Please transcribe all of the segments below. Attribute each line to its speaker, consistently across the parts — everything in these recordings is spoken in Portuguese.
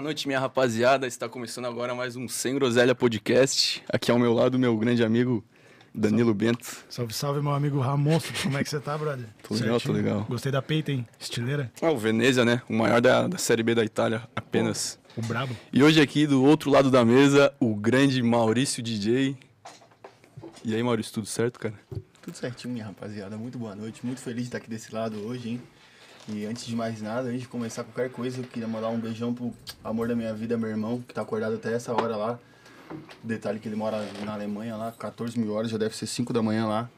Speaker 1: noite, minha rapaziada. Está começando agora mais um Sem Groselha Podcast. Aqui ao meu lado, meu grande amigo Danilo Bento.
Speaker 2: Salve, salve, meu amigo Ramon. Como é que você tá, brother?
Speaker 1: Tô legal, tô legal.
Speaker 2: Gostei da peita, hein? Estileira.
Speaker 1: Ah, o Venezia, né? O maior da, da Série B da Itália, apenas.
Speaker 2: O brabo.
Speaker 1: E hoje aqui, do outro lado da mesa, o grande Maurício DJ. E aí, Maurício, tudo certo, cara?
Speaker 3: Tudo certinho, minha rapaziada. Muito boa noite. Muito feliz de estar aqui desse lado hoje, hein? E antes de mais nada, antes de começar qualquer coisa, eu queria mandar um beijão pro amor da minha vida, meu irmão, que tá acordado até essa hora lá. Detalhe que ele mora na Alemanha lá, 14 mil horas, já deve ser 5 da manhã lá.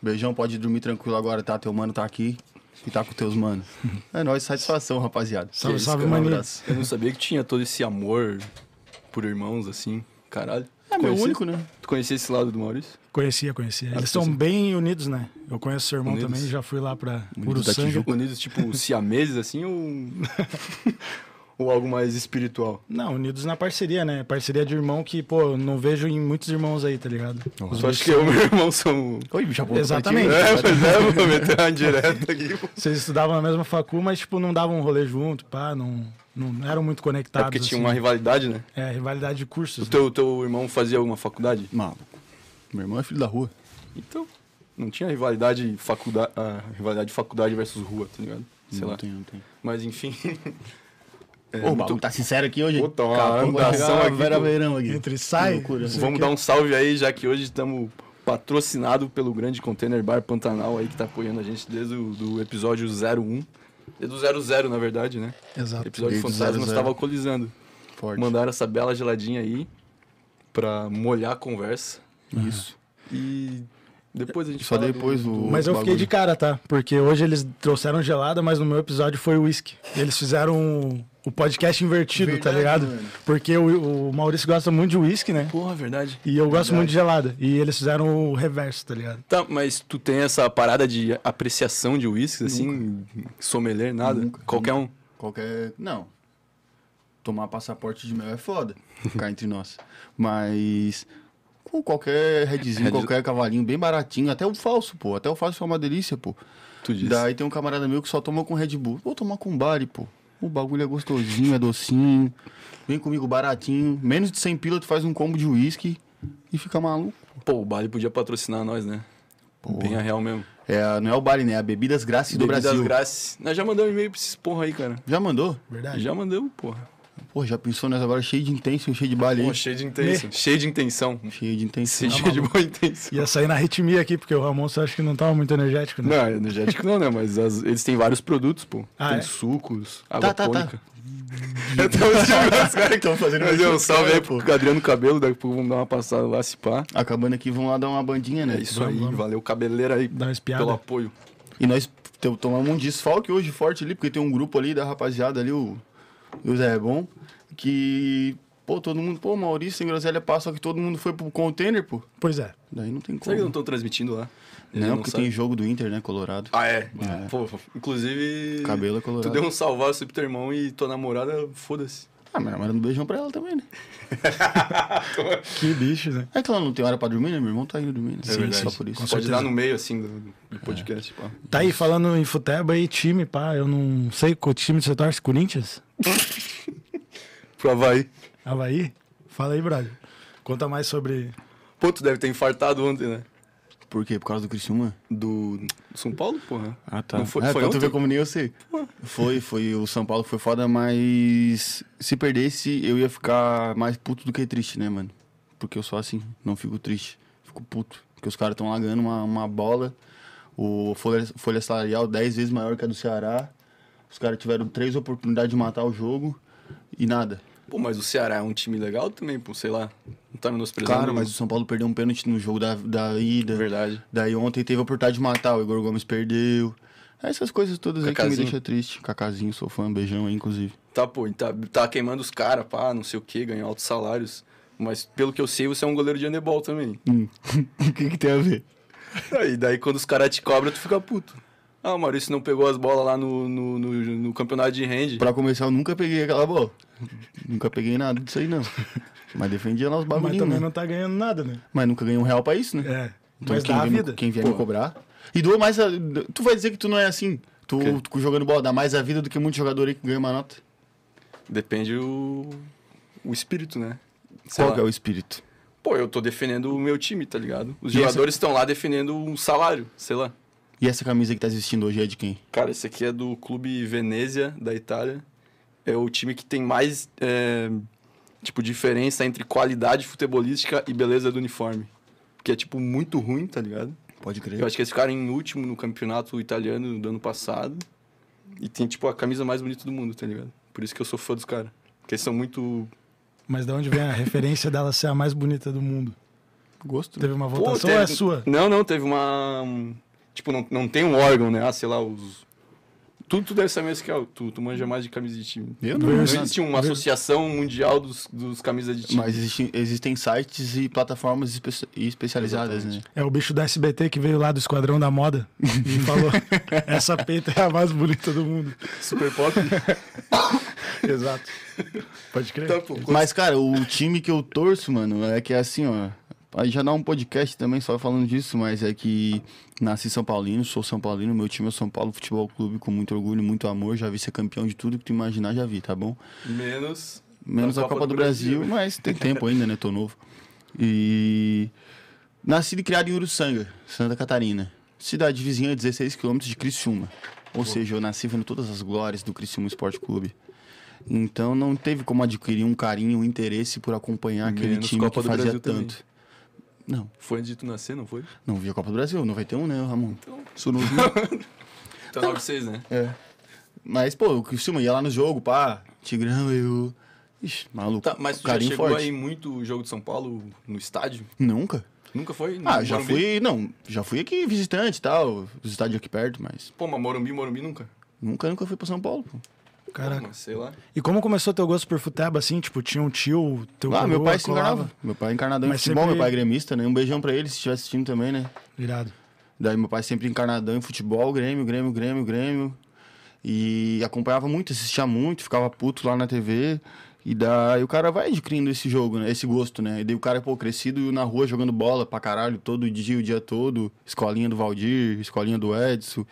Speaker 3: Beijão, pode dormir tranquilo agora, tá? Teu mano tá aqui e tá com teus manos. É nóis, satisfação, rapaziada.
Speaker 2: Salve,
Speaker 3: Que isso,
Speaker 2: salve,
Speaker 3: cara, um
Speaker 2: maninho.
Speaker 3: abraço.
Speaker 1: Eu não sabia que tinha todo esse amor por irmãos, assim. Caralho.
Speaker 3: É meu
Speaker 1: Conhecia-
Speaker 3: único, né?
Speaker 1: Tu conhecia esse lado do Maurício?
Speaker 2: Conhecia, conhecia. Eles
Speaker 1: As
Speaker 2: são
Speaker 1: pessoas-
Speaker 2: bem unidos, né? Eu conheço seu irmão
Speaker 1: Unidos.
Speaker 2: também, já fui lá pra Puro
Speaker 1: Unidos da
Speaker 2: Sangue.
Speaker 1: Tijuca, unidos tipo siameses, assim, ou... ou algo mais espiritual?
Speaker 2: Não, unidos na parceria, né? Parceria de irmão que, pô, eu não vejo em muitos irmãos aí, tá ligado? Os
Speaker 1: Tu
Speaker 2: dois
Speaker 1: acha que eu e meu irmão são...
Speaker 3: Oi, bicho, apontou pra ti,
Speaker 2: Exatamente.
Speaker 3: né?
Speaker 1: É, pois é, vou meter uma direta aqui.
Speaker 2: Vocês estudavam na mesma facu, mas, tipo, não davam um rolê junto, pá, não, não eram muito
Speaker 1: É
Speaker 2: conectados.
Speaker 1: porque tinha
Speaker 2: assim.
Speaker 1: uma rivalidade, né?
Speaker 2: É, rivalidade de cursos.
Speaker 1: O teu, teu irmão fazia alguma faculdade?
Speaker 3: Maluco. Meu irmão é filho da rua.
Speaker 1: Então, não tinha rivalidade faculdade, ah, rivalidade faculdade versus rua, tá ligado? Sei
Speaker 3: não
Speaker 1: lá.
Speaker 3: tem, não tem.
Speaker 1: Mas enfim. É,
Speaker 3: Ô, o
Speaker 1: muito-
Speaker 3: bagulho tá sincero aqui hoje.
Speaker 1: Pô, tá uma
Speaker 3: Capão,
Speaker 1: andação
Speaker 3: vai chegar
Speaker 1: aqui,
Speaker 3: Vera
Speaker 1: pô.
Speaker 3: Verão aqui.
Speaker 2: Entre e sai,
Speaker 3: Que loucura.
Speaker 2: você-
Speaker 1: Vamos dar um salve aí, já que hoje estamos patrocinado pelo grande Container Bar Pantanal aí que tá apoiando a gente desde o do episódio 01. Desde o 00, na verdade, né?
Speaker 2: Exato.
Speaker 1: Episódio
Speaker 3: Desde o
Speaker 1: Fantasma
Speaker 3: 00.
Speaker 1: estava alcoolizando.
Speaker 3: Forte.
Speaker 1: Mandaram essa bela geladinha aí pra molhar a conversa.
Speaker 3: Isso.
Speaker 1: E depois a gente
Speaker 3: Só
Speaker 1: fala
Speaker 3: depois
Speaker 1: do-
Speaker 3: o.
Speaker 2: Mas eu fiquei de cara, tá? Porque hoje eles trouxeram gelada, mas no meu episódio foi whisky. Eles fizeram um, o podcast invertido, tá
Speaker 3: Verdade,
Speaker 2: ligado?
Speaker 3: mano.
Speaker 2: Porque o, o Maurício gosta muito de whisky, né?
Speaker 1: Porra, verdade.
Speaker 2: E eu gosto muito de gelada. E eles fizeram o reverso, tá ligado?
Speaker 1: Tá, mas tu tem essa parada de apreciação de uísques, assim, sommelier, nada?
Speaker 3: Nunca.
Speaker 1: Qualquer um.
Speaker 3: Qualquer. Não. Tomar passaporte de mel é foda. Ficar entre nós. Mas. Com qualquer redzinho,
Speaker 1: Red-
Speaker 3: qualquer cavalinho, bem baratinho. Até o falso, pô. Até o falso é uma delícia, pô.
Speaker 1: Tu diz.
Speaker 3: Daí tem um camarada meu que só toma com Red Bull. Vou tomar com Bari, pô. O bagulho é gostosinho, é docinho. Vem comigo baratinho. Menos de 100 pila, tu faz um combo de uísque e fica maluco.
Speaker 1: Pô, o Bali podia patrocinar nós, né? Bem a real mesmo.
Speaker 3: É, a- não é o Bari, né? É a Bebidas Graça do
Speaker 1: Bebidas
Speaker 3: Brasil.
Speaker 1: Graças. Nós já mandamos e-mail pra esses porra aí, cara.
Speaker 3: Já mandou?
Speaker 2: Verdade.
Speaker 1: Já mandamos, porra.
Speaker 3: Pô, já pensou nós agora cheio de intenso, cheio de Bali.
Speaker 1: Pô, cheio de intenção. Cheio de intenção.
Speaker 3: Cheio de intenso.
Speaker 1: Cheio de boa intenção.
Speaker 2: Ia sair na arritmia aqui, porque o Ramon você acha que não tava muito energético, né?
Speaker 1: Não, energético não, né? Mas as- eles têm vários produtos, pô.
Speaker 2: Ah,
Speaker 1: tem
Speaker 2: é?
Speaker 1: sucos, água
Speaker 3: tá, tá.
Speaker 1: tônica. Eu tava assistindo os caras que
Speaker 3: Tão fazendo
Speaker 1: Mas eu um
Speaker 3: isso,
Speaker 1: salve aí
Speaker 3: cara,
Speaker 1: pro Adriano Cabelo, daqui a pouco vamos dar uma passada lá, se pá.
Speaker 3: Acabando aqui, vamos lá dar uma bandinha, né?
Speaker 1: É isso aí, valeu cabeleira aí
Speaker 2: Dá uma espiada.
Speaker 1: pelo apoio.
Speaker 3: E nós te- tomamos um desfalque hoje forte ali, porque tem um grupo ali da rapaziada ali, o, o Zé é Bom, que, pô, todo mundo, pô, Maurício sem groselha passa, só que todo mundo foi pro container, pô.
Speaker 2: Pois é.
Speaker 3: Daí não tem
Speaker 1: Será
Speaker 3: como.
Speaker 1: que não estão transmitindo lá? Eles
Speaker 3: não, porque
Speaker 1: sabem.
Speaker 3: tem jogo do Inter, né, Colorado.
Speaker 1: Ah, é? Pô, inclusive.
Speaker 3: Cabelo é colorado.
Speaker 1: Tu deu um salvaço aí pro teu irmão e tua namorada, foda-se.
Speaker 3: Ah, minha namorada um beijão pra ela também, né?
Speaker 2: Que bicho, né?
Speaker 3: É que ela não tem hora pra dormir, né? Meu irmão tá indo dormir, né?
Speaker 1: É verdade.
Speaker 3: só por isso. É.
Speaker 2: Com
Speaker 1: Pode
Speaker 2: certeza.
Speaker 1: dar no meio, assim, do, do podcast, pá.
Speaker 2: Tá aí falando em futeba e time, pá. Eu não sei qual time você torce, Corinthians?
Speaker 1: Pro Havaí.
Speaker 2: Havaí? Fala aí, brother. Conta mais sobre.
Speaker 1: Pô, tu deve ter infartado ontem, né?
Speaker 3: Por quê? Por causa do Criciúma?
Speaker 1: Do, do São Paulo, porra.
Speaker 3: Ah, tá.
Speaker 1: Não foi,
Speaker 3: é,
Speaker 1: foi
Speaker 3: pra
Speaker 1: ontem?
Speaker 3: tu ver como nem eu sei. Foi, foi. O São Paulo foi foda, mas se perdesse, eu ia ficar mais puto do que triste, né, mano? Porque eu sou assim, não fico triste. Fico puto. Porque os caras estão largando uma, uma bola. O folha, folha salarial 10 vezes maior que a do Ceará. Os caras tiveram três oportunidades de matar o jogo e nada.
Speaker 1: Pô, mas o Ceará é um time legal também, pô, sei lá. Não tá menosprezando.
Speaker 3: Claro, mas o
Speaker 1: mas...
Speaker 3: São Paulo perdeu um pênalti no jogo da, da ida.
Speaker 1: Verdade.
Speaker 3: Daí ontem teve a oportunidade de matar, o Igor Gomes perdeu. Essas coisas todas aí que me
Speaker 1: Cacazinho.
Speaker 3: deixam triste. Cacazinho, sou fã, beijão aí, inclusive.
Speaker 1: Tá, pô, e tá, tá queimando os caras, pá, não sei o quê, ganhou altos salários. Mas pelo que eu sei, você é um goleiro de handebol também.
Speaker 3: o Hum. que, que tem a ver?
Speaker 1: Aí daí quando os caras te cobram, tu fica puto. Ah, o Maurício não pegou as bolas lá no, no, no- no campeonato de hand.
Speaker 3: Pra começar, eu nunca peguei aquela bola. nunca peguei nada disso aí, não. Mas defendia lá os
Speaker 2: Mas
Speaker 3: bagulhinhos,
Speaker 2: também
Speaker 3: né?
Speaker 2: não tá ganhando nada, né?
Speaker 3: Mas nunca ganhei um real pra isso, né?
Speaker 2: É.
Speaker 3: Então
Speaker 2: mas
Speaker 3: quem,
Speaker 2: dá a
Speaker 3: vier me-
Speaker 2: vida.
Speaker 3: quem vier me cobrar... E doa mais a... Tu vai dizer que tu não é assim. Tu, tu jogando bola dá mais a vida do que muito jogador aí que ganha uma nota.
Speaker 1: Depende o, o espírito, né? Sei
Speaker 3: Qual
Speaker 1: lá.
Speaker 3: que é o espírito?
Speaker 1: Pô, eu tô defendendo o meu time, tá ligado? Os
Speaker 3: E essa-
Speaker 1: jogadores estão lá defendendo um salário, sei lá.
Speaker 3: E essa camisa que tá assistindo hoje é de quem?
Speaker 1: Cara, esse aqui é do Clube Venezia, da Itália. É o time que tem mais, é, tipo, diferença entre qualidade futebolística e beleza do uniforme. Que é, tipo, muito ruim, tá ligado?
Speaker 3: Pode crer.
Speaker 1: Eu acho que eles ficaram em último no campeonato italiano do ano passado. E tem, tipo, a camisa mais bonita do mundo, tá ligado? Por isso que eu sou fã dos caras. Porque eles são muito...
Speaker 2: Mas de onde vem a referência dela ser a mais bonita do mundo?
Speaker 3: Gosto. né?
Speaker 2: Teve uma
Speaker 1: Pô,
Speaker 2: votação
Speaker 1: teve-
Speaker 2: ou é sua?
Speaker 1: Não, não, teve uma... um, Tipo, não, não tem um órgão, né? Ah, sei lá, os... Tudo tu deve saber isso que é. Tu, tu manja mais de camisa de time.
Speaker 3: Eu
Speaker 2: Não
Speaker 1: Não
Speaker 2: Exato.
Speaker 1: existe uma
Speaker 2: Verdade.
Speaker 1: associação mundial dos, dos camisas de time.
Speaker 3: Mas existem, existem sites e plataformas espe- e especializadas, né?
Speaker 2: É o bicho da SBT que veio lá do Esquadrão da Moda e falou: essa peita é a mais bonita do mundo.
Speaker 1: Super pop.
Speaker 2: Exato. Pode crer.
Speaker 1: Tá, pô.
Speaker 3: Mas, cara, o time que eu torço, mano, é que é assim, ó. Aí já dá um podcast também só falando disso, mas é que nasci São Paulino, sou São Paulino, meu time é o São Paulo Futebol Clube, com muito orgulho, muito amor, já vi ser campeão de tudo que tu imaginar, já vi, tá bom?
Speaker 1: Menos.
Speaker 3: Menos
Speaker 1: Então,
Speaker 3: a Copa, do, Brasil, mas tem tempo ainda, né? Tô novo. E. Nascido e criado em Uruçanga, Santa Catarina. Cidade vizinha a 16 quilômetros de Criciúma. Ou seja, eu nasci vendo todas as glórias do Criciúma Esporte Clube. Então não teve como adquirir um carinho, um interesse por acompanhar aquele
Speaker 1: Menos
Speaker 3: time
Speaker 1: Copa do
Speaker 3: que fazia
Speaker 1: Brasil também.
Speaker 3: tanto. Não,
Speaker 1: Foi antes de tu nascer, não foi?
Speaker 3: não vi a Copa do Brasil, 91, né, Ramon?
Speaker 1: Então-
Speaker 3: Sou novo. né?
Speaker 1: Então 96, né?
Speaker 3: é. Mas, pô, o Criciúma ia lá no jogo, pá, Tigrão, eu. Ixi, maluco.
Speaker 1: Tá, mas tu já
Speaker 3: carinho
Speaker 1: chegou
Speaker 3: forte.
Speaker 1: aí muito jogo de São Paulo no estádio?
Speaker 3: Nunca.
Speaker 1: Nunca foi? No
Speaker 3: Ah, já
Speaker 1: Morumbi?
Speaker 3: fui, não, já fui aqui visitante e tal, os estádios aqui perto, mas
Speaker 1: Pô, mas Morumbi, Morumbi nunca.
Speaker 3: nunca, nunca fui pra São Paulo. Pô.
Speaker 2: Caraca.
Speaker 1: Mas sei lá.
Speaker 2: E como começou teu gosto por futeba, assim? Tipo, tinha um tio, teu
Speaker 3: Ah, meu
Speaker 2: coroa
Speaker 3: pai se
Speaker 2: colava?
Speaker 3: enganava. Meu pai é encarnadão em
Speaker 2: Mas
Speaker 3: futebol,
Speaker 2: sempre-
Speaker 3: meu pai é gremista, né? Um beijão pra ele se estiver assistindo também, né?
Speaker 2: Irado.
Speaker 3: Daí meu pai sempre encarnadão em futebol, Grêmio, Grêmio, Grêmio, Grêmio. E acompanhava muito, assistia muito, ficava puto lá na TV. E daí o cara vai adquirindo esse jogo, né? Esse gosto, né? E daí o cara, pô, crescido na rua jogando bola pra caralho, todo dia, o dia todo. Escolinha do Valdir, escolinha do Edson.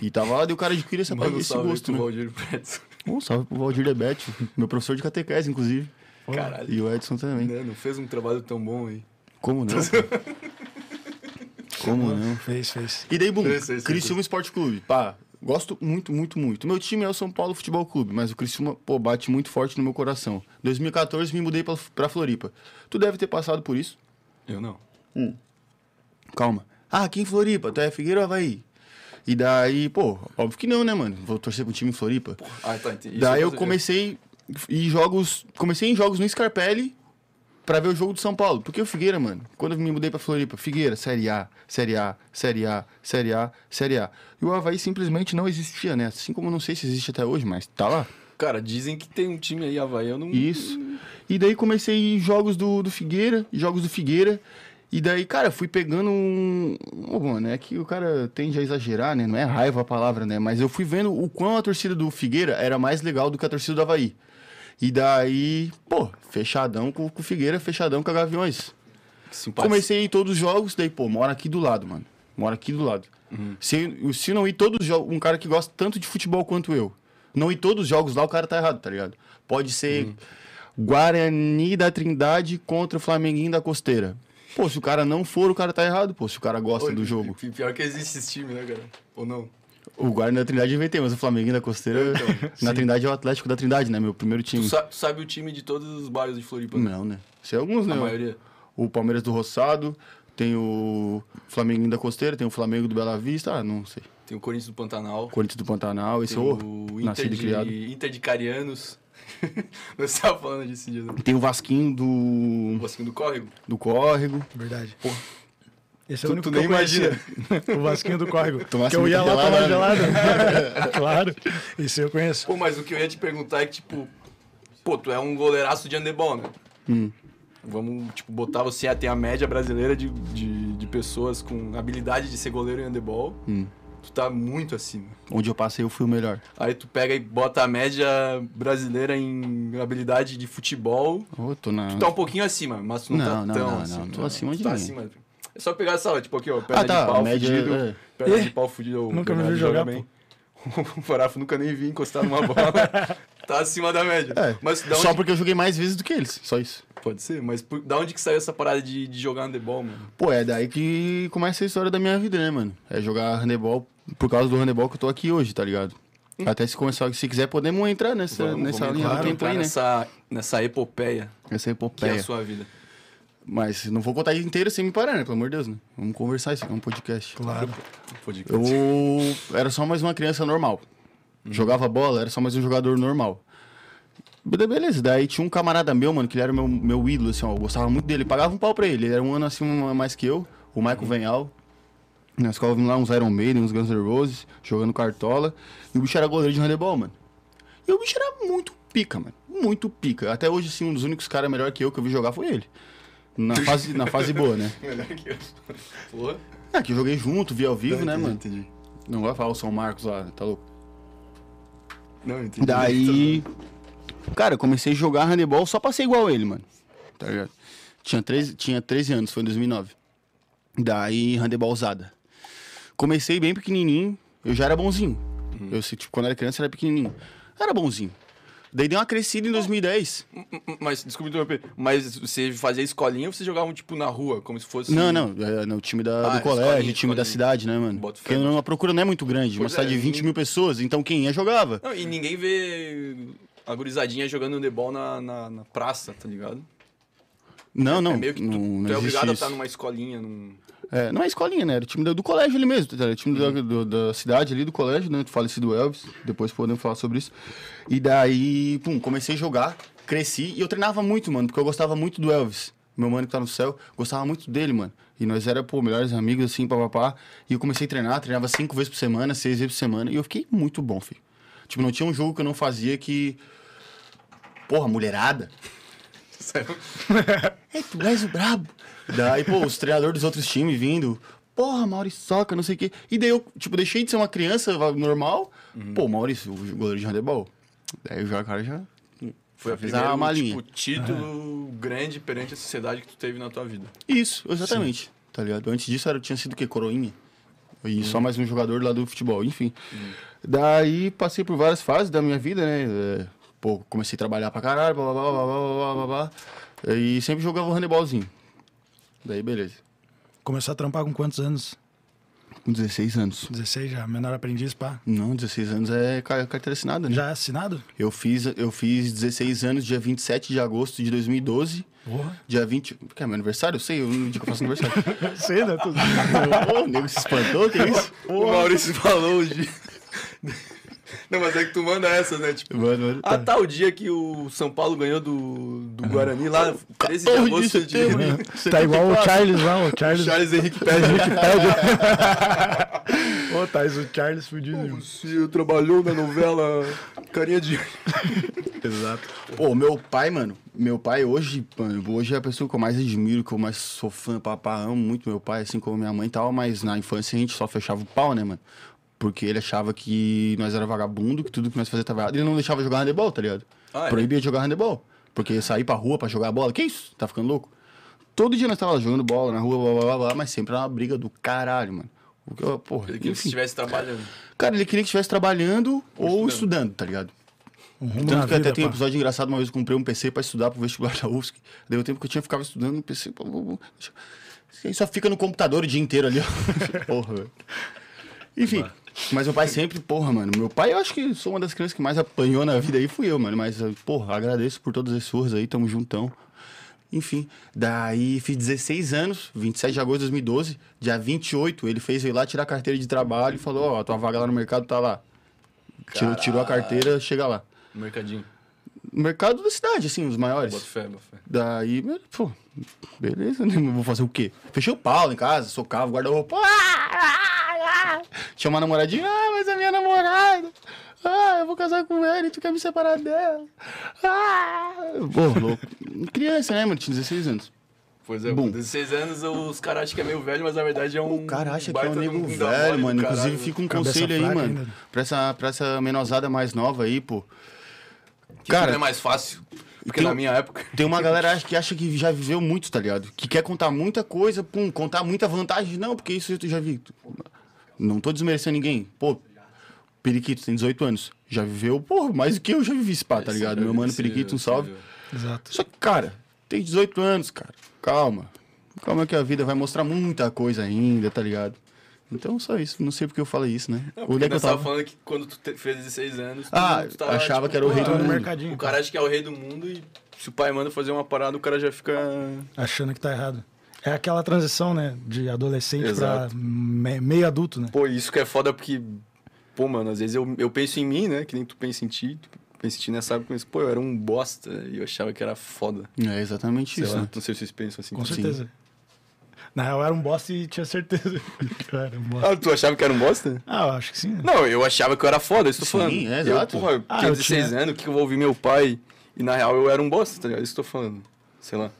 Speaker 3: E tava lá, daí o cara adquire essa,
Speaker 1: Manda um
Speaker 3: esse
Speaker 1: salve aí
Speaker 3: gosto,
Speaker 1: pro
Speaker 3: né?
Speaker 1: Valdir Pretz.
Speaker 3: Um salve pro Valdir Debete, meu professor de catequese, inclusive.
Speaker 1: Caralho.
Speaker 3: E o Edson também.
Speaker 1: Né? Não fez um trabalho tão bom aí.
Speaker 3: Como não? Como não?
Speaker 2: Fez, fez.
Speaker 3: E daí, bum,
Speaker 1: Sim, sim, sim,
Speaker 3: Criciúma Esporte Clube. Pá, gosto muito, muito, muito. Meu time é o São Paulo Futebol Clube, mas o Criciúma, pô, bate muito forte no meu coração. 2014 me mudei pra, pra Floripa. Tu deve ter passado por isso.
Speaker 1: Eu não.
Speaker 3: Calma. Ah, aqui em Floripa, tu é Figueira ou Havaí? E daí, pô, óbvio que não, né, mano? Vou torcer pra um time em Floripa.
Speaker 1: Ah, tá. entendi. Isso
Speaker 3: Daí eu
Speaker 1: com certeza.
Speaker 3: comecei em jogos, comecei em jogos no Scarpelli pra ver o jogo do São Paulo. Porque o Figueira, mano, quando eu me mudei pra Floripa, Figueira, Série A, Série A, Série A, Série A, Série A. E o Havaí simplesmente não existia, né? Assim como eu não sei se existe até hoje, mas tá lá.
Speaker 1: Cara, dizem que tem um time aí havaiano.
Speaker 3: Isso. E daí comecei em jogos do, do Figueira, jogos do Figueira. E daí, cara, fui pegando um. Ô, mano, é que o cara tende a exagerar, né? Não é raiva a palavra, né? Mas eu fui vendo o quão a torcida do Figueira era mais legal do que a torcida do Havaí. E daí, pô, fechadão com, com o Figueira, fechadão com a Gaviões.
Speaker 1: Simpático.
Speaker 3: Comecei a ir todos os jogos, daí, pô, mora aqui do lado, mano. Mora aqui do lado.
Speaker 1: Uhum.
Speaker 3: Se, se não ir todos os jogos, um cara que gosta tanto de futebol quanto eu, não ir todos os jogos lá, o cara tá errado, tá ligado? Pode ser
Speaker 1: Uhum.
Speaker 3: Guarani da Trindade contra o Flamenguinho da Costeira. Pô, se o cara não for, o cara tá errado, pô, se o cara gosta
Speaker 1: Oi,
Speaker 3: do jogo.
Speaker 1: pi- Pior que existe esse time, né, cara? Ou não?
Speaker 3: O Guarani da Trindade eu inventei, mas o Flamenguinho da Costeira. na Trindade é o Atlético da Trindade, né? Meu primeiro
Speaker 1: Então, Tu
Speaker 3: time.
Speaker 1: sa- tu sabe o time de todos os bairros de Floripa? né?
Speaker 3: Não, né? Sei alguns, né?
Speaker 1: A maioria.
Speaker 3: o Palmeiras do Roçado, tem o Flamenguinho da Costeira, tem o Flamengo do Bela Vista, ah, não sei.
Speaker 1: Tem o Corinthians do Pantanal.
Speaker 3: Corinthians do Pantanal, esse
Speaker 1: Tem
Speaker 3: ô,
Speaker 1: o Inter
Speaker 3: nascido
Speaker 1: de,
Speaker 3: e criado.
Speaker 1: Inter de Carianos. Nós tava falando disso dia, né?
Speaker 3: Tem o Vasquinho do,
Speaker 1: O Vasquinho do Córrego.
Speaker 3: do Córrego.
Speaker 2: Verdade. Esse é
Speaker 1: Tu-
Speaker 2: o único
Speaker 1: tu
Speaker 2: que eu
Speaker 1: nem
Speaker 2: conhecia. o Vasquinho do Córrego.
Speaker 3: Tomasse
Speaker 2: que eu
Speaker 3: muita
Speaker 2: ia lá tomar
Speaker 3: gelada,
Speaker 2: gelada. claro. Isso eu conheço.
Speaker 1: Pô, mas o que eu ia te perguntar é que, tipo... Pô, tu é um goleiraço de handebol, né?
Speaker 3: Hum.
Speaker 1: Vamos, tipo, botar você... ah, Tem a média brasileira de, de, de pessoas com habilidade de ser goleiro em handebol.
Speaker 3: Hum.
Speaker 1: Tu tá muito acima.
Speaker 3: Onde eu passei, eu fui o melhor.
Speaker 1: Aí tu pega e bota a média brasileira em habilidade de futebol.
Speaker 3: Ô, tô na...
Speaker 1: Tu tá um pouquinho acima, mas tu não,
Speaker 3: Não,
Speaker 1: tá
Speaker 3: não,
Speaker 1: tão
Speaker 3: não, não.
Speaker 1: acima.
Speaker 3: Tô acima
Speaker 1: Tu
Speaker 3: de
Speaker 1: tá
Speaker 3: ninguém.
Speaker 1: acima. É só pegar essa, tipo aqui, ó, perna
Speaker 3: Ah, tá,
Speaker 1: de pau
Speaker 3: média,
Speaker 1: fudido,
Speaker 3: é.
Speaker 1: perna
Speaker 2: Ih,
Speaker 1: de pau fudido. o
Speaker 2: nunca me
Speaker 1: Bernardo
Speaker 2: viu jogar,
Speaker 1: joga O Farafo nunca nem vi encostar numa bola. tá acima da média.
Speaker 3: É,
Speaker 1: Mas da onde...
Speaker 3: só porque eu joguei mais vezes do que eles, só isso.
Speaker 1: Pode ser, mas por- da onde que saiu essa parada de, de jogar handebol, mano?
Speaker 3: Pô, é daí que começa a história da minha vida, né, mano? É jogar handebol por causa do handebol que eu tô aqui hoje, tá ligado?
Speaker 1: Hum.
Speaker 3: Até se começar, se quiser, podemos entrar nessa, Tá nessa linha
Speaker 1: entrar,
Speaker 3: do tempo aí, né?
Speaker 1: nessa, nessa epopeia
Speaker 3: Essa
Speaker 1: que é
Speaker 3: epopeia.
Speaker 1: a sua vida.
Speaker 3: Mas não vou contar inteira sem me parar, né? Pelo amor de Deus, né? Vamos conversar, isso aqui é um podcast.
Speaker 2: Claro.
Speaker 1: Pode crer.
Speaker 3: Eu era só mais uma criança normal. Jogava bola, era só mais um jogador normal. Be- Beleza, daí tinha um camarada meu, mano, que ele era o meu, meu ídolo, assim, ó. Eu gostava muito dele, pagava um pau pra ele. Ele era um ano assim a mais que eu, o Michael Venhal. Na escola vimos lá uns Iron Maiden, uns Guns N' Roses, jogando cartola. E o bicho era goleiro de handebol, mano. E o bicho era muito pica, mano. Muito pica. Até hoje, assim, um dos únicos caras melhor que eu que eu vi jogar foi ele. Na fase, na fase boa, né?
Speaker 1: Melhor que eu. Porra.
Speaker 3: É, que eu joguei junto, vi ao vivo, né, mano?
Speaker 1: Entendi.
Speaker 3: Não vai falar o São Marcos lá, tá louco?
Speaker 1: Não, entendi.
Speaker 3: Daí. Cara, eu comecei a jogar handebol só pra ser igual ele, mano. Tá ligado? Tinha 13, tinha 13 anos, foi em 2009. Daí, handebol usada. Comecei bem pequenininho, eu já era bonzinho.
Speaker 1: Uhum.
Speaker 3: Eu, se- tipo, quando era criança, eu era pequenininho. Eu era bonzinho. Daí dei uma crescida em 2010.
Speaker 1: M- m- Mas, desculpa interromper, mas você fazia escolinha ou vocês jogavam, tipo, na rua, como se fosse...
Speaker 3: Não, não, é, no time da,
Speaker 1: Ah,
Speaker 3: do colégio,
Speaker 1: escolinha,
Speaker 3: time da
Speaker 1: escolinha.
Speaker 3: cidade, né, mano?
Speaker 1: Boto fé,
Speaker 3: Porque
Speaker 1: boto
Speaker 3: a procura não é muito grande, uma
Speaker 1: Pois é,
Speaker 3: cidade de 20 mil pessoas, então quem ia jogava.
Speaker 1: Não, e ninguém vê a gurizadinha jogando handebol na, na, na praça, tá ligado?
Speaker 3: Não, não.
Speaker 1: é meio que tu,
Speaker 3: não, não
Speaker 1: tu é
Speaker 3: existe
Speaker 1: obrigado a
Speaker 3: isso.
Speaker 1: estar numa escolinha, num...
Speaker 3: É, não é escolinha, né? Era o time do, do colégio ali mesmo, tá ligado? O time da- do- da cidade ali, do colégio, né? Do falecido Elvis. Depois podemos falar sobre isso. E daí, pum, comecei a jogar, cresci e eu treinava muito, mano, porque eu gostava muito do Elvis. Meu mano que tá no céu, gostava muito dele, mano. E nós era, pô, melhores amigos, assim, papapá. E eu comecei a treinar, treinava cinco vezes por semana, seis vezes por semana. E eu fiquei muito bom, filho. Tipo, não tinha um jogo que eu não fazia que. Porra, mulherada.
Speaker 1: Sério?
Speaker 3: É, tu és o brabo. Daí, pô, os treinadores dos outros times vindo. Porra, Maurício Soca, não sei o quê. E daí eu, tipo, deixei de ser uma criança normal. Pô, Maurício, o goleiro de handebol. Daí eu já, cara, já...
Speaker 1: Foi a
Speaker 3: Fiz a
Speaker 1: primeira,
Speaker 3: é malinha.
Speaker 1: tipo, título grande perante a sociedade que tu teve na tua vida.
Speaker 3: Isso, exatamente. Tá ligado? Antes disso era, tinha sido o quê? Coroinha? E só mais um jogador lá do futebol, enfim. Daí passei por várias fases da minha vida, né? É, Pô, comecei a trabalhar pra caralho, blá blá blá blá blá blá blá blá. E sempre jogava um handebolzinho. Daí, beleza.
Speaker 2: Começou a trampar com quantos anos?
Speaker 3: Com 16 anos.
Speaker 2: 16 já, menor aprendiz, pá.
Speaker 3: Não, 16 anos é ca- carteira assinada, né?
Speaker 2: Já é assinado?
Speaker 3: Eu fiz, eu fiz 16 anos dia 27 de agosto de 2012.
Speaker 2: Porra.
Speaker 3: Dia 20. Que é meu aniversário? Eu sei, eu não digo que eu faço aniversário.
Speaker 2: Sei, né? Tudo.
Speaker 3: Ô, o nego se espantou, que é isso?
Speaker 1: O Maurício falou hoje. Não, mas é que tu manda essas, né? Tipo,
Speaker 3: Mano, mano.
Speaker 1: ah, tá, o dia que o São Paulo ganhou do, do Guarani lá, 13 de
Speaker 3: Eu
Speaker 1: agosto
Speaker 3: disse,
Speaker 1: de...
Speaker 3: eu, né?
Speaker 2: Tá igual o
Speaker 3: 74.
Speaker 2: Charles lá, o Charles.
Speaker 1: Charles Henrique Pérez.
Speaker 2: né? Ô, Thais, o Charles fudido.
Speaker 1: Se trabalhou na novela Carinha de...
Speaker 2: Exato.
Speaker 3: Pô, meu pai, mano, meu pai hoje, mano, hoje é a pessoa que eu mais admiro, que eu mais sou fã, papá, amo muito meu pai, assim como minha mãe e tal, mas na infância a gente só fechava o pau, né, mano? Porque ele achava que nós era vagabundo, que tudo que nós fazia tava errado. Ele não deixava jogar handebol, tá ligado?
Speaker 1: Ah, é?
Speaker 3: Proibia de jogar handebol. Porque sair pra rua pra jogar bola, que isso? Tá ficando louco? Todo dia nós tava lá jogando bola na rua, blá blá blá, blá mas sempre era uma briga do caralho, mano. O que eu- Porra,
Speaker 1: Que
Speaker 3: enfim.
Speaker 1: estivesse trabalhando.
Speaker 3: Cara, ele queria que estivesse trabalhando ou estudando, tá ligado?
Speaker 2: Um rumo
Speaker 3: Tanto
Speaker 2: na
Speaker 3: que até
Speaker 2: vida,
Speaker 3: tem um
Speaker 2: pá.
Speaker 3: episódio engraçado, uma vez eu comprei um PC pra estudar pro vestibular da UFSC. Daí o tempo que eu tinha, eu ficava estudando no PC. pô, pô, pô, deixa- Isso aí só fica no computador o dia inteiro ali, ó. Porra, velho. Enfim, mas meu pai sempre, porra, mano. Meu pai, eu acho que sou uma das crianças que mais apanhou na vida aí, fui eu, mano. Mas, eh, porra, agradeço por todas as surras aí, tamo juntão. Enfim, daí fiz 16 anos, 27 de agosto de 2012, dia 28, ele fez eu ir lá tirar a carteira de trabalho e falou, ó, tua vaga lá no mercado tá lá. Tirou, tirou a carteira, chega lá
Speaker 1: No mercadinho.
Speaker 3: no mercado da cidade, assim, os maiores.
Speaker 1: Bota fé, bota fé.
Speaker 3: Daí, pô, beleza, né? Vou fazer o quê? Fechei o pau lá em casa, socava, o guarda-roupa. Ah, ah, ah. Chama a namoradinha, ah, mas a minha namorada. Ah, eu vou casar com ele, tu quer me separar dela. Ah, pô, louco. Criança, né, mano? Tinha 16 anos.
Speaker 1: Pois é,
Speaker 3: Bom.
Speaker 1: com 16 anos os caras acham que é meio velho, mas na verdade é um.
Speaker 3: O cara acha que é um
Speaker 1: baita de
Speaker 3: nego
Speaker 1: um da mole
Speaker 3: velho,
Speaker 1: do
Speaker 3: mano. Inclusive,
Speaker 1: caralho.
Speaker 3: fica um
Speaker 2: Cabeça
Speaker 3: conselho aí,
Speaker 2: fraca
Speaker 3: mano.
Speaker 2: ainda.
Speaker 3: Pra essa, pra essa menosada mais nova aí, pô.
Speaker 1: Que tudo é mais fácil. Porque
Speaker 3: tem- um
Speaker 1: na minha época.
Speaker 3: Tem uma galera acha- que acha que já viveu muito, tá ligado? Que quer contar muita coisa, pum, contar muita vantagem. Não, porque isso eu já vi. Não tô desmerecendo ninguém. Pô, Periquito tem 18 anos. Já viveu, porra, mais do que eu já vivi esse pá, tá
Speaker 1: Esse é
Speaker 3: ligado?
Speaker 1: eu
Speaker 3: Meu mano
Speaker 1: disse,
Speaker 3: Periquito, um
Speaker 1: eu
Speaker 3: salve.
Speaker 1: disse,
Speaker 2: Exato.
Speaker 3: Só que, cara, tem 18 anos, cara. Calma. Calma que a vida vai mostrar muita coisa ainda, tá ligado? Então, só isso. Não sei porque eu falei isso, né?
Speaker 1: Não,
Speaker 3: Onde
Speaker 1: porque
Speaker 3: é que eu
Speaker 1: nós tava
Speaker 3: tava?
Speaker 1: falando que quando tu te- fez 16 anos. tu-
Speaker 3: Ah,
Speaker 1: tu tava,
Speaker 3: achava que era o rei
Speaker 1: ah,
Speaker 3: do
Speaker 2: Tá no
Speaker 3: mundo.
Speaker 2: mercadinho.
Speaker 1: O cara acha que é o rei do mundo e se o pai manda fazer uma parada, o cara já fica.
Speaker 2: Achando que tá errado. É aquela transição, né? De adolescente
Speaker 1: Exato.
Speaker 2: pra me- meio adulto, né?
Speaker 1: Pô, isso que é foda porque. Pô, mano, às vezes eu, eu penso em mim, né? Que nem tu pensa em ti. Tu pensa em ti nessa época, mas, pô, eu era um bosta e eu achava que era foda.
Speaker 3: É exatamente
Speaker 1: Sei
Speaker 3: isso,
Speaker 1: lá,
Speaker 3: né?
Speaker 1: não sei se vocês pensam assim.
Speaker 2: Com
Speaker 1: também.
Speaker 2: certeza. Na real, eu era um bosta e tinha certeza. que eu era um bosta.
Speaker 1: Ah, tu achava que era um bosta?
Speaker 2: Ah, eu acho que sim. Né?
Speaker 1: Não, eu achava que eu era foda, isso que eu tô
Speaker 3: Sim,
Speaker 1: falando.
Speaker 3: é,
Speaker 1: Eu,
Speaker 3: exato.
Speaker 1: porra, eu
Speaker 2: Ah,
Speaker 1: tinha
Speaker 2: eu
Speaker 1: 16
Speaker 2: tinha-
Speaker 1: anos, o que que eu vou ouvir meu pai? E na real eu era um bosta, tá ligado? Isso que eu tô falando. Sei lá.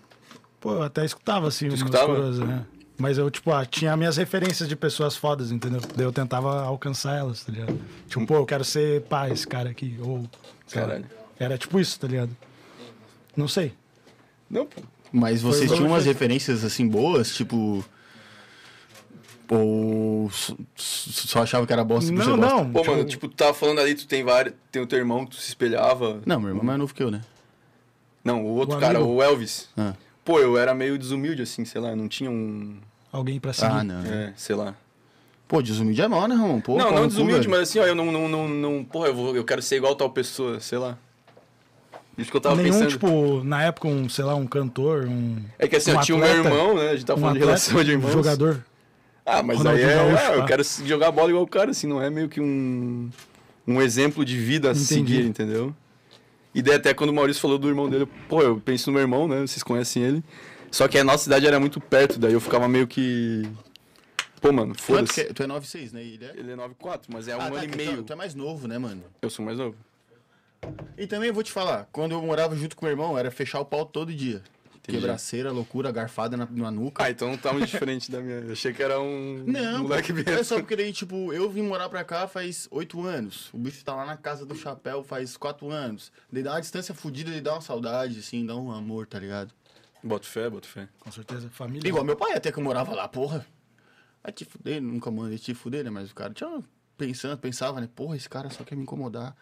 Speaker 2: Pô, eu até escutava, assim, umas
Speaker 1: escutava?
Speaker 2: coroas, né? Mas eu, tipo, ah, tinha minhas referências de pessoas fodas, entendeu? Daí eu tentava alcançar elas, tá ligado? Tipo, pô, eu quero ser pá, esse cara aqui. Ou. sei lá.
Speaker 1: Caralho.
Speaker 2: Era tipo isso, tá ligado? Não sei.
Speaker 1: Não, pô.
Speaker 3: Mas vocês
Speaker 2: Foi-
Speaker 3: tinham umas referências assim boas, tipo. Ou s- s- só achava que era bosta por ser
Speaker 2: Não,
Speaker 3: bosta?
Speaker 2: não.
Speaker 1: Pô,
Speaker 2: tipo,
Speaker 1: mano, tipo, tu tava falando ali, tu tem vários. Tem o teu irmão que tu se espelhava.
Speaker 3: Não, meu irmão é mais novo que eu, né?
Speaker 1: Não, o outro
Speaker 2: O
Speaker 1: cara,
Speaker 2: amigo?
Speaker 1: o Elvis.
Speaker 3: Ah,
Speaker 1: Pô, eu era meio desumilde, assim, sei lá, não tinha um.
Speaker 2: Alguém pra seguir.
Speaker 3: ah não.
Speaker 1: É, sei lá.
Speaker 3: Pô, desumilde é mal, né, Ramon? Pô,
Speaker 2: tá
Speaker 1: não,
Speaker 3: pau
Speaker 1: não
Speaker 3: no cu,
Speaker 1: desumilde,
Speaker 3: velho.
Speaker 1: mas assim, ó, eu não. não, não, não porra, eu, vou, eu quero ser igual tal pessoa, sei lá. Isso que eu tava
Speaker 2: Nenhum,
Speaker 1: pensando.
Speaker 2: tipo, na época, um, sei lá, um cantor, um.
Speaker 1: é que assim,
Speaker 2: um
Speaker 1: eu tinha o meu
Speaker 2: atleta,
Speaker 1: irmão, né? A gente tava
Speaker 2: um
Speaker 1: falando de
Speaker 2: atleta,
Speaker 1: relação de
Speaker 2: um
Speaker 1: irmãos.
Speaker 2: jogador.
Speaker 1: Ah, mas
Speaker 2: Ronaldinho
Speaker 1: aí é,
Speaker 2: Gaúcho,
Speaker 1: ah, eu
Speaker 2: tá?
Speaker 1: quero se- jogar bola igual o cara, assim, não é meio que um, um exemplo de vida a
Speaker 2: Entendi.
Speaker 1: seguir, entendeu? E daí até quando o Maurício falou do irmão dele, eu, pô, eu penso no meu irmão, né? Vocês conhecem ele. Só que a nossa cidade era muito perto, daí eu ficava meio que. Pô, mano,
Speaker 3: Quanto que
Speaker 1: foda-se.
Speaker 3: é? Tu é 9'6", né? Ele é?
Speaker 1: Ele é 9'4, mas é um
Speaker 3: Ah,
Speaker 1: ano
Speaker 3: tá,
Speaker 1: e
Speaker 3: tu-
Speaker 1: meio.
Speaker 3: Tu é mais novo, né, mano?
Speaker 1: Eu sou mais novo.
Speaker 3: E também eu vou te falar, quando eu morava junto com meu irmão, era fechar o pau todo dia.
Speaker 1: Entendi.
Speaker 3: Quebraceira, loucura, garfada na, na nuca.
Speaker 1: Ah, então não tá muito diferente da minha. Eu achei que era um
Speaker 3: não,
Speaker 1: moleque bem.
Speaker 3: é só porque daí, tipo, eu vim morar pra cá faz oito anos. O bicho tá lá na casa do chapéu faz quatro anos. Daí dá uma distância fodida, ele dá uma saudade, assim, dá um amor, tá ligado?
Speaker 1: Boto fé, boto fé.
Speaker 2: Com certeza, família.
Speaker 3: Igual meu pai, até que eu morava lá, porra. Aí te fuder, nunca mandei te fuder, né? Mas o cara tinha pensando, pensava, né? Porra, esse cara só quer me incomodar.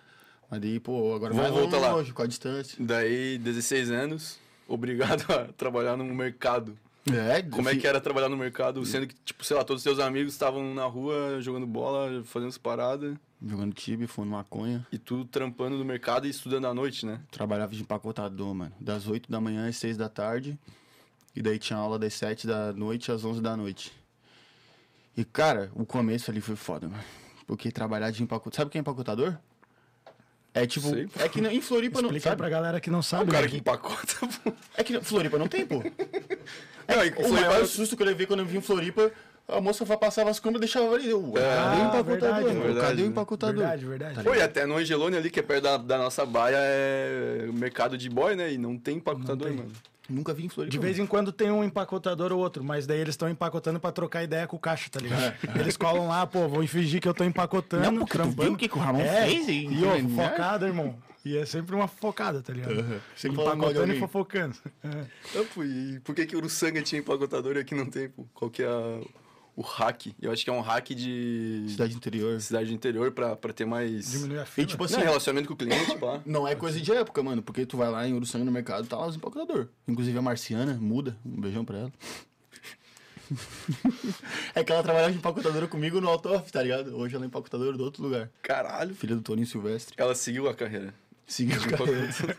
Speaker 3: Mas daí, pô, agora
Speaker 1: Vamos
Speaker 3: vai
Speaker 1: voltar lá.
Speaker 3: longe, com a distância.
Speaker 1: Daí, 16 anos, obrigado a trabalhar no mercado.
Speaker 3: É,
Speaker 1: Como é que era trabalhar no mercado, sendo que, tipo, sei lá, todos os seus amigos estavam na rua jogando bola, fazendo as paradas,
Speaker 3: Jogando tibi, fumando maconha.
Speaker 1: e tu trampando no mercado e estudando à noite, né?
Speaker 3: Trabalhava de empacotador, mano. Das 8 da manhã às 6 da tarde. E daí tinha aula das 7 da noite às 11 da noite. E, cara, o começo ali foi foda, mano. Porque trabalhar de empacotador... Sabe quem é empacotador? É tipo...
Speaker 1: Sei.
Speaker 3: É que não- em Floripa não...
Speaker 2: Explica aí
Speaker 3: Sabe?
Speaker 2: pra galera que não
Speaker 1: O
Speaker 2: sabe.
Speaker 1: cara
Speaker 2: né?
Speaker 1: que empacota, pô.
Speaker 3: É que não- Floripa não tem, pô.
Speaker 1: Não, e
Speaker 3: É, O
Speaker 1: Floripa-
Speaker 3: maior susto que eu levei quando eu vim em Floripa, a moça fa- passava as câmeras e deixava ali. Eu,
Speaker 1: É.
Speaker 3: Cadê o
Speaker 2: Ah,
Speaker 3: empacotador,
Speaker 2: verdade,
Speaker 3: mano?
Speaker 1: verdade,
Speaker 3: Cadê o
Speaker 1: né?
Speaker 3: empacotador?
Speaker 2: Verdade, verdade.
Speaker 1: Pô, e até no Angelone ali, que é perto da, da nossa baia, é mercado de boy, né? E não tem empacotador,
Speaker 2: Não tem.
Speaker 1: mano.
Speaker 3: Nunca vi em Floripa.
Speaker 2: De vez em quando tem um empacotador ou outro, mas daí eles estão empacotando pra trocar ideia com o caixa, tá ligado? Eles colam lá, pô, vou fingir que eu tô empacotando,
Speaker 3: É. Não, porque tu
Speaker 2: trampando. É,
Speaker 3: viu o que que o Ramon fez, hein?
Speaker 2: E ó,
Speaker 3: Né?
Speaker 2: focada, irmão. E é sempre uma focada, tá ligado?
Speaker 3: Aham. Sempre falando mal
Speaker 2: Empacotando
Speaker 3: de
Speaker 2: e
Speaker 3: alguém.
Speaker 2: fofocando. É.
Speaker 1: Não, pô, e por que, que o Uruçanga tinha empacotador e aqui não tem, pô? Qual que é a- o hack? Eu acho que é um hack de
Speaker 3: Cidade interior.
Speaker 1: cidade do interior pra, pra ter mais...
Speaker 2: Diminui a
Speaker 3: E
Speaker 2: fila.
Speaker 3: tipo assim,
Speaker 1: Não, relacionamento com o cliente, pá.
Speaker 3: Não é coisa de época, mano, porque tu vai lá em Uruçanga no mercado, tá lá os empacotador. Inclusive a Marciana, muda, um beijão pra ela. é que ela trabalhava de empacotadora comigo no Autoff, tá ligado? Hoje ela é empacotadora do outro lugar.
Speaker 1: Caralho,
Speaker 3: Filha do Toninho Silvestre.
Speaker 1: Ela seguiu a carreira. Tipo,
Speaker 3: Seguiu o cara.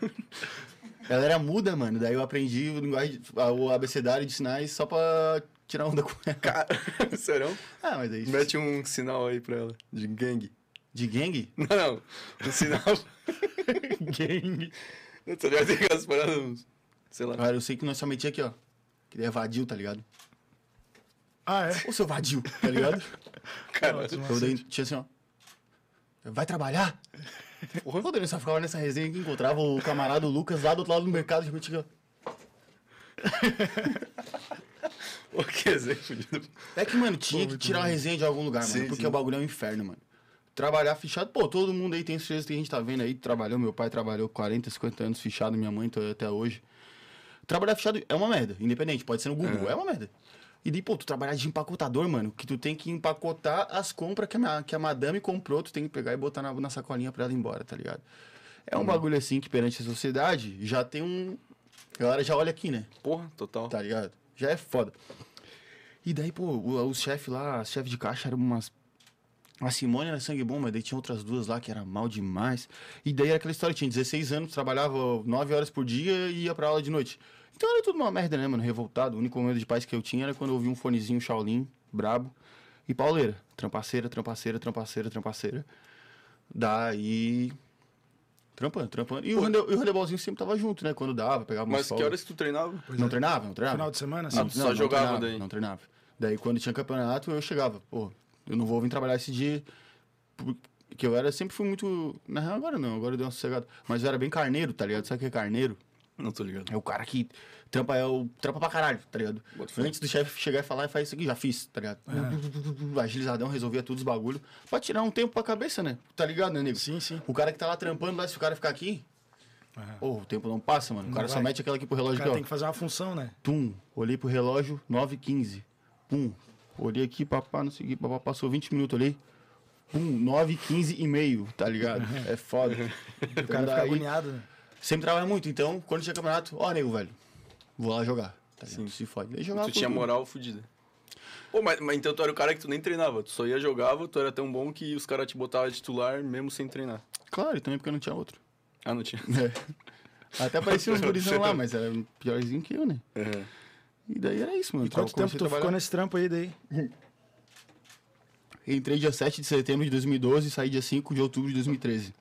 Speaker 3: Ela era muda, mano. Daí eu aprendi o, linguagem, a- o abecedário de sinais só pra tirar onda com ela.
Speaker 1: Cara, serão?
Speaker 3: Ah, mas é isso.
Speaker 1: Mete um sinal aí pra ela, de gangue.
Speaker 3: De gangue?
Speaker 1: Não, não, um sinal.
Speaker 2: Gang.
Speaker 1: Eu tô ligado tem aquelas paradas, uns- sei lá.
Speaker 3: Cara, eu sei que nós só metia aqui, ó. Que daí é vadio, tá ligado?
Speaker 2: Ah, é?
Speaker 3: Ô, seu vadio, tá ligado?
Speaker 1: Cara,
Speaker 3: Eu dei, tinha assim, ó. Vai trabalhar? O Rodrigo só ficava nessa resenha que encontrava o camarada o Lucas lá do outro lado do mercado. Tipo, tinha...
Speaker 1: o que exemplo fudido.
Speaker 3: É que, mano, tinha que tirar a resenha de algum lugar,
Speaker 1: né? Sim,
Speaker 3: mano. Porque
Speaker 1: sim.
Speaker 3: o bagulho é um inferno, mano. Trabalhar fichado, pô, todo mundo aí tem certeza que a gente tá vendo aí. Trabalhou, meu pai trabalhou 40, 50 anos fichado, minha mãe tá até hoje. Trabalhar fichado é uma merda, independente, pode ser no Google, é, uma merda. E daí, pô, tu trabalhar de empacotador, mano, que tu tem que empacotar as compras que a, ma- que a madame comprou, tu tem que pegar e botar na, na sacolinha pra ela ir embora, tá ligado? É
Speaker 1: Uhum.
Speaker 3: um bagulho assim que perante a sociedade já tem um. A galera já olha aqui, né?
Speaker 1: Porra, total.
Speaker 3: Tá ligado? Já é foda. E daí, pô, o- os chefes lá, as chefes de caixa eram umas. A Simone era sangue bom, mas daí tinha outras duas lá que era mal demais. E daí era aquela história, tinha 16 anos, trabalhava 9 horas por dia e ia pra aula de noite. Então era tudo uma merda, né, mano? Revoltado. O único momento de paz que eu tinha era quando eu ouvi um fonezinho Shaolin, brabo, e pauleira. Trampaceira, trampaceira, trampaceira, trampaceira. Daí. Trampando, trampando. E o, handebol, e o handebolzinho sempre tava junto, né? Quando dava, pegava umas
Speaker 1: Mas que
Speaker 3: folgas.
Speaker 1: horas que tu treinava?
Speaker 3: Não treinava, não treinava.
Speaker 2: Final de semana,
Speaker 3: Não,
Speaker 2: assim.
Speaker 3: não,
Speaker 1: só
Speaker 3: não
Speaker 1: jogava
Speaker 3: treinava,
Speaker 1: daí.
Speaker 3: Não treinava. Daí quando tinha campeonato, eu chegava, pô, eu não vou vir trabalhar esse dia. Porque eu era, sempre fui muito. Na real, agora não, agora deu uma sossegada. Mas eu era bem carneiro, tá ligado? Sabe o que é carneiro?
Speaker 1: Não tô ligado.
Speaker 3: É o cara que trampa, é o trampa pra caralho, tá ligado?
Speaker 1: Bota fé.
Speaker 3: Antes do chefe chegar e falar, faz isso aqui, já fiz, tá ligado? Agilizadão, resolvia todos os bagulhos. Pra tirar um tempo pra cabeça, né? Tá ligado, né, nego?
Speaker 2: Sim, sim.
Speaker 3: O cara que tá lá trampando lá, se o cara ficar aqui,
Speaker 2: Aham.
Speaker 3: pô, o tempo não passa, mano. O
Speaker 2: Não
Speaker 3: cara só
Speaker 2: vai.
Speaker 3: mete aquela aqui pro
Speaker 2: O
Speaker 3: relógio
Speaker 2: cara
Speaker 3: aqui, ó.
Speaker 2: tem que fazer uma função, né?
Speaker 3: Tum, olhei pro relógio, 9h15. Pum, olhei aqui, papá, não sei o que, papá, passou 20 minutos ali. Pum, 9h15 e meio, tá ligado? É foda. Então,
Speaker 2: O cara fica agoniado, né?
Speaker 3: sempre trabalha muito, então, quando tinha campeonato, ó, nego, velho, vou lá jogar. Tá ligado? Se fode. Aí jogava
Speaker 1: Tu tinha
Speaker 3: tudo.
Speaker 1: moral fodida. Pô, mas, mas então tu era o cara que tu nem treinava. Tu só ia jogava, tu era tão bom que os caras te botavam de titular mesmo sem treinar.
Speaker 3: Claro, e também porque não tinha outro.
Speaker 1: Ah, não tinha.
Speaker 3: É. Até parecia uns gurizão lá, mas era piorzinho que eu, né?
Speaker 1: É.
Speaker 3: E daí era isso, mano.
Speaker 2: Quanto tempo
Speaker 3: Comecei
Speaker 2: tu ficou
Speaker 3: a trabalhar-
Speaker 2: nesse trampo aí daí?
Speaker 3: Entrei dia 7 de setembro de 2012 e saí dia 5 de outubro de 2013.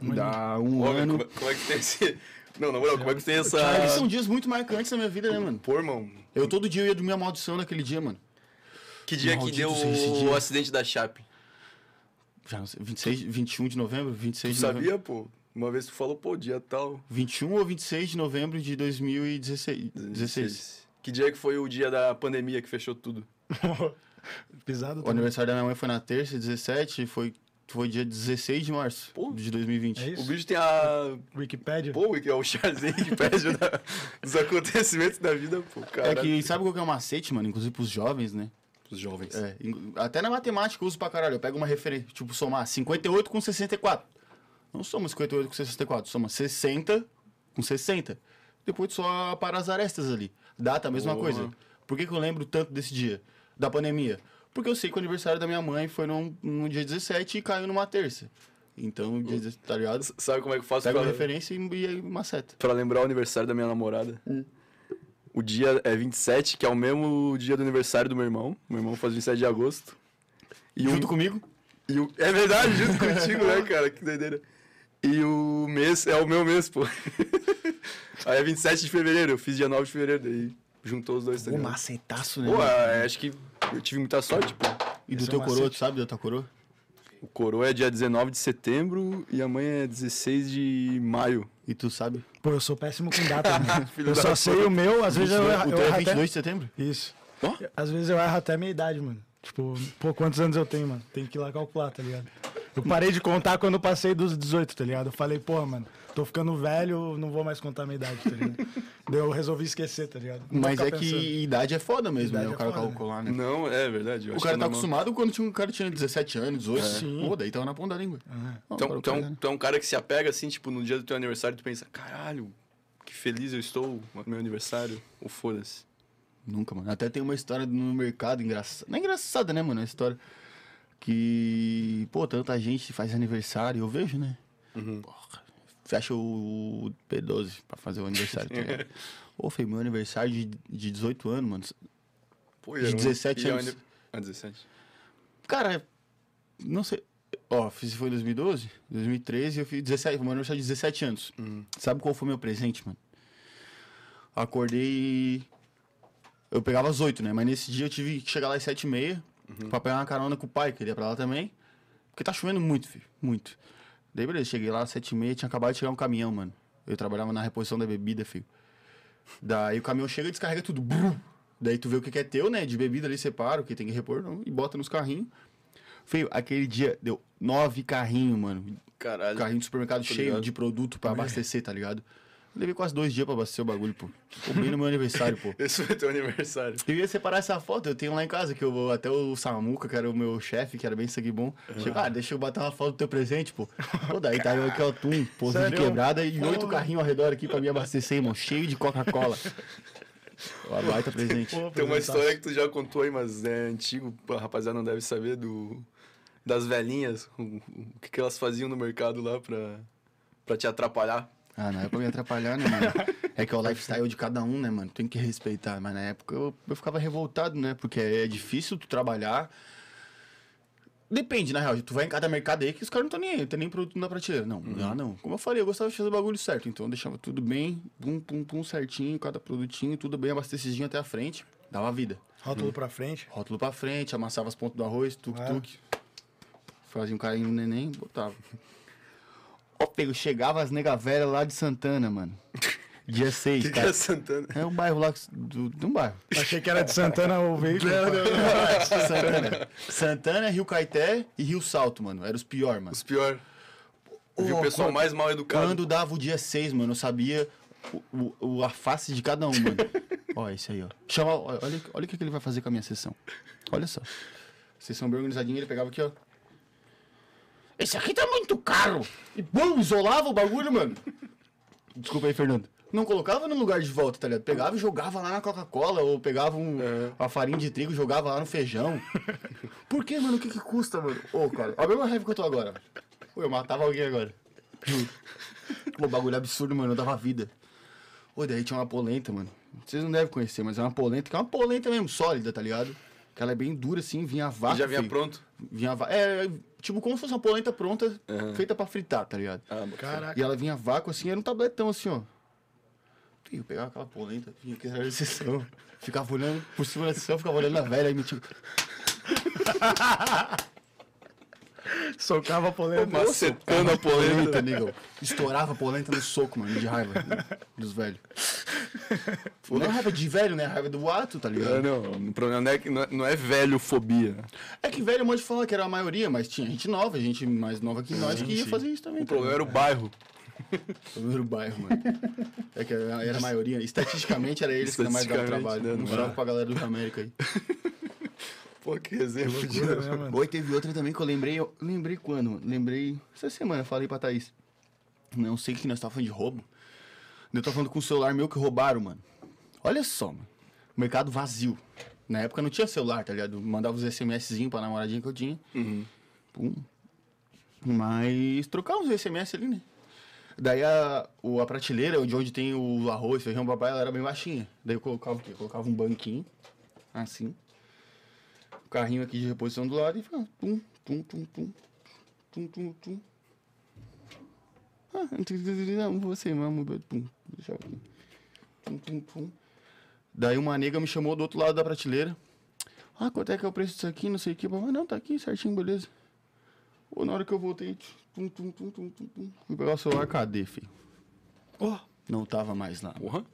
Speaker 3: Dá um
Speaker 1: Ô, velho,
Speaker 3: ano.
Speaker 1: como, é- como é que tem esse... Não, na moral, como é que tem essa...
Speaker 3: Cara, eles são dias muito marcantes na minha vida, né, mano?
Speaker 1: Pô, irmão,
Speaker 3: Eu todo dia eu ia dormir a maldição naquele dia, mano.
Speaker 1: que dia que
Speaker 3: Maldito
Speaker 1: deu
Speaker 3: seja esse dia.
Speaker 1: o acidente da Chape?
Speaker 3: Já não sei, 26, 21 de novembro?
Speaker 1: Tu
Speaker 3: 26 de novembro.
Speaker 1: sabia, pô? Uma vez tu falou, pô, dia tal.
Speaker 3: 21 ou 26 de novembro de 2016. 16.
Speaker 1: Que dia que foi o dia da pandemia que fechou tudo?
Speaker 2: Pisado
Speaker 3: O aniversário da minha mãe foi na terça, 17, foi, foi dia 16 de março
Speaker 1: Pô.
Speaker 3: de 2020.
Speaker 2: É
Speaker 1: O
Speaker 2: isso?
Speaker 1: bicho tem a.
Speaker 2: Wikipedia?
Speaker 1: Pô, que é o chazinho que pede da- dos acontecimentos da vida, pô. Cara.
Speaker 3: É que sabe qual que é o macete, mano? Inclusive pros jovens, né?
Speaker 1: Os jovens.
Speaker 3: É, in- até na matemática eu uso pra caralho. Eu pego uma referência, tipo, somar 58 com 64. Não soma 58 com 64, soma 60 com 60. Depois só para as arestas ali. Data, a mesma
Speaker 1: Boa.
Speaker 3: coisa. Por que, que eu lembro tanto desse dia? Da pandemia? Porque eu sei que o aniversário da minha mãe foi num, num dia 17 e caiu numa terça. Então, dia 17, tá ligado?
Speaker 1: S- Sabe como é que eu faço
Speaker 3: Pega
Speaker 1: pra,
Speaker 3: uma referência e, e aí maceta.
Speaker 1: pra lembrar o aniversário da minha namorada?
Speaker 3: É.
Speaker 1: O dia é 27, que é o mesmo dia do aniversário do meu irmão. Meu irmão faz 27 de agosto. E
Speaker 2: um
Speaker 3: E
Speaker 1: o-
Speaker 3: junto comigo?
Speaker 1: e o- É verdade, junto contigo, né, cara? Que doideira. E o mês é o meu mês, pô. Aí é 27 de fevereiro, eu fiz dia 9 de fevereiro, daí juntou os dois
Speaker 3: O
Speaker 1: também.
Speaker 3: macetaço, né?
Speaker 1: Pô,
Speaker 3: mano?
Speaker 1: é, acho que eu tive muita sorte, pô.
Speaker 3: e do
Speaker 2: esse é
Speaker 3: teu
Speaker 2: o
Speaker 3: coroa,
Speaker 2: macete.
Speaker 3: tu sabe da tua coroa?
Speaker 1: O coroa é dia 19 de setembro e a mãe é 16 de maio.
Speaker 3: E tu sabe?
Speaker 2: Pô, eu sou péssimo com data. né?
Speaker 1: Filho
Speaker 2: eu
Speaker 1: da
Speaker 2: só
Speaker 1: puta.
Speaker 2: sei o meu, às vezes eu, erro-
Speaker 3: o
Speaker 2: eu
Speaker 3: teu é
Speaker 2: erro
Speaker 3: 22
Speaker 2: até...
Speaker 3: de setembro?
Speaker 2: Isso.
Speaker 3: Hã?
Speaker 2: Às vezes eu erro até a minha idade, mano. Tipo, pô, quantos anos eu tenho, mano? Tem que ir lá calcular, tá ligado? Eu parei de contar quando eu passei dos 18, tá ligado? Eu falei, pô, mano, tô ficando velho, não vou mais contar a minha idade, tá ligado? Daí eu resolvi esquecer, tá ligado? Não
Speaker 3: Mas
Speaker 2: ficar
Speaker 3: é que
Speaker 2: pensando.
Speaker 3: idade é foda mesmo,
Speaker 2: Idade
Speaker 3: né?
Speaker 2: é
Speaker 3: o cara
Speaker 2: foda, né?
Speaker 3: calcular, né?
Speaker 1: Não, é verdade. eu
Speaker 3: O
Speaker 1: acho
Speaker 3: cara
Speaker 1: que
Speaker 3: tá
Speaker 1: é normal.
Speaker 3: acostumado quando tinha um cara tinha 17 anos, 18.
Speaker 2: Sim.
Speaker 3: Pô, daí tava na ponta da língua. Não,
Speaker 1: Então,
Speaker 3: agora o
Speaker 1: tu, é
Speaker 3: cara-
Speaker 1: um, tu é um cara que se apega assim, tipo, no dia do teu aniversário, tu pensa, caralho, que feliz eu estou no meu aniversário. Ou foda-se.
Speaker 3: Nunca, mano. Até tem uma história no mercado engraçada. Não é engraçada, né, mano? É uma história que, pô, tanta gente faz aniversário, eu vejo, né?
Speaker 1: Uhum.
Speaker 3: Porra. Fecha o P12 pra fazer o aniversário, tá ligado? Pô, foi meu aniversário de, de 18 anos, mano.
Speaker 1: Pô,
Speaker 3: De
Speaker 1: era um-
Speaker 3: 17
Speaker 1: e é um
Speaker 3: anos.
Speaker 1: ani- Ah, 17.
Speaker 3: Cara, não sei. Ó, fiz- foi em 2012, 2013, eu fiz 17, meu aniversário de 17 anos. Sabe qual foi meu presente, mano? Acordei. Eu pegava às 8, né? Mas nesse dia eu tive que chegar lá às 7 e meia pra pegar uma carona com o pai, que ele ia pra lá também. Porque tá chovendo muito, filho. Muito. Daí, beleza, cheguei lá às 7 e meia, tinha acabado de chegar um caminhão, mano. Eu trabalhava na reposição da bebida, filho. Daí o caminhão chega e descarrega tudo. Brum. Daí tu vê o que que é teu, né? De bebida ali, separa o que tem que repor não, e bota nos carrinhos. Feio, aquele dia deu nove carrinhos, mano.
Speaker 1: Caralho.
Speaker 3: Carrinho de supermercado
Speaker 1: Tô
Speaker 3: cheio
Speaker 1: ligado.
Speaker 3: de produto pra abastecer, tá ligado? Levei quase dois dias pra abastecer o bagulho, pô. Ficou bem no meu aniversário, pô.
Speaker 1: Esse foi teu aniversário.
Speaker 3: Eu ia separar essa foto, eu tenho lá em casa, que eu até o Samuca, que era o meu chefe, que era bem sangue bom.
Speaker 2: É.
Speaker 3: Chegou, ah, deixa eu bater uma foto do teu presente, pô. Pô, daí tá eu aqui, ó, tum, poço de
Speaker 2: Sério?
Speaker 3: quebrada e oito carrinhos ao redor aqui pra me abastecer, irmão. Cheio de Coca-Cola. Ó, baita presente.
Speaker 2: Pô,
Speaker 1: Tem uma
Speaker 2: apresentar.
Speaker 1: história que tu já contou aí, mas é antigo, pô, a rapaziada não deve saber do das velhinhas, o, o que, que elas faziam no mercado lá pra, pra te atrapalhar.
Speaker 3: Ah, não é pra me atrapalhar, né, mano? É que é o lifestyle de cada um, né, mano? Tem que respeitar. Mas na época eu, eu ficava revoltado, né? Porque é difícil tu trabalhar. Depende, na real. Tu vai em cada mercado aí que os caras não estão nem aí, não tem nem produto na prateleira. Não, lá não. Como eu falei, eu gostava de fazer o bagulho certo. Então eu deixava tudo bem, pum, pum, pum, certinho, cada produtinho, tudo bem abastecidinho até a frente. Dava vida.
Speaker 2: Rótulo pra frente.
Speaker 3: Rótulo pra frente, amassava as pontas do arroz,
Speaker 1: É.
Speaker 3: tuk-tuk. Fazia um carinho no neném, botava. Ó, pego, chegava as nega velha lá de Santana, mano. Dia 6,
Speaker 1: Que é
Speaker 3: cara.
Speaker 1: Santana.
Speaker 3: É um bairro lá, que- do, de um bairro.
Speaker 2: Achei que era de Santana o veículo.
Speaker 3: Santana. Santana, Rio Caeté e Rio Salto, mano. Era os pior, mano.
Speaker 1: Os pior. Eu vi
Speaker 3: Ô,
Speaker 1: o pessoal
Speaker 3: quando-
Speaker 1: mais mal educado.
Speaker 3: Quando dava o dia 6, mano, eu sabia o, o- o- a face de cada um, mano. ó, esse aí, ó. Chama, ó, olha, olha o que, que ele vai fazer com a minha sessão. Olha só. Sessão bem organizadinha, ele pegava aqui, ó. Esse aqui tá muito caro! E bum, isolava o bagulho, mano. Desculpa aí, Fernando. Não colocava no lugar de volta, tá ligado? Pegava e jogava lá na Coca-Cola, ou pegava um, uma farinha de trigo e jogava lá no feijão. Por que, mano? O que que custa, mano? Ô, cara, olha a mesma raiva que eu tô agora. Ô, eu matava alguém agora. Juro. Pô, bagulho absurdo, mano. Eu dava vida. Ô, daí tinha uma polenta, mano. Vocês não devem conhecer, mas é uma polenta que é uma polenta mesmo, sólida, tá ligado? Que ela é bem dura, assim, vinha a vaca.
Speaker 1: E já vinha
Speaker 3: filho.
Speaker 1: pronto?
Speaker 3: Vinha a va- É, é, tipo como se fosse uma polenta pronta, feita pra fritar, tá ligado?
Speaker 1: Ah, bom.
Speaker 2: Caraca.
Speaker 3: E ela vinha vácuo assim, era um tabletão assim, ó. Ih, Eu pegava aquela polenta, vinha que era a sessão. Ficava olhando por cima da sessão, ficava olhando a velha e me tipo.
Speaker 2: Socava a polenta.
Speaker 1: Macetando a polenta.
Speaker 3: Polenta, amigo. Estourava a polenta no soco, mano, de raiva né, dos velhos. Não é raiva de velho, né? É Raiva do ato, tá
Speaker 1: Ah,
Speaker 3: ligado?
Speaker 1: não, o problema não é, que- não é, não é velhofobia.
Speaker 3: É que velho, um monte de fala que era a maioria, mas tinha gente nova, gente mais nova que nós que ia fazer isso também. tá
Speaker 1: O problema era o bairro.
Speaker 3: Primeiro bairro, mano. É que era era a maioria. Estatisticamente era eles que mais dava
Speaker 1: Estatisticamente,
Speaker 3: trabalho.
Speaker 1: né,
Speaker 3: Um
Speaker 1: não
Speaker 3: salve
Speaker 1: é?
Speaker 3: pra galera do América aí.
Speaker 1: Pô, que resenha.
Speaker 2: Loucura, né, mano?
Speaker 3: Oi, teve outra também que eu lembrei. eu lembrei quando, mano? Lembrei. Essa semana eu falei pra Thaís. Não sei que nós tava falando de roubo. Eu tava falando com o celular meu que roubaram, mano. Olha só, mano. Mercado vazio. Na época não tinha celular, tá ligado? Mandava os SMSzinhos pra namoradinha que eu tinha. Pum. Mas trocar uns SMS ali, né? Daí a, o- a prateleira, onde onde tem o arroz, feijão, papai, ela era bem baixinha. Daí eu colocava o quê? Eu colocava um banquinho, assim. O carrinho aqui de reposição do lado e ficava tum, tum, tum, tum. Tum, tum, tum. Ah, não você, mamo, pum. Deixa eu aqui. Tum, tum, tum. Daí uma nega me chamou do outro lado da prateleira. Ah, quanto é que é o preço disso aqui? Não sei o que. Ah, não, tá aqui certinho, beleza. Pô, na hora que eu voltei, tum, tum, tum, tum, tum, tum. Fui pegar o celular, cadê, filho?
Speaker 2: Ó,
Speaker 3: Não tava mais lá.
Speaker 1: Porra.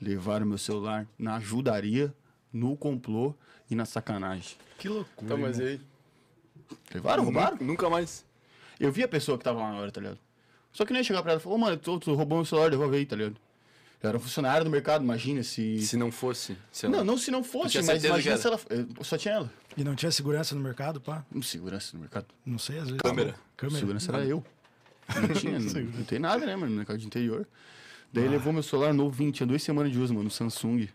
Speaker 3: Levaram meu celular na ajudaria, no complô e na sacanagem.
Speaker 2: que loucura. Uhum.
Speaker 1: Tá, mas e aí?
Speaker 3: Levaram, roubaram?
Speaker 1: Nunca- Nunca mais.
Speaker 3: Eu vi a pessoa que tava lá na hora, tá ligado? Só que nem ia chegar pra ela e falar, ô, mano, tu, tu roubou meu celular, devolve aí, tá ligado? Eu era um funcionário do mercado, imagina se...
Speaker 1: Se não fosse, sei lá.
Speaker 3: Não, não se não
Speaker 1: Tu
Speaker 3: fosse,
Speaker 1: tinha
Speaker 3: mas
Speaker 1: certeza que
Speaker 3: imagina
Speaker 1: era?
Speaker 3: se ela... eu- Só tinha ela.
Speaker 2: E não tinha segurança no mercado, pá?
Speaker 3: Um segurança no mercado.
Speaker 2: Não sei, às vezes.
Speaker 1: Câmera.
Speaker 2: Câmera.
Speaker 3: Segurança era eu. Não tinha, não, não tem nada, né, mano? No mercado de interior. Daí levou meu celular novinho, tinha duas semanas de uso, mano, um Samsung.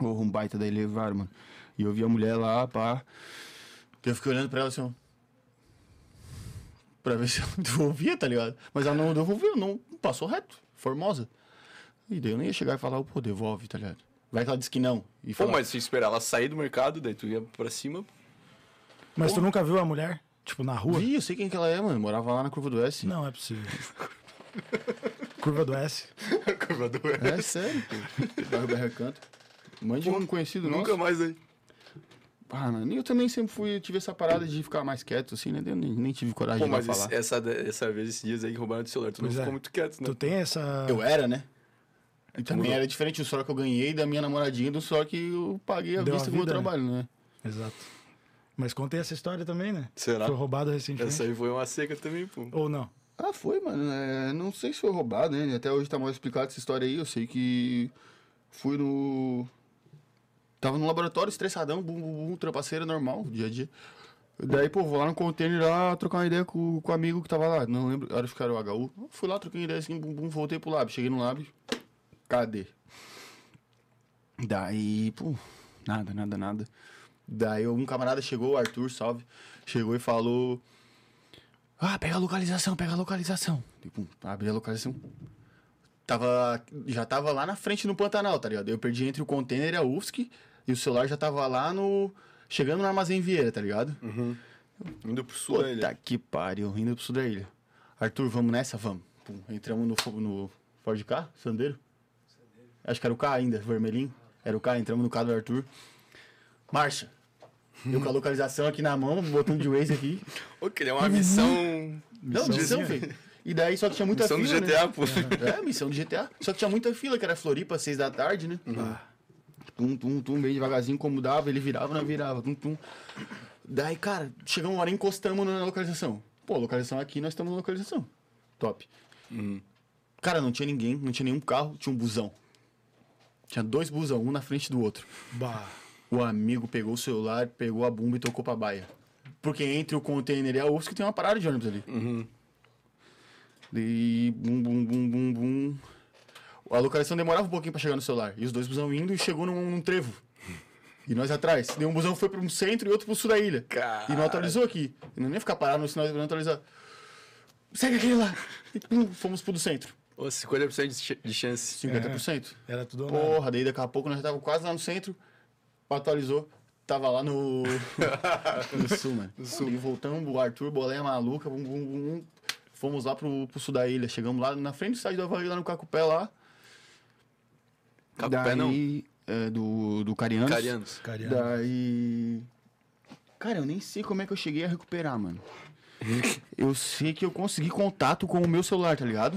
Speaker 3: Ou um baita, daí levaram, mano. E eu vi a mulher lá, pá. Eu fiquei olhando pra ela assim, ó. Pra ver se ela devolvia, tá ligado? Mas ela não devolveu, não passou reto. Formosa. E daí eu nem ia chegar e falar, pô, devolve, tá ligado? Vai que ela disse que não. E
Speaker 1: Pô,
Speaker 3: falou,
Speaker 1: mas se esperar ela sair do mercado, daí tu ia pra cima.
Speaker 2: Mas tu nunca viu a mulher? Tipo, na rua?
Speaker 3: vi, eu sei quem que ela é, mano. Morava lá na curva do S.
Speaker 2: Não, é possível. Curva do S.
Speaker 3: É sério, pô. Bairro Berra Canto. Mãe de um conhecido
Speaker 1: Nunca
Speaker 3: nosso.
Speaker 1: mais aí.
Speaker 3: Ah, mano, eu também sempre fui, tive essa parada de ficar mais quieto, assim, né? Eu nem, nem tive coragem
Speaker 1: Pô,
Speaker 3: de lá
Speaker 1: mas
Speaker 3: falar.
Speaker 1: esse- essa, essa vez, esses dias aí que roubaram teu celular, tu não
Speaker 2: Pois é.
Speaker 1: ficou muito quieto, né?
Speaker 2: Tu tem essa.
Speaker 3: Eu era, né? E também era diferente o celular que eu ganhei da minha namoradinha do celular que eu paguei à
Speaker 2: Deu a
Speaker 3: vista com o meu
Speaker 2: vida, né?
Speaker 3: trabalho, né?
Speaker 2: Exato. Mas contei essa história também, né?
Speaker 1: Será?
Speaker 2: Foi roubado recentemente.
Speaker 1: Essa aí foi uma seca também, pô.
Speaker 2: Ou não?
Speaker 3: Ah, foi, mano. É, não sei se foi roubado, né? Até hoje tá mal explicado essa história aí. Eu sei que fui no. Tava no laboratório estressadão, bum, bum, bum, trapaceira normal, dia a dia. Daí, pô, vou lá no container lá trocar uma ideia com, com o amigo que tava lá. Não lembro, era que era o HU. Fui lá, troquei uma ideia assim, bum, bum, voltei pro lab. Cheguei no lab. Cadê? Daí, pô, nada, nada, nada. Daí um camarada chegou, o Arthur, salve, chegou e falou: Ah, pega a localização, pega a localização. Tipo, abri a localização. Tava, já tava lá na frente no Pantanal, tá ligado? Eu perdi entre o container e a UFSC e o celular já tava lá no. Chegando no Armazém Vieira, tá ligado?
Speaker 1: Uhum. Indo pro sul da
Speaker 3: Puta
Speaker 1: ilha.
Speaker 3: que pariu, indo pro sul da ilha. Arthur, vamos nessa? Vamos. Pum, entramos no, fo- no Ford K, Sandeiro? Acho que era o K ainda, vermelhinho. Era o K, entramos no K do Arthur. Marcha. Uhum. Eu com a localização aqui na mão, botando de Waze aqui.
Speaker 1: Ô, que ele é uma missão.
Speaker 3: Não, missão, velho. E daí só que tinha muita
Speaker 1: Missão do
Speaker 3: fila, né?
Speaker 1: GTA, pô.
Speaker 3: É, missão do GTA. Só que tinha muita fila, que era Floripa, seis da tarde, né? Tum, tum, tum, bem devagarzinho, como dava, ele virava, não virava, tum, tum. Daí, cara, chegamos uma hora e encostamos na localização. Pô, localização aqui, nós estamos na localização. Top. Cara, não tinha ninguém, não tinha nenhum carro, tinha um busão. Tinha dois busão, um na frente do outro.
Speaker 2: Bah.
Speaker 3: O amigo pegou o celular, pegou a bomba e tocou pra baia. Porque entre o container e a UFSC tem uma parada de ônibus ali. E bum, bum, bum, bum, bum. A localização demorava um pouquinho pra chegar no celular. E os dois busão indo e chegou num, num trevo. E nós atrás. E um busão foi pro centro e outro pro sul da ilha.
Speaker 1: Cara.
Speaker 3: E não atualizou aqui. E não ia ficar parado no sinal pra não atualizar. Segue aquele lá. E pum, fomos pro do centro.
Speaker 1: Ô, 50% de ch- de chance.
Speaker 3: 50%.
Speaker 2: Era tudo ou nada.
Speaker 3: Porra, daí daqui a pouco nós já tava quase lá no centro, atualizou, tava lá no. no sul, mano. No sul. E voltamos, o Arthur, boleia maluca, bum, bum, bum, fomos lá pro, pro sul da ilha. Chegamos lá na frente do estádio do Havaí, lá no Cacupé lá.
Speaker 1: Cacupé não.
Speaker 3: É, do, do Carianos.
Speaker 1: Carianos.
Speaker 2: Carinha.
Speaker 3: Daí. Cara, eu nem sei como é que eu cheguei a recuperar, mano. eu sei que eu consegui contato com o meu celular, tá ligado?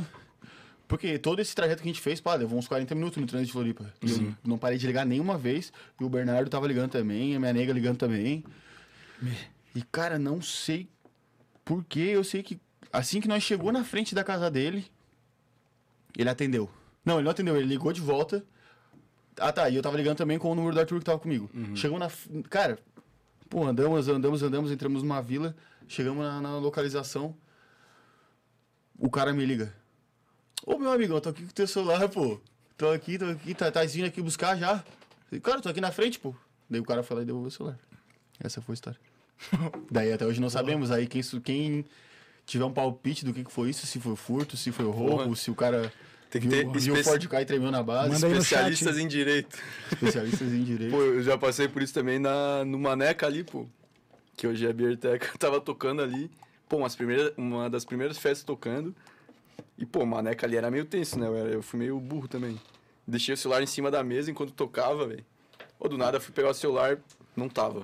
Speaker 3: Porque todo esse trajeto que a gente fez, pá, levou uns 40 minutos no trânsito de Floripa. E eu não parei de ligar nenhuma vez. E o Bernardo tava ligando também, a minha nega ligando também. E, cara, não sei por que eu sei que assim que nós chegou na frente da casa dele, ele atendeu. Não, ele não atendeu, ele ligou de volta. Ah, tá, e eu tava ligando também com o número do Arthur que tava comigo.
Speaker 1: Uhum.
Speaker 3: Chegamos na. f- Cara, pô, andamos, andamos, andamos, entramos numa vila, chegamos na, na localização. O cara me liga. Ô, meu amigo, eu tô aqui com o teu celular, pô. Tô aqui, tô aqui, tá, tá vindo aqui buscar já. Falei, Cara, tô aqui na frente, pô. Daí o cara foi lá e devolveu o celular. Essa foi a história. Daí até hoje não sabemos. Aí quem, su- quem tiver um palpite do que, que foi isso, se foi furto, se foi roubo,
Speaker 1: Porra.
Speaker 3: se o cara
Speaker 1: Tem que
Speaker 3: viu,
Speaker 1: ter
Speaker 3: viu o
Speaker 1: especi-
Speaker 3: Ford K e tremeu na base.
Speaker 2: Manda aí no chat.
Speaker 1: Especialistas em direito.
Speaker 3: Especialistas em direito.
Speaker 1: Pô, eu já passei por isso também na, no Maneca ali, pô. Que hoje é a Bierteca, tava tocando ali. Pô, umas primeiras, uma das primeiras festas tocando. E, pô, o Maneca ali era meio tenso, né? Eu, era- eu fui meio burro também. Deixei o celular em cima da mesa enquanto tocava, velho. Ou do nada fui pegar o celular, não tava.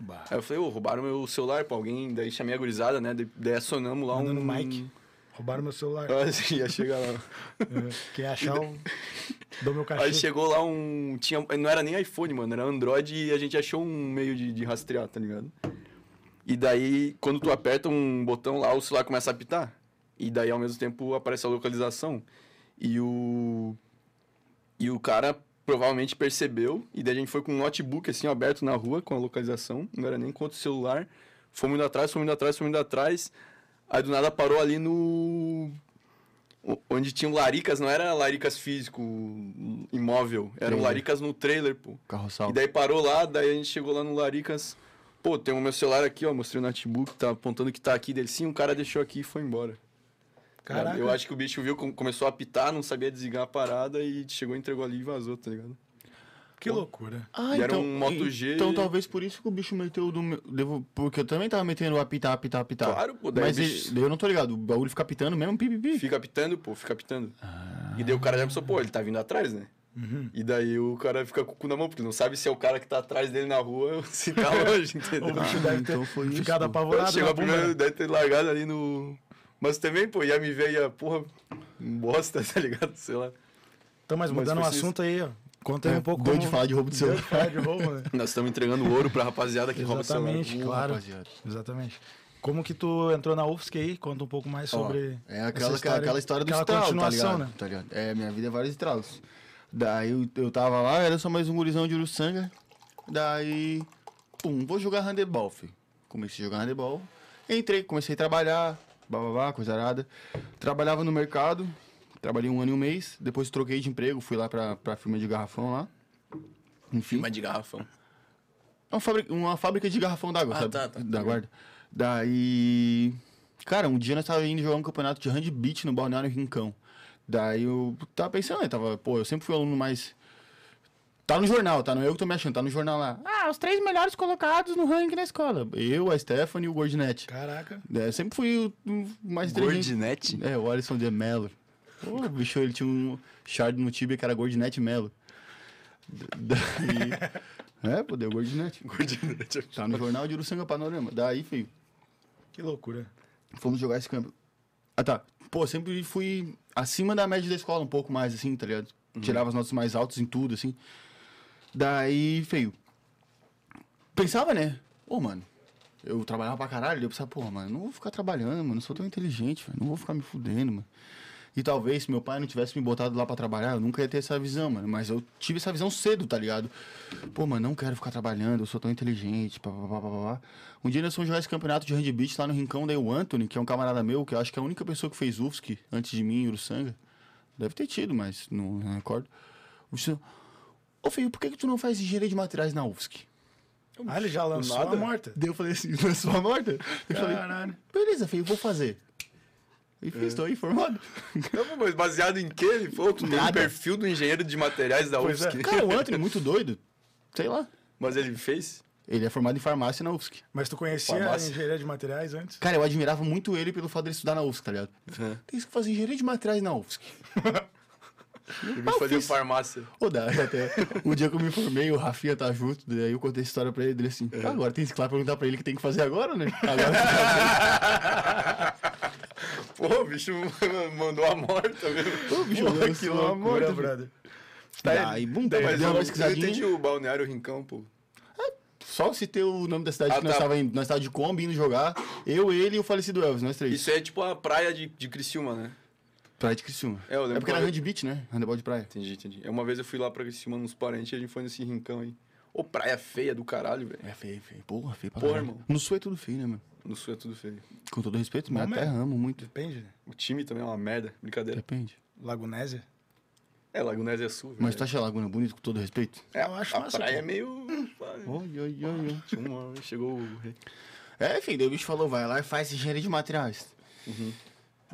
Speaker 2: Bah.
Speaker 1: Aí eu falei, ô, roubaram meu celular pra alguém. Daí chamei a gurizada, né? Daí- Daí acionamos lá
Speaker 2: Mandando
Speaker 1: um...
Speaker 2: Mike. Roubaram meu celular.
Speaker 1: Ah, sim, ia chegar lá.
Speaker 2: É, Quer achar o. Dou meu cachê.
Speaker 1: Aí chegou lá um. Tinha, não era nem iPhone, mano, era Android e a gente achou um meio de, de rastrear, tá ligado? E daí, quando tu aperta um botão lá, o celular começa a apitar. E daí, ao mesmo tempo, aparece a localização. E o. E o cara provavelmente percebeu. E daí a gente foi com um notebook assim, aberto na rua, com a localização. Não era nem com outro celular. Fomos indo atrás, fomos indo atrás, fomos indo atrás. Aí do nada parou ali no. O- Onde tinham laricas, não era laricas físico, imóvel, eram
Speaker 3: Trailer.
Speaker 1: laricas no trailer, pô.
Speaker 3: Carroçal.
Speaker 1: E daí parou lá, daí a gente chegou lá no Laricas. Pô, tem o meu celular aqui, ó. Mostrei o notebook, tá apontando que tá aqui dele. Sim, um cara deixou aqui e foi embora.
Speaker 2: Caraca.
Speaker 1: Eu acho que o bicho viu, com- começou a apitar, não sabia desligar a parada e chegou, entregou ali e vazou, tá ligado?
Speaker 2: Que loucura.
Speaker 3: Ah,
Speaker 1: E era um Moto G.
Speaker 3: Então talvez por isso que o bicho meteu do meu. devo- Porque eu também tava metendo apitar, apitar, apitar.
Speaker 1: Claro, pô, daí
Speaker 3: Mas
Speaker 1: o bicho-
Speaker 3: ele- daí eu não tô ligado. O bagulho fica apitando mesmo, pi, pi, pi.
Speaker 1: Fica apitando, pô, fica apitando.
Speaker 2: Ah.
Speaker 1: E daí o cara já pensou, pô, ele tá vindo atrás, né?
Speaker 2: Uhum.
Speaker 1: E daí o cara fica com o cu na mão, porque não sabe se é o cara que tá atrás dele na rua ou se tá longe, entendeu? Ah.
Speaker 2: O bicho deve ter
Speaker 3: então foi isso,
Speaker 2: ficado
Speaker 3: pô.
Speaker 2: apavorado. né?
Speaker 1: Chegou
Speaker 2: na
Speaker 1: a
Speaker 2: bunda.
Speaker 1: primeira, deve ter largado ali no. Mas também, pô, ia me ver ia, porra, um bosta, tá ligado? Sei lá.
Speaker 2: Então, mas
Speaker 1: Mas
Speaker 2: mudando o
Speaker 1: foi isso.
Speaker 2: assunto aí, ó. Conta aí um pouco.
Speaker 3: Doido
Speaker 2: como-
Speaker 3: É, de falar de roubo de
Speaker 2: Doido
Speaker 3: celular.
Speaker 2: de falar de roubo, né?
Speaker 1: Nós estamos entregando ouro pra rapaziada que rouba o celular.
Speaker 2: Exatamente, claro.
Speaker 3: rapaziada.
Speaker 2: Exatamente. Como que tu entrou na UFSC aí? Conta um pouco mais
Speaker 4: Ó,
Speaker 2: sobre.
Speaker 3: É
Speaker 2: essa
Speaker 3: aquela história, aquela história do
Speaker 2: aquela
Speaker 3: estralo,
Speaker 2: continuação,
Speaker 3: tá ligado?
Speaker 2: né?
Speaker 3: Tá ligado? É,
Speaker 4: É, minha vida é vários estralos.
Speaker 3: daí eu, eu tava lá, era só mais um gurizão de Uruçanga. Daí, pum, vou jogar handebol, filho. Comecei a jogar handebol. Entrei, comecei a trabalhar, blá blá blá, coisa arada. Trabalhava no mercado, trabalhei um ano e um mês. Depois troquei de emprego, fui lá pra, pra firma de garrafão lá. Enfim.
Speaker 1: Firma de garrafão.
Speaker 3: É uma fábrica, uma fábrica de garrafão d'água,
Speaker 1: Ah,
Speaker 3: sabe?
Speaker 1: tá, tá.
Speaker 3: Da guarda. Daí. Cara, um dia nós tava indo jogar um campeonato de hand beat no Balneário Rincão. Daí eu tava pensando, né? Tava, pô, eu sempre fui aluno mais. Tá no jornal, tá? Não é eu que tô me achando, tá no jornal lá. Ah, os três melhores colocados no ranking na escola. Eu, a Stephanie e o Gordinete.
Speaker 2: Caraca.
Speaker 3: É, sempre fui o o mais inteligente.
Speaker 1: Gordinete?
Speaker 3: É, o Alisson de Mello. Pô, bicho, ele tinha um shard no Tibia que era Gordinete Mello. D- Daí. é, pô, deu Gordinete.
Speaker 1: Gordinete.
Speaker 3: Tá no jornal de Uruçanga Panorama. Daí, filho,
Speaker 2: Que loucura.
Speaker 3: fomos jogar esse campo. Ah, tá. Pô, sempre fui acima da média da escola, um pouco mais, assim, tá ligado? Tirava as notas mais altas em tudo, assim. Daí, feio. Pensava, né? Ô, mano, eu trabalhava pra caralho. Eu pensava, porra, mano, não vou ficar trabalhando, mano. Eu sou tão inteligente, velho. Não vou ficar me fudendo, mano. E talvez se meu pai não tivesse me botado lá pra trabalhar, eu nunca ia ter essa visão, mano. Mas eu tive essa visão cedo, tá ligado? Pô, mano, não quero ficar trabalhando, eu sou tão inteligente, pá, pá, pá, pá, pá. Um dia nós fomos jogar esse campeonato de handbeat lá no Rincão, daí o Anthony, que é um camarada meu, que eu acho que é a única pessoa que fez UFSC antes de mim, em Uruçanga. Deve ter tido, mas não, não recordo. O senhor... Ô, filho, por que, que tu não faz engenharia de materiais na UFSC?
Speaker 2: Ah, ele já lançou a
Speaker 1: nada.
Speaker 2: morta.
Speaker 3: Daí eu falei assim, lançou a morta? Eu
Speaker 2: Caralho.
Speaker 3: falei, beleza, filho, vou fazer. E fiz, estou aí formado.
Speaker 1: Não, mas baseado em que ele falou? Tu tem o
Speaker 3: Nada.
Speaker 1: perfil do engenheiro de materiais da
Speaker 2: Pois é.
Speaker 1: UFSC.
Speaker 3: Cara, o Anthony, muito doido. Sei lá.
Speaker 1: Mas ele fez?
Speaker 3: Ele é formado em farmácia na UFSC.
Speaker 2: Mas tu conhecia
Speaker 1: Farmácia.
Speaker 2: a engenharia de materiais antes?
Speaker 3: Cara, eu admirava muito ele pelo fato dele estudar na UFSC, tá ligado? Tem que fazer engenharia de materiais na UFSC.
Speaker 1: Ele
Speaker 3: Ah, eu
Speaker 1: fazia
Speaker 3: fiz.
Speaker 1: farmácia.
Speaker 3: Ô, dá, até. O dia que eu me formei, o Rafinha tá junto, daí eu contei essa história pra ele, dele assim, "Ah, agora tem que claro, perguntar pra ele o que tem que fazer agora, né? Agora,
Speaker 1: Pô, o bicho mandou a morta mesmo.
Speaker 3: o bicho,
Speaker 2: Porra,
Speaker 3: lançou
Speaker 2: que
Speaker 3: uma
Speaker 2: loucura,
Speaker 3: morta,
Speaker 2: brother.
Speaker 3: Tá, aí, bum, tá,
Speaker 1: é. Mas
Speaker 3: mas deu
Speaker 1: eu,
Speaker 3: uma
Speaker 1: eu
Speaker 3: pesquisadinha.
Speaker 1: entendi o Balneário Rincão, pô.
Speaker 3: Só se ter o nome da cidade
Speaker 1: Ah,
Speaker 3: que nós
Speaker 1: tá.
Speaker 3: tava indo, nós tava de Kombi indo jogar, eu, ele e o falecido Elvis, nós três.
Speaker 1: Isso é tipo a praia de, de Criciúma, né?
Speaker 3: Praia de Criciúma.
Speaker 1: É, eu lembro
Speaker 3: é porque
Speaker 1: que
Speaker 3: era
Speaker 1: eu-
Speaker 3: hand beach, né? Handebol de praia.
Speaker 1: Entendi, entendi. É, Uma vez eu fui lá pra Criciúma nos parentes e a gente foi nesse rincão aí. Ô, praia feia do caralho, velho.
Speaker 3: É feio, feio. Porra, feio pra
Speaker 1: Porra,
Speaker 3: caralho.
Speaker 1: irmão.
Speaker 3: No sul é tudo feio, né, mano?
Speaker 1: No sul é tudo feio.
Speaker 3: Com todo respeito, mas
Speaker 2: Bom
Speaker 3: até
Speaker 2: mesmo.
Speaker 3: amo muito.
Speaker 2: Depende, né?
Speaker 1: O time também é uma merda, brincadeira.
Speaker 3: Depende.
Speaker 2: Lagunésia?
Speaker 1: É, Lagunese é sul, velho.
Speaker 3: Mas tá tu acha a Laguna bonita com todo respeito?
Speaker 1: É,
Speaker 2: Eu acho
Speaker 1: a
Speaker 2: massa,
Speaker 1: praia
Speaker 2: pô.
Speaker 1: é meio...
Speaker 3: Oi, oi, oi, oi.
Speaker 1: Uma- Chegou o... rei.
Speaker 3: É, enfim, daí o bicho falou, vai lá e faz engenharia de materiais.
Speaker 2: Uhum.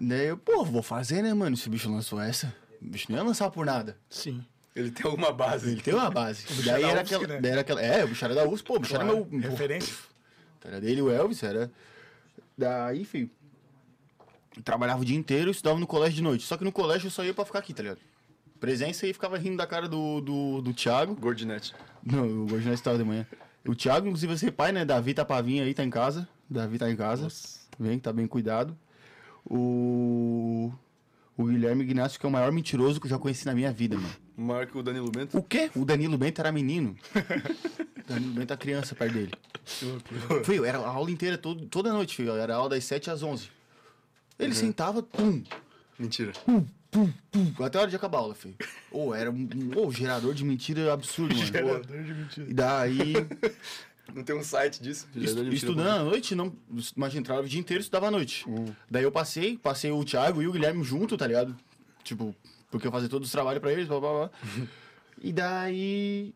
Speaker 3: Daí eu, pô, vou fazer, né, mano? Se o bicho lançou essa. O bicho não ia lançar por nada.
Speaker 2: Sim.
Speaker 1: Ele tem alguma base.
Speaker 3: Ele tem uma base.
Speaker 2: bicho
Speaker 3: daí,
Speaker 2: era
Speaker 3: era
Speaker 2: da UFSC,
Speaker 3: aquela,
Speaker 2: né?
Speaker 3: daí era aquela. É, o bicho era da USP, pô, o bicho
Speaker 2: Claro,
Speaker 3: era meu.
Speaker 2: Referência.
Speaker 3: Tá ligado? Ele e o Elvis, era. Daí, filho. eu Trabalhava o dia inteiro e estudava no colégio de noite. Só que no colégio eu só ia pra ficar aqui, tá ligado? Presença e ficava rindo da cara do, do, do Thiago.
Speaker 1: um Gordinete.
Speaker 3: Não, hoje não estava de manhã. O Thiago, inclusive, você pai, né? Davi tá pavinha aí, tá em casa. Davi tá em casa. Vem, tá bem cuidado. O. O Guilherme Ignacio, que é o maior mentiroso que eu já conheci na minha vida, mano.
Speaker 1: Maior que o Danilo Bento.
Speaker 3: O quê? O Danilo Bento era menino. o Danilo Bento era criança perto dele. Filho, era a aula inteira, todo, toda noite, filho. Era a aula das 7 às 11.
Speaker 2: Uhum.
Speaker 3: Ele sentava, pum,
Speaker 1: Mentira.
Speaker 3: pum, até a hora de acabar a aula, filho. Ô, era um, um ô, gerador de mentira absurdo, mano.
Speaker 2: Gerador de mentira.
Speaker 3: E daí,
Speaker 1: Não tem um site disso?
Speaker 3: Est- Estudando à noite, não. Imagina, entrava o dia inteiro e estudava à noite.
Speaker 1: Hum.
Speaker 3: Daí eu passei, passei o Thiago e o Guilherme junto, tá ligado? Tipo, porque eu fazia todos os trabalhos pra eles, blá blá blá. e daí.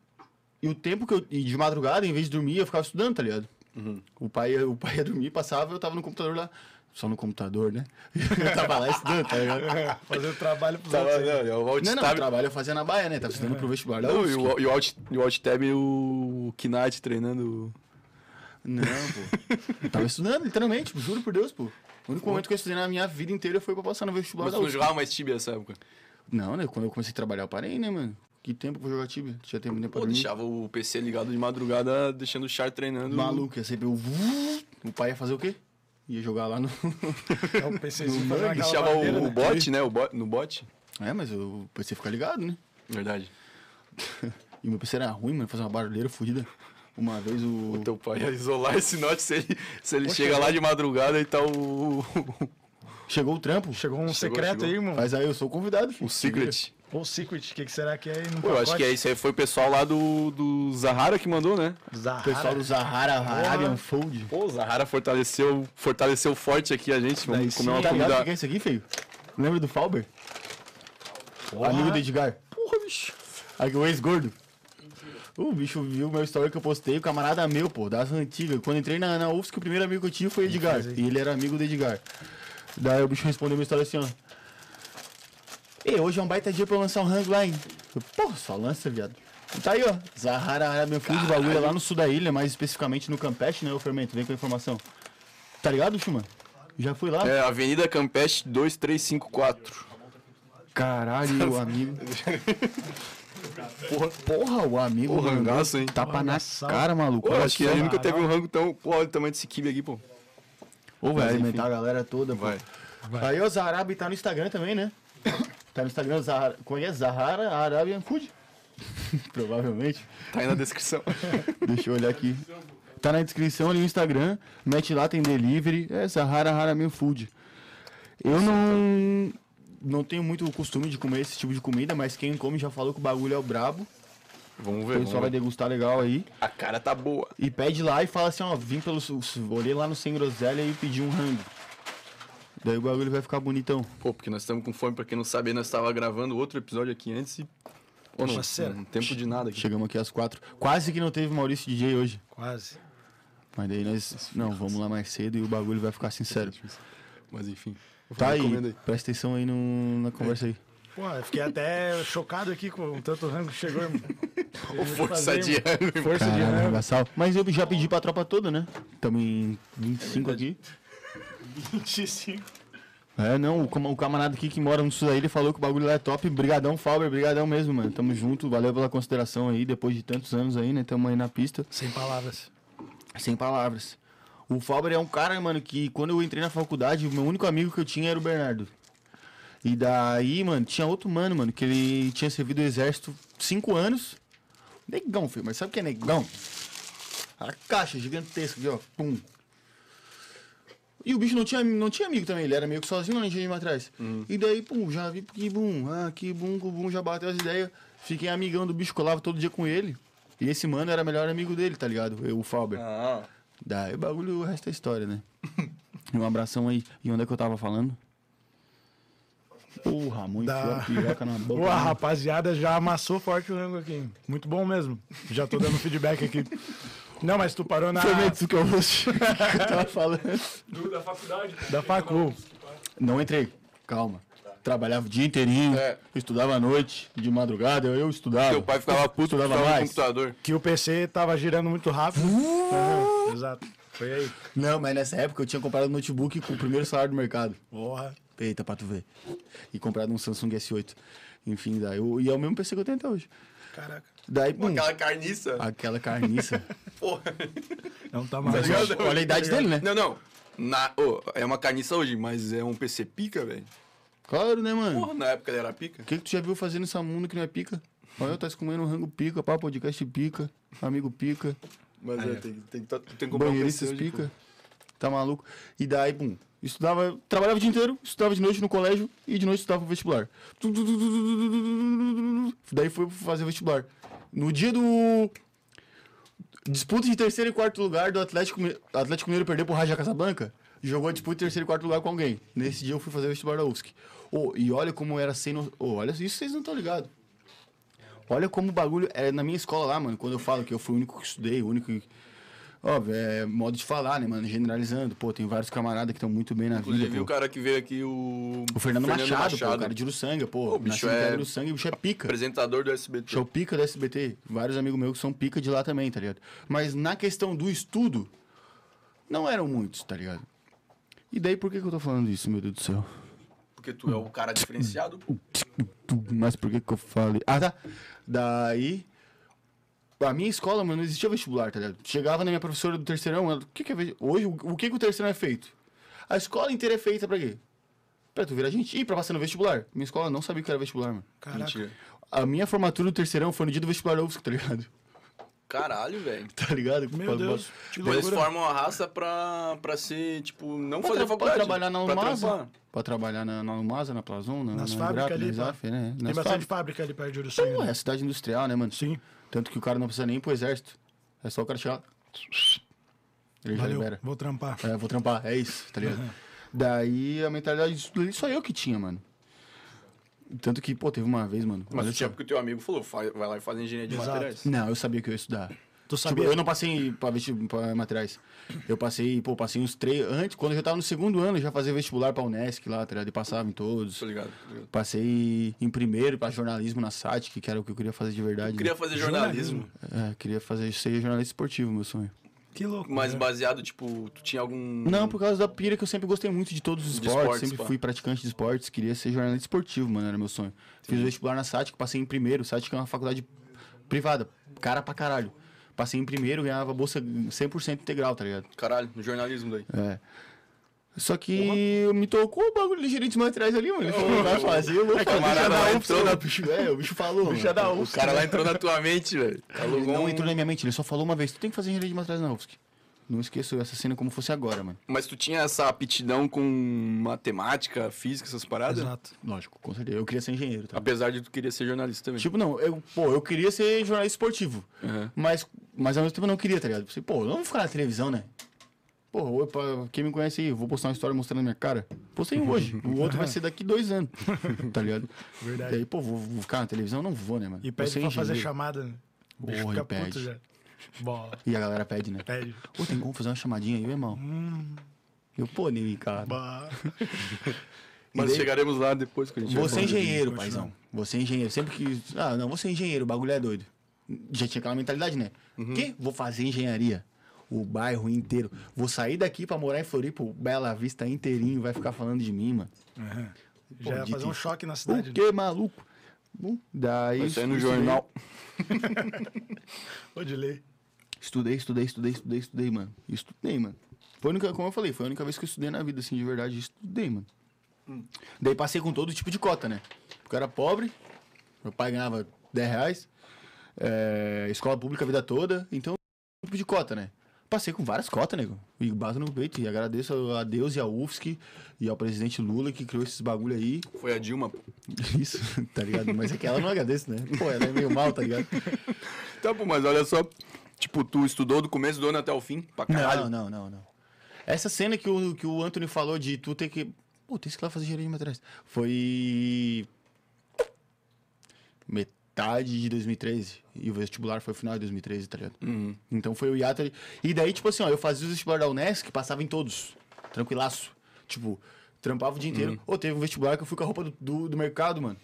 Speaker 3: E o tempo que eu. E de madrugada, em vez de dormir, eu ficava estudando, tá ligado?
Speaker 1: Uhum.
Speaker 3: O, pai, ia- o pai ia dormir, passava, eu tava no computador lá. Só no computador, né? Eu tava lá estudando, tá ligado?
Speaker 2: É, Fazer o trabalho pros
Speaker 1: Tava,
Speaker 2: outros. né?
Speaker 1: não, é o alt
Speaker 3: Não, tá não, o
Speaker 1: tab.
Speaker 3: trabalho eu fazia na Baia, né? Tava estudando pro vestibular da
Speaker 1: É. Não,
Speaker 3: UFSC.
Speaker 1: e o, e o alt, e o alt tab e o Kinate treinando.
Speaker 3: Não, pô. Eu tava estudando, literalmente, pô, juro por Deus, pô. O único momento que eu estudei na minha vida inteira foi pra passar no vestibular
Speaker 1: Mas
Speaker 3: da
Speaker 1: tu não
Speaker 3: UFSC.
Speaker 1: jogava mais Tibia nessa época.
Speaker 3: Não, né? Quando eu comecei a trabalhar, eu parei, né, mano? Que tempo que eu vou jogar Tibia? Já terminei pra
Speaker 1: Pô,
Speaker 3: dormir.
Speaker 1: deixava o PC ligado de madrugada, deixando o Char treinando.
Speaker 3: Maluco, ia sempre o... O pai ia fazer o quê? Ia jogar lá no...
Speaker 2: É o PCzinho fazer uma
Speaker 1: Deixava
Speaker 2: calabadeira,
Speaker 1: o, o
Speaker 2: né?
Speaker 1: bot, né? O bot, no bot.
Speaker 3: é, mas o PC fica ligado, né?
Speaker 1: Verdade.
Speaker 3: E meu PC era ruim, mano. Fazer uma barulheira fodida. Uma vez o.
Speaker 1: O teu pai Então, ia isolar esse note se ele, se ele
Speaker 3: né?
Speaker 1: chega lá de madrugada e tá o. o-
Speaker 3: Chegou o trampo.
Speaker 2: Chegou um
Speaker 1: Chegou,
Speaker 2: secreto
Speaker 1: chegou.
Speaker 2: aí, mano.
Speaker 3: Mas aí eu sou convidado, filho.
Speaker 1: O Secret.
Speaker 2: Ou Secret, o que, que será que é aí?
Speaker 1: Pô, eu acho que é isso aí. Foi o pessoal lá do, do Zahara que mandou, né?
Speaker 3: O pessoal do Zahara, Arabian Fold.
Speaker 1: Pô, o Zahara fortaleceu, fortaleceu forte aqui a gente. Vamos comer uma
Speaker 3: tá ligado o que que
Speaker 1: comida.
Speaker 3: é isso aqui, feio? Lembra do Falber? Amigo do Edgar. Porra, bicho. Aqui, o ex-gordo. O bicho viu meu story que eu postei, o camarada meu, pô, das antigas. Quando entrei na, na UFSC, o primeiro amigo que eu tinha foi o Edgar. E ele era amigo do Edgar. Daí o bicho respondeu minha história assim, ó. Ei, hoje é um baita dia pra eu lançar um rango lá, hein? Eu, Porra, só lança, viado. Tá aí, ó. Zahara Arabian Food, o bagulho é lá no sul da ilha, mais especificamente no Campeche, né, ô Fermento? Vem com a informação. Tá ligado, Chuma? Já fui lá?
Speaker 1: É, Avenida Campeste 2354.
Speaker 3: Caralho, o amigo. porra, porra, o amigo.
Speaker 1: Porra,
Speaker 3: mandou
Speaker 1: rangaço, hein?
Speaker 3: Tapa na
Speaker 2: sal.
Speaker 3: cara, maluco.
Speaker 1: Pô,
Speaker 3: Olha
Speaker 1: acho que
Speaker 3: só.
Speaker 1: a gente nunca teve um rango tão. Pô, olha o tamanho desse kibe aqui, pô.
Speaker 3: Ô, velho, alimentar a galera toda, pô.
Speaker 1: Vai.
Speaker 3: Aí o Zaharabi tá no Instagram também, né? Tá no Instagram, Zahara. Conhece Zahara Arabian Food? Provavelmente.
Speaker 1: Tá aí na descrição.
Speaker 3: Deixa eu olhar aqui. Tá na descrição ali o Instagram. Mete lá, tem delivery. É Sahara Haramin Food. Eu não. Não tenho muito costume de comer esse tipo de comida, mas quem come já falou que o bagulho é o brabo.
Speaker 1: vamos
Speaker 3: O
Speaker 1: ver,
Speaker 3: pessoal Então vai
Speaker 1: vamos ver.
Speaker 3: degustar legal aí.
Speaker 1: A cara tá boa.
Speaker 3: E pede lá e fala assim, ó, vim pelo. su- su- Olhei lá no Sem Groselha e pedi um rango. Daí o bagulho vai ficar bonitão.
Speaker 1: Pô, porque nós estamos com fome, pra quem não sabe, nós estava gravando outro episódio aqui antes e. Pô, não,
Speaker 3: é
Speaker 2: Chaceira.
Speaker 1: não tem tempo de nada aqui.
Speaker 3: Chegamos aqui às quatro. Quase que não teve Maurício DJ hoje.
Speaker 2: Quase.
Speaker 3: Mas daí nós. Não, vamos lá mais cedo e o bagulho vai ficar sincero.
Speaker 1: Mas enfim.
Speaker 3: é Tá aí,
Speaker 1: Recomenda aí.
Speaker 3: presta atenção aí no- na conversa aí.
Speaker 2: Pô, eu fiquei até chocado aqui com o tanto rango que chegou, irmão. Queria
Speaker 1: Força
Speaker 2: fazer,
Speaker 1: de
Speaker 2: irmão.
Speaker 3: um-
Speaker 1: ânimo.
Speaker 2: Força de
Speaker 3: Caralho,
Speaker 2: rango.
Speaker 3: Vassal. Mas eu já pedi pra tropa toda, né? Estamos em 25 aqui.
Speaker 2: 25.
Speaker 3: É, não, o, cam- o camarada aqui que mora no sul da ilha falou que o bagulho lá é top. Brigadão, Falber, brigadão mesmo, mano. Tamo junto, valeu pela consideração aí, depois de tantos anos aí, né? Tamo aí na pista,
Speaker 2: Sem palavras.
Speaker 3: sem palavras. O Falber é um cara, mano, que quando eu entrei na faculdade, o meu único amigo que eu tinha era o Bernardo. E daí, mano, tinha outro mano, mano, que ele tinha servido o exército cinco anos. Negão, filho, mas sabe o que é negão? A caixa gigantesca aqui, ó. Pum. E o bicho não tinha, não tinha amigo também, ele era meio que sozinho né, lá em Jardim atrás. E daí, pum, já vi que bum, ah, que bum, que bum, já bateu as ideias. Fiquei amigão do bicho, colava todo dia com ele. E esse mano era melhor amigo dele, tá ligado? Eu, o Falber.
Speaker 1: Ah,
Speaker 3: Daí o bagulho, o resto é história, né? E um abração aí. E onde é que eu tava falando? Porra, mãe,
Speaker 2: Da-
Speaker 3: enfiou a piroca na boca.
Speaker 2: Pô, a
Speaker 3: né?
Speaker 2: rapaziada já amassou forte o rango aqui. Muito bom mesmo. Já tô dando feedback aqui. Não, mas tu parou na.
Speaker 3: Fermento que eu vou que eu tava falando.
Speaker 5: Do- da faculdade. pô.
Speaker 2: Da facu.
Speaker 3: Não entrei. Calma. Trabalhava o dia inteirinho,
Speaker 1: É.
Speaker 3: estudava à noite, de madrugada, eu, eu estudava.
Speaker 1: teu pai ficava puto,
Speaker 3: Estudava
Speaker 1: ficava no
Speaker 3: mais.
Speaker 1: computador.
Speaker 2: Que o PC tava girando muito rápido.
Speaker 3: Uh!
Speaker 2: Aham, exato. Foi aí.
Speaker 3: Não, mas nessa época eu tinha comprado um notebook com o primeiro salário do mercado.
Speaker 2: Porra.
Speaker 3: Eita, pra tu ver. E comprado um Samsung S8. Enfim, daí. eu- e é o mesmo PC que eu tenho até hoje.
Speaker 2: Caraca.
Speaker 3: Daí, pum, aquela...
Speaker 1: Aquela carniça.
Speaker 3: Ah. carniça.
Speaker 1: Porra.
Speaker 2: Não tá mais.
Speaker 1: ligado?
Speaker 3: Olha a idade dele, né?
Speaker 1: Não, não. Na, ô, é uma carniça hoje, mas é um PC pica, velho.
Speaker 3: Claro, né, mano?
Speaker 1: Porra, na época ele era pica.
Speaker 3: O que, que tu já viu fazendo essa mundo que não é pica? Olha, eu tá se comendo um rango pica, papo podcast pica, amigo pica.
Speaker 1: Mas é, tem, tem, tem que comprar um PC
Speaker 3: Banheiristas
Speaker 1: hoje,
Speaker 3: pica. Tá maluco? E daí, bum. Estudava, trabalhava o dia inteiro, estudava de noite no colégio e de noite estudava pro vestibular. Tu, tu, tu, tu, tu, tu, tu, tu, tu. Daí foi fazer vestibular. No dia do. Disputa de terceiro e quarto lugar do Atlético, Mi- Atlético Mineiro perdeu pro Raja Casablanca. Jogou a disputa de terceiro e quarto lugar com alguém. Nesse dia eu fui fazer vestibular da UFSC. Ô, e olha como era sem. No... ô, olha isso, vocês não estão ligados. Olha como o bagulho. É, na minha escola lá, mano, quando eu falo que eu fui o único que estudei, o único. que- Óbvio, é modo de falar, né, mano? Generalizando. Pô, tem vários camaradas que estão muito bem na
Speaker 1: Inclusive
Speaker 3: vida.
Speaker 1: o
Speaker 3: pô.
Speaker 1: cara que veio aqui, o.
Speaker 3: O Fernando, Machado, pô, o cara
Speaker 1: Machado,
Speaker 3: de Uruçanga, pô.
Speaker 1: Pô, o bicho
Speaker 3: nasceu
Speaker 1: é-
Speaker 3: em Pedra Uruçanga e o bicho é pica.
Speaker 1: apresentador do SBT.
Speaker 3: Show é pica do SBT. Vários amigos meus que são pica de lá também, tá ligado? Mas na questão do estudo, não eram muitos, tá ligado? E daí por que, que eu tô falando isso, meu Deus do céu?
Speaker 1: Porque tu é o cara diferenciado. pô.
Speaker 3: Mas por que, que eu falei? Ah, tá. Daí. A minha escola, mano, não existia vestibular, tá ligado? Chegava na minha professora do terceirão, ela, o que, que é vesti- Hoje, o, o que, que o terceirão é feito? A escola inteira é feita pra quê? Pra tu virar gente ir pra passar no vestibular. Minha escola não sabia o que era vestibular, mano.
Speaker 2: Caraca.
Speaker 1: Mentira.
Speaker 3: A minha formatura do terceirão foi no dia do vestibular da UFSC, tá ligado?
Speaker 1: Caralho, velho.
Speaker 3: tá ligado?
Speaker 2: Meu Deus, que
Speaker 1: Eles
Speaker 2: loucura.
Speaker 1: formam a raça pra, pra ser, tipo, não
Speaker 3: Pra,
Speaker 1: fazer
Speaker 3: tra pra
Speaker 1: faculdade.
Speaker 3: trabalhar na
Speaker 1: pra
Speaker 3: Almasa?
Speaker 1: trampar.
Speaker 3: Pra trabalhar na, na Almasa, na Plazon, na,
Speaker 2: Nas
Speaker 3: na
Speaker 2: fábricas
Speaker 3: Embrapa,
Speaker 2: ali,
Speaker 3: na
Speaker 2: pá.
Speaker 3: Exaf, né?
Speaker 2: Tem
Speaker 3: Nas
Speaker 2: bastante
Speaker 3: fábricas.
Speaker 2: fábrica ali perto de Uruçu.
Speaker 3: Porra, É a cidade industrial, né, mano?
Speaker 2: Sim.
Speaker 3: Tanto que o cara não precisa nem ir pro exército. É só o cara chegar. Ele já
Speaker 2: Valeu,
Speaker 3: libera.
Speaker 2: vou trampar.
Speaker 3: É, vou trampar, é isso, tá ligado? Daí a mentalidade disso tudo ali só eu que tinha, mano. Tanto que, pô, teve uma vez, mano.
Speaker 1: Mas
Speaker 3: olha
Speaker 1: o
Speaker 3: só.
Speaker 1: tempo que o teu amigo falou, "Fa- vai lá e faz engenharia de
Speaker 2: Exato.
Speaker 1: materiais.
Speaker 3: Não, eu sabia que eu ia estudar.
Speaker 2: Tu
Speaker 3: Tipo,
Speaker 2: sabia?
Speaker 3: eu não passei pra, vestibular, pra materiais. Eu passei, pô, passei uns três. Antes, quando eu já tava no segundo ano, eu já fazia vestibular pra Unesc lá, tá ligado? E passava em todos.
Speaker 1: Tô ligado. tô ligado.
Speaker 3: Passei em primeiro pra jornalismo na SAT, que era o que eu queria fazer de verdade.
Speaker 1: Eu queria fazer jornalismo,
Speaker 3: né? É, queria fazer ser jornalista esportivo, meu sonho.
Speaker 2: Que louco.
Speaker 1: mas
Speaker 2: né?
Speaker 1: baseado, tipo, tu tinha algum...
Speaker 3: Uhum. Não, por causa da pira que eu sempre gostei muito de todos os
Speaker 1: De
Speaker 3: esportes,
Speaker 1: esportes,
Speaker 3: sempre
Speaker 1: pá.
Speaker 3: fui praticante de esportes, queria ser jornalista esportivo, mano, era meu sonho. Fiz o vestibular na SAT, que passei em primeiro, SAT que é uma faculdade privada, cara pra caralho. Passei em primeiro, ganhava bolsa 100% integral, tá ligado?
Speaker 1: Caralho, no jornalismo daí.
Speaker 3: É. Só que me tocou o bagulho de gerente de materiais ali, mano. Ele falou, vai fazer, eu vou fazer.
Speaker 1: camarada
Speaker 3: já dá
Speaker 1: lá
Speaker 3: um
Speaker 1: entrou
Speaker 3: pra
Speaker 1: na-
Speaker 3: você, bicho, é, o bicho falou. mano.
Speaker 1: O cara lá entrou na tua mente, velho.
Speaker 3: né? Ele
Speaker 1: Alugou
Speaker 3: não
Speaker 1: um-
Speaker 3: entrou na minha mente, ele só falou uma vez, tu tem que fazer engenharia de materiais na UFSC. Não esqueço essa cena como fosse agora, mano.
Speaker 1: um- Mas tu tinha essa aptidão com matemática, física, essas paradas?
Speaker 2: Exato.
Speaker 3: Lógico, com certeza. Eu queria ser engenheiro, tá?
Speaker 1: Apesar de tu queria ser jornalista também.
Speaker 3: Tipo, não, eu, pô, eu queria ser jornalista esportivo.
Speaker 1: Uhum.
Speaker 3: Mas, mas ao mesmo tempo eu não queria, tá ligado? Pensei, pô, eu não vou ficar na televisão, né? Pô, eu- pra quem me conhece aí, eu vou postar uma história mostrando a minha cara. Postei um hoje. O outro vai ser daqui dois anos. tá ligado?
Speaker 2: Verdade.
Speaker 3: E aí, pô, vou, vou ficar na televisão? Não vou, né, mano?
Speaker 2: E
Speaker 3: Vou
Speaker 2: pede
Speaker 3: ser
Speaker 2: pra fazer
Speaker 3: engenheiro.
Speaker 2: chamada. né? O bicho
Speaker 3: Porra,
Speaker 2: fica
Speaker 3: e pede.
Speaker 2: puto já. Bom,
Speaker 3: E a galera pede, né?
Speaker 2: pede. Hum.
Speaker 3: Pô, tem como fazer uma chamadinha aí, meu irmão? Eu, pô, nem, cara.
Speaker 2: Bah.
Speaker 1: Mas
Speaker 3: daí-
Speaker 1: chegaremos lá depois que a gente vai
Speaker 3: Você é
Speaker 1: falar.
Speaker 3: engenheiro,
Speaker 2: Continua.
Speaker 3: paizão. Você é engenheiro. Sempre que. Ah, não, você é engenheiro, o bagulho é doido. Já tinha aquela mentalidade, né? Que? Vou fazer engenharia. O bairro inteiro. Vou sair daqui pra morar em Floripa, o Bela Vista inteirinho vai ficar falando de mim, mano.
Speaker 2: Aham.
Speaker 3: Pô,
Speaker 2: Já ia
Speaker 3: de
Speaker 2: fazer um
Speaker 3: que-
Speaker 2: choque na
Speaker 3: O
Speaker 2: cidade. né?
Speaker 3: que, maluco? Bom, daí.
Speaker 1: Vai sair no
Speaker 3: estudei.
Speaker 1: jornal.
Speaker 2: né? Ô, de lei.
Speaker 3: Estudei, estudei, estudei, estudei, estudei, mano. Estudei, mano. Foi a única, como eu falei, foi a única vez que eu estudei na vida, assim, de verdade. Estudei, mano. Daí passei com todo tipo de cota, né? Porque eu era pobre, meu pai ganhava 10 reais, é, escola pública a vida toda, então, tipo de cota, né? Passei com várias cotas, nego. E bato no peito. E agradeço a Deus e a UFSC e ao presidente Lula que criou esses bagulho aí.
Speaker 1: Foi a Dilma. pô.
Speaker 3: Isso, tá ligado? Mas é que ela não agradece, né? Pô, ela é meio mal, tá ligado?
Speaker 1: Tá, pô, mas olha só. Tipo, tu estudou do começo do ano até o fim, pra caralho.
Speaker 3: Não, não, não, não. Essa cena que o, que o Anthony falou de tu ter que. Pô, tem que ir lá fazer engenharia de materiais. Foi. Metade de 2013. E o vestibular foi final de 2013, tá ligado? Então foi o hiato ali. E daí, tipo assim, ó, eu fazia o vestibular da Unesc, passava em todos. Tranquilaço. Tipo, trampava o dia inteiro. Ô, teve um vestibular que eu fui com a roupa do, do, do mercado, mano.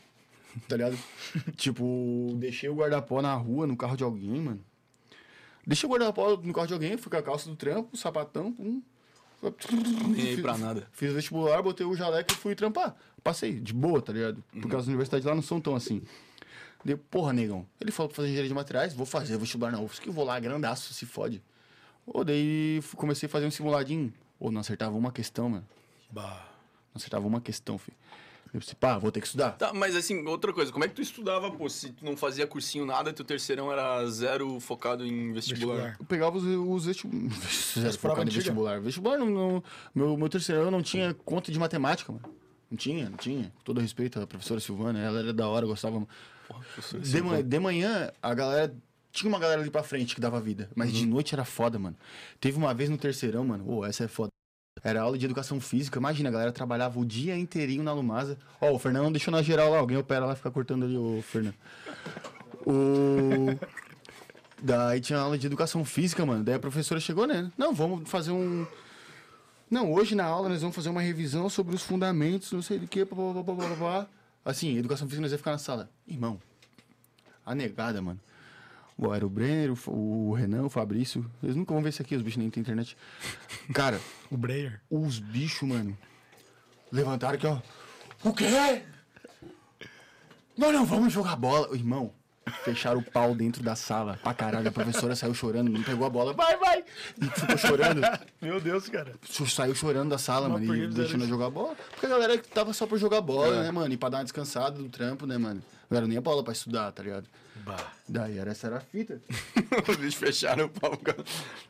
Speaker 3: Tá ligado? tipo, deixei o guarda-pó na rua, no carro de alguém, mano. Deixei o guarda-pó no carro de alguém, fui com a calça do trampo, o sapatão, pum.
Speaker 1: Nem aí pra nada.
Speaker 3: Fiz o vestibular, botei o jaleco e fui trampar. Passei, de boa, tá ligado?
Speaker 1: Uhum.
Speaker 3: Porque as universidades lá não são tão assim. Deu, porra, negão. Ele falou pra fazer engenharia de materiais, vou fazer vestibular na UFSC, vou lá, grandaço, se fode. Ô, daí fu- comecei a fazer um simuladinho. Ô, não acertava uma questão, mano.
Speaker 2: Bah.
Speaker 3: Não acertava uma questão, filho. Eu pensei, pá, vou ter que estudar.
Speaker 1: Tá, mas assim, outra coisa, como é que tu estudava, pô? Se tu não fazia cursinho nada, teu terceirão era zero focado em vestibular.
Speaker 2: Vestibular.
Speaker 3: Eu pegava os, os vestibular.
Speaker 2: As provas antigas?
Speaker 3: vestibular. Vestibular, não, não- meu, meu terceiro ano não tinha conta de matemática, mano. Não tinha, não tinha. Com todo respeito à professora Silvana, ela era da hora, eu gostava. De, manhã- de manhã, a galera. Tinha uma galera ali pra frente que dava vida. Mas de noite era foda, mano. Teve uma vez no terceirão, mano. Ô, essa é foda. Era aula de educação física. Imagina, a galera trabalhava o dia inteirinho na Lumasa. Ó, o Fernando não deixou na geral lá. Alguém opera lá, fica cortando ali, ô, Fernando. O. Daí tinha aula de educação física, mano. Daí a professora chegou, né? Não, vamos fazer um. Não, hoje na aula nós vamos fazer uma revisão sobre os fundamentos, não sei do que, papapá. Assim, educação física nós ia ficar na sala. Irmão, a negada, mano. Bom, era o Brenner, o F- o Renan, o Fabrício. Eles nunca vão ver isso aqui, os bichos nem têm internet. Cara,
Speaker 2: O Breyer.
Speaker 3: os bichos, mano, levantaram aqui, ó. O quê? Não, não, vamos jogar bola. Irmão, fecharam o pau dentro da sala pra caralho. A professora saiu chorando, não pegou a bola. Vai, vai! E ficou chorando.
Speaker 2: Meu Deus, cara.
Speaker 3: Só Saiu chorando da sala,
Speaker 2: Mas por
Speaker 3: mano,
Speaker 2: que
Speaker 3: e
Speaker 2: fizeram
Speaker 1: É.
Speaker 3: deixando eu jogar bola. Porque a galera tava só pra jogar bola, né, mano? E pra dar uma descansada do trampo, né, mano? Não era nem a bola pra estudar, tá ligado?
Speaker 2: Bah.
Speaker 3: Daí era essa era a fita.
Speaker 1: É Eles fecharam o pau. cara.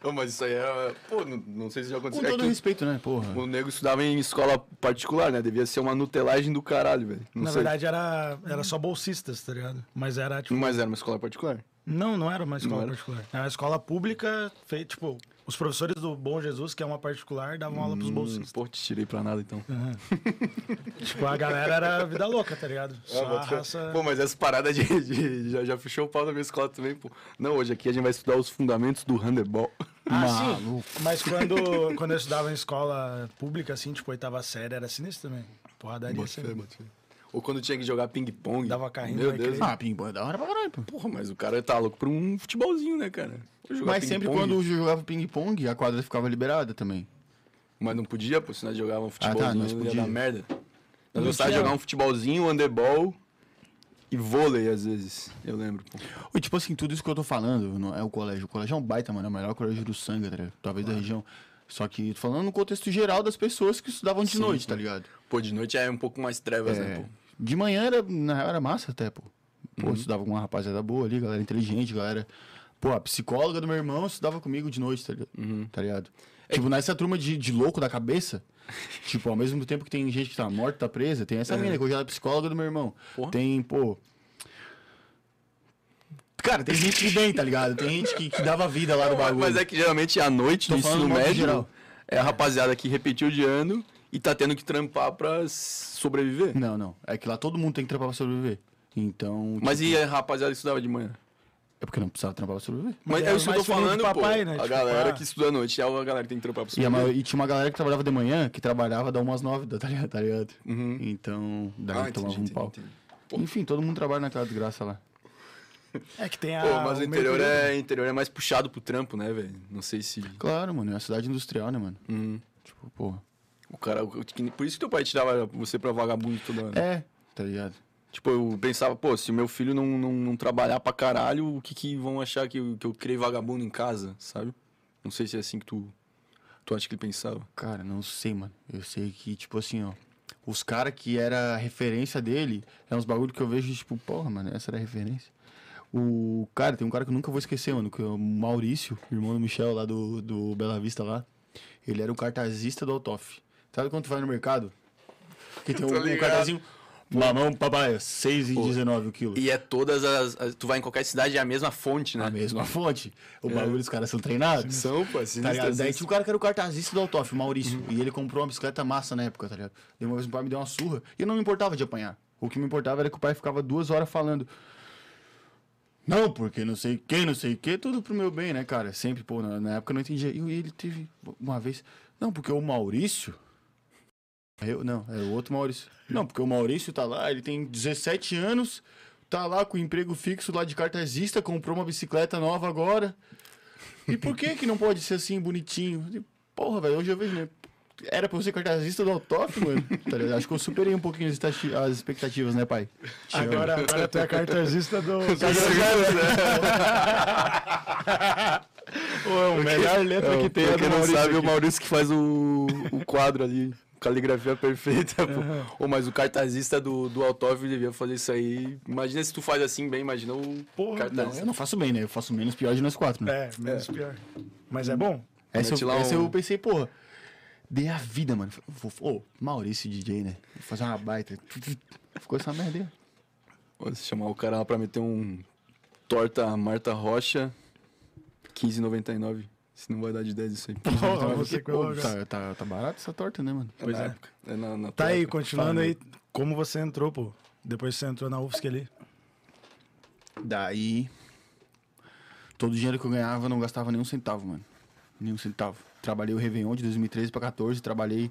Speaker 1: Não, mas isso aí era. Pô, não, não sei se já
Speaker 3: Com
Speaker 1: aconteceu.
Speaker 3: todo
Speaker 1: É que
Speaker 3: respeito, né? Porra.
Speaker 1: o nego estudava em escola particular, né? Devia ser uma nutelagem do caralho, velho. Não
Speaker 2: Na
Speaker 1: sei.
Speaker 2: verdade, era, era só bolsistas, tá ligado? Mas era, tipo.
Speaker 1: Mas era uma escola particular.
Speaker 2: Não, não era uma escola
Speaker 1: era?
Speaker 2: particular. Era uma escola pública, feita, tipo, os professores do Bom Jesus, que é uma particular, davam aula pros bolsistas.
Speaker 1: Hum, Pô, te tirei pra nada então.
Speaker 2: Tipo, a galera era vida louca, tá ligado? Só a raça.
Speaker 1: Pô, mas essa parada de, de- já, já fechou o pau da minha escola também, pô. Não, hoje aqui a gente vai estudar os fundamentos do handebol.
Speaker 2: Ah, sim. Mas quando, quando eu estudava em escola pública, assim, tipo, oitava série, era sinistro também. Porradaria assim. sempre.
Speaker 1: Ou quando tinha que jogar ping-pong.
Speaker 2: Dava carrinho
Speaker 1: Meu
Speaker 2: na
Speaker 1: Deus.
Speaker 2: recreio.
Speaker 3: Ah, pimba, é da hora pra caralho, pô.
Speaker 1: Porra, mas o cara tá louco pra um futebolzinho, né, cara? Vou jogar
Speaker 3: Mas sempre
Speaker 1: ping-pong.
Speaker 3: quando eu jogava ping-pong, a quadra ficava liberada também.
Speaker 1: Mas não podia, pô, se nós jogávamos
Speaker 3: tá,
Speaker 1: futebolzinho,
Speaker 3: nós
Speaker 1: ia
Speaker 3: podia.
Speaker 1: dar merda. Nós
Speaker 2: Não
Speaker 1: gostávamos de
Speaker 2: tinha.
Speaker 1: jogar um futebolzinho, handebol e vôlei, às vezes. Eu lembro, pô.
Speaker 3: Ô, Tipo assim, tudo isso que eu tô falando não é o colégio. O colégio é um baita, mano. É o melhor colégio do sangue, tá ligado? Talvez da região. Só que tô falando no contexto geral das pessoas que estudavam de noite, tá ligado?
Speaker 1: Pô, de noite é um pouco mais trevas, né,
Speaker 3: É,
Speaker 1: pô? Uhum.
Speaker 3: de manhã era, na real, era massa até, pô. Pô, estudava com uma rapaziada boa ali, galera inteligente, galera. Pô, a psicóloga do meu irmão estudava comigo de noite, tá ligado?
Speaker 1: Uhum.
Speaker 3: Tá ligado?
Speaker 1: É
Speaker 3: Tipo, nessa turma de, de louco da cabeça, tipo, ao mesmo tempo que tem gente que tá morta, tá presa, tem essa menina que hoje ela é psicóloga do meu irmão.
Speaker 1: Porra.
Speaker 3: Tem, pô. Cara, tem gente de bem, tá ligado? Tem gente que, que dava vida lá no bagulho.
Speaker 1: Mas é que geralmente à noite
Speaker 3: Tô
Speaker 1: no
Speaker 3: falando
Speaker 1: ensino
Speaker 3: no modo
Speaker 1: médio
Speaker 3: geral.
Speaker 1: é a rapaziada que repetiu de ano e tá tendo que trampar pra sobreviver.
Speaker 3: Não, não. É que lá todo mundo tem que trampar pra sobreviver. Então.
Speaker 1: Mas
Speaker 3: tipo,
Speaker 1: e a rapaziada que estudava de manhã?
Speaker 3: É porque não precisava trampar pra sobreviver.
Speaker 1: Mas
Speaker 2: era
Speaker 1: é isso que eu tô
Speaker 2: mais filhinho
Speaker 1: falando,
Speaker 2: de
Speaker 1: pô.
Speaker 2: papai, né?
Speaker 1: A
Speaker 2: Tipo,
Speaker 1: galera
Speaker 2: ah.
Speaker 1: que estuda à noite é a galera que tem que trampar pra
Speaker 3: E, a
Speaker 1: sobreviver.
Speaker 3: maior- e tinha uma galera que trabalhava de manhã, que trabalhava da umas nove, da- tá ligado? Tá ligado? Então, daí
Speaker 1: Ah,
Speaker 3: tomava
Speaker 1: entendi,
Speaker 3: um pau.
Speaker 1: entendi,
Speaker 3: Enfim, todo mundo trabalha naquela desgraça lá.
Speaker 2: É que tem a.
Speaker 3: Ah,
Speaker 1: Pô, mas o
Speaker 2: meio
Speaker 1: interior
Speaker 2: período.
Speaker 1: é, interior é mais puxado pro trampo, né, velho? Não sei se.
Speaker 3: Claro, mano, é uma cidade industrial, né, mano? Tipo, porra.
Speaker 1: Uhum. O cara. o- que- Por isso que teu pai tirava você pra vagabundo toda hora.
Speaker 3: É, tá ligado?
Speaker 1: Tipo, eu pensava, pô, se o meu filho não, não, não trabalhar pra caralho, o que, que vão achar que eu, que eu criei vagabundo em casa, sabe? Não sei se é assim que tu. Tu acha que ele pensava?
Speaker 3: Cara, não sei, mano. Eu sei que, tipo assim, ó. Os caras que era a referência dele, é uns bagulho que eu vejo, tipo, porra, mano, essa era a referência. O cara, tem um cara que eu nunca vou esquecer, mano, que é o Maurício, irmão do Michel lá do, do Bela Vista lá. Ele era o cartazista do Altoff. Sabe quando tu vai no mercado? Que tem um,
Speaker 1: Tô
Speaker 3: um
Speaker 1: ligado.
Speaker 3: cartazinho. Mamão papai, 6,19 o quilo.
Speaker 1: E é todas as, as- Tu vai em qualquer cidade, é a mesma fonte, né?
Speaker 3: A mesma fonte. O
Speaker 1: É.
Speaker 3: bagulho, os caras são treinados.
Speaker 1: São, pô, é sinistro,
Speaker 3: Tá ligado? Daí
Speaker 1: sinistro.
Speaker 3: tinha um cara que era o cartazista do Autof, o Maurício. E ele comprou uma bicicleta massa na época, tá ligado? Daí uma vez o pai me deu uma surra e eu não me importava de apanhar. O que me importava era que o pai ficava duas horas falando. Não, porque não sei quem, não sei o que, tudo pro meu bem, né, cara? Sempre, pô, na, na época eu não entendia. E ele teve uma vez. Não, porque o Maurício. Eu, não, é o outro Maurício. Não, porque o Maurício tá lá, ele tem 17 anos, tá lá com emprego fixo lá de cartazista, comprou uma bicicleta nova agora. E por que que não pode ser assim, bonitinho? E, Porra, velho, hoje eu vejo, né? Era pra eu ser cartazista do Autof, mano. Tá ligado? Acho que eu superei um pouquinho as, estati- as expectativas, né, pai?
Speaker 2: Agora, agora tu é cartazista do.
Speaker 1: Tá né?
Speaker 3: o melhor letra
Speaker 1: É, pra quem não sabe, o Maurício que faz o, o quadro ali. Caligrafia perfeita, pô. Ô, mas o cartazista do, do Autóvio devia fazer isso aí. Imagina se tu faz assim bem, imagina o
Speaker 2: Porra,
Speaker 3: Não,
Speaker 1: cartazista.
Speaker 3: eu não faço bem, né? Eu faço menos pior de nós quatro, né?
Speaker 2: É, menos pior. Mas é bom.
Speaker 3: Essa,
Speaker 1: Mete
Speaker 3: eu,
Speaker 1: lá
Speaker 3: essa
Speaker 1: um-
Speaker 3: eu pensei, porra, dei a vida, mano. Vou- Ô, Maurício DJ, né? Vou fazer uma baita. Ficou essa merda aí.
Speaker 1: Pô, Se chamar o cara lá pra meter um torta Marta Rocha, 15,99. Se não vai dar de 10 isso aí.
Speaker 2: Porra,
Speaker 3: Então,
Speaker 2: você
Speaker 3: porque,
Speaker 2: que é
Speaker 3: pô,
Speaker 2: louco.
Speaker 3: tá, tá, tá barato essa torta, né, mano?
Speaker 1: Pois
Speaker 2: é.
Speaker 1: é na, na
Speaker 2: Tá
Speaker 1: tua
Speaker 2: aí,
Speaker 1: época.
Speaker 2: continuando aí, como você entrou, pô? Depois que você entrou na UFSC ali.
Speaker 3: Daí, todo o dinheiro que eu ganhava, eu não gastava nenhum centavo, mano. Nenhum centavo. Trabalhei o Réveillon de 2013 pra 14, trabalhei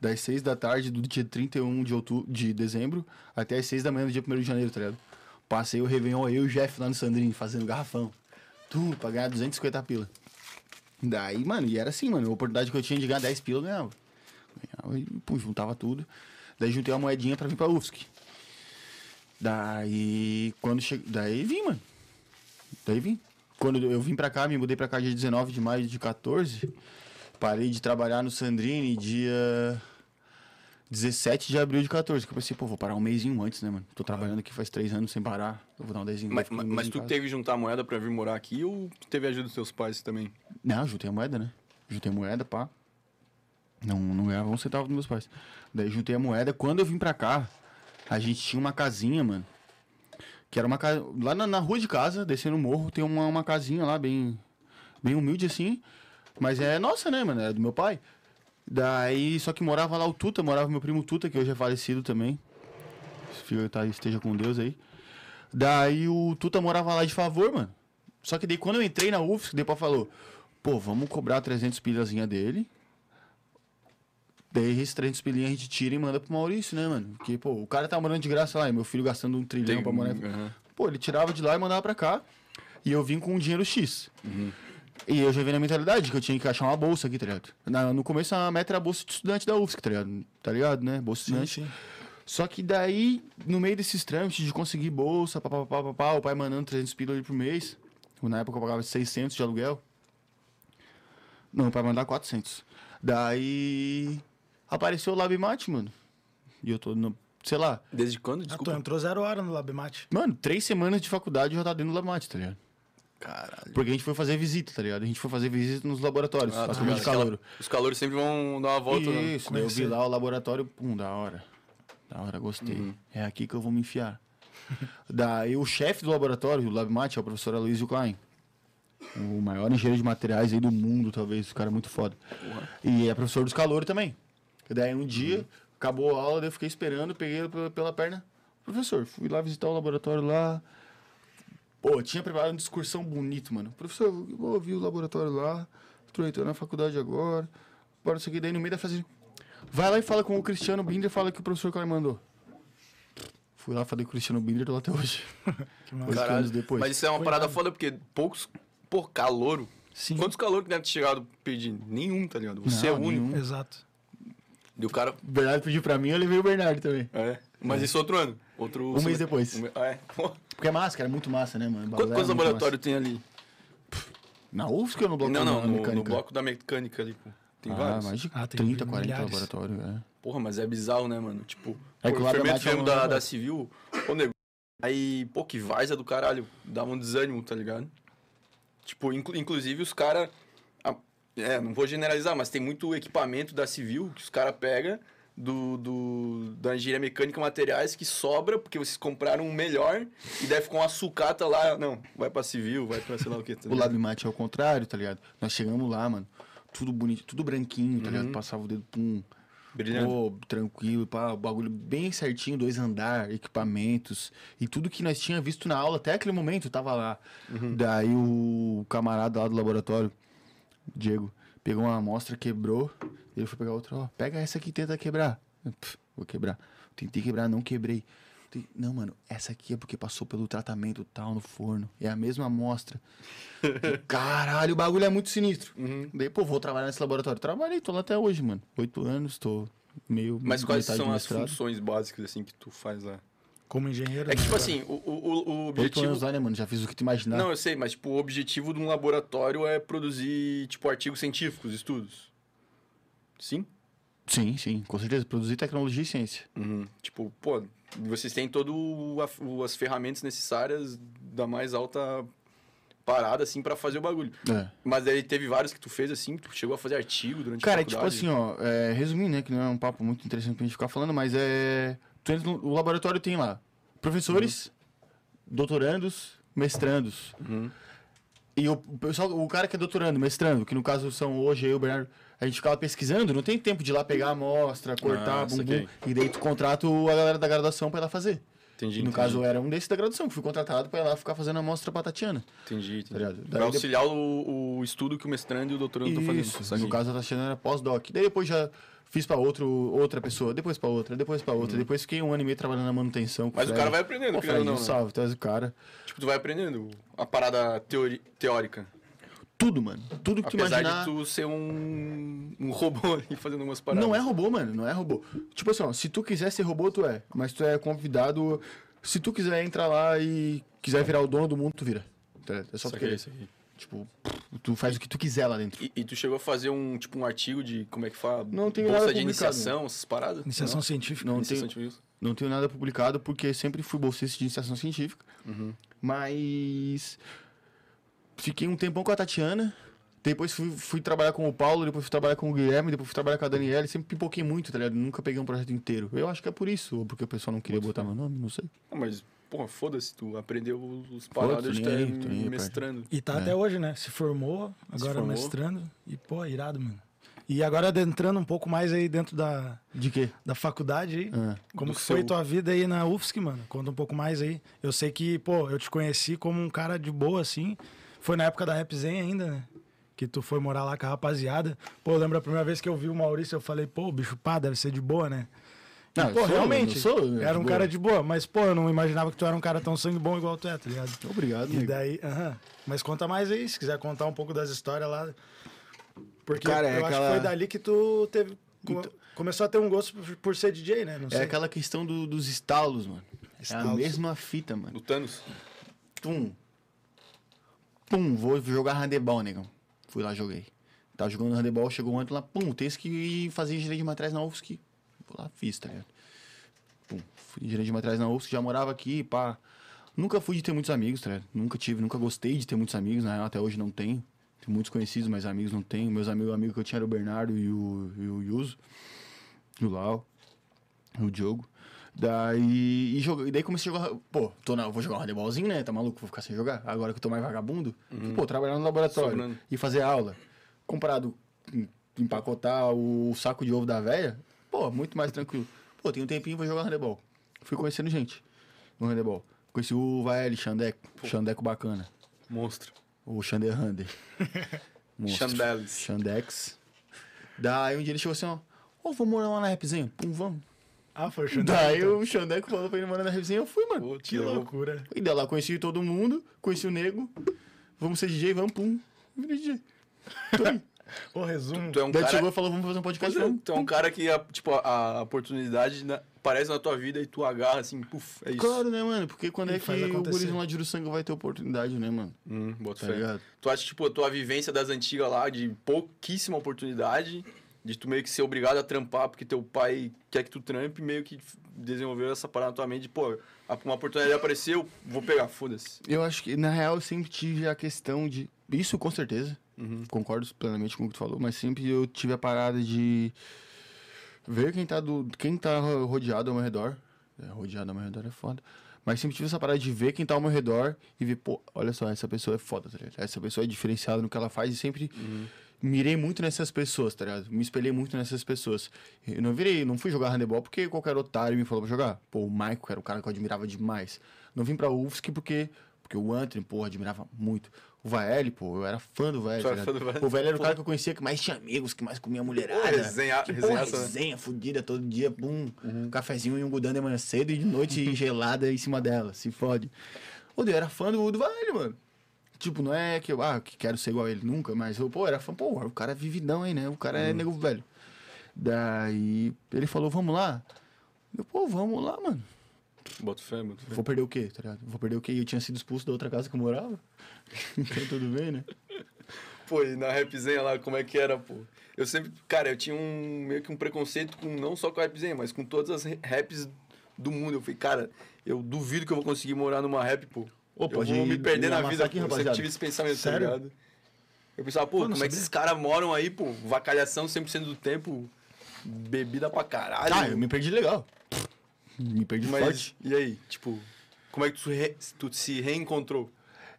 Speaker 3: das 6 da tarde do dia 31 de, outubro, de dezembro até as 6 da manhã do dia 1 de janeiro, tá ligado? Passei o Réveillon, eu e o Jeff lá no Sandrinho, fazendo garrafão. Tu, pra ganhar 250 pila. Daí, mano, e era assim, mano. A oportunidade que eu tinha de ganhar 10 pila, eu ganhava. Ganhava e, pô, juntava tudo. Daí juntei uma moedinha pra vir pra UFSC. Daí, quando cheguei. Daí vim, mano. Daí vim. Quando eu vim pra cá, me mudei pra cá dia 19 de maio de 14. Parei de trabalhar no Sandrine dia 17 de abril de 14, que eu pensei, pô, vou parar um mêsinho antes, né, mano? Tô trabalhando aqui faz três anos sem parar, eu vou dar um dezinho.
Speaker 1: Mas, mas- mas tu
Speaker 3: que
Speaker 1: teve que juntar moeda pra vir morar aqui ou tu teve a ajuda dos teus pais também?
Speaker 3: Não, juntei a moeda, né? Juntei a moeda, pá. Não, não ganhava um centavo dos meus pais. Daí juntei a moeda. Quando eu vim pra cá, a gente tinha uma casinha, mano. Que era uma casa. Lá na, na rua de casa, descendo o morro, tem uma, uma casinha lá, bem, bem humilde assim. Mas é nossa, né, mano? É do meu pai. Daí, só que morava lá o Tuta, morava meu primo Tuta, que hoje é falecido também. Filho, tá, esteja com Deus aí. Daí o Tuta morava lá de favor, mano. Só que daí quando eu entrei na UFSC, daí o pai falou: pô, vamos cobrar 300 pilhazinha dele. Daí esses 300 pilinhas a gente tira e manda pro Maurício, né, mano? Porque, pô, o cara tá morando de graça lá e meu filho gastando um trilhão pra morar.
Speaker 1: Aham.
Speaker 3: Pô, ele tirava de lá e mandava pra cá. E eu vim com um dinheiro X. E eu já vi na mentalidade que eu tinha que achar uma bolsa aqui, tá ligado? Na- no começo a meta era a bolsa de estudante da UFSC, tá ligado? Tá ligado, né? Bolsa de estudante.
Speaker 2: Ah,
Speaker 3: Só que daí, no meio desses trâmites de conseguir bolsa, papapá, papapá, o pai mandando 300 pila ali por mês. Na época eu pagava 600 de aluguel. Não, o pai mandar 400. Daí apareceu o Labimate, mano. E eu tô, no, sei lá,
Speaker 1: Desde quando?
Speaker 2: Ah, tu
Speaker 1: Desculpa.
Speaker 2: entrou zero hora no Labmate.
Speaker 3: Mano, três semanas de faculdade eu já tá dentro do Labmate, tá ligado?
Speaker 1: Caralho.
Speaker 3: Porque a gente foi fazer visita, tá ligado? A gente foi fazer visita nos
Speaker 1: Ah,
Speaker 3: laboratórios, as turmas de calor.
Speaker 1: Os calores sempre vão dar uma volta. tá. né?
Speaker 3: Isso, daí eu vi
Speaker 2: Conhecer.
Speaker 3: lá o laboratório, pum, da hora. Da hora, gostei. É aqui que eu vou me enfiar. daí o chefe do laboratório, o LabMate, é o professor Aloysio Klein. O maior engenheiro de materiais aí do mundo, talvez. O cara é muito foda. E é professor dos calores também. Daí um dia, acabou a aula, daí eu fiquei esperando, peguei ele pela, pela perna. Professor, fui lá visitar o laboratório lá. Pô, tinha preparado uma discursão bonito, mano. Professor, eu ouvi o laboratório lá, tô entrando na faculdade agora. Bora, isso aqui, daí no meio da frase. Vai lá e fala com o Cristiano Binder, fala que o professor Klein mandou. Fui lá, falei com o Cristiano Binder, tô lá até hoje.
Speaker 2: Que massa.
Speaker 3: Oito anos depois.
Speaker 1: Mas isso é uma parada foda, porque poucos. Pô, calouro.
Speaker 3: Sim.
Speaker 1: Quantos calor que deve ter chegado pedindo? Nenhum, tá ligado? Você é
Speaker 3: Não,
Speaker 1: o único.
Speaker 3: nenhum.
Speaker 2: Exato.
Speaker 1: E o cara.
Speaker 3: O Bernardo pediu pra mim, eu levei o Bernardo também.
Speaker 1: É. Mas isso outro ano. Outro.
Speaker 3: Um mês depois.
Speaker 1: Um me- Ah, é. Pô,
Speaker 3: Porque é massa, cara, é muito massa, né, mano?
Speaker 1: Quantos
Speaker 3: Bagulho é muito
Speaker 1: laboratórios tem ali?
Speaker 3: massa. Na UFSC ou no bloco
Speaker 1: não,
Speaker 3: da
Speaker 1: não, no, no
Speaker 3: mecânica?
Speaker 1: bloco da mecânica ali, pô. Tem
Speaker 3: ah,
Speaker 1: vários.
Speaker 3: mais de
Speaker 2: Ah, tem
Speaker 3: 30, 40
Speaker 2: milhares.
Speaker 3: laboratórios, é.
Speaker 1: Porra, mas é bizarro, né, mano? Tipo,
Speaker 3: É
Speaker 1: é
Speaker 3: que
Speaker 1: que
Speaker 3: o lado
Speaker 1: enfermeiro
Speaker 3: abaixo é
Speaker 1: mesmo
Speaker 3: um
Speaker 1: da,
Speaker 3: lado
Speaker 1: da
Speaker 3: abaixo.
Speaker 1: civil, ô nego, aí, pô, que várzea do caralho, dava um desânimo, tá ligado? Tipo, inclu- inclusive os caras. É, não vou generalizar, mas tem muito equipamento da civil que os caras pegam do, do, da engenharia mecânica materiais que sobra, porque vocês compraram um melhor e daí ficou uma sucata lá. Não, vai pra civil, vai pra sei lá o que. Tá
Speaker 3: O
Speaker 1: ligado?
Speaker 3: Lab Mate é o contrário, tá ligado? Nós chegamos lá, mano, tudo bonito, tudo branquinho, tá ligado? Passava o dedo, pum.
Speaker 1: Brilhando.
Speaker 3: Pô, tranquilo, pá, o bagulho bem certinho, dois andar, equipamentos. E tudo que nós tinha visto na aula até aquele momento tava lá. Daí o camarada lá do laboratório, Diego, pegou uma amostra, quebrou. Ele foi pegar outra, ó, pega essa aqui e tenta quebrar. Eu, "Pff, vou quebrar. Tentei quebrar, não quebrei. Tentei- Não, mano, essa aqui é porque passou pelo tratamento tal no forno. É a mesma amostra. Caralho, o bagulho é muito sinistro.
Speaker 1: Uhum.
Speaker 3: Daí, pô, vou trabalhar nesse laboratório. Trabalhei, tô lá até hoje, mano. Oito anos, tô meio.
Speaker 1: Mas quais
Speaker 3: metade
Speaker 1: são
Speaker 3: do
Speaker 1: as
Speaker 3: mestrado.
Speaker 1: funções básicas, assim, que tu faz lá?
Speaker 2: Como engenheiro.
Speaker 1: É
Speaker 2: né,
Speaker 1: que, tipo
Speaker 2: cara?
Speaker 1: assim, o, o, o- o
Speaker 3: Oito
Speaker 1: objetivo.
Speaker 3: anos lá, né, mano? Já fiz o que tu imaginar.
Speaker 1: Não, eu sei, mas tipo, o objetivo de um laboratório é produzir, tipo, artigos científicos, estudos. Sim?
Speaker 3: Sim, sim, com certeza. Produzir tecnologia e ciência.
Speaker 1: Tipo, pô, vocês têm todas as ferramentas necessárias da mais alta parada, assim, pra fazer o bagulho.
Speaker 3: É.
Speaker 1: Mas aí teve vários que tu fez, assim, tu chegou a fazer artigo durante a
Speaker 3: Cara, é tipo
Speaker 1: faculdade.
Speaker 3: assim, ó, é, resumindo, né, que não é um papo muito interessante pra gente ficar falando, mas é. tu entra no- o laboratório tem lá professores,
Speaker 1: Uhum.
Speaker 3: doutorandos, mestrandos. E o, o pessoal, o cara que é doutorando, mestrando, que no caso são hoje eu e o Bernardo, a gente ficava pesquisando, não tem tempo de ir lá pegar a amostra, cortar,
Speaker 1: Ah,
Speaker 3: bumbum,
Speaker 1: saquei.
Speaker 3: e daí tu contrata o- a galera da graduação pra ir lá fazer.
Speaker 1: Entendi,
Speaker 3: E no
Speaker 1: entendi,
Speaker 3: caso eu era um desses da graduação, que fui contratado pra ir lá ficar fazendo a amostra patatiana.
Speaker 1: Entendi, entendi.
Speaker 3: tá ligado? Daí
Speaker 1: pra auxiliar o, o estudo que o mestrando e o doutorando estão fazendo.
Speaker 3: Isso,
Speaker 1: saquei.
Speaker 3: no caso a Tatiana era pós-doc. Daí depois já fiz pra outro, outra pessoa, depois pra outra, depois pra outra. Depois fiquei um ano e meio trabalhando na manutenção. com
Speaker 1: Mas o
Speaker 3: Fred.
Speaker 1: cara vai aprendendo,
Speaker 3: Pô,
Speaker 1: querendo
Speaker 3: Fred,
Speaker 1: ou
Speaker 3: um
Speaker 1: não, né?
Speaker 3: salve, tu és o cara.
Speaker 1: Tipo, tu vai aprendendo a parada teori- teórica.
Speaker 3: Tudo, mano. Tudo que tu
Speaker 1: Apesar
Speaker 3: imaginar.
Speaker 1: de tu ser um, um robô ali fazendo umas paradas.
Speaker 3: Não é robô, mano. Não é robô. Tipo assim, ó, se tu quiser ser robô, tu é. Mas tu é convidado. Se tu quiser entrar lá e quiser virar o dono do mundo, tu vira. Tá ligado? É só
Speaker 1: Saquei,
Speaker 3: porque.
Speaker 1: saquei.
Speaker 3: Tipo, tu faz o que tu quiser lá dentro.
Speaker 1: E, e tu chegou a fazer um, tipo, um artigo de, como é que fala?
Speaker 3: Não tem
Speaker 1: Bolsa
Speaker 3: nada
Speaker 1: de
Speaker 3: publicado.
Speaker 1: iniciação, essas paradas?
Speaker 2: Iniciação científica.
Speaker 1: Não,
Speaker 3: Não
Speaker 1: iniciação
Speaker 3: tenho,
Speaker 1: de Wilson.
Speaker 3: não tenho nada publicado porque sempre fui bolsista de iniciação científica. Mas fiquei um tempão com a Tatiana. Depois fui, fui trabalhar com o Paulo, depois fui trabalhar com o Guilherme, depois fui trabalhar com a Daniela. e Sempre pipoquei muito, tá ligado? Nunca peguei um projeto inteiro. Eu acho que é por isso, ou porque o pessoal não queria botar meu nome, não sei.
Speaker 1: Não, mas, porra, foda-se, tu aprendeu os os paradas de
Speaker 3: tô nem aí, tô
Speaker 1: estar
Speaker 3: nem aí, pai.
Speaker 1: mestrando.
Speaker 2: E
Speaker 3: É.
Speaker 2: tá até hoje, né? Se formou, agora
Speaker 1: formou.
Speaker 2: mestrando. E, pô, irado, mano. E agora adentrando um pouco mais aí dentro da,
Speaker 3: De quê?
Speaker 2: da faculdade aí.
Speaker 3: Ah.
Speaker 2: Como
Speaker 1: Do
Speaker 2: que foi
Speaker 1: seu-
Speaker 2: tua vida aí na UFSC, mano? Conta um pouco mais aí. Eu sei que, pô, eu te conheci como um cara de boa, assim. Foi na época da Rap Zen ainda, né? Que tu foi morar lá com a rapaziada. Pô, eu lembro a primeira vez que eu vi o Maurício, eu falei, pô, o bicho pá, deve ser de boa, né? E,
Speaker 3: Não, eu
Speaker 2: pô,
Speaker 3: sou,
Speaker 2: realmente,
Speaker 3: eu sou
Speaker 2: era
Speaker 3: de
Speaker 2: um
Speaker 3: boa.
Speaker 2: cara de boa. Mas, pô, eu não imaginava que tu era um cara tão sangue bom igual tu é, tá ligado?
Speaker 3: Obrigado,
Speaker 2: E
Speaker 3: nego.
Speaker 2: daí, aham. Mas conta mais aí, se quiser contar um pouco das histórias lá. Porque
Speaker 3: Cara,
Speaker 2: eu acho
Speaker 3: é
Speaker 2: que
Speaker 3: aquela- Então-
Speaker 2: foi dali que tu teve. co- Começou a ter um gosto por- por ser DJ, né? Não sei.
Speaker 3: É aquela questão do- dos estalos, mano. É a
Speaker 2: Estalos.
Speaker 3: mesma fita, mano.
Speaker 1: Do Thanos.
Speaker 3: Tum. Pum, vou jogar handebol, negão. Fui lá, joguei. Tava jogando handebol, chegou um ano lá, pum, tem esse que ir fazer engenharia de materiais na UFSC. Vou lá, fiz, tá ligado? Pum, fui engenharia de materiais na UFSC, já morava aqui, pá. Nunca fui de ter muitos amigos, tá ligado? Nunca tive, nunca gostei de ter muitos amigos, na real, até hoje não tenho. Tenho muitos conhecidos, mas amigos não tenho. Meus amigos, um amigo que eu tinha era o Bernardo e o, e o Yuzo. E o Lau. O Diogo. Daí, e joga- e daí comecei a jogar. Pô, tô na, vou jogar um handballzinho, né? Tá maluco? Vou ficar sem jogar. Agora que eu tô mais vagabundo, pô, trabalhar no laboratório
Speaker 1: Sobrando.
Speaker 3: e fazer aula. Comparado em- empacotar o saco de ovo da velha, pô, muito mais tranquilo. Pô, tem um tempinho, vou jogar handebol. Fui conhecendo gente no handebol. Conheci o Vaeli, Xandeco. Xandeco bacana.
Speaker 1: Monstro.
Speaker 3: O Xanderhander.
Speaker 1: Xandeles.
Speaker 3: Xandex. Daí um dia ele chegou assim, ó. Ô, vou morar lá na rapzinha. Pum, vamos.
Speaker 2: Ah, foi o Xandão,
Speaker 3: Daí
Speaker 2: então.
Speaker 3: o Xandeco falou pra ele morar na rapzinha. Eu fui, mano.
Speaker 1: Pô,
Speaker 2: Que
Speaker 1: te levou.
Speaker 2: loucura.
Speaker 3: E daí lá conheci todo mundo, conheci o nego. Vamos ser DJ, vamos, pum. Virei DJ. Tô aí.
Speaker 2: O resumo.
Speaker 1: Tu é um
Speaker 3: Daí ele
Speaker 1: cara...
Speaker 3: chegou e falou, vamos fazer um podcast.
Speaker 1: Pois é,
Speaker 3: Vamos.
Speaker 1: tu é um cara que, a- tipo, a, a oportunidade na- aparece na tua vida e tu agarra assim, puf, é isso.
Speaker 3: Claro, né, mano? Porque quando
Speaker 2: E
Speaker 3: é
Speaker 2: faz
Speaker 3: que o
Speaker 2: acontecer.
Speaker 3: gurizão lá de Juruçanga vai ter oportunidade, né, mano?
Speaker 1: Hum, bota
Speaker 3: Tá
Speaker 1: fé.
Speaker 3: ligado?
Speaker 1: Tu acha, tipo, a tua vivência das antigas lá, de pouquíssima oportunidade, de tu meio que ser obrigado a trampar porque teu pai quer que tu trampe, meio que desenvolveu essa parada na tua mente de, pô, a- uma oportunidade apareceu, vou pegar, foda-se.
Speaker 3: Eu acho que, na real, eu sempre tive a questão de. Isso com certeza.
Speaker 1: Uhum.
Speaker 3: Concordo plenamente com o que tu falou, mas sempre eu tive a parada de ver quem tá, do, quem tá ro- rodeado ao meu redor. É, rodeado ao meu redor é foda. Mas sempre tive essa parada de ver quem tá ao meu redor e ver, pô, olha só, essa pessoa é foda, tá ligado? Essa pessoa é diferenciada no que ela faz e sempre
Speaker 1: Uhum.
Speaker 3: mirei muito nessas pessoas, tá ligado? Me espelhei muito nessas pessoas. Eu não virei, não fui jogar handebol porque qualquer otário me falou pra jogar. Pô, o Maico era o cara que eu admirava demais. Não vim pra UFSC porque, porque o Anthony, pô, admirava muito. O Vaeli, pô, eu era fã do Vaeli.
Speaker 1: Tu
Speaker 3: tá
Speaker 1: era fã
Speaker 3: ligado?
Speaker 1: do Vaeli?
Speaker 3: O Vaeli era o cara que eu conhecia que mais tinha amigos, que mais comia mulherada.
Speaker 1: Pô, resenha- Uhum.
Speaker 3: que, Tipo, porra,
Speaker 1: resenhaça, né?
Speaker 3: resenha fudida todo dia, pum. Um cafezinho e um gudão de manhã cedo e de noite gelada em cima dela, se fode. Ô, eu era fã do, do Vaeli, mano. Tipo, não é que eu, ah, que quero ser igual a ele nunca, mas eu, pô, era fã, pô, o cara é vividão aí, né? O cara
Speaker 1: Uhum.
Speaker 3: é nego velho. Daí ele falou, vamos lá. Eu, pô, vamos lá, mano.
Speaker 1: Bota fé, mano.
Speaker 3: Vou perder o quê, tá ligado? Vou perder o quê? E eu tinha sido expulso da outra casa que eu morava. então tudo bem, né?
Speaker 1: Pô, e na rapzinha lá, como é que era, pô? Eu sempre, cara, eu tinha um meio que um preconceito com não só com a rapzinha, mas com todas as raps do mundo. Eu falei, cara, eu duvido que eu vou conseguir morar numa rap, pô.
Speaker 3: Ô, pode
Speaker 1: eu vou me
Speaker 3: ir-
Speaker 1: perder
Speaker 3: ir
Speaker 1: na
Speaker 3: amassar
Speaker 1: vida, pô.
Speaker 3: aqui,
Speaker 1: Eu sempre
Speaker 3: rapaziada.
Speaker 1: tive esse pensamento,
Speaker 2: Sério?
Speaker 1: tá ligado? Eu pensava, pô,
Speaker 2: não
Speaker 1: como é que
Speaker 2: sabia.
Speaker 1: esses caras moram aí, pô? Vacalhação 100% do tempo, bebida pra caralho.
Speaker 3: Ah, eu me perdi legal. Me perdi
Speaker 1: Mas,
Speaker 3: forte.
Speaker 1: e aí, tipo, como é que tu, re- tu se reencontrou?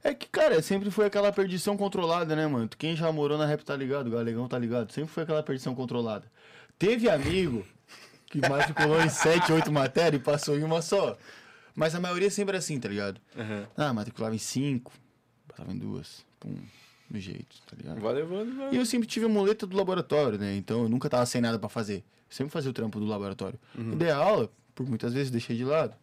Speaker 3: É que, cara, sempre foi aquela perdição controlada, né, mano? Quem já morou na rap tá ligado, o Galegão tá ligado. Sempre foi aquela perdição controlada. Teve amigo que matriculou em 7, 8 matérias e passou em uma só. Mas a maioria sempre era assim, tá ligado? Ah, matriculava em 5, passava em duas. Pum, no jeito, tá ligado?
Speaker 1: Vai levando, vai.
Speaker 3: E eu sempre tive a muleta do laboratório, né? Então eu nunca tava sem nada pra fazer. Sempre fazia o trampo do laboratório. E dei aula, por muitas vezes deixei de lado.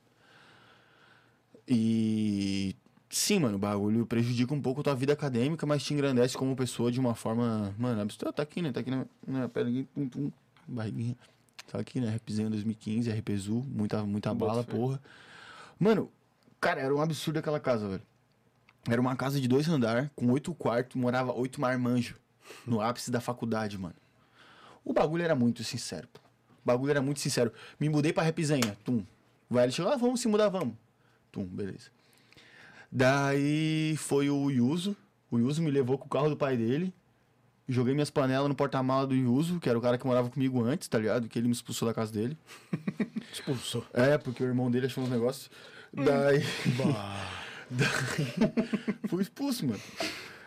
Speaker 3: E sim, mano, o bagulho prejudica um pouco a tua vida acadêmica, mas te engrandece como pessoa de uma forma, mano, absurda. Tá aqui, né? Tá aqui na, na minha perna, aqui, tum, tum, barriguinha. Tá aqui, né? Rapzinho 2015, RPZU, muita, muita
Speaker 1: Bota
Speaker 3: bala,
Speaker 1: fé.
Speaker 3: porra. Mano, cara, era um absurdo aquela casa, velho. Era uma casa de dois andar, com oito quartos, morava oito marmanjos. No ápice da faculdade, mano. O bagulho era muito sincero, pô. O bagulho era muito sincero. Me mudei pra Repizenha, tum. Vai, ele chegou, ah, vamos se mudar, vamos. Tum, beleza. Daí foi o Yuso. O Yuso me levou com o carro do pai dele. Joguei minhas panelas no porta-mala do Yuso, que era o cara que morava comigo antes, tá ligado? Que ele me expulsou da casa dele.
Speaker 2: Expulsou.
Speaker 3: É, porque o irmão dele achou uns negócios. Daí. Daí. fui expulso, mano.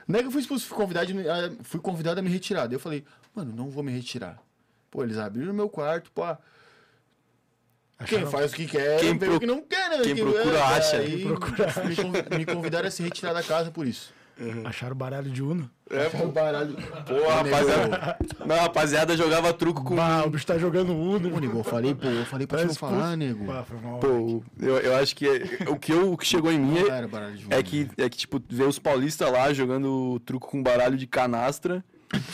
Speaker 3: Não é que eu fui expulso, fui convidado, a- fui convidado a me retirar. Daí eu falei, mano, não vou me retirar. Pô, eles abriram meu quarto, pá. Quem
Speaker 2: Acharam-
Speaker 3: faz o que quer,
Speaker 1: Quem
Speaker 3: quem vê
Speaker 1: pro-
Speaker 3: o que não quer, né?
Speaker 1: quem procura, acha.
Speaker 3: Daí
Speaker 2: Quem procura,
Speaker 3: Me, conv- me convidaram a se retirar da casa por isso.
Speaker 2: Acharam baralho de Uno.
Speaker 1: É, pô,
Speaker 3: O baralho.
Speaker 1: pô, a rapaziada. Não, a rapaziada jogava truco com.
Speaker 3: Ah,
Speaker 2: Bah, o bicho tá jogando Uno.
Speaker 3: Pô, nego, eu falei, pô, eu falei pra você não falar, nego.
Speaker 2: Bah, foi mal.
Speaker 1: Pô, eu, eu acho que é- o que, eu, o que chegou em mim
Speaker 3: Não
Speaker 1: é,
Speaker 3: era baralho de
Speaker 1: é que, é que, tipo, ver os paulistas lá jogando truco com baralho de canastra.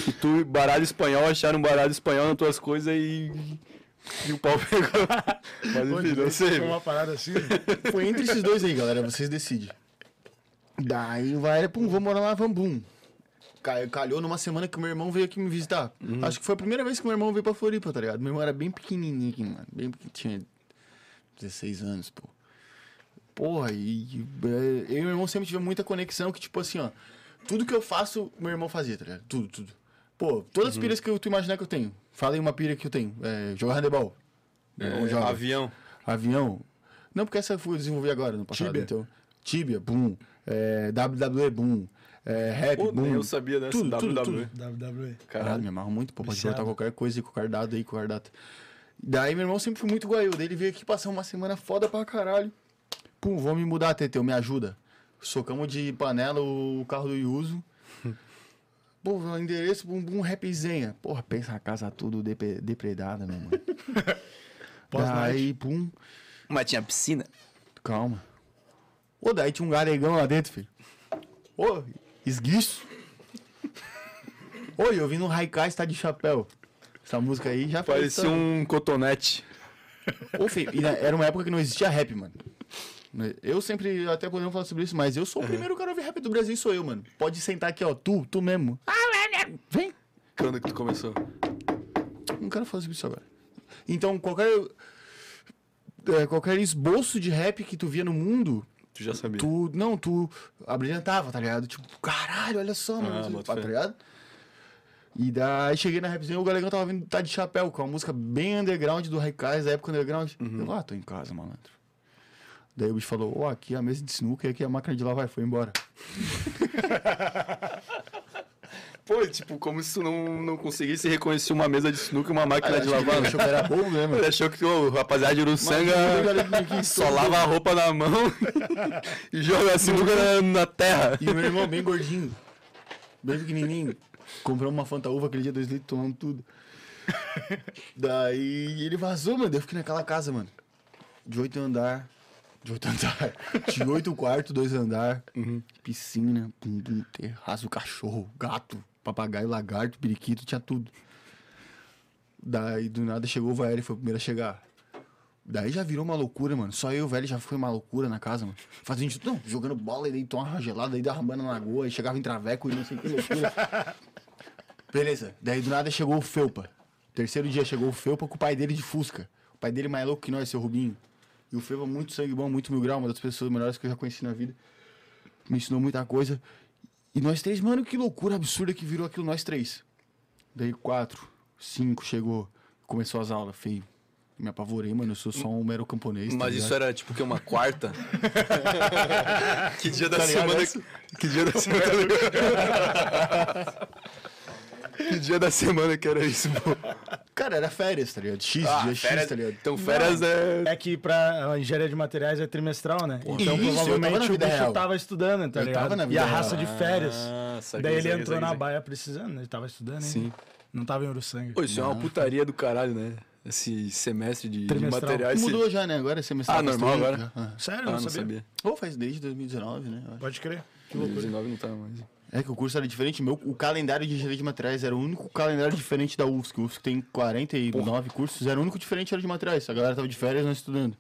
Speaker 1: E tu, baralho espanhol, acharam um baralho espanhol nas tuas coisas e. E o pau pegou. Mas enfim, não sei.
Speaker 3: é
Speaker 2: Foi uma parada assim. né?
Speaker 3: Foi entre esses dois aí, galera. Vocês decidem. Daí vai, pum, vamos morar lá, vamos, bum. Ca- Calhou numa semana que o meu irmão veio aqui me visitar. Acho que foi a primeira vez que meu irmão veio pra Floripa, tá ligado? Meu irmão era bem pequenininho, aqui, mano. Bem pequ- Tinha 16 anos, pô. Porra, e, e- é, eu e meu irmão sempre tive muita conexão que, tipo assim, ó. Tudo que eu faço, meu irmão fazia, tá ligado? Tudo, tudo. Pô, todas as pilhas que eu- tu imaginar que eu tenho. Fala aí uma pilha que eu tenho. É, jogar handebol. Meu irmão joga.
Speaker 1: É, avião.
Speaker 3: Avião. Não, porque essa eu fui desenvolver agora, no passado.
Speaker 2: Tíbia.
Speaker 3: Então, Tibia, boom. É, WWE, boom. É, rap,
Speaker 1: Pô, nem
Speaker 3: boom.
Speaker 1: eu um sabia dessa
Speaker 3: Tudo, tudo,
Speaker 1: WWE.
Speaker 3: tudo.
Speaker 2: WWE.
Speaker 3: Caralho, me amarro muito, pô. Pode
Speaker 2: Viciado.
Speaker 3: botar qualquer coisa aí com o cardápio aí, com o cardápio. Daí meu irmão sempre foi muito guaiô. Daí ele veio aqui passar uma semana foda pra caralho. Pum, vou me mudar, Teteu, me ajuda. Socamos de panela o carro do Yuso. Pô, o endereço, bum, bum, rapzenha. Porra, pensa a casa tudo depre- depredada, meu mano. Daí, pum,
Speaker 1: Mas tinha piscina.
Speaker 3: Calma. Ô, daí tinha um garegão lá dentro, filho. Ô, esguicho. Oi, eu vi no Raikai está de chapéu. Essa música aí já fez
Speaker 1: Parecia
Speaker 3: tanto.
Speaker 1: um cotonete.
Speaker 3: Ô, filho, e na- era uma época que não existia rap, mano. Eu sempre, até podemos falar sobre isso, mas eu sou o primeiro cara a ouvir rap do Brasil, sou eu, mano. Pode sentar aqui, ó, tu, tu mesmo. Ah, Vem.
Speaker 1: Quando que tu começou?
Speaker 3: Não quero falar sobre isso agora. Então, qualquer... é, qualquer esboço de rap que tu via no mundo,
Speaker 1: Tu já sabia.
Speaker 3: Tu, não, tu abrilhantava, tá ligado? Tipo, caralho, olha só,
Speaker 1: Ah,
Speaker 3: mano.
Speaker 1: boto
Speaker 3: tá
Speaker 1: fé.
Speaker 3: ligado? E daí cheguei na rapzinha, o galegão tava vindo tá de chapéu, com uma música bem underground do Raikais, da época underground.
Speaker 1: Uhum.
Speaker 3: Eu lá, ah, tô em casa, malandro. Daí o bicho falou, ó, aqui é a mesa de sinuca e aqui é a máquina de lavar, e foi embora.
Speaker 1: Pô, tipo, como se tu não, não conseguisse reconhecer uma mesa de sinuca e uma máquina de lavar.
Speaker 3: Ele achou que era bobo, né, mano?
Speaker 1: Ele achou que o rapaziada de Uruçanga
Speaker 3: Imagina,
Speaker 1: só lava a roupa na mão e joga a sinuca na, na terra.
Speaker 3: E o meu irmão, bem gordinho, bem pequenininho, comprou uma Fanta Uva aquele dia, dois litros, tomamos tudo. Daí ele vazou, mano. daí Eu fiquei naquela casa, mano. De oito andar. De oito andar. De oito quartos, dois andar. Piscina, pum, pum, terraço, cachorro, gato, papagaio, lagarto, periquito, tinha tudo. Daí do nada chegou o Vaeli, foi o primeiro a chegar. Daí já virou uma loucura, mano. Só eu e o velho já foi uma loucura na casa, mano. Fazendo tipo, não, jogando bola e daí tomava uma gelada, daí derramando na lagoa, e chegava em traveco e não sei que loucura. Beleza. Daí do nada chegou o Felpa. Terceiro dia chegou o Felpa com o pai dele de Fusca. O pai dele é mais louco que nós, seu Rubinho. E o Felpa, muito sangue bom, muito mil grau, uma das pessoas melhores que eu já conheci na vida. Me ensinou muita coisa. E nós três, mano, que loucura absurda que virou aquilo, nós três. Daí quatro, cinco chegou, começou as aulas, feio. Me apavorei, mano, eu sou só um mero camponês. tá
Speaker 1: Mas
Speaker 3: ligado?
Speaker 1: isso era tipo que uma quarta? que dia da
Speaker 3: Tá ligado
Speaker 1: semana.
Speaker 3: essa?
Speaker 1: Que dia da semana. que dia da semana que era isso, pô?
Speaker 3: Cara, era férias, tá ligado? X, dia X, tá ligado?
Speaker 1: Então Ah, férias é.
Speaker 2: É que pra a engenharia de materiais é trimestral, né? Então
Speaker 3: Isso, eu tava na
Speaker 2: provavelmente o
Speaker 3: vida
Speaker 2: bicho
Speaker 3: real.
Speaker 2: tava estudando, tá
Speaker 3: Eu
Speaker 2: ligado?
Speaker 3: tava na
Speaker 2: e
Speaker 3: vida
Speaker 2: a
Speaker 1: É
Speaker 3: real. Ah.
Speaker 2: raça de férias.
Speaker 1: Ah, saquei,
Speaker 2: Daí ele
Speaker 1: saquei,
Speaker 2: entrou
Speaker 1: saquei,
Speaker 2: na
Speaker 1: saquei.
Speaker 2: baia precisando, né? Ele tava estudando, hein?
Speaker 1: Sim.
Speaker 2: Não tava em Uruçanga.
Speaker 1: Pô, isso é uma putaria do caralho, né? Esse semestre de, de
Speaker 2: Trimestral.
Speaker 1: materiais.
Speaker 3: Mudou já, né? Agora é semestral.
Speaker 1: Ah, normal
Speaker 3: construído
Speaker 1: agora.
Speaker 3: já. Ah.
Speaker 2: Sério,
Speaker 1: Ah,
Speaker 2: não,
Speaker 1: não
Speaker 2: sabia?
Speaker 1: sabia.
Speaker 3: Ou faz desde 2019, né? Eu acho.
Speaker 2: Pode crer.
Speaker 1: Que loucura. 19 não tava mais.
Speaker 3: É que o curso era diferente. Meu, o calendário de engenharia de materiais era o único calendário diferente da UFSC. O UFSC tem 49 cursos, era o único diferente era de materiais. A galera tava de férias, nós estudando.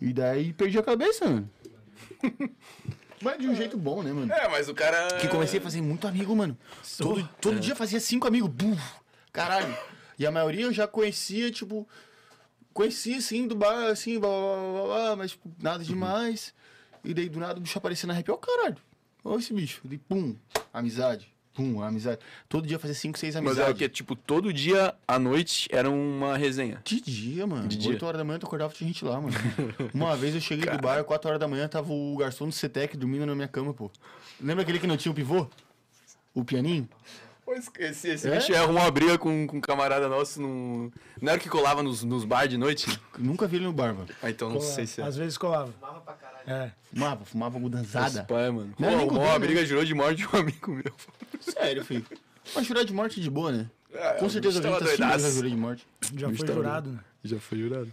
Speaker 3: E daí perdi a cabeça, mano. Mas de um jeito bom, né, mano?
Speaker 1: É, mas o cara.
Speaker 3: Que comecei a fazer muito amigo, mano. Todo, todo dia fazia cinco amigos. Buf, caralho. E a maioria eu já conhecia, tipo. Conhecia assim, do bar, assim, blá blá blá, blá, blá mas tipo,
Speaker 1: Uhum.
Speaker 3: nada demais. E daí do nada o bicho aparecia na rap, ó, caralho. Olha esse bicho. E pum, amizade. Pum, amizade. Todo dia fazia cinco, seis
Speaker 1: Mas
Speaker 3: amizades.
Speaker 1: é o que? Tipo, todo dia à noite era uma resenha.
Speaker 3: De dia, mano.
Speaker 1: De
Speaker 3: De
Speaker 1: dia.
Speaker 3: 8 horas da manhã tu acordava tinha gente lá, mano. Uma vez eu cheguei do bar, 4 horas da manhã, tava o garçom do CETEC dormindo na minha cama, pô. Lembra aquele que não tinha o pivô? O pianinho?
Speaker 1: Esse, esse
Speaker 3: É?
Speaker 1: bicho arrumou uma briga com, com um camarada nosso num. Não era o que colava nos, nos bar de noite?
Speaker 3: Nunca vi ele no bar, mano.
Speaker 1: Ah, então não sei se é.
Speaker 2: Às vezes colava. É.
Speaker 3: Fumava, fumava
Speaker 1: Nossa,
Speaker 3: gudanzada.
Speaker 1: pai, mano. Pô,
Speaker 3: Não é nem com
Speaker 1: arrumou
Speaker 3: dano,
Speaker 1: uma
Speaker 3: né?
Speaker 1: briga, jurou de morte de um amigo meu.
Speaker 3: Sério, filho. Mas jurar de morte é de boa, né?
Speaker 1: É,
Speaker 3: Com
Speaker 1: o
Speaker 3: certeza
Speaker 1: bicho
Speaker 3: alguém
Speaker 1: tava
Speaker 3: tá assistindo
Speaker 1: doidaço.
Speaker 3: já jurou de morte.
Speaker 2: Já
Speaker 1: Bicho
Speaker 2: foi
Speaker 1: tá
Speaker 2: jurado, né?
Speaker 1: Já foi jurado.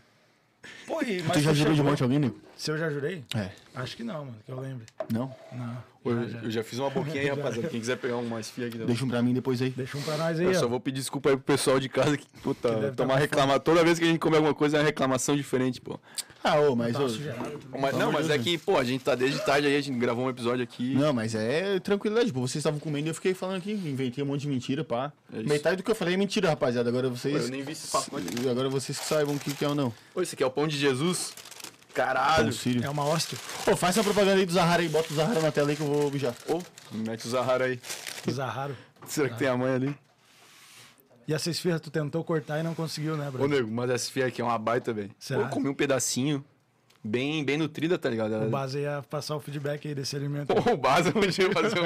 Speaker 2: Pô, e,
Speaker 3: tu já jurou de morte alguém, nego?
Speaker 2: Se eu já jurei?
Speaker 3: É.
Speaker 2: Acho que não, mano, que eu lembre.
Speaker 3: Não?
Speaker 2: Não.
Speaker 1: Pô,
Speaker 2: já,
Speaker 1: eu,
Speaker 2: já.
Speaker 1: eu já fiz uma boquinha aí, rapaziada. Quem quiser pegar uma esfia aqui também.
Speaker 3: Deixa um pra mim depois aí.
Speaker 2: Deixa um pra nós aí,
Speaker 1: Eu
Speaker 2: ó.
Speaker 1: só vou pedir desculpa aí pro pessoal de casa que, puta,
Speaker 2: deve tá
Speaker 1: tomar
Speaker 2: com
Speaker 1: reclamar. Toda vez que a gente come alguma coisa é uma reclamação diferente, pô.
Speaker 3: Ah, ô, mas.
Speaker 2: Tá
Speaker 3: ô,
Speaker 2: sujeirado também.
Speaker 1: Mas- não,
Speaker 3: amor de
Speaker 1: mas é
Speaker 3: Deus,
Speaker 1: que, pô, a gente tá desde tarde aí, a gente gravou um episódio aqui.
Speaker 3: Não, mas é tranquilidade, pô. Vocês estavam comendo e eu fiquei falando aqui, inventei um monte de mentira, pá.
Speaker 1: É isso.
Speaker 3: Metade do que eu falei é mentira, rapaziada. Agora vocês.
Speaker 1: Pô, eu nem vi esse pacote.
Speaker 3: E Agora vocês que saibam o que, que é ou não.
Speaker 1: Pô, esse aqui é o pão de Jesus? Caralho.
Speaker 3: Auxílio.
Speaker 2: É uma hóstia.
Speaker 3: Ô, faça a propaganda aí do Zahara aí, bota o Zahara na tela aí que eu vou mijar.
Speaker 1: Ô, mete o Zahara aí.
Speaker 2: Zarraro.
Speaker 1: Será que tem a mãe ali?
Speaker 2: E essa esfirra tu tentou cortar e não conseguiu, né,
Speaker 1: Ô,
Speaker 2: Bruno?
Speaker 1: nego, mas essa fia aqui é uma baita, velho.
Speaker 2: Será?
Speaker 1: Eu comi um pedacinho, bem, bem nutrida, tá ligado?
Speaker 2: O
Speaker 1: Ela...
Speaker 2: Baza ia passar o feedback aí desse alimento.
Speaker 1: Pô, o Baza podia fazer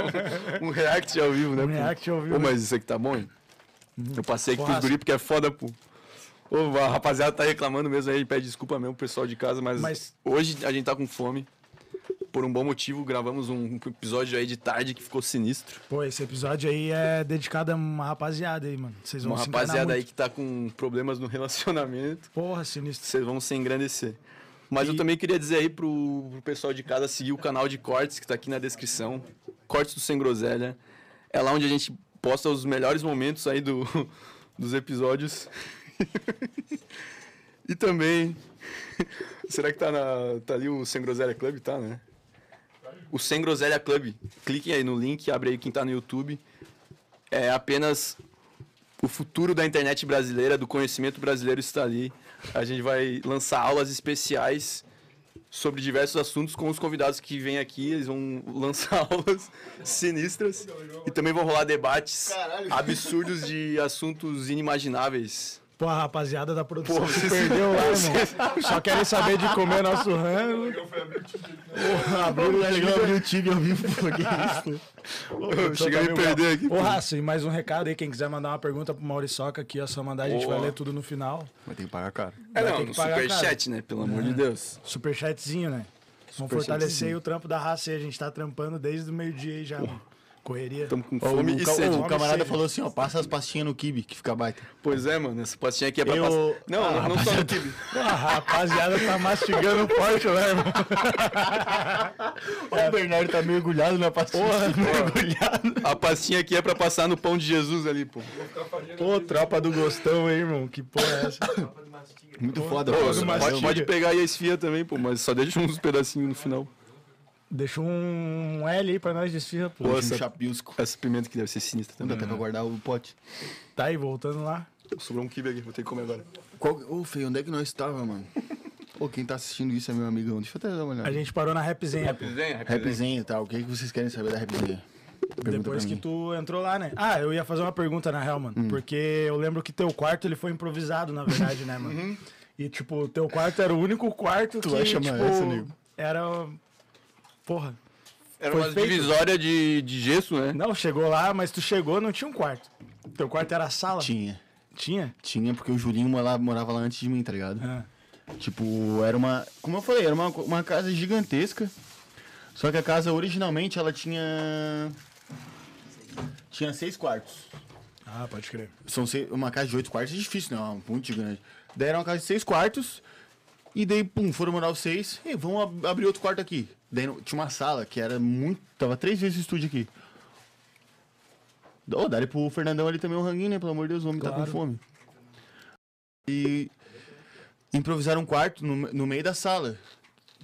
Speaker 1: um, um react ao vivo, né?
Speaker 2: Um
Speaker 1: pô?
Speaker 2: react ao vivo. Uhum.
Speaker 1: Ô, mas isso aqui tá bom, hein? Eu passei aqui pros
Speaker 2: Porraço.
Speaker 1: guri porque é foda, pô. Ô, a rapaziada tá reclamando mesmo aí, pede desculpa mesmo pro pessoal de casa, mas,
Speaker 2: Mas-
Speaker 1: hoje a gente tá com fome. Por um bom motivo, gravamos um episódio aí de tarde que ficou sinistro.
Speaker 2: Pô, esse episódio aí é dedicado a uma rapaziada aí, mano. Vocês vão
Speaker 1: Uma
Speaker 2: se enganar
Speaker 1: rapaziada aí
Speaker 2: muito.
Speaker 1: que tá com problemas no relacionamento.
Speaker 2: Porra, sinistro.
Speaker 1: vocês vão se engrandecer. Mas eu também queria dizer aí pro, pro pessoal de casa seguir o canal de cortes que tá aqui na descrição. Cortes do Sem Groselha. É lá onde a gente posta os melhores momentos aí do, dos episódios. e também. Será que tá, na, tá ali o Sem Groselha Club? Tá, né? O Sem Groselha Club. Cliquem aí no link, abre aí quem tá no YouTube. É apenas o futuro da internet brasileira, do conhecimento brasileiro está ali. A gente vai lançar aulas especiais sobre diversos assuntos com os convidados que vêm aqui. Eles vão lançar aulas sinistras e também vão rolar debates absurdos de assuntos inimagináveis.
Speaker 2: Pô, a rapaziada da produção
Speaker 1: Pô,
Speaker 2: se
Speaker 1: vocês-
Speaker 2: perdeu lá, irmão. Só querem saber de comer nosso rango.
Speaker 3: Abriu o legal, abriu o time ao vivo, pô. Que isso?
Speaker 1: Eu cheguei a me perder aqui.
Speaker 2: Ô, Raça, e mais um recado aí. Quem quiser mandar uma pergunta pro Mauriçoca aqui, é só mandar. A gente
Speaker 1: Boa.
Speaker 2: vai ler tudo no final.
Speaker 3: Mas tem que pagar caro.
Speaker 1: É,
Speaker 2: vai
Speaker 1: não,
Speaker 2: ter que
Speaker 1: no
Speaker 2: pagar, cara.
Speaker 1: superchat, né? Pelo amor de Deus.
Speaker 2: Superchatzinho, né? Vamos fortalecer aí o trampo da raça aí. A gente tá trampando desde o meio-dia aí já. mano. Correria.
Speaker 1: Estamos com
Speaker 3: Ô,
Speaker 1: fome
Speaker 3: o,
Speaker 1: e
Speaker 3: ca- ô,
Speaker 1: sede.
Speaker 3: o camarada
Speaker 2: sede.
Speaker 3: falou assim, ó, passa as pastinhas no kibe, que fica baita.
Speaker 1: Pois é, mano, essa pastinha aqui é pra
Speaker 3: Eu-
Speaker 1: passar. Não,
Speaker 3: Ah,
Speaker 1: não só no time.
Speaker 2: A rapaziada tá mastigando forte, né, irmão?
Speaker 3: O Bernardo tá mergulhado na pastinha. mergulhado.
Speaker 1: A pastinha aqui é pra passar no pão de Jesus ali, pô.
Speaker 2: Pô, tropa do gostão aí, irmão. Que porra é essa?
Speaker 3: Muito foda,
Speaker 1: Pô,
Speaker 3: pô.
Speaker 1: você
Speaker 2: mas
Speaker 1: pode,
Speaker 2: eu-
Speaker 1: pode pegar aí a esfia também, pô, mas só deixa uns pedacinhos no final.
Speaker 2: Deixa um L aí pra nós de esfirra, pô.
Speaker 1: Boa.
Speaker 3: Um chapisco.
Speaker 1: Essa pimenta que deve ser sinistra
Speaker 3: Não dá
Speaker 1: também.
Speaker 3: até pra guardar o pote.
Speaker 2: Tá aí, voltando lá.
Speaker 1: Sobrou um kibe aqui, vou ter que comer agora.
Speaker 3: Qual... Ô, Fê, onde é que nós estava, mano? Ô, quem tá assistindo isso é meu amigão. Deixa eu até dar uma olhada.
Speaker 2: A gente parou na rapzinha. pô.
Speaker 3: Rapzinho, tá? O que, que vocês querem saber da rapzinha? Pergunta
Speaker 2: Depois
Speaker 3: pra
Speaker 2: que
Speaker 3: mim. Hum.
Speaker 2: tu entrou lá, né? Ah, eu ia fazer uma pergunta, na real, mano. Porque eu lembro que teu quarto, ele foi improvisado, na verdade, né, mano? E, tipo, teu quarto era o único quarto que,
Speaker 3: Uhum. vai chamar
Speaker 2: tipo,
Speaker 3: essa, nego?
Speaker 2: era... Porra.
Speaker 1: Era
Speaker 2: Foi
Speaker 1: uma
Speaker 2: feito?
Speaker 1: divisória de, de gesso, né?
Speaker 2: Não, chegou lá, mas tu chegou, não tinha um quarto. Teu quarto era a sala?
Speaker 3: Tinha.
Speaker 2: Tinha?
Speaker 3: Tinha, porque o Julinho mora- morava lá antes de mim, tá ligado?
Speaker 2: Ah.
Speaker 3: Tipo, era uma. Como eu falei, era uma, uma casa gigantesca. Só que a casa originalmente ela tinha. Tinha seis quartos.
Speaker 2: Ah, pode crer.
Speaker 3: São seis- uma casa de oito quartos é difícil, não. É muito gigante. Daí era uma casa de seis quartos. E daí, pum, foram morar os seis. E vamos ab- abrir outro quarto aqui. Daí não- tinha uma sala que era muito. Tava três vezes o estúdio aqui. Ô, dá-lhe pro Fernandão ali também um ranguinho, né? Pelo amor de Deus, o homem tá
Speaker 2: Claro.
Speaker 3: com fome. E improvisaram um quarto no, no meio da sala.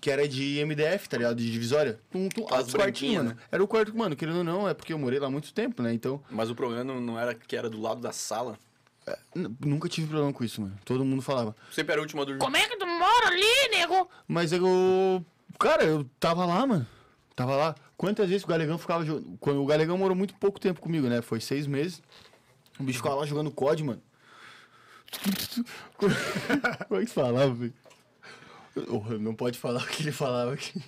Speaker 3: que era de MDF, tá ligado? De divisória. Um, um,
Speaker 1: As
Speaker 3: altos quartinhos,
Speaker 1: branquinhas,
Speaker 3: mano. Era o quarto, mano, querendo ou não, é porque eu morei lá há muito tempo, né? Então,
Speaker 1: Mas o problema não- não era que era do lado da sala.
Speaker 3: É, n- nunca tive problema com isso, mano. Todo mundo falava.
Speaker 1: Sempre era a última a dormir.
Speaker 5: Como é que tu mora ali, nego?
Speaker 3: Mas eu. Cara, eu tava lá, mano. Tava lá. Quantas vezes o Galegão ficava jogando. Quando o Galegão morou muito pouco tempo comigo, né? Foi seis meses. O bicho ficava lá jogando COD, mano. Como é que falava, velho? Oh, Não pode falar o que ele falava aqui.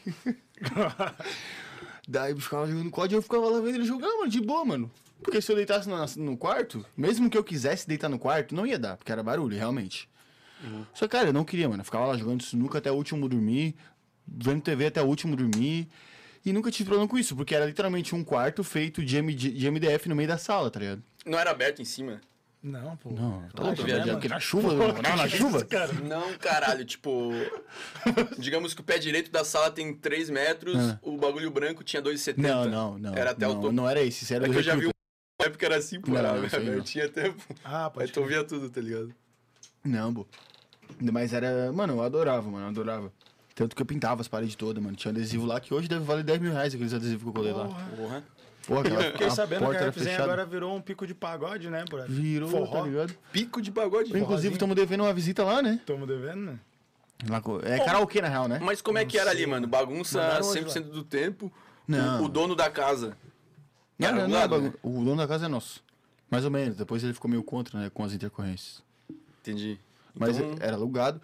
Speaker 3: Daí eu ficava jogando COD e eu ficava lá vendo ele jogar, mano, de boa, mano. Porque se eu deitasse na- no quarto, mesmo que eu quisesse deitar no quarto, não ia dar, porque era barulho, realmente. Só que, cara, eu não queria, mano. Eu ficava lá jogando sinuca até o último dormir, vendo TV até o último dormir. E nunca tive problema com isso, porque era literalmente um quarto feito de, MD de MDF no meio da sala, tá ligado?
Speaker 1: Não era aberto em cima?
Speaker 2: Não, pô.
Speaker 3: Não, tá louco,
Speaker 1: que
Speaker 3: velho.
Speaker 1: é,
Speaker 3: Aqui na chuva, não, na chuva.
Speaker 1: Não, caralho, tipo. Digamos que o pé direito da sala tem 3 metros,
Speaker 3: Ah.
Speaker 1: o bagulho branco tinha 2,70.
Speaker 3: Não, não, não.
Speaker 1: Era até
Speaker 3: não,
Speaker 1: o topo.
Speaker 3: Não era esse, esse era
Speaker 1: É
Speaker 3: do
Speaker 1: que eu já vi
Speaker 3: recruta.
Speaker 1: uma época era assim, pô.
Speaker 3: Não,
Speaker 1: Era
Speaker 3: não, isso aí não.
Speaker 1: abertinho até. pô.
Speaker 2: Ah,
Speaker 1: Aí
Speaker 3: É,
Speaker 2: pode
Speaker 1: tu
Speaker 2: crer.
Speaker 1: via tudo, tá ligado?
Speaker 3: Não, pô. Mas era. Mano, eu adorava, mano, eu adorava. Tanto que eu pintava as paredes todas, mano. Tinha um adesivo lá que hoje deve valer 10 mil reais aqueles adesivos que eu colei lá.
Speaker 1: Porra.
Speaker 3: Porra, cara.
Speaker 2: Fiquei sabendo que a Rapzen
Speaker 3: fechada.
Speaker 2: agora virou um pico de pagode, né, bro?
Speaker 3: Virou,
Speaker 2: Forró.
Speaker 3: tá ligado?
Speaker 1: Pico de pagode.
Speaker 3: Inclusive, estamos devendo uma visita lá, né?
Speaker 2: Tamo devendo, né?
Speaker 3: Lá co- É karaokê, na real, né?
Speaker 1: Mas como é que era ali, mano? Bagunça
Speaker 2: Mandaram hoje
Speaker 1: 100% do tempo.
Speaker 3: Não.
Speaker 1: O, o dono da casa.
Speaker 3: Não,
Speaker 1: Era
Speaker 3: não,
Speaker 1: do
Speaker 3: não,
Speaker 1: lado,
Speaker 3: bagun- O dono da casa é nosso. Mais ou menos. Depois ele ficou meio contra, né? Com as intercorrências.
Speaker 1: Entendi.
Speaker 3: Mas é-
Speaker 1: Então-
Speaker 3: era alugado.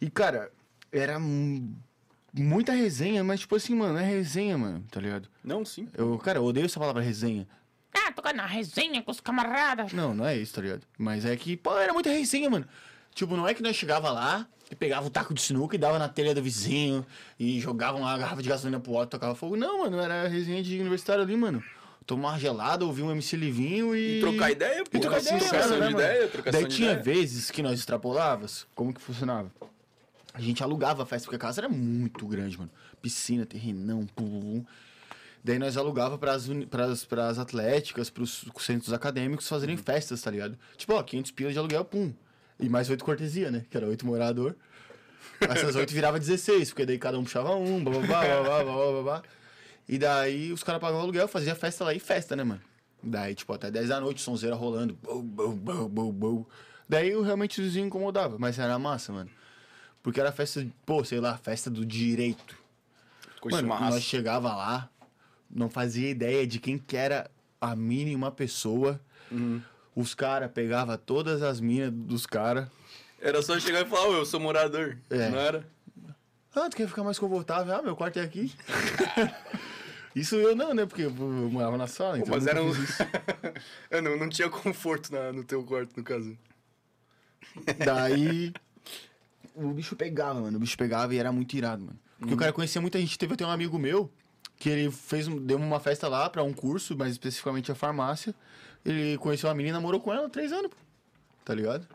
Speaker 3: E, cara, era mu- muita resenha, mas tipo assim, mano, é resenha, mano, tá ligado?
Speaker 1: Não, sim.
Speaker 3: Eu, cara, eu odeio essa palavra resenha.
Speaker 5: Ah, tô na resenha com os camaradas.
Speaker 3: Não, não é isso, tá ligado? Mas é que, pô, era muita resenha, mano. Tipo, não é que nós chegava lá e pegava o taco de sinuca e dava na telha do vizinho e jogava uma garrafa de gasolina pro alto, tocava fogo. Não, mano, era resenha de universitário ali, mano. Tomar uma gelada, ouvir um MC Livinho e.
Speaker 1: E trocar ideia, pô.
Speaker 3: E trocar
Speaker 1: Assim,
Speaker 3: ideia,
Speaker 1: trocação de
Speaker 3: mano, né, mano?
Speaker 1: ideia, trocação
Speaker 3: Daí
Speaker 1: de
Speaker 3: tinha
Speaker 1: ideia.
Speaker 3: vezes que nós extrapolavas, como que funcionava? A gente alugava a festa, porque a casa era muito grande, mano. Piscina, terrenão, pum, pum, pum. Daí nós alugava pras, uni- pras, pras atléticas, pros centros acadêmicos
Speaker 1: Uhum.
Speaker 3: fazerem festas, tá ligado? Tipo, ó, 500 pila de aluguel, pum. E mais oito cortesia, né? Que era oito morador. Essas oito virava 16, porque daí cada um puxava um, bababá, babá, babá, babá. E daí os caras pagavam aluguel, fazia festa lá e festa, né, mano? Daí, tipo, até 10 da noite, sonzeira rolando. Bou, bou, bou, bou, bou. Daí eu realmente os vizinhos incomodava, mas era massa, mano. Porque era festa, pô, sei lá, festa do direito.
Speaker 1: Coisa
Speaker 3: Mano,
Speaker 1: uma raça.
Speaker 3: nós chegava lá, não fazia ideia de quem que era a mínima pessoa.
Speaker 1: Uhum.
Speaker 3: Os caras pegavam todas as minas dos caras.
Speaker 1: Era só chegar e falar, ô, eu sou morador.
Speaker 3: É.
Speaker 1: Não era?
Speaker 3: Ah, tu quer ficar mais confortável? Ah, meu quarto é aqui. Isso eu não, né? Porque eu morava na
Speaker 1: Pô,
Speaker 3: sala, então.
Speaker 1: mas
Speaker 3: eu
Speaker 1: era
Speaker 3: nunca
Speaker 1: um.
Speaker 3: fiz isso.
Speaker 1: É, não, não tinha conforto na- no teu quarto, no caso.
Speaker 3: Daí. O bicho pegava, mano. O bicho pegava e era muito irado, mano. Porque
Speaker 1: Uhum.
Speaker 3: o cara conhecia muita gente. Teve até um amigo meu que ele fez um- deu uma festa lá pra um curso, mais especificamente a farmácia. Ele conheceu uma menina, morou com ela há três anos, pô. Tá ligado?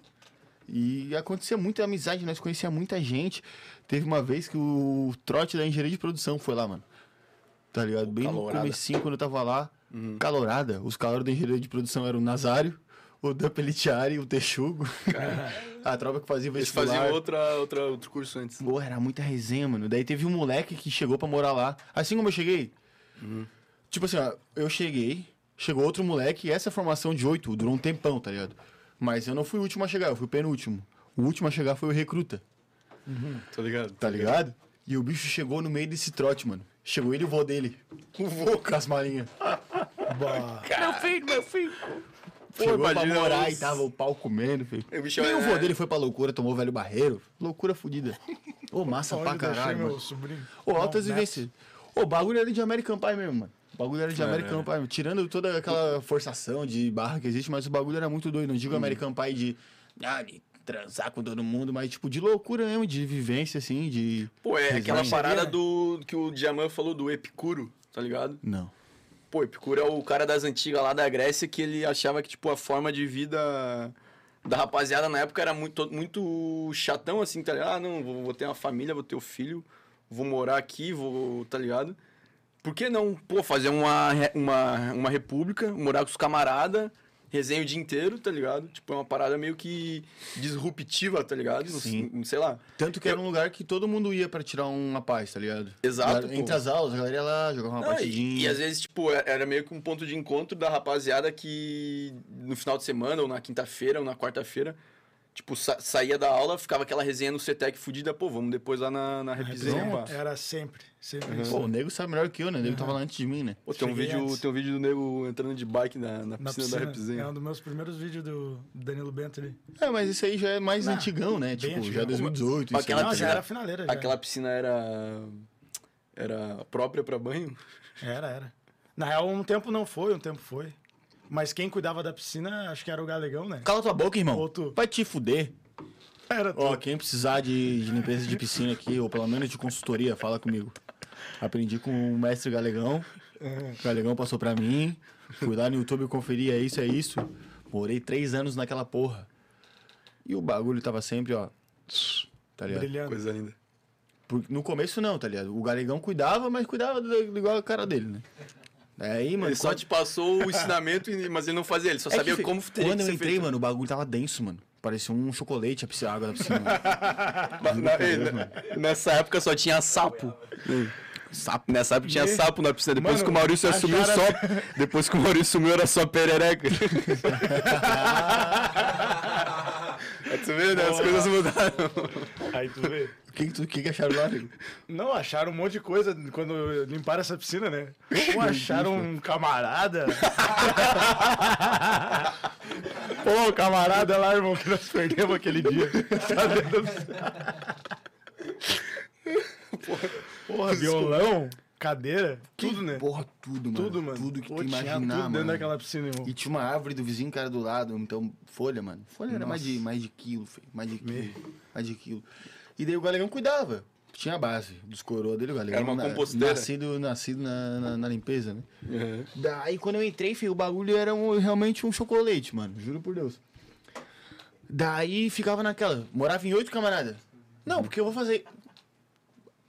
Speaker 3: E acontecia muita amizade, nós conhecia muita gente. Teve uma vez que o trote da engenharia de produção foi lá, mano. Tá ligado? Bem
Speaker 1: calorada. Uhum.
Speaker 3: no comecinho, quando eu tava lá. Calorada. Os calores da engenharia de produção eram o Nazário, o Dan Pelitiari, o Texugo. a tropa que fazia
Speaker 1: Eles
Speaker 3: vestibular.
Speaker 1: faziam outra, outra, outro curso antes.
Speaker 3: Porra, era muita resenha, mano. Daí teve um moleque que chegou pra morar lá. Assim como eu cheguei. Tipo assim, ó, eu cheguei, chegou outro moleque, e essa formação de oito durou um tempão, tá ligado? Mas eu não fui o último a chegar, eu fui o penúltimo. O último a chegar foi o recruta,
Speaker 1: Tá ligado?
Speaker 3: tá ligado? E o bicho chegou no meio desse trote, mano. Chegou ele e o vô dele. O vô com as malinhas.
Speaker 2: Bah.
Speaker 1: É,
Speaker 5: Meu filho, meu filho.
Speaker 3: Chegou pra
Speaker 1: imagina
Speaker 3: morar
Speaker 1: os-
Speaker 3: e tava o pau comendo, filho.
Speaker 1: Eu me chamo-
Speaker 3: E o vô dele foi pra loucura, tomou velho barreiro. Loucura fodida. Ô, massa
Speaker 2: Onde
Speaker 3: pra
Speaker 2: deixei
Speaker 3: caralho,
Speaker 2: meu
Speaker 3: mano.
Speaker 2: sobrinho?
Speaker 3: Ô,
Speaker 2: Não, né?
Speaker 3: altas
Speaker 2: neto.
Speaker 1: é
Speaker 3: vivências. Ô, o bagulho era de American Pie mesmo, mano. O bagulho era de
Speaker 1: É,
Speaker 3: American
Speaker 1: né?
Speaker 3: Pie. Tirando toda aquela forçação de barra que existe, mas o bagulho era muito doido. Não
Speaker 1: Hum.
Speaker 3: digo American Pie de, ah, de transar com todo mundo, mas tipo de loucura mesmo, de vivência, assim, de.
Speaker 1: Pô, é
Speaker 3: Resenha.
Speaker 1: aquela parada do que o Diamant falou do Epicuro, tá ligado?
Speaker 3: Não.
Speaker 1: Pô, Epicuro é o cara das antigas lá da Grécia que ele achava que, tipo, a forma de vida da rapaziada na época era muito, muito chatão, assim, tá ligado? Ah, não, vou, vou ter uma família, vou ter um filho, vou morar aqui, vou, tá ligado? Por que não, pô, fazer uma, re- uma, uma república, morar com os camaradas resenha o dia inteiro, tá ligado? Tipo, é uma parada meio que disruptiva, tá ligado? Não-
Speaker 3: Sim.
Speaker 1: não sei lá.
Speaker 3: Tanto que era um lugar que todo mundo ia pra tirar uma paz, tá ligado?
Speaker 1: Exato,
Speaker 3: Galera-
Speaker 1: pô.
Speaker 3: Entre as aulas, a galera ia lá, jogava uma
Speaker 1: Não, e-
Speaker 3: partidinha.
Speaker 1: E, às vezes, tipo, é- era meio que um ponto de encontro da rapaziada que no final de semana, ou na quinta-feira, ou na quarta-feira, tipo, sa- saía da aula, ficava aquela resenha no CETEC fudida, pô, vamos depois lá na,
Speaker 2: Ah, é
Speaker 1: na repizinha, pá.
Speaker 2: Era sempre, sempre assim. isso.
Speaker 3: Pô, o nego sabe melhor que eu, né? O nego tava lá antes de mim, né?
Speaker 1: Pô, tem, um
Speaker 2: Cheguei
Speaker 1: vídeo,
Speaker 2: antes.
Speaker 1: tem um vídeo do nego entrando de bike na, na piscina,
Speaker 2: Na piscina.
Speaker 1: da
Speaker 2: é um
Speaker 1: repizinha.
Speaker 2: dos meus primeiros vídeos do Danilo Bento ali.
Speaker 3: É, mas isso aí já é mais antigão, né?
Speaker 2: bem
Speaker 3: Tipo, já é
Speaker 2: antigão.
Speaker 3: 2018,
Speaker 1: Mas
Speaker 3: isso aí.
Speaker 1: aquela-
Speaker 2: Não, já
Speaker 1: piscina-
Speaker 2: era finaleira. Já.
Speaker 1: Aquela piscina era. Era própria pra banho?
Speaker 2: Era, era. Na real, um tempo não foi, um tempo foi. Mas quem cuidava da piscina, acho que era o Galegão, né?
Speaker 3: Cala tua boca, irmão.
Speaker 2: Outro.
Speaker 3: Vai te fuder.
Speaker 2: Era
Speaker 3: Ó, quem precisar de, de limpeza de piscina aqui, ou pelo menos de consultoria, fala comigo. Aprendi com o mestre Galegão.
Speaker 1: É.
Speaker 3: O Galegão passou pra mim. Fui lá no YouTube conferir, é isso, é isso. Morei três anos naquela porra. E o bagulho tava sempre, ó. Tá ligado?
Speaker 2: brilhando.
Speaker 1: Coisa linda.
Speaker 3: Porque no começo não, tá ligado? O Galegão cuidava, mas cuidava do- igual a cara dele, né? Aí, mano.
Speaker 1: Ele só
Speaker 3: quando-
Speaker 1: te passou o ensinamento, e- mas ele não fazia, ele só
Speaker 3: É
Speaker 1: sabia
Speaker 3: que
Speaker 1: como teria
Speaker 3: Quando
Speaker 1: que
Speaker 3: eu
Speaker 1: ser
Speaker 3: entrei,
Speaker 1: feito.
Speaker 3: mano, o bagulho tava denso, mano. Parecia um chocolate a piscina- a água da piscina. mano.
Speaker 1: Na- na- na- nessa época só tinha sapo. Sapo. Nessa época tinha sapo na piscina. Depois
Speaker 2: Mano,
Speaker 1: que o Maurício assumiu,
Speaker 2: acharam-
Speaker 1: só. Depois que o Maurício sumiu, era só perereca. É, tu vê, né? As coisas mudaram.
Speaker 2: Aí tu vê.
Speaker 3: O que, que tu- o que que acharam lá? nego?
Speaker 2: Não, acharam um monte de coisa quando limparam essa piscina, né? Ou acharam um camarada. Pô, camarada lá, irmão, que nós perdemos aquele dia. Porra, violão, cadeira, tudo, né?
Speaker 3: Porra, tudo, mano.
Speaker 2: Tudo, mano.
Speaker 3: Tudo que
Speaker 2: Pô,
Speaker 3: tu
Speaker 2: tinha
Speaker 3: imaginar,
Speaker 2: tudo
Speaker 3: mano.
Speaker 2: dentro daquela piscina, irmão.
Speaker 3: E tinha uma árvore do vizinho, cara, do lado. Então, folha, mano. Folha era mais de, mais de quilo, feio. Mais de quilo. Mais de quilo. E daí o Galegão cuidava. Tinha a base dos coroa dele, o Galegão.
Speaker 1: Era uma composteira.
Speaker 3: Nascido, nascido na, na, na limpeza, né?
Speaker 1: É.
Speaker 3: Daí quando eu entrei, filho, o bagulho era um- realmente um chocolate, mano. Juro por Deus. Daí ficava naquela. Morava em oito camaradas. Não, porque eu vou fazer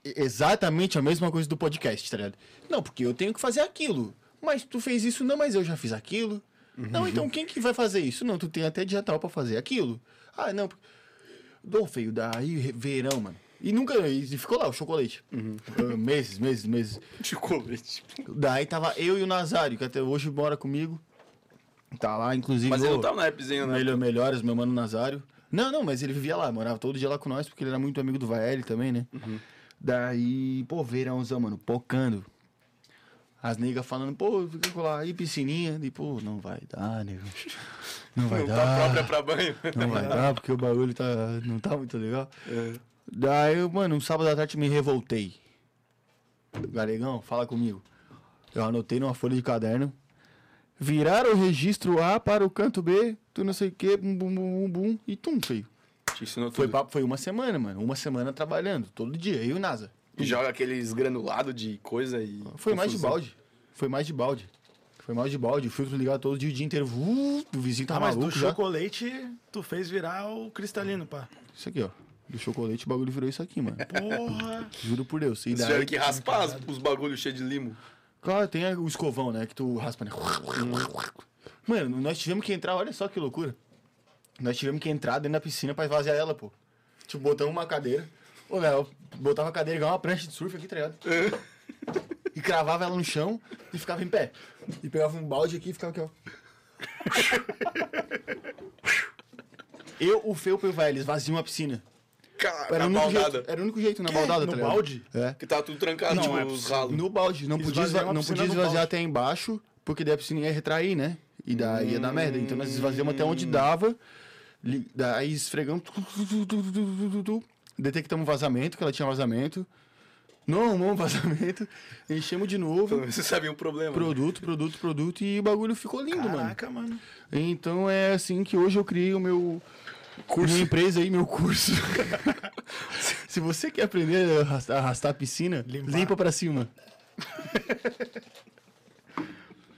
Speaker 3: exatamente a mesma coisa do podcast, tá ligado? Não, porque eu tenho que fazer aquilo. Mas tu fez isso, não, mas eu já fiz aquilo. Não, então quem que vai fazer isso? Não, tu tem até dia tal pra fazer aquilo. Ah, não. porque- Dou feio, daí re- verão, mano. E nunca. E ficou lá o chocolate. Ah, meses, meses, meses.
Speaker 1: Chocolate.
Speaker 3: Daí tava eu e o Nazário, que até hoje mora comigo. Tá lá, inclusive.
Speaker 1: Mas ele
Speaker 3: ô,
Speaker 1: não tava na rapzinha, né?
Speaker 3: melhor, melhores, meu mano Nazário. Não, não, mas ele vivia lá, morava todo dia lá com nós, porque ele era muito amigo do Vaeli também, né?
Speaker 1: Uhum.
Speaker 3: Daí, pô, verãozão, mano, pocando. As negas falando, pô, fica lá, e piscininha. E, pô, não vai dar, nego. Não vai
Speaker 1: Não
Speaker 3: dar.
Speaker 1: tá própria pra banho.
Speaker 3: Não vai dar, porque o bagulho tá, não tá muito legal. É. Daí, eu, mano, um sábado à tarde me revoltei. Galegão, fala comigo. Eu anotei numa folha de caderno. Virar o registro A para o canto B, tu não sei o que, bum, bum, bum, bum, bum, e tum, feio.
Speaker 1: Te ensinou
Speaker 3: Foi,
Speaker 1: tudo.
Speaker 3: papo, foi uma semana, mano. Uma semana trabalhando, todo dia, eu e o NASA.
Speaker 1: E joga aqueles granulados de coisa e.
Speaker 3: Foi mais de
Speaker 1: confusão.
Speaker 3: balde. Foi mais de balde. Foi mais de balde. O filtro ligado todo dia, o dia inteiro. Uh, o vizinho tá
Speaker 2: Ah, mas
Speaker 3: maluco
Speaker 2: do
Speaker 3: já.
Speaker 2: chocolate, tu fez virar o cristalino, pá.
Speaker 3: Isso aqui, ó. Do chocolate, o bagulho virou isso aqui, mano.
Speaker 2: Porra.
Speaker 3: Juro por Deus. E
Speaker 1: Eles
Speaker 3: daí,
Speaker 2: é
Speaker 1: tiveram que raspar as- os bagulhos cheios de limo.
Speaker 3: Claro, tem o escovão, né? Que tu raspa, né? Mano, nós tivemos que entrar, olha só que loucura. Nós tivemos que entrar dentro da piscina pra esvaziar ela, pô. Tipo, botamos uma cadeira. Ô, Léo, botava a cadeira igual uma prancha de surf aqui, tá ligado? E cravava ela no chão e ficava em pé. É. E pegava um balde aqui e ficava aqui, ó. Eu, o Felpo e o Velho, eles vaziam a piscina.
Speaker 1: Cara,
Speaker 3: Era
Speaker 1: na
Speaker 3: o único jeito,
Speaker 1: baldada.
Speaker 3: era o único jeito na baldada,
Speaker 2: No
Speaker 3: tá ligado?
Speaker 2: balde?
Speaker 3: É.
Speaker 1: Que tava tudo trancado,
Speaker 3: Não,
Speaker 1: tipo,
Speaker 3: é
Speaker 1: os ralos.
Speaker 3: No balde, não podia,
Speaker 2: Esvaziar
Speaker 3: esva-
Speaker 2: uma
Speaker 3: não
Speaker 2: piscina
Speaker 3: podia
Speaker 2: no
Speaker 3: esvaziar
Speaker 2: balde.
Speaker 3: até embaixo, porque daí a piscina ia retrair, né? E daí ia dar merda. Então nós esvaziamos até onde dava, li- daí esfregamos, tu, tu, tu, tu, tu, tu, tu, tu, detectamos um vazamento, que ela tinha vazamento. Não arrumamos vazamento, enchemos de novo.
Speaker 1: Você sabia um problema. né?
Speaker 3: Produto, produto, produto, e o bagulho ficou lindo, mano.
Speaker 2: Caraca, mano.
Speaker 3: Então é assim que hoje eu criei o meu curso. Minha empresa aí, meu curso. Se você quer aprender a arrastar, arrastar a piscina,
Speaker 2: Limpar.
Speaker 3: limpa pra cima.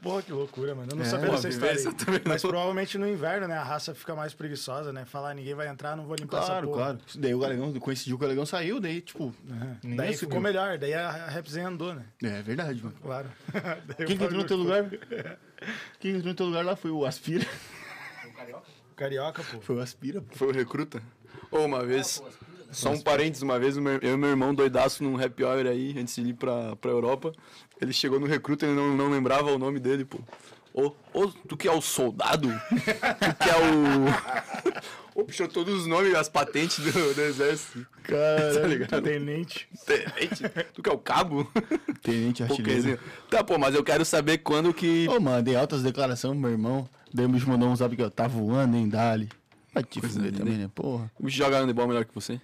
Speaker 2: Pô, que loucura, mano. Eu não
Speaker 3: É,
Speaker 2: sabia
Speaker 3: uma
Speaker 2: dessa história.
Speaker 1: vivência
Speaker 2: aí.
Speaker 1: também não.
Speaker 2: Mas provavelmente no inverno, né? A raça fica mais preguiçosa, né? Falar, ninguém vai entrar, não vou limpar essa
Speaker 3: Claro,
Speaker 2: porra.
Speaker 3: claro. Isso Daí o Galegão, coincidiu que o Galegão saiu, daí, tipo.
Speaker 2: Aham.
Speaker 3: Ninguém
Speaker 2: Daí
Speaker 3: assumiu.
Speaker 2: ficou melhor, daí a Rapzinha andou, né?
Speaker 3: É verdade, mano.
Speaker 2: Claro. Daí
Speaker 3: Quem
Speaker 2: o
Speaker 3: que entrou no teu
Speaker 2: bagulho-
Speaker 3: lugar? Quem entrou no teu lugar lá foi o Aspira.
Speaker 2: Carioca, pô.
Speaker 3: Foi o Aspira, pô.
Speaker 1: Foi o recruta? Ou uma vez, só um parênteses, uma vez o meu- eu e meu irmão doidaço num happy hour aí, antes de ir pra, pra Europa, ele chegou no recruta e ele não, não lembrava o nome dele, pô. Ô, ô, tu que é o soldado? tu que é o... Ô, puxou todos os nomes, as patentes do, do exército. tá
Speaker 3: Cara,
Speaker 1: ligado?
Speaker 2: Tenente.
Speaker 1: Tenente, tu que é o cabo?
Speaker 3: tenente
Speaker 1: Pouquinho.
Speaker 3: artilheiro.
Speaker 1: Tá, pô, mas eu quero saber quando que...
Speaker 3: Ô, mano, dei altas declarações pro meu irmão. Daí o bicho mandou um zap que eu tava voando, hein, Dali. Vai te fuder
Speaker 1: linda,
Speaker 3: também, né? Porra.
Speaker 1: O bicho joga handebol é melhor que você?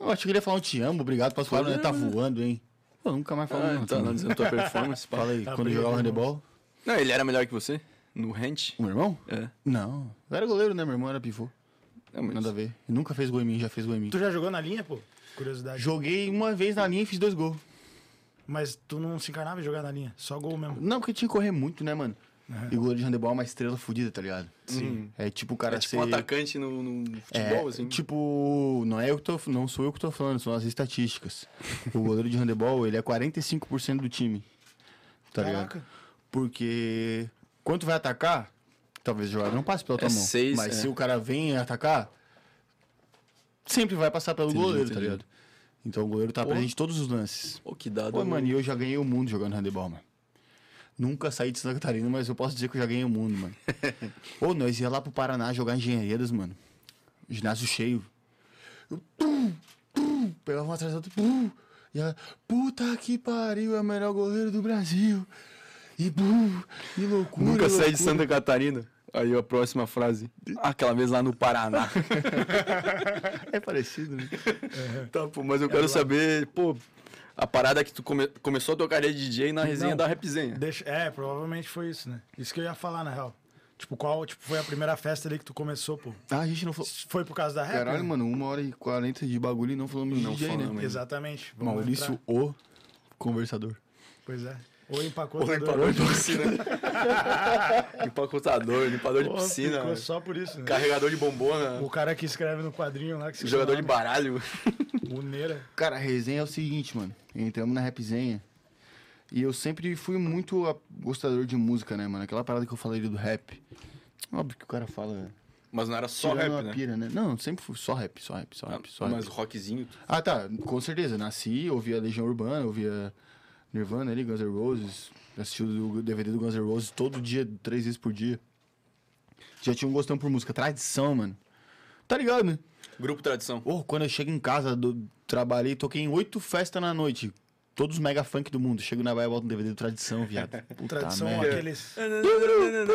Speaker 3: Eu acho que ele ia falar um te amo, obrigado pelas palavras, né? Tá voando, hein? Pô, nunca mais falou,
Speaker 1: Ah,
Speaker 3: não.
Speaker 1: então,
Speaker 3: também.
Speaker 1: não dizendo tua performance, pá.
Speaker 3: tá Fala aí,
Speaker 2: Tá
Speaker 3: quando eu
Speaker 2: briga,
Speaker 3: jogava
Speaker 2: né,
Speaker 3: handebol,
Speaker 1: Não, ele era melhor que você? No hand?
Speaker 3: o meu irmão?
Speaker 1: É.
Speaker 3: Não. Eu era goleiro, né? Meu irmão era pivô.
Speaker 1: Não, mas-
Speaker 3: Nada a ver. Ele nunca fez gol em mim, já fez gol em mim.
Speaker 2: Tu já jogou na linha, pô? Curiosidade.
Speaker 3: Joguei uma vez na linha e fiz dois gols.
Speaker 2: Mas tu não se encarnava em jogar na linha, só gol mesmo.
Speaker 3: Não, porque tinha que correr muito, né, mano? E o goleiro de handebol é uma estrela fodida, tá ligado? Sim. É tipo o cara
Speaker 1: É tipo
Speaker 3: ser...
Speaker 1: um atacante no, no
Speaker 3: É,
Speaker 1: futebol, assim.
Speaker 3: Tipo, não, é eu que tô, não sou eu que tô falando, são as estatísticas. o goleiro de handebol, ele é 45% do time. Tá
Speaker 2: Caraca.
Speaker 3: ligado? Porque quando tu vai atacar, talvez o jogador não passe pela tua
Speaker 1: É
Speaker 3: mão.
Speaker 1: seis,
Speaker 3: mas
Speaker 1: é.
Speaker 3: se o cara vem atacar, sempre vai passar pelo
Speaker 1: Entendi,
Speaker 3: goleiro, tá
Speaker 1: entendi.
Speaker 3: ligado? Então o goleiro tá
Speaker 1: Pô.
Speaker 3: presente em todos os lances.
Speaker 1: Pô, que dado.
Speaker 3: Pô, né? mano, e eu já ganhei o mundo jogando handebol, mano. Nunca saí de Santa Catarina, mas eu posso dizer que eu já ganhei o mundo, mano. Ou nós ia lá pro Paraná jogar engenheiras, mano. Ginásio cheio. Eu, pum, pum, pegava uma atrás da outra. pum, e ela, puta que pariu, é o melhor goleiro do Brasil. E bum, e loucura.
Speaker 1: Nunca
Speaker 3: e
Speaker 1: saí de
Speaker 3: loucura.
Speaker 1: Santa Catarina. Aí a próxima frase. Aquela vez lá no Paraná.
Speaker 3: É parecido, né?
Speaker 1: tá, pô, mas eu quero saber, pô, a parada que tu come- começou a tocar carreira de DJ na resenha
Speaker 2: Não.
Speaker 1: da Repzinha.
Speaker 2: Deixa- É, provavelmente foi isso, né? Isso que eu ia falar, na real. Tipo, qual tipo, foi a primeira festa ali que tu começou, pô?
Speaker 3: Ah, a gente não falou.
Speaker 2: Foi por causa da rap?
Speaker 3: Caralho,
Speaker 2: né?
Speaker 3: mano, uma hora e quarenta de bagulho e não falamos de
Speaker 1: Não
Speaker 3: DJ,
Speaker 1: falamos.
Speaker 3: né?
Speaker 2: Exatamente. Vamos
Speaker 3: Maurício,
Speaker 2: entrar.
Speaker 3: o conversador.
Speaker 2: Pois é. Ou empacou
Speaker 1: Pô, limpador de piscina. Empacotador, limpador de piscina.
Speaker 2: Ficou só por isso, né?
Speaker 1: Carregador de bombona. um
Speaker 2: O cara que escreve no quadrinho lá, que se
Speaker 1: Jogador de baralho.
Speaker 2: Muneira.
Speaker 3: Cara, a resenha é o seguinte, mano. Entramos na rapzenha. E eu sempre fui muito a- gostador de música, né, mano? Aquela parada que eu falei ali do rap. Óbvio que o cara fala. né?
Speaker 1: Mas não era só
Speaker 3: tirando
Speaker 1: rap,
Speaker 3: uma
Speaker 1: né? Ah,
Speaker 3: pira, né? Não, sempre fui só rap, só rap, só rap, só
Speaker 1: Mas
Speaker 3: rap.
Speaker 1: rockzinho.
Speaker 3: Ah, tá, com certeza. Nasci, ouvia Legião Urbana, ouvia Nirvana ali, Guns N' Roses. Assisti o DVD do Guns N' Roses todo dia, três vezes por dia. Já tinha um gostão por música. Tradição, mano. Tá ligado, né?
Speaker 1: Grupo Tradição.
Speaker 3: Ô, quando eu chego em casa, do, trabalhei, toquei em oito festas na noite. Todos os mega funk do mundo. Chego na Bahia, boto um DVD do Tradição, viado. Puta
Speaker 2: Tradição é.
Speaker 3: merda.
Speaker 2: aqueles.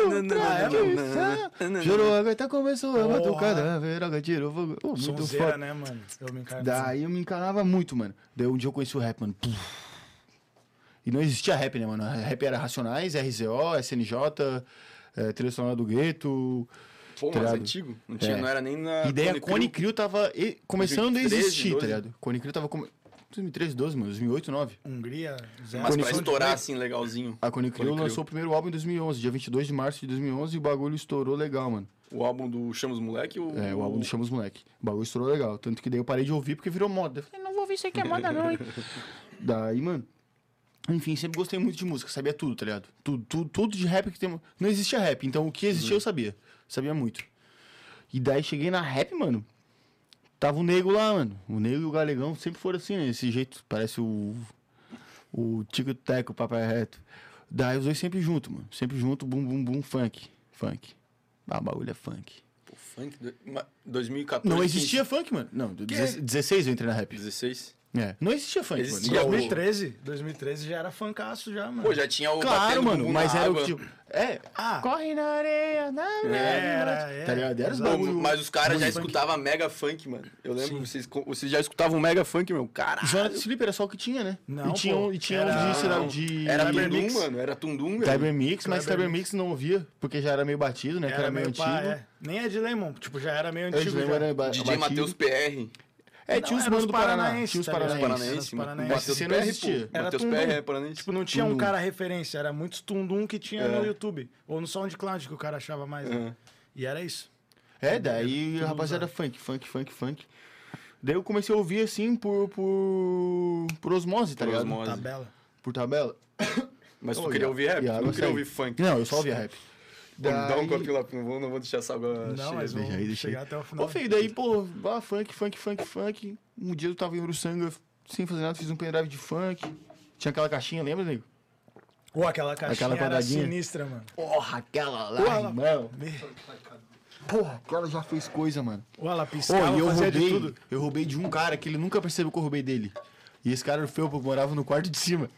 Speaker 1: um
Speaker 3: Tradição, Jurou, a gaita começou, eu bato o
Speaker 2: Porra.
Speaker 3: cadáver, a gaita tirou fogo. Ô, muito
Speaker 2: Sonzeira,
Speaker 3: foda.
Speaker 2: né, mano? Eu me assim. encarno.
Speaker 3: Daí eu me encanava muito, mano. Daí um dia eu conheci o rap, mano. Puf. E não existia rap, né, mano? Rap era Racionais, RZO, SNJ, eh, Trilha Sonora do Gueto.
Speaker 1: Pô, mas
Speaker 3: Tirado.
Speaker 1: antigo. Não, tinha,
Speaker 3: É.
Speaker 1: não era nem na.
Speaker 3: E daí a
Speaker 1: Cone
Speaker 3: Cone Crew tava e- começando a
Speaker 1: 2013,
Speaker 3: existir,
Speaker 1: 12.
Speaker 3: tá ligado? Cone Crew tava. Come... 2013, 12, mano, 2008, 9.
Speaker 2: Hungria, zero.
Speaker 1: Mas pra
Speaker 2: Conexão de
Speaker 1: estourar assim, legalzinho.
Speaker 3: A Cone
Speaker 1: Cone
Speaker 3: Crew
Speaker 1: Crew.
Speaker 3: lançou o primeiro álbum em 2011, dia 22 de março de 2011, e o bagulho estourou legal, mano.
Speaker 1: O álbum do Chama os Moleque ou.
Speaker 3: É, o álbum do Chama os Moleque. O bagulho estourou legal. Tanto que daí eu parei de ouvir porque virou moda. Eu falei,
Speaker 5: Não vou ouvir isso aqui é moda, não, hein?
Speaker 3: Daí, mano. Enfim, sempre gostei muito de música, sabia tudo, tá ligado? Tudo, tudo, tudo de rap que tem. Não existia rap, então o que existia eu sabia. Sabia muito. E daí cheguei na rap, mano. Tava o nego lá, mano. O nego e o galegão sempre foram assim, né? Esse jeito, parece o. O Tico e Teco, o Papai Reto. Daí os dois sempre junto, mano. Sempre junto, bum, bum, bum, funk. Funk. Ah, o bagulho é funk.
Speaker 1: Pô, funk. do- ma- 2014.
Speaker 3: Não existia funk, mano. Não, 16 eu entrei na rap.
Speaker 1: 16.
Speaker 3: É. Não existia funk,
Speaker 1: Existia um,
Speaker 3: mano.
Speaker 2: 2013. 2013 já era fancaço já, mano.
Speaker 1: Pô, já tinha o.
Speaker 3: Claro,
Speaker 1: um, batendo
Speaker 3: mano,
Speaker 1: bumbum
Speaker 3: mas
Speaker 1: na
Speaker 3: era o
Speaker 1: água.
Speaker 3: tipo. É.
Speaker 2: Ah.
Speaker 3: Corre na areia, na areia.
Speaker 2: Era,
Speaker 1: É,
Speaker 2: era.
Speaker 3: Tá ligado? Era os
Speaker 1: Pô,
Speaker 3: bagulho.
Speaker 1: Mas os caras já
Speaker 3: muito funk.
Speaker 1: escutavam mega funk, mano. Eu lembro, vocês, co- vocês já escutavam mega funk, meu. Caralho.
Speaker 3: Jonathan Felipe era só o que tinha, né?
Speaker 2: Não,
Speaker 3: E tinha,
Speaker 2: pô.
Speaker 3: um- e tinha
Speaker 2: Era-
Speaker 3: um de, sei lá,
Speaker 1: Não,
Speaker 3: de.
Speaker 1: Era
Speaker 3: Cyber
Speaker 1: Tundum,
Speaker 3: Mix.
Speaker 1: mano. Era Tundum, velho.
Speaker 3: Cyber Mix, mas
Speaker 2: Cyber
Speaker 3: Cyber Mix não ouvia, porque já era meio batido, né? que
Speaker 2: era meio
Speaker 1: é.
Speaker 3: antigo.
Speaker 2: pá, é. Nem é de Lemon, tipo, já era meio
Speaker 3: Eu
Speaker 2: antigo.
Speaker 3: lembro,
Speaker 2: já.
Speaker 3: era ba-
Speaker 1: DJ
Speaker 3: batido.
Speaker 1: Matheus PR.
Speaker 3: É, tinha
Speaker 2: Não,
Speaker 3: uns
Speaker 2: era
Speaker 3: mano
Speaker 2: os
Speaker 3: do Paraná.
Speaker 2: paranaenses,
Speaker 3: Tinha uns
Speaker 2: tá ligado?
Speaker 3: paranaenses.
Speaker 1: Paranaense,
Speaker 2: Os
Speaker 1: mano.
Speaker 2: paranaenses.
Speaker 1: Matheus
Speaker 3: SC não
Speaker 1: PR,
Speaker 3: existia.
Speaker 1: pô. Matheus
Speaker 2: tudo
Speaker 1: PR
Speaker 2: um.
Speaker 1: é paranense.
Speaker 2: Tipo, não tinha um
Speaker 3: Tundum.
Speaker 2: cara referência, era muitos tundum que tinha no YouTube. Ou no SoundCloud que o cara achava mais.
Speaker 1: É.
Speaker 2: né? E era isso.
Speaker 3: É, daí
Speaker 2: Tudo
Speaker 3: a rapaziada funk, funk, funk, funk. Daí eu comecei a ouvir assim por. por. por osmose, tá
Speaker 1: Por
Speaker 3: ligado?
Speaker 1: osmose. Quase.
Speaker 2: Tabela.
Speaker 3: Por tabela.
Speaker 1: Mas tu
Speaker 3: Oh,
Speaker 1: queria
Speaker 3: e-
Speaker 1: ouvir rap?
Speaker 3: e
Speaker 1: Tu
Speaker 3: água
Speaker 1: não queria
Speaker 3: sai.
Speaker 1: ouvir funk?
Speaker 3: Não, eu só ouvia rap.
Speaker 1: Pô, me Dá um
Speaker 3: Daí-
Speaker 1: copo lá, não vou, não vou deixar essa água
Speaker 2: Não,
Speaker 1: cheia.
Speaker 2: mas vamos
Speaker 3: deixa aí, deixa
Speaker 2: chegar
Speaker 3: aí.
Speaker 2: até o final.
Speaker 3: Ô, filho, daí, pô, ah, funk, funk, funk, funk. Um dia eu tava em Uruçanga sem fazer nada, fiz um pendrive de funk. Tinha aquela caixinha, lembra, nego?
Speaker 2: Ou aquela caixinha era
Speaker 3: quadradinha.
Speaker 2: sinistra, mano.
Speaker 3: Porra, aquela lá,
Speaker 2: Porra,
Speaker 3: irmão. Porra, aquela já fez coisa, mano.
Speaker 2: Ou ela
Speaker 3: Ô,
Speaker 2: piscava,
Speaker 3: e eu
Speaker 2: fazia de
Speaker 3: roubei,
Speaker 2: tudo.
Speaker 3: eu roubei de um cara que ele nunca percebeu que eu roubei dele. E esse cara, o Felpa, morava no quarto de cima.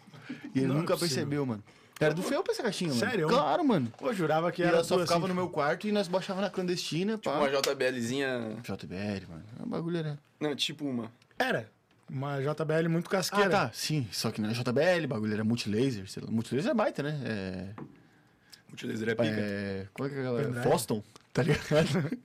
Speaker 3: E ele
Speaker 2: Não é
Speaker 3: nunca
Speaker 2: possível.
Speaker 3: percebeu, mano. Era do Felpa essa caixinha, mano.
Speaker 2: Sério?
Speaker 3: Claro, mano.
Speaker 2: Pô, jurava que
Speaker 3: E
Speaker 2: era
Speaker 3: ela só
Speaker 2: tua,
Speaker 3: ficava
Speaker 2: assim, Tipo,
Speaker 3: no meu quarto e nós baixava na clandestina, pá.
Speaker 1: Tipo Uma JBLzinha.
Speaker 3: JBL, mano. O bagulho era...
Speaker 1: Não, tipo uma.
Speaker 2: Era. Uma JBL muito
Speaker 3: Ah,
Speaker 2: casqueira.
Speaker 3: tá. Sim, só que não era JBL, bagulho era multilaser. Sei lá. Multilaser é baita, né?
Speaker 1: Multilaser é
Speaker 3: É...
Speaker 1: pica.
Speaker 3: é... Qual é que é aquela?
Speaker 2: Pendrive.
Speaker 3: Foston, tá ligado?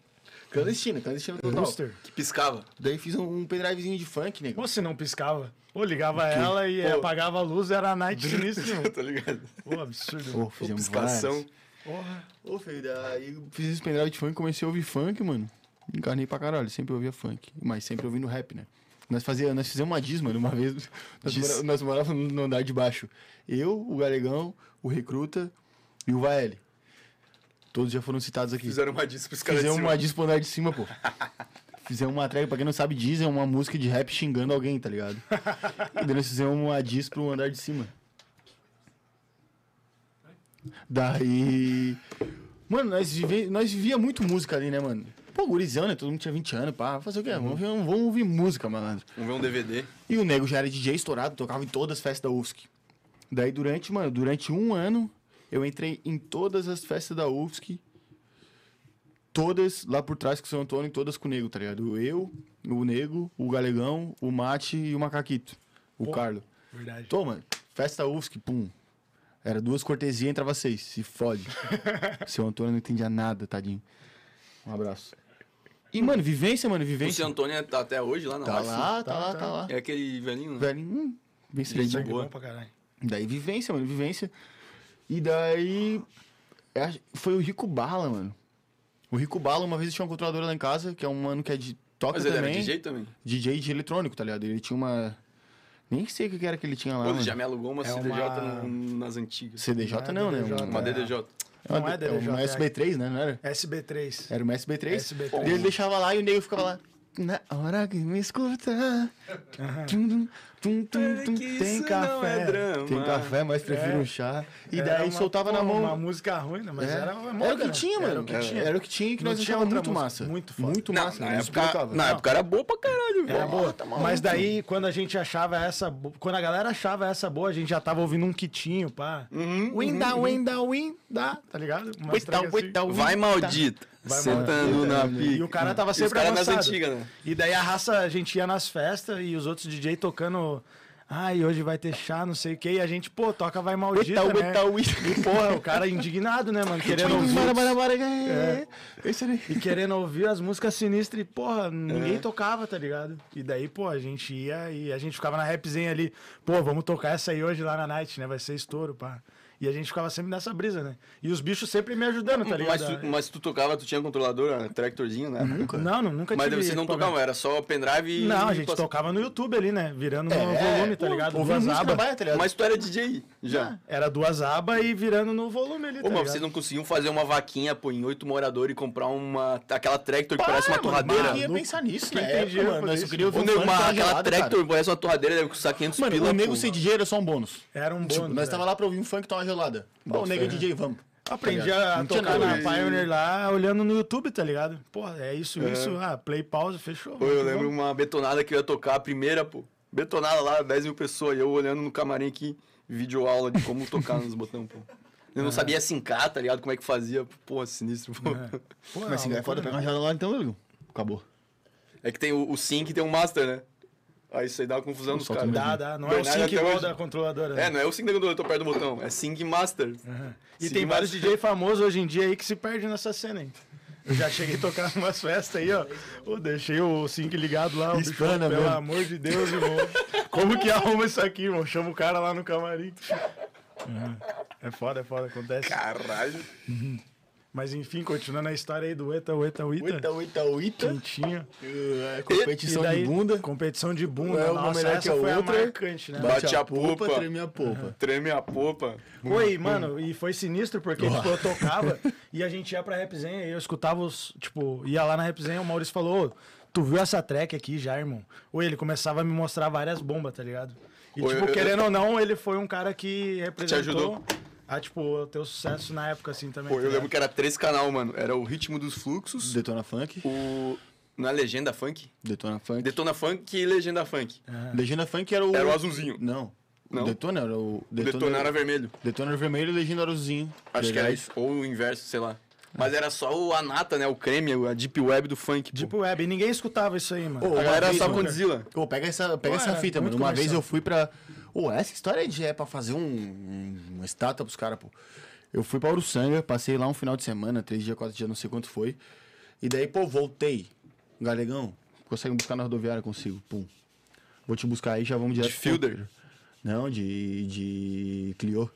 Speaker 3: clandestina, clandestina total.
Speaker 2: Booster.
Speaker 1: Que piscava.
Speaker 3: Daí fiz um, um pendrivezinho de funk, nego.
Speaker 2: Ou se não piscava. Ou ligava ela e
Speaker 1: Pô.
Speaker 2: apagava a luz, era a night sinistra, mano.
Speaker 1: tá ligado?
Speaker 2: Pô, absurdo.
Speaker 3: Pô, fizemos
Speaker 1: Piscação.
Speaker 3: vários. Ô, filho, daí eu fiz esse pendrive de funk, comecei a ouvir funk, mano. Encarnei pra caralho, sempre ouvia funk. Mas sempre ouvindo rap, né? Nós, fazia, nós fizemos uma diz, mano, uma vez. Nós,
Speaker 1: Diz.
Speaker 3: mora- nós morávamos no andar de baixo. Eu, o Galegão, o Recruta e o Vael. Todos já foram citados aqui.
Speaker 1: Fizeram uma disco pros caras de
Speaker 3: Fizemos
Speaker 1: cima.
Speaker 3: uma diz pro andar de cima, pô. Fizemos uma track, pra quem não sabe, diz é uma música de rap xingando alguém, tá ligado? E daí nós fizemos uma diz pro andar de cima. Daí. Mano, nós, vive... nós vivia muito música ali, né, mano? Pô, gurizão, né? Todo mundo tinha 20 anos, pá. Fazer o
Speaker 1: Uhum.
Speaker 3: quê? Vamos, ver- vamos ouvir música, malandro.
Speaker 1: Vamos ver um DVD.
Speaker 3: E o nego já era DJ estourado, tocava em todas as festas da UFSC. Daí durante, mano, durante um ano, eu entrei em todas as festas da UFSC. Todas lá por trás com o São Antônio, todas com o nego, tá ligado? Eu, o nego, o galegão, o mate e o macaquito. O Carlo.
Speaker 2: Verdade.
Speaker 3: Toma, festa UFSC, pum. Era duas cortesias, entrava seis. Se fode. Seu Antônio não entendia nada, tadinho. Um abraço. E, mano, vivência, mano,
Speaker 1: O seu
Speaker 3: vivência.
Speaker 1: Antônio tá até hoje lá na
Speaker 3: Tá
Speaker 1: live.
Speaker 3: lá, tá lá, tá lá.
Speaker 1: É aquele velhinho, né?
Speaker 3: Velho, hum, bem
Speaker 1: Gente
Speaker 3: de
Speaker 2: Sangue
Speaker 1: boa.
Speaker 2: bom pra caralho.
Speaker 3: Daí vivência, mano, vivência. E daí. eu acho- Foi o Rico Bala, mano. O Rico Bala, uma vez tinha uma controladora lá em casa, que é um mano que é de. Toca
Speaker 1: Mas ele
Speaker 3: também.
Speaker 1: era DJ também.
Speaker 3: DJ de eletrônico, tá ligado? Ele tinha uma. Nem sei o que que era que ele tinha lá.
Speaker 1: Pô, ele
Speaker 3: mano.
Speaker 1: já me alugou uma
Speaker 2: É
Speaker 1: CDJ
Speaker 2: uma-
Speaker 1: no- nas antigas.
Speaker 3: CDJ não, né?
Speaker 2: DDJ,
Speaker 1: Uma
Speaker 2: é.
Speaker 1: DDJ.
Speaker 3: É uma,
Speaker 2: Não é
Speaker 3: é
Speaker 2: DDJ,
Speaker 3: uma
Speaker 2: é.
Speaker 3: SB3, né? Não era?
Speaker 2: SB3.
Speaker 3: Era um uma SB3.
Speaker 2: SB3.
Speaker 3: E ele deixava lá e o nego ficava lá. Na hora que me escutar. Tum, tum, tum, tum, tum.
Speaker 1: Que
Speaker 2: tem
Speaker 1: isso Não
Speaker 2: café,
Speaker 1: é drama.
Speaker 3: Tem café, mas prefiro um chá. E
Speaker 2: Era
Speaker 3: daí
Speaker 2: uma-
Speaker 3: soltava
Speaker 2: pô,
Speaker 3: na mão.
Speaker 2: Uma música ruim, né? Mas
Speaker 3: É.
Speaker 2: era uma moda,
Speaker 3: Era o que
Speaker 2: né?
Speaker 3: tinha, mano.
Speaker 2: Era o que tinha.
Speaker 3: Era o que tinha que
Speaker 2: Não
Speaker 3: nós
Speaker 2: tinha
Speaker 3: achava
Speaker 2: outra
Speaker 3: muito
Speaker 2: música.
Speaker 3: massa.
Speaker 2: Muito foda.
Speaker 3: Muito
Speaker 1: Não,
Speaker 3: massa.
Speaker 1: na,
Speaker 3: né?
Speaker 1: época,
Speaker 3: Explicava.
Speaker 1: na época era boa pra caralho,
Speaker 2: Era
Speaker 1: velho.
Speaker 2: É, boa. Mas daí, quando a gente achava essa. bo- Quando a galera achava essa boa, a gente já tava ouvindo um quitinho, pá.
Speaker 1: Uhum,
Speaker 2: Winda, winda, winda. Tá ligado? Uma
Speaker 3: Uita,
Speaker 2: estrega assim.
Speaker 3: uita, uita.
Speaker 1: Vai maldita.
Speaker 2: Vai,
Speaker 1: sentando
Speaker 2: mano.
Speaker 1: na
Speaker 2: E
Speaker 1: pica.
Speaker 2: o cara tava
Speaker 1: E
Speaker 2: sempre
Speaker 1: Os caras nas
Speaker 2: avançado.
Speaker 1: antigas, né?
Speaker 2: E daí a raça, a gente ia nas festas e os outros DJ tocando. Ai, hoje vai ter chá, não sei o quê. E a gente, pô, toca vai maldita,
Speaker 3: Uita,
Speaker 2: né?
Speaker 3: uita, uita.
Speaker 2: E, porra, o cara indignado, né, mano? Querendo ouvir,
Speaker 3: Bora, bora, bora. é. Esse ali.
Speaker 2: e querendo ouvir as músicas sinistras e, porra,
Speaker 1: É.
Speaker 2: ninguém tocava, tá ligado? E daí, pô, a gente ia e a gente ficava na rapzinha ali. Pô, vamos tocar essa aí hoje lá na night, né? Vai ser estouro, pá. E a gente ficava sempre nessa brisa, né? E os bichos sempre me ajudando, tá
Speaker 1: Hum, Mas
Speaker 2: ligado?
Speaker 1: tu, mas tu tocava, tu tinha controladora, tractorzinho, né? Nunca.
Speaker 2: Não, não, nunca
Speaker 1: Mas
Speaker 2: tive
Speaker 1: você não
Speaker 2: equipamento.
Speaker 1: tocava, era só pendrive e.
Speaker 2: Não, a gente
Speaker 1: passa-
Speaker 2: tocava no YouTube ali, né? Virando no
Speaker 3: É,
Speaker 2: volume, tá
Speaker 3: pô,
Speaker 2: ligado?
Speaker 3: ouvindo
Speaker 2: Duas
Speaker 3: música na
Speaker 2: abas.
Speaker 3: baia, tá ligado?
Speaker 1: Mas tu era DJ já.
Speaker 2: Era duas abas e virando no volume ali,
Speaker 1: Ô,
Speaker 2: Ah, tá
Speaker 1: mas
Speaker 2: ligado?
Speaker 1: vocês não conseguiam fazer uma vaquinha, pô, em oito moradores e comprar uma. aquela tractor que parece uma
Speaker 3: mano,
Speaker 1: torradeira.
Speaker 3: quem ia
Speaker 2: maluco.
Speaker 3: pensar nisso,
Speaker 2: Quem
Speaker 3: né?
Speaker 2: tem
Speaker 3: Época,
Speaker 2: dinheiro
Speaker 3: mano,
Speaker 2: pra
Speaker 3: nós
Speaker 2: fazer
Speaker 3: só queria
Speaker 1: Ô,
Speaker 3: ouvir um
Speaker 1: nego,
Speaker 3: funk
Speaker 1: uma-
Speaker 3: que tava
Speaker 1: aquela
Speaker 3: gelado,
Speaker 1: tractor
Speaker 3: cara.
Speaker 1: parece uma torradeira, deve custar 500
Speaker 3: Mano,
Speaker 1: pila.
Speaker 3: o nego
Speaker 1: pô.
Speaker 3: ser DJ era só um bônus.
Speaker 2: Era um
Speaker 3: Tipo,
Speaker 2: bônus,
Speaker 3: nós
Speaker 2: velho.
Speaker 3: tava lá pra ouvir um funk e tomar uma gelada. Pô, o nego é DJ, vamos.
Speaker 2: Aprendi
Speaker 3: Tá ligado?
Speaker 2: a
Speaker 3: Não tinha
Speaker 2: tocar na
Speaker 3: nada.
Speaker 2: Pioneer lá, olhando no YouTube, tá ligado? Porra, é isso, isso. Ah, play, pause, fechou. Tá
Speaker 1: Pô, eu
Speaker 2: vamos que
Speaker 1: lembro um
Speaker 2: vamos.
Speaker 1: uma betonada que eu ia tocar, a primeira, pô. Betonada lá, 10 mil pessoas, e eu olhando no camarim aqui, videoaula de como tocar nos botões, pô. Eu não sabia sincar, tá ligado? Como é que fazia. Pô, sinistro, pô.
Speaker 2: Pô,
Speaker 3: Mas
Speaker 2: é
Speaker 3: se
Speaker 2: uma
Speaker 3: é
Speaker 2: loucura,
Speaker 3: foda pegar uma gelada lá, então, meu. Acabou.
Speaker 1: É que tem o, o sync e tem o master, né? Aí isso aí dá uma confusão nos
Speaker 3: solto
Speaker 1: caras.
Speaker 3: mesmo.
Speaker 2: Dá, dá. Não é o
Speaker 1: Bernardo
Speaker 2: sync
Speaker 1: até
Speaker 2: igual
Speaker 1: hoje-
Speaker 2: da controladora. né?
Speaker 1: É, não é o sync da controladora, eu tô perto do botão. É sync e master.
Speaker 2: E
Speaker 1: Sync
Speaker 2: tem vários
Speaker 1: master.
Speaker 2: DJ famosos hoje em dia aí que se perdem nessa cena, hein? Eu já cheguei a tocar umas festas aí, ó. Eu deixei o sync ligado lá. o bicho,
Speaker 3: Espana
Speaker 2: pelo
Speaker 3: mesmo.
Speaker 2: amor de Deus, irmão. Como que arruma isso aqui, irmão? Chama o cara lá no camarim. É, é foda, é foda, acontece.
Speaker 1: Caralho.
Speaker 2: Mas enfim, continuando a história aí do Eta, Eta, Uita.
Speaker 3: Uita, uita, uita.
Speaker 2: Quentinha.
Speaker 3: É, competição
Speaker 2: E daí,
Speaker 3: de bunda.
Speaker 2: Competição de bunda.
Speaker 3: É, uma
Speaker 2: Nossa,
Speaker 3: melhor que
Speaker 2: essa
Speaker 3: a
Speaker 2: foi
Speaker 3: outra.
Speaker 2: a marcante, né?
Speaker 1: Bate a popa.
Speaker 3: treme a popa.
Speaker 1: Treme a popa.
Speaker 2: Foi, mano, e foi sinistro, porque tipo, eu tocava e a gente ia pra Repzenha e eu escutava os. Tipo, ia lá na Repzenha o Maurício falou: Ô, tu viu essa track aqui já, irmão? Ou ele começava a me mostrar várias bombas, tá ligado? E,
Speaker 1: Ô,
Speaker 2: tipo,
Speaker 1: eu-
Speaker 2: querendo ou não, ele foi um cara que representou
Speaker 1: ajudou.
Speaker 2: a, tipo, ter o sucesso na época, assim, também.
Speaker 1: Pô,
Speaker 2: tá
Speaker 1: eu lembro
Speaker 2: ligado?
Speaker 1: que era três canal, mano. Era o Ritmo dos Fluxos,
Speaker 3: Detona
Speaker 2: Uh.
Speaker 3: funk.
Speaker 1: o... Na Legenda Funk?
Speaker 3: Detona funk. Ah.
Speaker 1: Detona Funk e Legenda Funk.
Speaker 3: Legenda funk era o.
Speaker 1: Era o azulzinho.
Speaker 3: Não.
Speaker 1: Não?
Speaker 3: Detona era o.
Speaker 1: Detona era vermelho.
Speaker 3: Detona era vermelho e legenda era azulzinho.
Speaker 1: Acho que era
Speaker 3: Legais.
Speaker 1: isso. Ou o inverso, sei lá. Mas era só o Anata, né? O creme, a Deep Web do funk.
Speaker 2: Deep
Speaker 1: Tipo,
Speaker 2: Web, e ninguém escutava isso aí, mano.
Speaker 3: Ô, uma
Speaker 1: era
Speaker 3: vez,
Speaker 1: só
Speaker 3: mano.
Speaker 1: Condzilla.
Speaker 3: Pô, pega essa, pega
Speaker 2: Pô,
Speaker 3: essa
Speaker 2: é,
Speaker 3: fita,
Speaker 2: muito
Speaker 3: mano. Uma vez
Speaker 2: comercial.
Speaker 3: eu fui pra. Ô, essa história de é pra fazer um, um, uma estátua pros caras, pô. Eu fui pra Uruçanga, passei lá um final de semana, três dias, quatro dias, não sei quanto foi. E daí, pô, voltei. Galegão, consegue me buscar na rodoviária? Consigo. Pum. Vou te buscar aí, já vamos direto.
Speaker 1: De
Speaker 3: pro-
Speaker 1: Fielder?
Speaker 3: Não, de. de. Clio.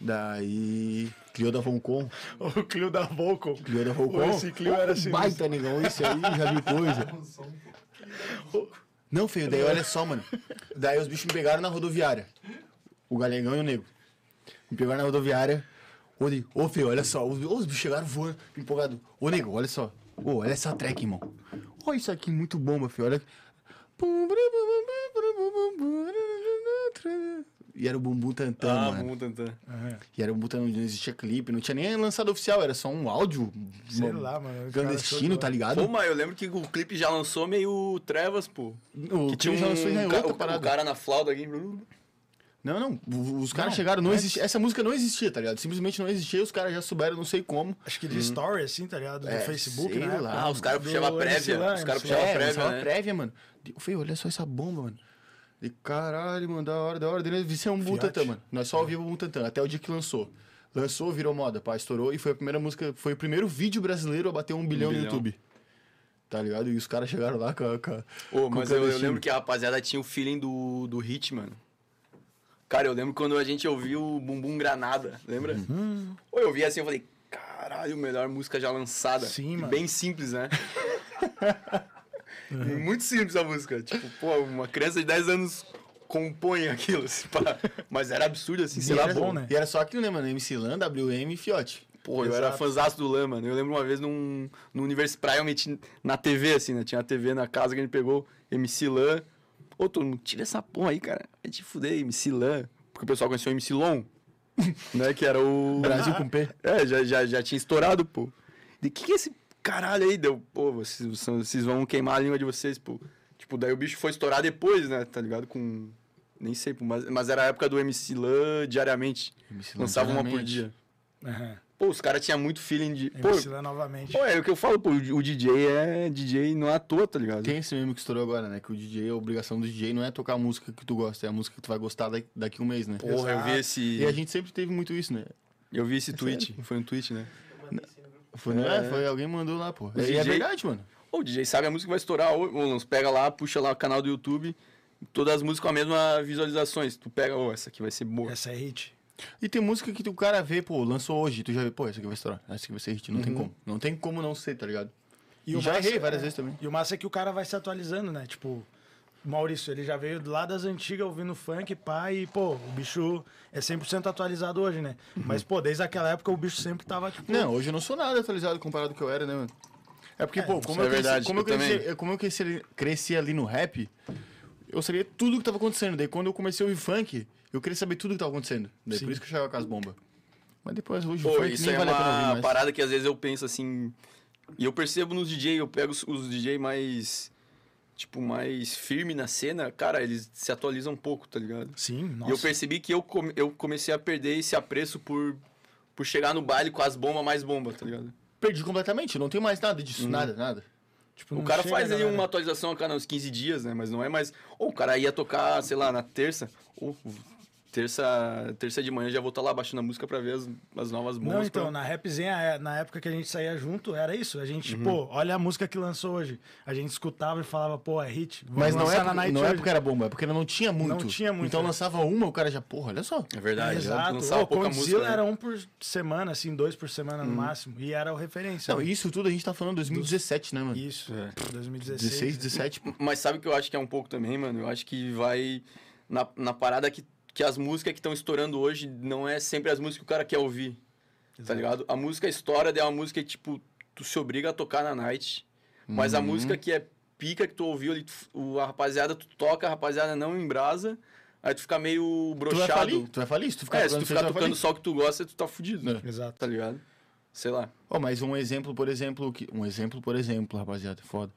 Speaker 3: Daí. Clio da Voncom.
Speaker 2: O Clio da Vocal.
Speaker 3: Clio da Voncom.
Speaker 2: Esse Clio era assim.
Speaker 3: um Baita, negão, esse aí já viu coisa. Não, feio, daí olha só, mano. Daí os bichos me pegaram na rodoviária. O galegão e o nego. Me pegaram na rodoviária. Ô, ne- ô feio, olha só. Os, ô, os bichos chegaram voando, empolgado. Ô, nego, olha só. Ô, olha essa track, irmão. Ô, isso aqui, é muito bom, meu filho. Olha. E era o bumbum tantã,
Speaker 1: Ah,
Speaker 3: mano.
Speaker 1: bom, tantã.
Speaker 3: E era o Buta, não existia clipe, não tinha nem lançado oficial, era só um áudio
Speaker 2: Sei
Speaker 3: mano,
Speaker 2: lá, mano, o cara
Speaker 3: clandestino,
Speaker 2: achou
Speaker 3: tá
Speaker 1: Pô,
Speaker 3: ligado?
Speaker 1: mas eu lembro que o clipe já lançou meio Trevas, pô.
Speaker 3: O
Speaker 1: que tinha
Speaker 3: clipe já lançou
Speaker 1: um,
Speaker 3: já é
Speaker 1: ca-
Speaker 3: outra
Speaker 1: o,
Speaker 3: parada.
Speaker 1: o cara na flauta aqui.
Speaker 3: Não, não, o- os caras chegaram,
Speaker 1: é
Speaker 3: não existia, essa música não existia, tá ligado? Simplesmente não existia, os caras já souberam, não sei como.
Speaker 2: Acho que
Speaker 1: Uhum.
Speaker 2: de story, assim, tá ligado? Do
Speaker 3: É,
Speaker 2: Facebook,
Speaker 3: sei
Speaker 2: né?
Speaker 3: lá.
Speaker 1: Ah, os caras
Speaker 2: Do
Speaker 1: puxavam a
Speaker 2: MC
Speaker 1: prévia. Os
Speaker 2: Limes.
Speaker 1: caras puxavam a
Speaker 3: mas
Speaker 1: prévia,
Speaker 3: tava
Speaker 1: né?
Speaker 3: é prévia, mano. Eu falei, olha só essa bomba, mano. E caralho, mano, da hora, da hora. Daí nós Isso é um Butantan, mano. Nós só ouvimos o Butantan, até o dia que lançou. Lançou, virou moda, pá, estourou. E foi a primeira música, foi o primeiro vídeo brasileiro a bater um, bilhão, no
Speaker 1: bilhão.
Speaker 3: YouTube. Tá ligado? E os caras chegaram lá com a... Com a
Speaker 1: Ô,
Speaker 3: com
Speaker 1: mas
Speaker 3: o
Speaker 1: eu, eu
Speaker 3: clandestino.
Speaker 1: lembro que a rapaziada tinha o feeling do, do hit, mano. Cara, eu lembro quando a gente ouviu o Bumbum Granada, lembra?
Speaker 2: Uhum.
Speaker 1: Ou eu ouvi assim, eu falei, caralho, melhor música já lançada.
Speaker 2: Sim,
Speaker 1: E
Speaker 2: mano.
Speaker 1: Bem simples, né?
Speaker 2: Uhum.
Speaker 1: Muito simples a música. Tipo, pô, uma criança de 10 anos compõe aquilo, assim, pá. Mas era absurdo, assim, sei
Speaker 2: E
Speaker 1: lá.
Speaker 2: era
Speaker 1: pô.
Speaker 2: bom, né?
Speaker 3: E era só aquilo, né, mano? MC Landa, WM e Fiote.
Speaker 1: Pô, eu era fãzaço do Lan, mano. Eu lembro uma vez num, no Universo Praia, eu meti na TV, assim, né? Tinha a TV na casa que a gente pegou, MC Lan. Ô, tu não tira essa porra aí, cara. Vai te fuder, MC Lan. Porque o pessoal conheceu o MC Lon, né? Que era o...
Speaker 3: Brasil com P.
Speaker 1: É, já, já, já tinha estourado, pô. De que que é esse caralho aí deu? Pô, vocês, são- vocês vão queimar a língua de vocês, pô. Tipo, daí o bicho foi estourar depois, né? Tá ligado? Com... Nem sei, pô. Mas, mas era a época do MC Lan diariamente.
Speaker 3: MC Lan
Speaker 1: Lançava uma por
Speaker 3: diariamente.
Speaker 1: dia.
Speaker 2: Aham.
Speaker 1: Pô, os caras tinham muito feeling de. Pô,
Speaker 2: MC lá novamente.
Speaker 1: pô, é o que eu falo, pô, o DJ é DJ não é à toa, tá ligado?
Speaker 3: Tem esse mesmo que estourou agora, né? Que o DJ, a obrigação do DJ não é tocar a música que tu gosta, é a música que tu vai gostar da- daqui um mês, né?
Speaker 1: Porra, eu vi
Speaker 3: E a
Speaker 1: esse.
Speaker 3: gente sempre teve muito isso, né?
Speaker 1: Eu vi esse tweet. Foi um tweet, né?
Speaker 3: Foi, né?
Speaker 1: É.
Speaker 3: Foi alguém mandou lá, pô. E
Speaker 1: DJ
Speaker 3: é verdade, mano.
Speaker 1: Ô, o DJ sabe a música que vai estourar. Ô, ô, Lance, pega lá, puxa lá o canal do YouTube. Todas as músicas com a mesma visualizações. Tu pega, ô, essa aqui vai ser boa.
Speaker 2: Essa é hit.
Speaker 3: E tem música que tu- o cara vê, pô, lançou hoje, tu já vê, pô, essa aqui vai estourar, essa aqui vai ser hit, não
Speaker 1: Uhum.
Speaker 3: tem como. Não tem como não ser, tá ligado? E,
Speaker 2: o
Speaker 3: já
Speaker 2: massa-
Speaker 3: errei várias vezes também.
Speaker 2: E o massa é que o cara vai se atualizando, né? Tipo, o Maurício, ele já veio lá das antigas ouvindo funk, pá, e, pô, o bicho é 100% atualizado hoje, né? Mas, pô, desde aquela época o bicho sempre tava, tipo...
Speaker 3: Uhum. Não, hoje eu não sou nada atualizado comparado ao que eu era, né, mano? É porque, pô, como,
Speaker 1: é
Speaker 3: eu, cresci,
Speaker 1: verdade,
Speaker 3: como, eu,
Speaker 1: eu também.
Speaker 3: cresci, como eu cresci, cresci ali no rap, eu sabia tudo o que tava acontecendo. Daí quando eu comecei a ouvir funk, eu queria saber tudo o que tava acontecendo. Daí por isso que eu chegava com as bombas. Mas depois hoje o
Speaker 1: Pô,
Speaker 3: funk
Speaker 1: isso
Speaker 3: nem
Speaker 1: é
Speaker 3: vale a pena ouvir
Speaker 1: uma
Speaker 3: mais.
Speaker 1: parada que às vezes eu penso assim. E eu percebo nos DJ, eu pego os, os DJ mais. Tipo, mais firme na cena, cara, eles se atualizam um pouco, tá ligado?
Speaker 2: Sim,
Speaker 1: E
Speaker 2: nossa.
Speaker 1: eu percebi que eu, come- eu comecei a perder esse apreço por, por chegar no baile com as bombas mais bombas, tá ligado?
Speaker 3: Perdi completamente, eu não tenho mais nada
Speaker 1: Uhum.
Speaker 3: disso, nada, nada.
Speaker 2: Tipo,
Speaker 1: o
Speaker 2: não
Speaker 1: cara
Speaker 2: chega,
Speaker 1: faz ali
Speaker 2: galera.
Speaker 1: uma atualização a cada uns 15 dias, né? Mas não é mais. Ou o cara ia tocar, sei lá, na terça. Ou Terça, terça de manhã já vou estar lá baixando a música pra ver as, as novas bombas.
Speaker 2: Não, então,
Speaker 1: pra-
Speaker 2: na Rapzinha, é, na época que a gente saía junto, era isso. A gente,
Speaker 3: Uhum.
Speaker 2: pô, olha a música que lançou hoje. A gente escutava e falava, pô, é hit. Vamos
Speaker 3: Mas não
Speaker 2: lançar
Speaker 3: é,
Speaker 2: na Night
Speaker 3: não é
Speaker 2: hoje.
Speaker 3: porque era bomba, é porque não tinha muito.
Speaker 2: tinha muito,
Speaker 3: Então
Speaker 2: né?
Speaker 3: lançava uma, o cara já, porra, olha só.
Speaker 1: É verdade, já
Speaker 2: Exato.
Speaker 1: lançava
Speaker 2: Ô,
Speaker 1: pouca música.
Speaker 2: Condzilla
Speaker 1: né?
Speaker 2: era um por semana, assim, dois por semana no máximo. E era o referência.
Speaker 3: Uhum. Não,
Speaker 2: né?
Speaker 3: isso tudo a gente tá falando em 2017, né, mano?
Speaker 2: Isso, 2016.
Speaker 3: 16, 17, pô.
Speaker 1: Mas sabe o que eu acho que é um pouco também, mano? Eu acho que vai na, na parada que, que as músicas que estão estourando hoje não é sempre as músicas que o cara quer ouvir. Tá ligado? A música estoura é uma música que, tipo, tu se obriga a tocar na night. Mas
Speaker 3: Uhum.
Speaker 1: a música que é pica, que tu ouviu ali, tu f- o, a rapaziada, tu toca, a rapaziada não embrasa. Aí tu fica meio
Speaker 3: Tu vai falir,
Speaker 1: brochado.
Speaker 3: tu vai falir. Se tu ficar
Speaker 1: É, se tu
Speaker 3: isso,
Speaker 1: ficar
Speaker 3: vai
Speaker 1: tocando
Speaker 3: falir.
Speaker 1: só o que tu gosta, tu tá fudido.
Speaker 3: É.
Speaker 2: Exato.
Speaker 1: Tá ligado? Sei lá.
Speaker 3: Ó, mas um exemplo, por exemplo, que... um exemplo, por exemplo, rapaziada, é foda.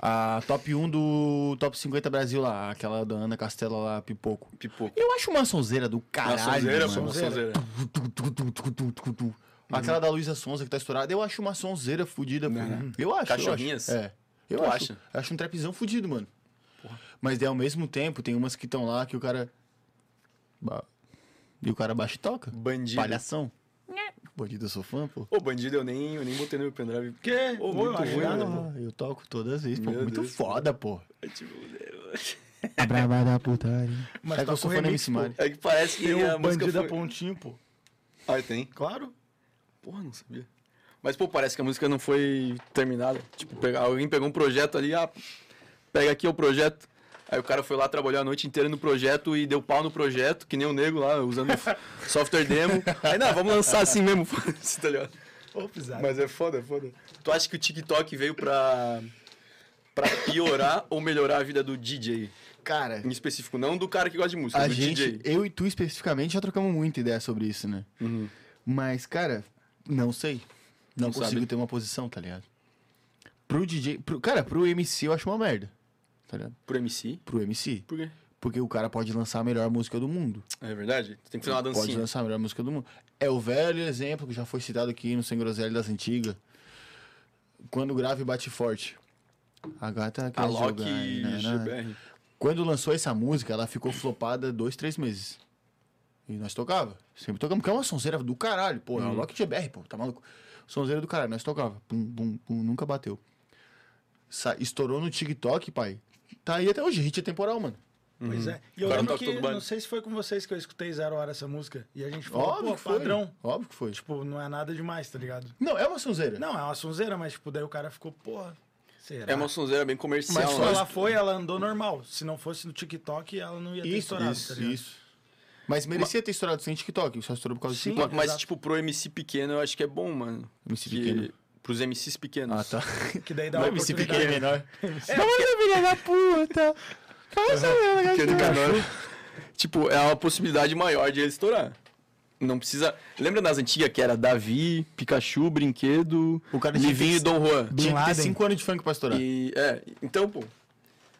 Speaker 3: A top 1 do Top 50 Brasil lá, aquela da Ana Castela lá, Pipoco.
Speaker 1: Pipoco.
Speaker 3: Eu acho uma sonzeira do caralho,
Speaker 1: sonzeira,
Speaker 3: mano.
Speaker 1: pô, uma sonzeira.
Speaker 3: Tu, tu, tu, tu, tu, tu, tu. Aquela da Luísa Sonza que tá estourada, eu acho uma sonzeira fudida. pô. Eu acho. eu
Speaker 1: Cachorrinhas?
Speaker 3: acho. É. Eu
Speaker 1: Tu
Speaker 3: acho.
Speaker 1: acha?
Speaker 3: Acho um trapzão fudido, mano. Mas daí, ao mesmo tempo, tem umas que estão lá que o cara. Ba- E o cara baixa e toca.
Speaker 1: Bandido.
Speaker 3: Palhação.
Speaker 5: Né?
Speaker 3: Bandido, eu sou fã, pô.
Speaker 1: Ô, bandido, eu nem, eu nem botei no meu pendrive.
Speaker 2: Que?
Speaker 1: Ô,
Speaker 2: Ô,
Speaker 1: muito
Speaker 2: eu acho
Speaker 1: ruim,
Speaker 2: nada,
Speaker 1: né,
Speaker 2: pô.
Speaker 1: pô?
Speaker 3: eu toco todas as vezes, pô.
Speaker 1: Meu
Speaker 3: Muito
Speaker 1: Deus.
Speaker 3: foda, pô.
Speaker 1: É tipo.
Speaker 3: Brava da putaria.
Speaker 2: Mas tá
Speaker 3: É que eu
Speaker 2: toca
Speaker 3: sou
Speaker 2: o
Speaker 3: fã da
Speaker 2: remix,
Speaker 3: MC
Speaker 2: pô.
Speaker 3: Mari.
Speaker 1: É que parece que
Speaker 2: Tem
Speaker 1: a
Speaker 2: o
Speaker 1: música
Speaker 3: é
Speaker 2: Bandida
Speaker 1: foi...
Speaker 2: Pontinho, pô.
Speaker 1: Ah, tem?
Speaker 2: Claro.
Speaker 1: Porra, não sabia. Mas, pô, parece que a música não foi terminada. Tipo, pega- alguém pegou um projeto ali, ah, pega aqui o projeto. Aí o cara foi lá, trabalhou a noite inteira no projeto e deu pau no projeto, que nem o nego lá, usando f- software demo. Aí, não, vamos lançar assim mesmo, foda-se, tá ligado?
Speaker 2: Ô, pisado.
Speaker 1: Mas é foda, é foda. Tu acha que o TikTok veio pra, pra piorar ou melhorar a vida do DJ?
Speaker 3: Cara,
Speaker 1: Em específico, não do cara que gosta de música,
Speaker 3: a
Speaker 1: do
Speaker 3: gente,
Speaker 1: DJ.
Speaker 3: eu e tu especificamente, já trocamos muita ideia sobre isso, né? Mas, cara, não sei. Não,
Speaker 1: Não
Speaker 3: consigo
Speaker 1: sabe.
Speaker 3: ter uma posição, tá ligado? Pro DJ. Pro, cara, pro MC eu acho uma merda. Tá ligado?
Speaker 1: Pro MC?
Speaker 3: Pro MC.
Speaker 1: Por quê?
Speaker 3: Porque o cara pode lançar a melhor música do mundo.
Speaker 1: É verdade? Tu tem que fazer uma
Speaker 3: Pode
Speaker 1: dancinha.
Speaker 3: lançar a melhor música do mundo. É o velho exemplo que já foi citado aqui no Sem Groselha das Antigas. Quando grave bate forte. A gata quer
Speaker 1: A Loki
Speaker 3: jogar,
Speaker 1: e
Speaker 3: né, né?
Speaker 1: GBR.
Speaker 3: Quando lançou essa música, ela ficou flopada dois, três meses. E nós tocava. Sempre tocamos, porque é uma sonzeira do caralho. Pô, é
Speaker 2: Uhum.
Speaker 3: uma Loki GBR, pô, tá maluco? Sonzeira do caralho, nós tocava. Pum, pum, pum, nunca bateu. Sa- estourou no TikTok, pai. Tá aí até hoje, hit é temporal, mano.
Speaker 2: Pois é. E eu
Speaker 1: Agora
Speaker 2: lembro
Speaker 3: tá
Speaker 1: toca
Speaker 2: que,
Speaker 1: todo baile.
Speaker 2: não sei se foi com vocês que eu escutei Zero Hora essa música. E a gente falou,
Speaker 3: Óbvio
Speaker 2: pô,
Speaker 3: que foi.
Speaker 2: padrão.
Speaker 3: Óbvio que foi.
Speaker 2: Tipo, não é nada demais, tá ligado?
Speaker 3: Não, é uma sonzeira.
Speaker 2: Não, é uma sonzeira, mas tipo, daí o cara ficou, porra, será?
Speaker 1: É uma sonzeira bem comercial.
Speaker 3: Mas
Speaker 2: Mas
Speaker 3: só
Speaker 1: né?
Speaker 2: ela foi, ela andou normal. Se não fosse no TikTok, ela não ia ter
Speaker 3: Isso,
Speaker 2: estourado, tá
Speaker 3: isso,
Speaker 2: ligado?
Speaker 3: isso. Mas merecia ter estourado sem TikTok, só estourou por causa
Speaker 2: Sim.
Speaker 3: do
Speaker 1: Ma-
Speaker 3: TikTok.
Speaker 1: Mas,
Speaker 2: Exato.
Speaker 1: tipo, pro MC pequeno eu acho que é bom, mano.
Speaker 3: MC
Speaker 1: Que-
Speaker 3: pequeno.
Speaker 1: Pros MCs pequenos.
Speaker 3: Ah, tá.
Speaker 2: Que daí dá
Speaker 3: Não,
Speaker 2: uma
Speaker 3: MC
Speaker 2: oportunidade.
Speaker 3: pequeno é menor.
Speaker 1: Pequeno menor. Tipo, é uma possibilidade maior de ele estourar. Não precisa. Lembra nas antigas que era Davi, Pikachu, Brinquedo,
Speaker 3: O cara tinha
Speaker 1: Livinho
Speaker 3: que-
Speaker 1: e Dom Juan?
Speaker 3: Tinha que ter
Speaker 2: Laden.
Speaker 3: 5 anos de funk pra estourar.
Speaker 1: E, é, então, pô.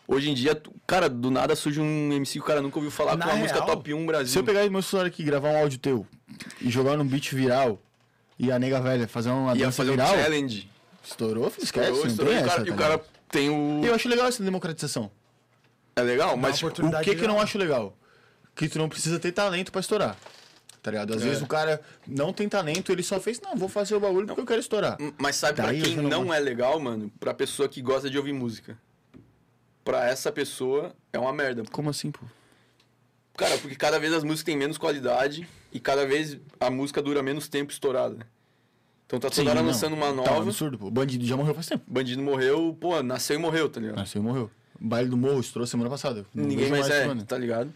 Speaker 1: Hoje em dia, tu- cara, do nada surge um MC que o cara nunca ouviu falar
Speaker 2: Na
Speaker 1: com a música
Speaker 2: real,
Speaker 1: top 1
Speaker 3: Se
Speaker 1: Brasil.
Speaker 3: eu pegar meu celular aqui e gravar um áudio teu e jogar num beat viral e a nega velha fazer uma
Speaker 1: Ia
Speaker 3: dança
Speaker 1: fazer um
Speaker 3: viral,
Speaker 1: challenge.
Speaker 3: estourou, filho, esquece,
Speaker 1: Estourou,
Speaker 3: É,
Speaker 1: estourou. E o
Speaker 3: não tem
Speaker 1: cara-
Speaker 3: essa,
Speaker 1: e o
Speaker 3: tá
Speaker 1: cara
Speaker 3: ligado?
Speaker 1: tem o.
Speaker 3: Eu acho legal essa democratização.
Speaker 1: É legal,
Speaker 2: uma
Speaker 1: mas tipo,
Speaker 2: oportunidade.
Speaker 3: o que que eu não
Speaker 2: legal.
Speaker 3: acho legal? Que tu não precisa ter talento pra estourar. Tá ligado?
Speaker 1: É.
Speaker 3: Às vezes o cara não tem talento, ele só fez, não, vou fazer o bagulho porque eu quero estourar.
Speaker 1: Mas sabe pra
Speaker 3: Daí Tá, eu
Speaker 1: quem
Speaker 3: já
Speaker 1: não,
Speaker 3: não
Speaker 1: é legal, mano? Pra pessoa que gosta de ouvir música. Pra essa pessoa é uma merda.
Speaker 3: Como assim, pô?
Speaker 1: Cara, porque cada vez as músicas têm menos qualidade e cada vez a música dura menos tempo estourada. Então tá toda hora
Speaker 3: não.
Speaker 1: lançando uma
Speaker 3: Tá um
Speaker 1: nova.
Speaker 3: absurdo, pô. O bandido já morreu faz tempo.
Speaker 1: Bandido morreu, pô, nasceu e morreu, tá ligado?
Speaker 3: Nasceu e morreu. Baile do Morro estourou semana passada. Não
Speaker 1: Ninguém
Speaker 3: vejo
Speaker 1: mais é,
Speaker 3: mano.
Speaker 1: tá ligado?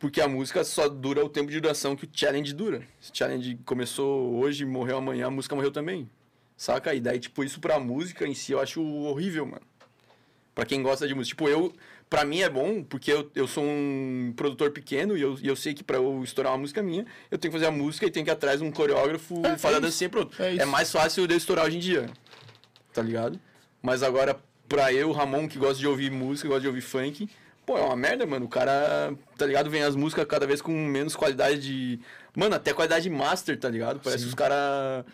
Speaker 1: Porque a música só dura o tempo de duração que o challenge dura. Se o challenge começou hoje, morreu amanhã, a música morreu também. Saca? E daí, tipo, isso pra música em si eu acho horrível, mano. Pra quem gosta de música. Tipo, eu. Pra mim é bom, porque eu, eu sou um produtor pequeno e eu, e eu sei que pra eu estourar uma música minha, eu tenho que fazer a música e tenho que ir atrás de um coreógrafo e fazer a dancinha e pronto.
Speaker 3: É
Speaker 1: É,
Speaker 3: isso.
Speaker 1: mais fácil de eu estourar hoje em dia. Tá ligado? Mas agora, pra eu, Ramon, que gosta de ouvir música, gosta de ouvir funk, pô, é uma merda, mano. O cara, tá ligado? Vem as músicas cada vez com menos qualidade de. Mano, até qualidade master, tá ligado? Parece que os caras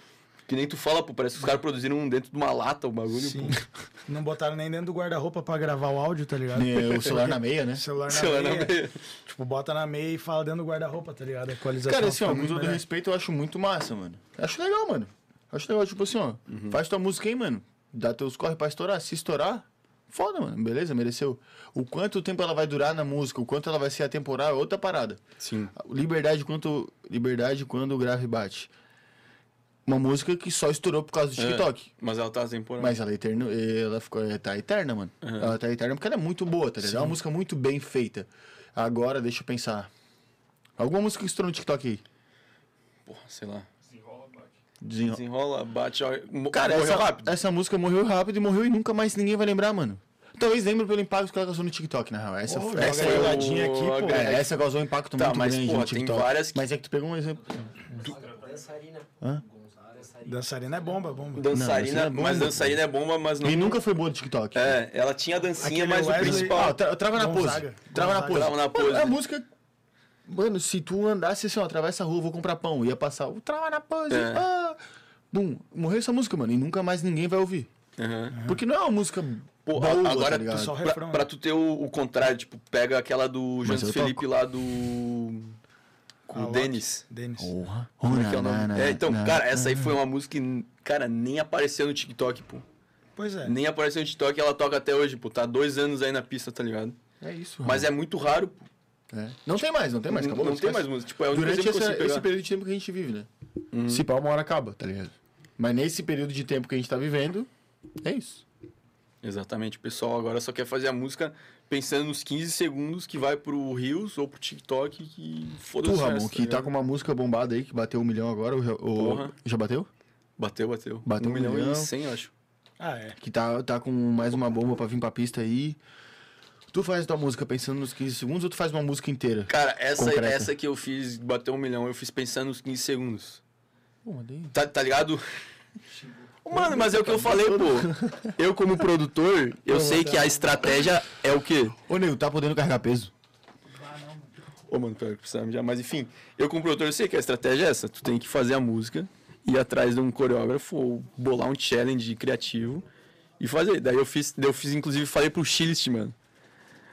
Speaker 1: Que nem tu fala, pô, parece que os caras produziram dentro de uma lata o bagulho.
Speaker 2: Sim.
Speaker 1: pô.
Speaker 2: Não botaram nem dentro do guarda-roupa pra gravar o áudio, tá ligado?
Speaker 3: É, o celular na meia, né?
Speaker 2: Celular na,
Speaker 1: Celular na
Speaker 2: meia.
Speaker 1: meia.
Speaker 2: Tipo, bota na meia e fala dentro do guarda-roupa, tá ligado? A equalização.
Speaker 3: Cara, assim, ó,
Speaker 2: fica
Speaker 3: com
Speaker 2: muito
Speaker 3: todo
Speaker 2: melhor.
Speaker 3: respeito, eu acho muito massa, mano. Acho legal, mano. Acho legal, tipo assim, ó,
Speaker 2: Uhum.
Speaker 3: faz tua música aí, mano. Dá teus corre pra estourar. Se estourar, foda, mano. Beleza, mereceu. O quanto tempo ela vai durar na música, o quanto ela vai ser atemporal é outra parada.
Speaker 1: Sim.
Speaker 3: Liberdade quanto. Liberdade quando o grave bate. Uma música que só estourou por causa do TikTok.
Speaker 1: É, mas ela tá temporada.
Speaker 3: Mas ela, é eterno, ela ficou, é, tá eterna, mano.
Speaker 2: Uhum.
Speaker 3: Ela tá eterna porque ela é muito boa, tá ligado? É uma música muito bem feita. Agora, deixa eu pensar. Alguma música que estourou no TikTok aí?
Speaker 1: Porra, sei lá.
Speaker 3: Desenro...
Speaker 1: Desenrola, bate, ó, mo-
Speaker 3: Cara,
Speaker 1: morreu
Speaker 3: essa,
Speaker 1: rápido.
Speaker 3: essa música morreu rápido e morreu e nunca mais ninguém vai lembrar, mano. Talvez lembre pelo impacto que ela causou no TikTok, na real. Essa,
Speaker 2: Ô, joga
Speaker 3: essa,
Speaker 2: aí,
Speaker 3: é-
Speaker 2: ó.
Speaker 1: pegadinha
Speaker 2: aqui, pô.
Speaker 3: é, essa causou um impacto
Speaker 1: Tá,
Speaker 3: muito
Speaker 1: mas,
Speaker 3: grande
Speaker 1: porra,
Speaker 3: no
Speaker 1: tem
Speaker 3: TikTok.
Speaker 1: várias que-
Speaker 3: Mas é que tu pegou um exemplo.
Speaker 6: Dançarina. Gonzalo Dançarina.
Speaker 2: Dançarina é bomba, bomba.
Speaker 1: Dançarina,
Speaker 3: dançarina é bomba,
Speaker 1: mas
Speaker 3: pô.
Speaker 1: dançarina é bomba, mas não.
Speaker 3: E nunca foi boa no TikTok.
Speaker 1: É, ela tinha a dancinha,
Speaker 2: Aquele
Speaker 1: mas o
Speaker 2: Wesley-
Speaker 1: principal.
Speaker 3: Ah, tra- trava na
Speaker 2: Gonzaga.
Speaker 3: pose. Trava na
Speaker 2: Gonzaga.
Speaker 3: pose.
Speaker 1: Trava na
Speaker 3: Mano,
Speaker 1: pose.
Speaker 3: a música. Mano, se tu andasse assim, ó, atravessa a rua, eu vou comprar pão. Ia passar. o Trava na pose.
Speaker 1: É.
Speaker 3: Ah. Bum, morreu essa música, mano. E nunca mais ninguém vai ouvir.
Speaker 1: Aham.
Speaker 3: Porque não é uma música.
Speaker 1: Pô,
Speaker 3: boa,
Speaker 1: a-
Speaker 3: tá
Speaker 1: agora
Speaker 3: ligado?
Speaker 1: tu
Speaker 2: Só o
Speaker 1: pra,
Speaker 2: refrão,
Speaker 1: pra
Speaker 2: né?
Speaker 1: tu ter o, o contrário, tipo, pega aquela do
Speaker 3: Mas
Speaker 1: Jonas
Speaker 3: eu
Speaker 1: Felipe
Speaker 3: toco.
Speaker 1: lá do. Com
Speaker 2: Ah,
Speaker 1: o
Speaker 2: Loki.
Speaker 1: Denis.
Speaker 2: Denis.
Speaker 3: Porra.
Speaker 1: Como é que é o
Speaker 3: Um Na, na,
Speaker 1: nome? É, então,
Speaker 3: na,
Speaker 1: cara, essa aí foi uma música que, cara, nem apareceu no TikTok, pô.
Speaker 2: Pois é.
Speaker 1: Nem apareceu no TikTok e ela toca até hoje, pô. Tá dois anos aí na pista, tá ligado?
Speaker 3: É isso.
Speaker 1: Mas é muito raro, pô.
Speaker 3: É. Não tem mais, não tem mais.
Speaker 1: Não-
Speaker 3: Acabou,
Speaker 1: não tem
Speaker 3: esquece.
Speaker 1: mais música. Tipo, é o único
Speaker 3: Durante
Speaker 1: exemplo que eu
Speaker 3: essa-
Speaker 1: consigo
Speaker 3: esse
Speaker 1: pegar. Uhum.
Speaker 3: período de tempo que a gente vive, né? Se pá, uma hora acaba, tá ligado? Mas nesse período de tempo que a gente tá vivendo, é isso.
Speaker 1: Exatamente. O pessoal agora só quer fazer a música pensando nos 15 segundos que vai pro Reels ou pro TikTok que foda-se.
Speaker 3: Tu,
Speaker 1: o
Speaker 3: Ramon,
Speaker 1: resto,
Speaker 3: que tá
Speaker 1: ligado?
Speaker 3: com uma música bombada aí, que bateu um milhão agora, ou já, ou-
Speaker 1: Porra.
Speaker 3: já bateu?
Speaker 1: Bateu, bateu.
Speaker 3: Bateu
Speaker 1: um
Speaker 3: um
Speaker 1: milhão,
Speaker 3: milhão.
Speaker 1: e 100, eu acho.
Speaker 2: Ah, é.
Speaker 3: Que tá, tá com mais uma bomba pra vir pra pista aí. Tu faz tua música pensando nos 15 segundos ou tu faz uma música inteira?
Speaker 1: Cara, essa,
Speaker 3: Concreta.
Speaker 1: essa que eu fiz, bateu um milhão, eu fiz pensando nos 15 segundos.
Speaker 3: Pô, mandei.
Speaker 1: Tá, tá ligado? Mano, mas é o que eu falei, pô. Eu, como produtor, eu sei que a estratégia é o quê?
Speaker 3: Ô, nego, tá podendo carregar peso?
Speaker 1: Ô, mano, pior que precisava já. Mas enfim, eu, como produtor, eu sei que a estratégia é essa. Tu tem que fazer a música, ir atrás de um coreógrafo ou bolar um challenge criativo e fazer. Daí eu fiz, daí eu fiz inclusive, falei pro Chilist, mano.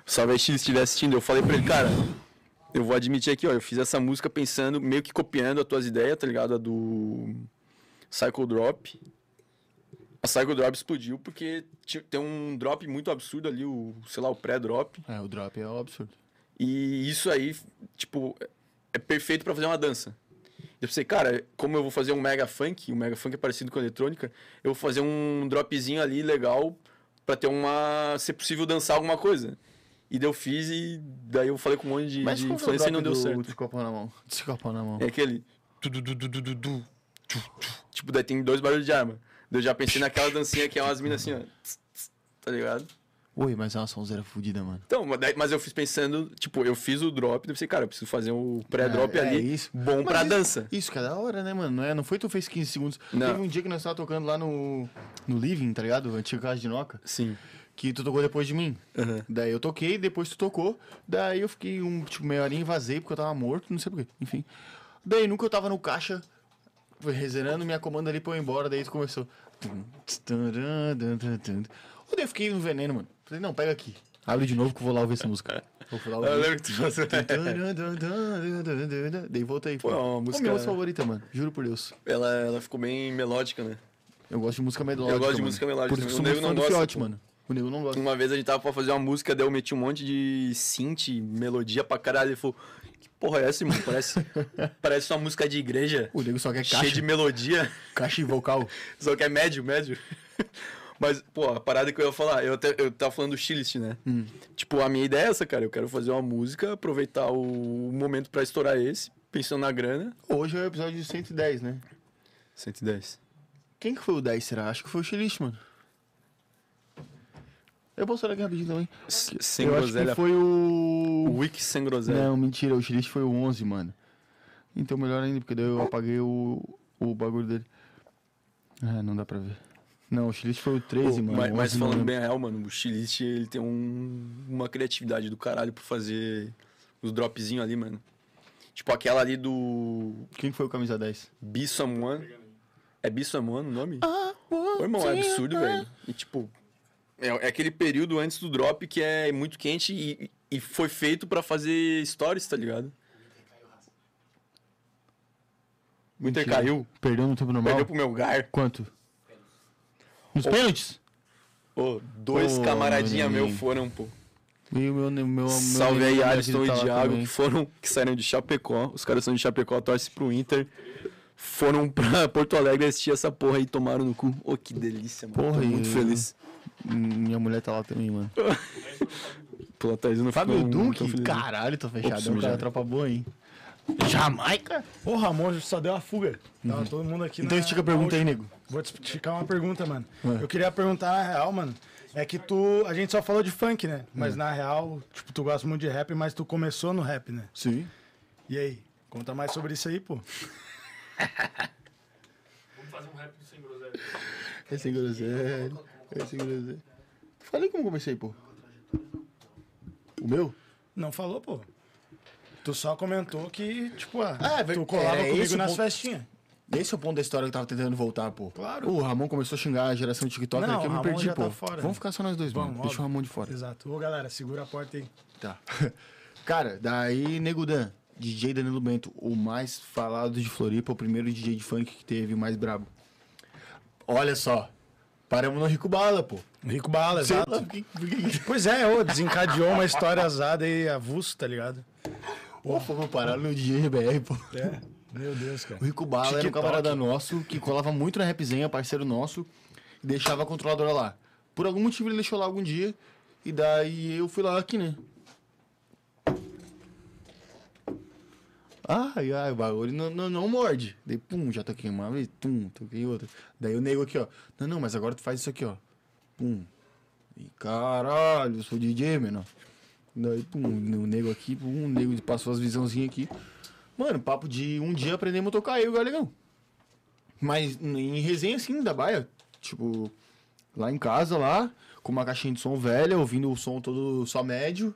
Speaker 1: Salve aí, Chilist, se estiver assistindo. Eu falei pra ele, cara, eu vou admitir aqui, ó. Eu fiz essa música pensando, meio que copiando as tuas ideias, tá ligado? A do Cycle Drop. A Cycle Drop explodiu porque ti- tem um drop muito absurdo ali, o, sei lá, o pré-drop.
Speaker 3: É, o drop é um absurdo.
Speaker 1: E isso aí, tipo, é perfeito pra fazer uma dança. Eu pensei, cara, como eu vou fazer um mega funk, o mega funk é parecido com a eletrônica, eu vou fazer um dropzinho ali legal pra ter uma, se possível dançar alguma coisa. E daí eu fiz e daí eu falei com um monte de,
Speaker 3: Mas
Speaker 1: de
Speaker 3: como foi o
Speaker 1: influência e não
Speaker 3: drop
Speaker 1: deu
Speaker 3: do,
Speaker 1: certo.
Speaker 3: do copão na mão? Desse copão na mão.
Speaker 1: É aquele tu, du, du, du, du, du, du, tu, tu. Tipo, daí tem dois barulhos de arma. Daí Eu já pensei naquela dancinha que é umas minas assim, ó. tss, tss, Tá ligado?
Speaker 3: Oi, mas é uma sonzeira fudida, mano.
Speaker 1: Então, mas daí- mas eu fiz pensando, tipo, eu fiz o drop, daí eu pensei, cara, eu preciso fazer o pré-drop
Speaker 3: É, é
Speaker 1: ali,
Speaker 3: isso.
Speaker 1: bom
Speaker 3: Mas
Speaker 1: pra
Speaker 3: isso-
Speaker 1: dança.
Speaker 3: Isso, cara, da hora, né, mano? Não, é, não foi tu fez 15 segundos.
Speaker 1: Não.
Speaker 3: Teve um dia que nós tava tocando lá no, no Living, tá ligado? Antigo Casa de Noca.
Speaker 1: Sim.
Speaker 3: Que tu tocou depois de mim. Daí eu toquei, depois tu tocou. Daí eu fiquei um, tipo, meia horinha e vazei porque eu tava morto, não sei porquê. Enfim. Daí nunca eu tava no caixa, foi reserando minha comanda ali pra eu ir embora. Daí tu começou. Tum, tss, taran, tan, tan, tan. Daí eu fiquei no veneno, mano. Falei, não, pega aqui. Abre de novo que eu vou lá ouvir essa música. Eu fui lá ouvir.
Speaker 1: Eu lembro que tu passou.
Speaker 3: Daí voltei.
Speaker 1: Pô, é uma música-
Speaker 3: minha música favorita, mano. Juro por Deus.
Speaker 1: Ela, ela ficou bem melódica, né?
Speaker 3: Eu gosto de música melódica.
Speaker 1: gosto de
Speaker 3: mano.
Speaker 1: música melódica
Speaker 3: Por isso
Speaker 1: também.
Speaker 3: que eu sou
Speaker 1: O nego não
Speaker 3: muito fã do
Speaker 1: gosta,
Speaker 3: Fiote,
Speaker 1: pô.
Speaker 3: mano. O nego não gosta.
Speaker 1: Uma vez a gente tava pra fazer uma música, daí eu meti um monte de synth, melodia pra caralho. Ele falou, que porra é essa, mano? Parece, parece uma música de igreja.
Speaker 3: O nego só quer
Speaker 1: Cheia
Speaker 3: caixa,
Speaker 1: de melodia.
Speaker 3: caixa e vocal.
Speaker 1: Só que é médio, médio. Mas, pô, a parada que eu ia falar, eu, até, eu tava falando do Chilist, né?
Speaker 3: Hum.
Speaker 1: Tipo, a minha ideia é essa, cara. Eu quero fazer uma música, aproveitar o momento pra estourar esse, pensando na grana.
Speaker 3: Hoje é o episódio 110, né?
Speaker 1: 110.
Speaker 3: Quem que foi o 10, será? Acho que foi o Xilist, mano. Eu posso olhar aqui rapidinho também.
Speaker 1: S- Sem
Speaker 3: eu acho
Speaker 1: groselha.
Speaker 3: que foi o...
Speaker 1: Wiki sem groselha.
Speaker 3: Não, mentira. O Xilist foi o 11, mano. Então melhor ainda, porque daí eu apaguei o, o bagulho dele. Ah, não dá pra ver. Não, o Xilist foi o 13,
Speaker 1: Pô,
Speaker 3: mano.
Speaker 1: Mas, mas
Speaker 3: 11 não
Speaker 1: falando
Speaker 3: lembro.
Speaker 1: bem a real, mano, o Chilist, ele tem um- uma criatividade do caralho pra fazer os dropzinhos ali, mano. Tipo aquela ali do
Speaker 3: Quem foi o camisa 10?
Speaker 1: Be Someone. É Bissamuano o nome? Ô, irmão, é absurdo, velho. E tipo, é, é aquele período antes do drop que é muito quente e, e foi feito pra fazer stories, tá ligado? O Inter caiu,
Speaker 7: Perdeu no tempo normal?
Speaker 1: perdeu pro meu gar.
Speaker 7: Quanto? Nos pênaltis?
Speaker 1: Ô, dois
Speaker 3: Ô,
Speaker 1: camaradinha meu
Speaker 3: Marinho.
Speaker 1: foram, pô.
Speaker 3: E o meu, meu, meu
Speaker 1: Salve
Speaker 3: meu-
Speaker 1: aí,
Speaker 3: minha
Speaker 1: Alisson
Speaker 3: vida
Speaker 1: e
Speaker 3: tá lá
Speaker 1: Thiago,
Speaker 3: também.
Speaker 1: que foram, que saíram de Chapecó. Os caras são de Chapecó, torcem pro Inter. Foram pra Porto Alegre assistir essa porra aí, tomaram no cu. Ô, que delícia, mano.
Speaker 3: Porra, né?
Speaker 1: Tô
Speaker 3: e-
Speaker 1: muito feliz.
Speaker 3: Minha mulher tá lá também, mano.
Speaker 1: Pela Thaís não
Speaker 3: Fábio
Speaker 1: ficou tão
Speaker 3: Duque?
Speaker 1: feliz, né? não.
Speaker 3: Caralho, tô fechado.
Speaker 1: Ops,
Speaker 3: cara,
Speaker 1: já.
Speaker 3: tropa boa, hein? Jamaica?
Speaker 2: Ô, Ramon só deu a fuga. Tava todo mundo aqui
Speaker 3: Então
Speaker 2: na-
Speaker 1: tipo
Speaker 3: estica a
Speaker 2: na
Speaker 3: pergunta aí,
Speaker 2: última.
Speaker 3: nego.
Speaker 2: Vou te esticar uma pergunta, mano. Eu queria perguntar na real, mano. É que tu. A gente só falou de funk, né?
Speaker 3: Hum.
Speaker 2: Mas na real, tipo, tu gosta muito de rap, mas tu começou no rap, né?
Speaker 3: Sim.
Speaker 2: E aí? Conta mais sobre isso aí, pô. É
Speaker 3: Esse groselho. Esse groselho. Falei como comecei, pô. O meu?
Speaker 2: Não falou, pô. Tu só comentou que, tipo, ah,
Speaker 3: Ah, é ver-
Speaker 2: tu colava
Speaker 3: era
Speaker 2: comigo
Speaker 3: esse o
Speaker 2: nas
Speaker 3: ponto.
Speaker 2: festinhas.
Speaker 3: Esse é o ponto da história que eu tava tentando voltar, pô.
Speaker 2: Claro.
Speaker 3: O Ramon começou a xingar a geração TikTok,
Speaker 2: Não,
Speaker 3: aqui eu
Speaker 2: o
Speaker 3: me
Speaker 2: Ramon
Speaker 3: perdi,
Speaker 2: já
Speaker 3: pô.
Speaker 2: tá fora, né?
Speaker 3: Vamos ficar só nós dois, mano.
Speaker 2: Vamos,
Speaker 3: Deixa o
Speaker 2: óbvio.
Speaker 3: Ramon de fora.
Speaker 2: Exato. Ô, galera, segura a porta aí.
Speaker 3: Tá. Cara, daí Nego Dan, DJ Danilo Bento, o mais falado de Floripa, o primeiro DJ de funk que teve, o mais brabo. Olha só, paramos no Rico Bala, pô.
Speaker 2: Rico Bala,
Speaker 3: Sei
Speaker 2: exato.
Speaker 3: lá, por que- por que-
Speaker 2: Pois é, ô, desencadeou uma história azada e avulso, tá ligado?
Speaker 3: Pô, fomos parar no DJ BR, pô.
Speaker 2: É. Meu Deus, cara.
Speaker 3: O Rico Bala era um
Speaker 2: TikTok.
Speaker 3: camarada nosso que colava muito na Rapzenha, parceiro nosso, e deixava a controladora lá. Por algum motivo ele deixou lá algum dia, e daí eu fui lá aqui, né? Ai, ai, o bagulho não, não, não morde. Daí, pum, já toquei uma vez, tum, toquei outra. Daí o nego aqui, ó. Não, não, mas agora tu faz isso aqui, ó. Pum. E caralho, eu sou DJ, menor. Daí, pum, o nego aqui, pum, o nego passou as visãozinhas aqui. Mano, papo de um dia aprendemos a tocar eu e o Galegão. Mas em resenha, assim, da baia. Tipo, lá em casa, lá, com uma caixinha de som velha, ouvindo o som todo só médio.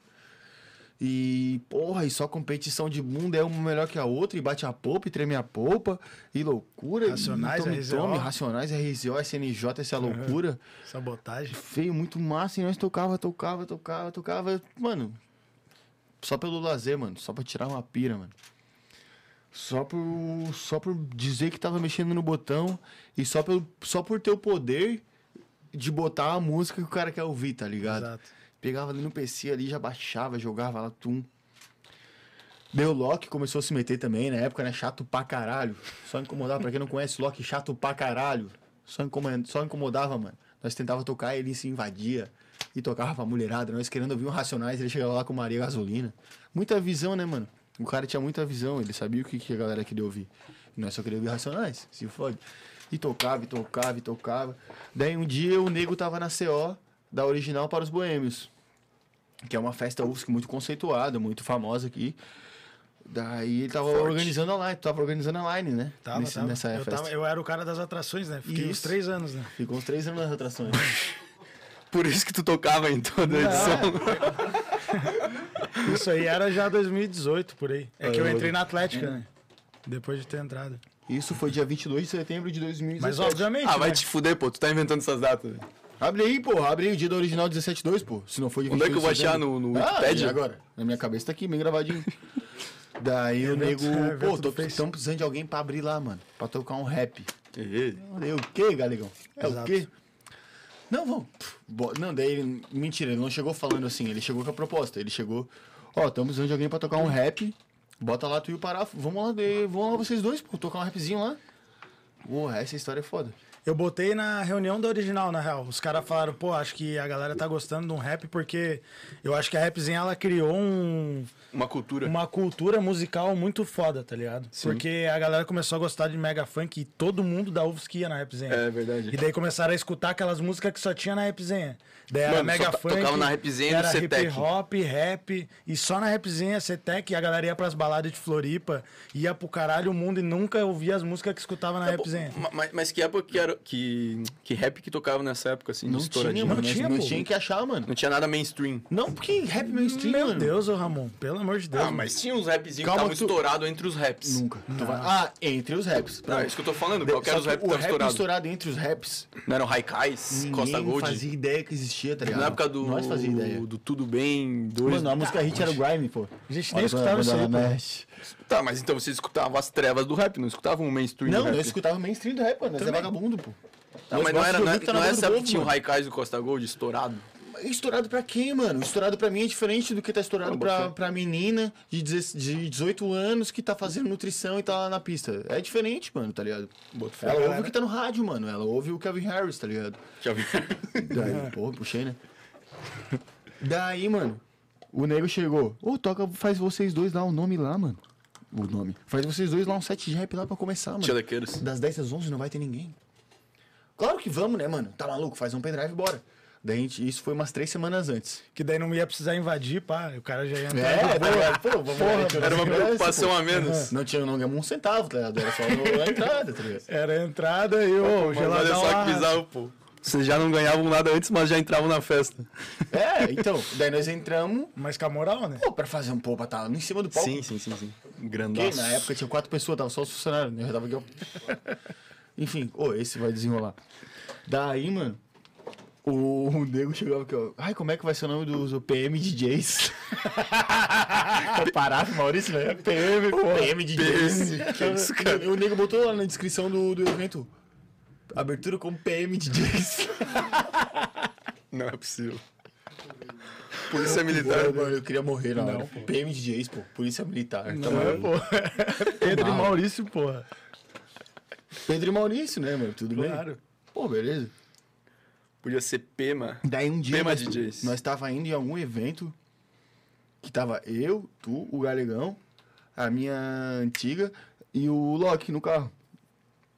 Speaker 3: E, porra, e só competição de bunda é uma melhor que a outra, e bate a polpa, e treme a polpa, e loucura. e
Speaker 2: Racionais,
Speaker 3: tome,
Speaker 2: RZO.
Speaker 3: tome, Racionais, RZO, SNJ, essa é loucura.
Speaker 2: Sabotagem.
Speaker 3: Feio, muito massa, e nós tocava, tocava, tocava, tocava. Mano, só pelo lazer, mano. Só pra tirar uma pira, mano. Só por, só por dizer que tava mexendo no botão e só, pelo, só por ter o poder de botar a música que o cara quer ouvir, tá ligado?
Speaker 2: Exato.
Speaker 3: Pegava ali no PC ali, já baixava, jogava lá, tum. Deu Loki, começou a se meter também na época, né? Chato pra caralho. Só incomodava, pra quem não conhece, Loki, chato pra caralho. Só, incomo- só incomodava, mano. Nós tentava tocar, ele se invadia. E tocava pra mulherada, nós querendo ouvir um Racionais, ele chegava lá com Maria Gasolina. Muita visão, né, mano? O cara tinha muita visão, ele sabia o que, que a galera queria ouvir. E nós só queríamos ouvir Racionais, se fode. E tocava, e tocava, e tocava. Daí um dia o nego tava na CO, da original para os boêmios que é uma festa UFSC muito conceituada, muito famosa aqui. Daí ele tava organizando a line, tu tava organizando a line, né?
Speaker 2: Tava,
Speaker 3: Nesse-
Speaker 2: tava.
Speaker 3: Nessa
Speaker 2: eu,
Speaker 3: festa.
Speaker 2: tava- eu era o cara das atrações, né? Fiquei uns
Speaker 3: Isso.
Speaker 2: três anos, né?
Speaker 3: Ficou uns três anos nas atrações.
Speaker 1: Por isso que tu tocava em toda a edição.
Speaker 2: Isso aí era já 2018, por aí. É que eu entrei na Atlética, né? Depois de ter entrado.
Speaker 3: Isso foi dia 22 de setembro de
Speaker 2: Mas
Speaker 3: 2017.
Speaker 2: obviamente.
Speaker 1: Ah, vai
Speaker 2: né?
Speaker 1: te fuder, pô. Tu tá inventando essas datas. velho.
Speaker 3: Abre aí, pô, abre aí o dia do original 17.2, pô. Se não for de
Speaker 1: Onde é que eu vou
Speaker 3: 22 de
Speaker 1: achar?
Speaker 3: setembro.
Speaker 1: No- no
Speaker 3: Ah,
Speaker 1: Wikipedia?
Speaker 3: e agora. Na minha cabeça tá aqui, bem gravadinho. Daí o
Speaker 2: Evento-
Speaker 3: nego,
Speaker 2: é, evento
Speaker 3: pô,
Speaker 2: do
Speaker 3: tô,
Speaker 2: Face.
Speaker 3: tamo precisando de alguém pra abrir lá, mano. Pra tocar um rap.
Speaker 1: Ih,
Speaker 3: Eu falei, o quê, galegão? É
Speaker 2: Exato.
Speaker 3: o quê? Não, vamos. Pff, bo- Não, daí ele. Mentira, ele não chegou falando assim, ele chegou com a proposta. Ele chegou, ó, estamos precisando de alguém pra tocar um rap. Bota lá tu e o Parafo. Vamos lá, daí, vamos lá vocês dois, pô, tocar um rapzinho lá. Porra, essa história é foda.
Speaker 2: Eu botei na reunião da original, na real. Os caras falaram, pô, acho que a galera tá gostando de um rap, porque eu acho que a rapzinha ela criou um,
Speaker 1: Uma cultura.
Speaker 2: uma cultura musical muito foda, tá ligado? Porque a galera começou a gostar de mega funk e todo mundo da UFSC ia na rapzinha.
Speaker 1: É verdade.
Speaker 2: E daí começaram a escutar aquelas músicas que só tinha na rapzinha. Daí era
Speaker 1: Mano,
Speaker 2: mega
Speaker 1: só to-
Speaker 2: funk.
Speaker 1: tocava na rapzinha e no
Speaker 2: era
Speaker 1: CTEC.
Speaker 2: hip hop, rap. E só na rapzinha, CTEC, a galera ia pras baladas de
Speaker 1: Tá
Speaker 2: Floripa, ia pro caralho o mundo e nunca ouvia as músicas que escutava na rapzinha.
Speaker 1: Ma- Mas, mas que época que era, era. Que, que rap que tocava nessa época, assim,
Speaker 3: Não tinha,
Speaker 1: estouradinho.
Speaker 3: mano.
Speaker 2: Não tinha,
Speaker 3: Não
Speaker 2: pô.
Speaker 3: tinha que achar, mano.
Speaker 1: Não tinha nada mainstream.
Speaker 3: Não, porque rap mainstream,
Speaker 2: Meu
Speaker 3: mano.
Speaker 2: Deus, ô Ramon, pelo amor de Deus.
Speaker 1: Ah, mas tinha uns rapzinhos que
Speaker 3: Calma
Speaker 1: estavam
Speaker 3: que tu-
Speaker 1: estourados entre os raps.
Speaker 3: Nunca. Tu vai- Ah, entre os raps.
Speaker 1: Não, é isso que eu tô falando. Qualquer
Speaker 3: Só
Speaker 1: dos
Speaker 3: que
Speaker 1: raps que
Speaker 3: o
Speaker 1: estavam
Speaker 3: rap estourado.
Speaker 1: estourados.
Speaker 3: entre os raps,
Speaker 1: Não eram Raikais,
Speaker 3: ninguém
Speaker 1: Costa Gold.
Speaker 3: fazia ideia que existia, tá ligado?
Speaker 1: Na época do,
Speaker 3: Nós fazia ideia.
Speaker 1: do Tudo Bem, dois.
Speaker 3: Mano, a música hit era o grime, pô.
Speaker 2: A gente nem escutava isso aí, pô.
Speaker 1: Tá, mas então vocês escutavam as trevas do rap, não escutavam o mainstream
Speaker 3: Não,
Speaker 1: do rap?
Speaker 3: eu escutava mainstream do rap, mano. Nós é
Speaker 2: Também.
Speaker 3: vagabundo, pô.
Speaker 1: Tá,
Speaker 3: Nós
Speaker 1: mas não
Speaker 3: gosta
Speaker 1: era
Speaker 3: de
Speaker 1: não,
Speaker 3: ouvir o que tá na
Speaker 1: não é
Speaker 3: boca do
Speaker 1: essa que
Speaker 3: povo,
Speaker 1: tinha o
Speaker 3: mano.
Speaker 1: Raikais e o Costa Gold estourado?
Speaker 3: Estourado pra quem, mano? Estourado pra mim é diferente do que tá estourado
Speaker 1: Ah,
Speaker 3: pra,
Speaker 1: bota.
Speaker 3: pra menina de 16 de 18 anos que tá fazendo nutrição e tá lá na pista. É diferente, mano, tá ligado? Ela ouve o que tá no rádio, mano. Ela ouve o Kevin Harris, tá ligado?
Speaker 1: Já vi.
Speaker 3: Daí, porra, puxei, né? Daí, mano, o nego chegou. Ô, toca, faz vocês dois lá o nome lá, mano. O nome. Faz vocês dois lá um set de rap lá pra começar, mano.
Speaker 1: Tchelequeiros.
Speaker 3: Das 10 às 11 não vai ter ninguém. Claro que vamos, né, mano? Tá maluco? Faz um pendrive e bora. Daí, a gente- isso foi umas três semanas antes.
Speaker 2: Que daí não ia precisar invadir, pá. O cara já ia entrar.
Speaker 3: É, boa, pô, vamos lá,
Speaker 1: Era uma
Speaker 3: ingresso,
Speaker 1: preocupação
Speaker 3: pô. É.
Speaker 1: a menos.
Speaker 3: Não tinha não ganhamos um centavo, tá ligado? Era só a entrada, tá ligado?
Speaker 2: Era a entrada e ô, o
Speaker 1: Mas olha
Speaker 2: geladão
Speaker 1: só
Speaker 2: lá.
Speaker 1: que bizarro, pô. Vocês já não ganhavam nada antes, mas já entravam na festa.
Speaker 3: É, então, daí nós entramos,
Speaker 2: Mas com a moral, né?
Speaker 3: pô, pra fazer um pô, pra tá em cima do palco.
Speaker 1: Sim, sim, sim, sim.
Speaker 3: Porque
Speaker 1: Grandaço.
Speaker 3: na época tinha quatro pessoas, tava só os funcionários, né? Eu tava aqui, ó. Enfim, ô, esse vai desenrolar. Daí, mano, o, o nego chegava aqui, ó. Ai, como é que vai ser o nome dos PM DJs? Parado, Maurício, né? PM, pô. PM DJs.
Speaker 1: que isso, cara?
Speaker 3: O nego botou lá na descrição do, do evento. Abertura com PM DJs.
Speaker 1: Não é possível. Polícia
Speaker 3: Pô,
Speaker 1: Militar.
Speaker 3: mano, eu queria morrer na hora. PM DJs, pô. Polícia Militar. Tá
Speaker 2: É,
Speaker 3: maluco.
Speaker 2: pô. Pedro e Maurício, porra.
Speaker 3: Pedro e Maurício, né, mano? Tudo bem?
Speaker 2: Claro.
Speaker 3: Pô, beleza.
Speaker 1: Podia ser Pema.
Speaker 3: Daí um dia
Speaker 1: Tema
Speaker 3: nós,
Speaker 1: DJs.
Speaker 3: nós tava indo em algum evento que tava eu, tu, o Galegão, a minha antiga e o Loki no carro.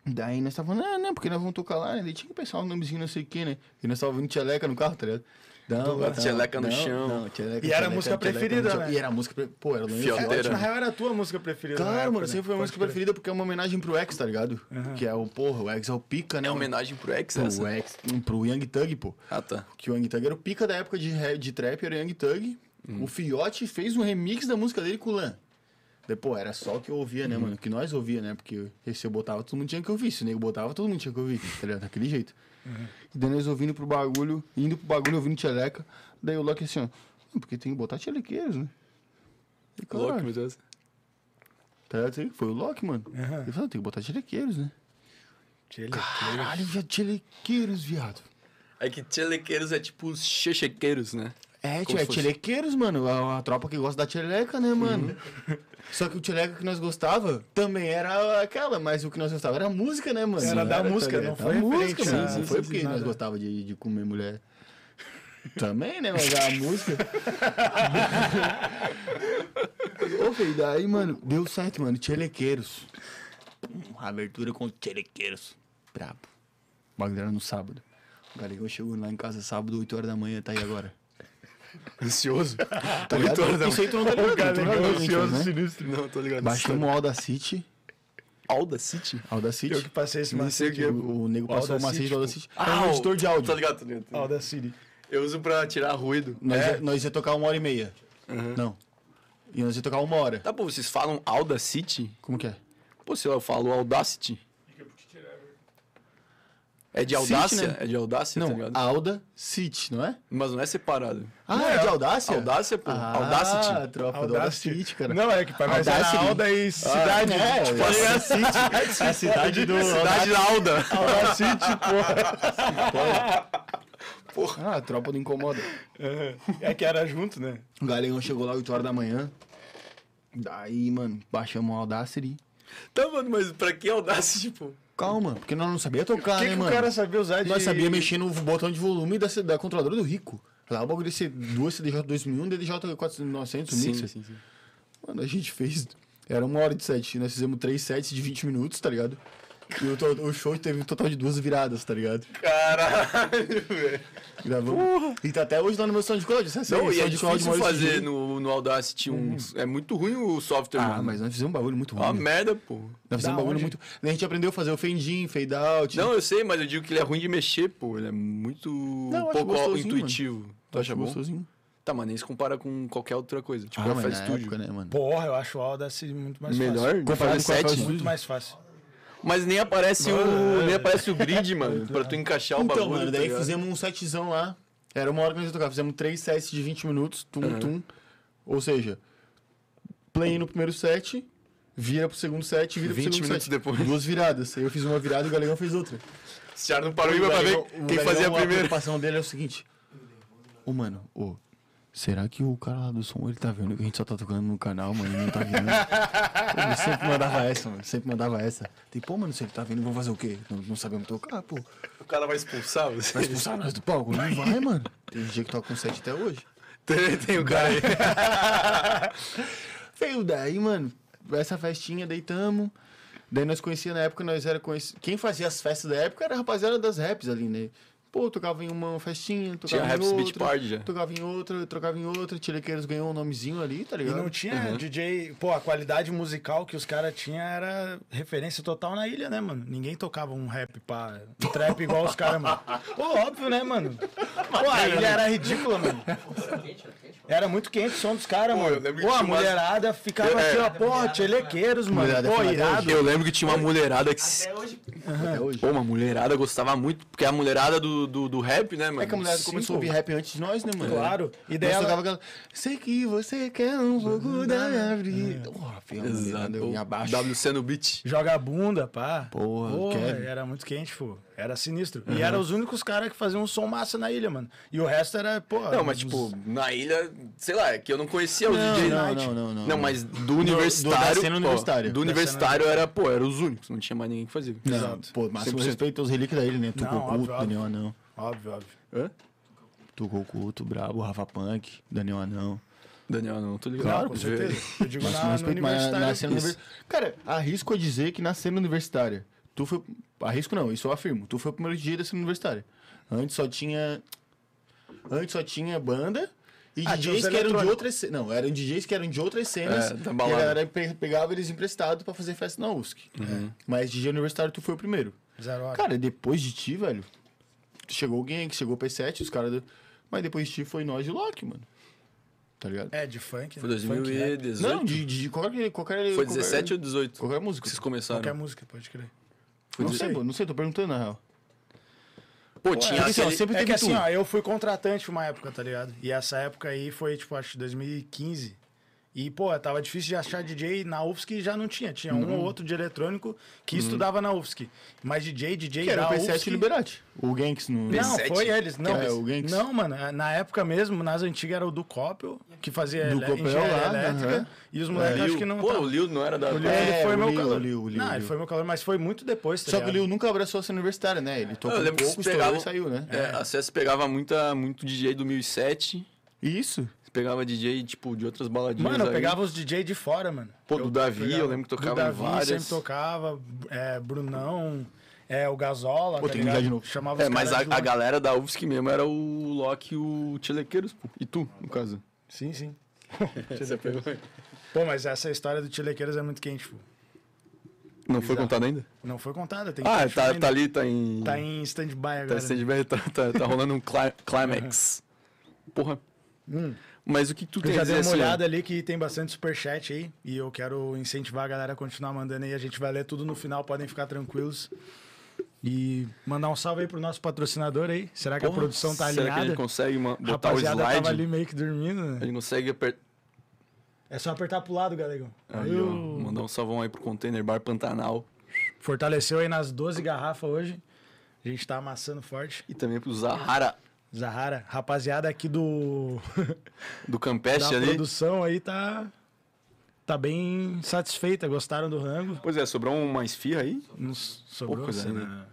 Speaker 3: Daí nós tava falando, ah, não, porque nós vamos tocar lá, né? Daí tinha que pensar um nomezinho, não sei o que, né? E nós tava ouvindo Tcheleca no carro, tá ligado? Não, não,
Speaker 1: Tcheleca no
Speaker 3: não,
Speaker 1: chão.
Speaker 3: não, tcheleca,
Speaker 2: E era a
Speaker 3: Tcheleca,
Speaker 2: música
Speaker 3: Tcheleca no
Speaker 2: preferida,
Speaker 3: chão.
Speaker 2: né?
Speaker 3: E era a música... pre- Pô, era o nome
Speaker 1: Fioteira.
Speaker 3: Fiote, né?
Speaker 2: Na real, era a tua música preferida. na
Speaker 3: Claro,
Speaker 2: época, né?
Speaker 3: mano, sempre foi a
Speaker 2: Pode
Speaker 3: música
Speaker 2: crer.
Speaker 3: preferida porque é uma homenagem pro X, tá ligado? Que é o, porra, o X é o pica, né?
Speaker 1: É
Speaker 3: mano?
Speaker 1: homenagem pro ex essa?
Speaker 3: Pro X, hum, pro Young Thug, pô.
Speaker 1: Ah, tá.
Speaker 3: Que o Young Thug era o pica da época de, ra- de trap, era o Young Thug. O Fiote fez um remix da música dele com o Lan. Daí, pô, era só o que eu ouvia, né, mano? Que nós ouvia, né? Porque se eu botava, todo mundo tinha que ouvir. Se o nego botava, todo mundo tinha que ouvir, tá ligado? Daquele jeito. E daí nós ouvindo pro bagulho, indo pro bagulho, ouvindo Tcheleca. Daí o Loki assim, ó. "Não, Porque tem que botar Tchelequeiros, né? E, caralho,
Speaker 1: Louco, meu Deus.
Speaker 3: Tá ligado? Assim, Foi o Loki, mano.
Speaker 2: Aham.
Speaker 3: Ele falou, tem que botar Tchelequeiros, né?
Speaker 2: Tchele-
Speaker 3: Caralho, viado, Tchelequeiros, viado.
Speaker 1: É que Tchelequeiros é tipo os chechequeiros, né?
Speaker 3: É,
Speaker 1: Como
Speaker 3: tio, é
Speaker 1: se fosse-
Speaker 3: tchelequeiros, mano. A, a tropa que gosta da tcheleca, né, mano? Só que o tcheleca que nós gostava também era aquela, mas o que nós gostava era a música, né, mano?
Speaker 2: Era da
Speaker 3: tá
Speaker 2: música,
Speaker 3: ligado?
Speaker 2: não foi
Speaker 3: Da música,
Speaker 2: referente
Speaker 3: mano.
Speaker 2: a-
Speaker 3: Não foi
Speaker 2: sim,
Speaker 3: porque
Speaker 2: sim,
Speaker 3: nós
Speaker 2: nada.
Speaker 3: gostava de, de comer mulher. Também, né, mas a música. Ô, velho, daí, mano, deu certo, mano. Tchelequeiros. Abertura com tchelequeiros. Brabo. O bagulho era no sábado. O Galegão chegou lá em casa sábado, 8 horas da manhã, tá aí agora.
Speaker 1: Ansioso? né?
Speaker 3: Tá ligado? Isso aí tu não tá ligado. tu não tá ligado, gente, né?
Speaker 1: sinistro. Não, tô ligado.
Speaker 3: Baixamos o um Audacity.
Speaker 1: Alda City?
Speaker 2: Eu
Speaker 3: Audacity.
Speaker 2: que passei esse
Speaker 3: Nem sei
Speaker 2: macete.
Speaker 3: o que- O nego passou o macete do Audacity. É
Speaker 1: Ah,
Speaker 3: um editor de
Speaker 1: Tá
Speaker 3: áudio.
Speaker 1: ligado, tá ligado. tá ligado.
Speaker 2: Ó, da Siri.
Speaker 1: Eu uso pra tirar ruído.
Speaker 3: Nós, ia, nós ia tocar uma hora e meia. Não. E nós ia tocar uma hora.
Speaker 1: Tá, pô, vocês falam Alda City?
Speaker 3: Como que é?
Speaker 1: Pô, sei lá, eu falo Audacity. É de
Speaker 3: City,
Speaker 1: audácia?
Speaker 3: né?
Speaker 1: É de audácia, tá
Speaker 3: Não,
Speaker 1: ligado?
Speaker 3: Audacity, não é?
Speaker 1: Mas não é separado.
Speaker 3: Ah, é de audácia?
Speaker 1: Audácia, pô.
Speaker 3: Ah,
Speaker 1: Audacity.
Speaker 3: tropa do
Speaker 2: Audacity.
Speaker 3: Audacity, cara.
Speaker 2: Não, é que pra nós era
Speaker 3: Audacity.
Speaker 2: Alda e
Speaker 3: Ah,
Speaker 2: Cidade.
Speaker 3: né? Audacity. É a cidade do...
Speaker 1: Cidade da Alda.
Speaker 2: Audacity, porra.
Speaker 3: Ah, a tropa do incomoda. Ah.
Speaker 2: É que era junto, né?
Speaker 3: O Galegão chegou lá 8 horas da manhã. Daí, mano, baixamos o Audacity.
Speaker 1: Tá, mano, mas pra que tipo? Audacity, pô?
Speaker 3: Calma, porque nós não sabia tocar,
Speaker 2: O que,
Speaker 3: né,
Speaker 2: que o
Speaker 3: mano?
Speaker 2: cara sabia usar de...
Speaker 3: Nós sabia mexer no botão de volume da, da controladora do Rico. Lá o bagulho desse 2 CDJ 2001, DDJ 4900,
Speaker 1: Sim,
Speaker 3: mixer.
Speaker 1: sim, sim.
Speaker 3: Mano, a gente fez... Era uma hora de set. Nós fizemos três sets de 20 minutos, tá ligado? E o, to- o show teve um total de duas viradas, tá ligado?
Speaker 1: Caralho, velho.
Speaker 3: Gravamos. E tá até hoje lá no meu SoundCloud, você
Speaker 1: Não, e é
Speaker 3: SoundCloud
Speaker 1: difícil
Speaker 3: Maurício
Speaker 1: fazer
Speaker 3: Júnior.
Speaker 1: no, no Audacity um. É muito ruim o software,
Speaker 3: Uhum. Ah,
Speaker 1: mano.
Speaker 3: mas nós fizemos um bagulho muito ruim.
Speaker 1: Ó,
Speaker 3: né?
Speaker 1: merda, pô.
Speaker 3: Nós fizemos um bagulho
Speaker 2: onde?
Speaker 3: muito... A gente aprendeu a fazer o fade in, fade out.
Speaker 1: Não, eu sei, mas eu digo que ele é ruim de mexer, pô. Ele é muito
Speaker 3: eu acho
Speaker 1: pouco
Speaker 3: gostosinho,
Speaker 1: intuitivo. Tu acha bom?
Speaker 3: Gostosinho.
Speaker 1: Tá, mas nem se compara com qualquer outra coisa. Tipo,
Speaker 3: Ah,
Speaker 1: ah,
Speaker 3: mas
Speaker 1: faz
Speaker 3: na
Speaker 1: estúdio.
Speaker 3: época, né, mano?
Speaker 2: Porra, eu acho o Audacity muito mais fácil.
Speaker 1: Melhor?
Speaker 3: Comparado com a
Speaker 1: Faz
Speaker 3: Fast
Speaker 1: sete?
Speaker 2: Muito mais fácil.
Speaker 1: Mas nem aparece o. Nem aparece o grid, mano. pra tu encaixar o
Speaker 3: é. Então,
Speaker 1: bagulho.
Speaker 3: mano,
Speaker 1: tá
Speaker 3: daí
Speaker 1: ligado?
Speaker 3: fizemos um setzão lá. Era uma hora que nós ia tocar. Fizemos três sets de 20 minutos, tum,
Speaker 1: É.
Speaker 3: tum. Ou seja, play no primeiro set, vira pro segundo set, vira pro
Speaker 1: 20
Speaker 3: segundo
Speaker 1: minutos
Speaker 3: set.
Speaker 1: depois.
Speaker 3: Duas viradas. Aí eu fiz uma virada e o Galegão fez outra.
Speaker 1: Esse cara não parou ainda pra ver
Speaker 3: Galegão- o
Speaker 1: quem
Speaker 3: Galegão,
Speaker 1: fazia a
Speaker 3: A
Speaker 1: primeira.
Speaker 3: preocupação dele é o seguinte. Ô, mano, ô... Será que o cara lá do som, ele tá vendo que a gente só tá tocando no canal, mano, e não tá vendo? Pô, ele sempre mandava essa, mano, sempre mandava essa. Tem, pô, mano, se ele tá vendo, vamos fazer o quê? Não, não sabemos tocar, pô.
Speaker 1: O cara vai expulsar
Speaker 3: Vai
Speaker 1: você.
Speaker 3: expulsar nós do palco? Não vai, mano. Tem dia que toca com 7 até hoje.
Speaker 1: Tem, tem o cara aí.
Speaker 3: Veio daí, mano. Essa festinha, deitamos. Daí nós conhecia na época, nós era conheci... Quem fazia as festas da época era a rapaziada das raps ali, né? Pô, tocava em uma festinha,
Speaker 1: Tinha
Speaker 3: tocava em
Speaker 1: Raps
Speaker 3: outra.
Speaker 1: Beat Party já.
Speaker 3: Tocava em outra, trocava em outra. Tilequeiros ganhou um nomezinho ali, tá
Speaker 2: E
Speaker 3: ligado?
Speaker 2: não tinha DJ. Pô, a qualidade musical que os caras tinham era referência total na ilha, né, mano? Ninguém tocava um rap pá, um trap igual os caras, mano. Pô, óbvio, né, mano? Pô, a
Speaker 1: né?
Speaker 2: ilha era ridícula, mano. Era muito quente o som dos caras,
Speaker 1: Pô, eu
Speaker 2: mano.
Speaker 1: lembro que
Speaker 2: Pô, a
Speaker 1: tinha umas-
Speaker 2: mulherada ficava
Speaker 1: É.
Speaker 2: assim, ó, porra, telequeiros, mano.
Speaker 3: Mulherada é
Speaker 2: Pô,
Speaker 3: fala até
Speaker 2: irado.
Speaker 1: Eu lembro que tinha uma mulherada que.
Speaker 6: Até É hoje,
Speaker 3: Até hoje.
Speaker 1: Pô, uma mulherada gostava muito, porque é a mulherada do, do, do rap, né, mano?
Speaker 3: É que a mulher
Speaker 1: Sim,
Speaker 3: começou a
Speaker 1: pô.
Speaker 3: ouvir rap antes de nós, né, mano?
Speaker 2: Claro. E daí
Speaker 3: E daí nós
Speaker 2: ela-
Speaker 3: tocava aquela... Sei que você quer um pouco da minha vida. Porra, filho,
Speaker 1: Exato.
Speaker 3: eu ia abaixo.
Speaker 1: WC no beat.
Speaker 2: Joga a bunda, pá.
Speaker 3: Porra, é. Kevin.
Speaker 2: era muito quente, pô. Era sinistro. E eram os únicos caras que faziam um som massa na ilha, mano. E o resto era, pô.
Speaker 1: Não, mas
Speaker 2: uns-
Speaker 1: tipo, na ilha, sei lá, é que eu não conhecia os
Speaker 3: Não,
Speaker 1: DJs
Speaker 3: não,
Speaker 1: Night.
Speaker 3: não, não, não.
Speaker 1: mas do universitário.
Speaker 3: cena
Speaker 1: pô,
Speaker 3: universitária.
Speaker 1: Do
Speaker 3: Da
Speaker 1: universitário era, pô, eram os únicos, não tinha mais ninguém que fazia.
Speaker 3: Não, pô, máximo respeito aos relíquias da ilha, né?
Speaker 2: Não,
Speaker 3: Tucucu,
Speaker 2: óbvio, óbvio.
Speaker 3: Daniel Anão.
Speaker 2: Óbvio, óbvio.
Speaker 3: Tucucu, Tu Brabo, Rafa Punk, Daniel Anão.
Speaker 1: Daniel, não, tô ligado.
Speaker 2: Não, com certeza. Eu digo
Speaker 3: Máximo
Speaker 2: na, no
Speaker 3: respeito, mas na,
Speaker 2: universitário.
Speaker 3: na cena
Speaker 1: Isso.
Speaker 3: universitária. Cara, arrisco a dizer que na cena universitária, tu foi. Arrisco não, isso eu afirmo. Tu foi o primeiro DJ da cena universitária. Antes só tinha. Antes só tinha banda. E
Speaker 2: Ah, tinha os
Speaker 3: DJs que eram de
Speaker 2: eletrônicos.
Speaker 3: outras cenas. Não, eram DJs que eram de outras cenas.
Speaker 1: É, da
Speaker 3: e a
Speaker 1: balada.
Speaker 3: galera pe- pegava eles emprestados pra fazer festa na USC.
Speaker 2: Uhum.
Speaker 3: Mas DJ universitário, tu foi o primeiro.
Speaker 2: Zero hora.
Speaker 3: Cara, depois de ti, velho, chegou alguém que chegou o P7, os caras. do- Mas depois de ti foi nós de Loki, mano. Tá ligado?
Speaker 2: é, de funk.
Speaker 1: Foi
Speaker 2: né? Funk, rap,
Speaker 1: 2018.
Speaker 3: Não, de, de qualquer, qualquer.
Speaker 1: foi
Speaker 3: qualquer-
Speaker 1: 17 ou 18?
Speaker 3: Qualquer música.
Speaker 1: que vocês começaram?
Speaker 2: Qualquer música, pode crer.
Speaker 1: Foi
Speaker 3: não
Speaker 1: deze-
Speaker 3: sei, pô, não sei, tô perguntando na real.
Speaker 1: Pô, tinha
Speaker 3: Porque, assim, ó,
Speaker 1: aquele...
Speaker 3: sempre
Speaker 2: É
Speaker 3: teve
Speaker 2: que assim,
Speaker 3: tudo.
Speaker 2: ó, eu fui contratante uma época, tá ligado? E essa época aí foi, tipo, acho que 2015. E, pô, tava difícil de achar DJ na UFSC já não tinha. Tinha
Speaker 3: Uhum.
Speaker 2: um ou outro de eletrônico que estudava na UFSC. Mas DJ, DJ
Speaker 3: Que era
Speaker 2: da
Speaker 3: o P7
Speaker 2: UFSC...
Speaker 3: Liberati. O Ganks no.
Speaker 2: Não,
Speaker 1: P7.
Speaker 2: foi eles. Não,
Speaker 3: É, o Ganks.
Speaker 2: não, mano. Na época mesmo, nas antigas era o do Copel, que fazia
Speaker 3: Do
Speaker 2: ele-
Speaker 3: Copel
Speaker 2: engenharia
Speaker 3: lá,
Speaker 2: elétrica.
Speaker 3: aham.
Speaker 2: E os moleques acho
Speaker 1: Lil.
Speaker 2: que não.
Speaker 1: Pô,
Speaker 2: tá-
Speaker 1: o Lil não era da.
Speaker 2: O Lil,
Speaker 1: É,
Speaker 2: ele
Speaker 3: É,
Speaker 2: foi
Speaker 3: o
Speaker 2: meu
Speaker 3: Lil,
Speaker 2: calor.
Speaker 3: o Lil, o Lil,
Speaker 2: não,
Speaker 3: o
Speaker 2: ele
Speaker 3: Lil.
Speaker 2: foi meu calor, mas foi muito depois, tá
Speaker 3: Só que o
Speaker 2: ligado?
Speaker 3: Lil nunca abraçou essa universitária, né? Ele tocou
Speaker 1: Eu
Speaker 3: um
Speaker 1: lembro que
Speaker 3: pouco,
Speaker 1: vocês
Speaker 3: estourou
Speaker 1: pegavam.
Speaker 3: e saiu, né?
Speaker 1: É, a CS pegava muita, muito DJ do 1007.
Speaker 3: Isso.
Speaker 1: Pegava DJ, tipo, de outras baladinhas.
Speaker 2: Mano, eu
Speaker 1: aí.
Speaker 2: pegava os DJ de fora, mano.
Speaker 1: Pô, do Davi, eu lembro que
Speaker 2: do
Speaker 1: tocava em
Speaker 2: Davi,
Speaker 1: várias.
Speaker 2: sempre tocava, é, Brunão, é, o Gasola,
Speaker 3: Pô,
Speaker 2: tá
Speaker 3: tem que ligar
Speaker 2: ligado?
Speaker 3: de novo.
Speaker 2: Chamava
Speaker 1: É,
Speaker 2: os
Speaker 1: mas a,
Speaker 2: caras de
Speaker 1: a
Speaker 2: lá.
Speaker 1: galera da UFSC mesmo era o Loki e o Tilequeiros, pô. E tu, no caso.
Speaker 2: Sim, sim. É,
Speaker 1: Você pegou?
Speaker 2: Pô, mas essa história do Tilequeiras é muito quente, pô.
Speaker 1: Não foi contado ainda?
Speaker 2: Não foi contada, tem
Speaker 1: Ah,
Speaker 2: tem filme
Speaker 1: tá,
Speaker 2: ainda.
Speaker 1: tá ali, tá em.
Speaker 2: Tá em stand-by agora.
Speaker 1: Tá,
Speaker 2: né?
Speaker 1: stand-by, tá, tá, tá rolando um cli- climax. Porra. Mas o que tu
Speaker 2: Hum. Eu
Speaker 1: tem a
Speaker 2: já dei
Speaker 1: dizer
Speaker 2: uma
Speaker 1: assim?
Speaker 2: olhada ali que tem bastante superchat aí. E eu quero incentivar a galera a continuar mandando aí. A gente vai ler tudo no final, podem ficar tranquilos. E mandar um salve aí pro nosso patrocinador aí. Será que
Speaker 1: Porra,
Speaker 2: a produção tá
Speaker 1: Será que
Speaker 2: alinhada?
Speaker 1: ele consegue ma- botar o
Speaker 2: Rapaziada
Speaker 1: slide?
Speaker 2: tava ali meio que dormindo, né?
Speaker 1: Ele consegue apertar.
Speaker 2: É só apertar pro lado, galegão.
Speaker 1: Aí, ó, mandar um salvão aí pro Container Bar Pantanal.
Speaker 2: Fortaleceu aí nas 12 garrafas hoje. A gente tá amassando forte.
Speaker 1: E também pro Zahara
Speaker 2: Zahara, rapaziada aqui do
Speaker 1: do Campeste
Speaker 2: da
Speaker 1: ali.
Speaker 2: produção aí tá tá bem satisfeita, gostaram do rango.
Speaker 1: Pois é, sobrou uma esfirra aí?
Speaker 2: Não s- sobrou,
Speaker 1: Poucas
Speaker 2: sei
Speaker 1: ainda.
Speaker 2: lá.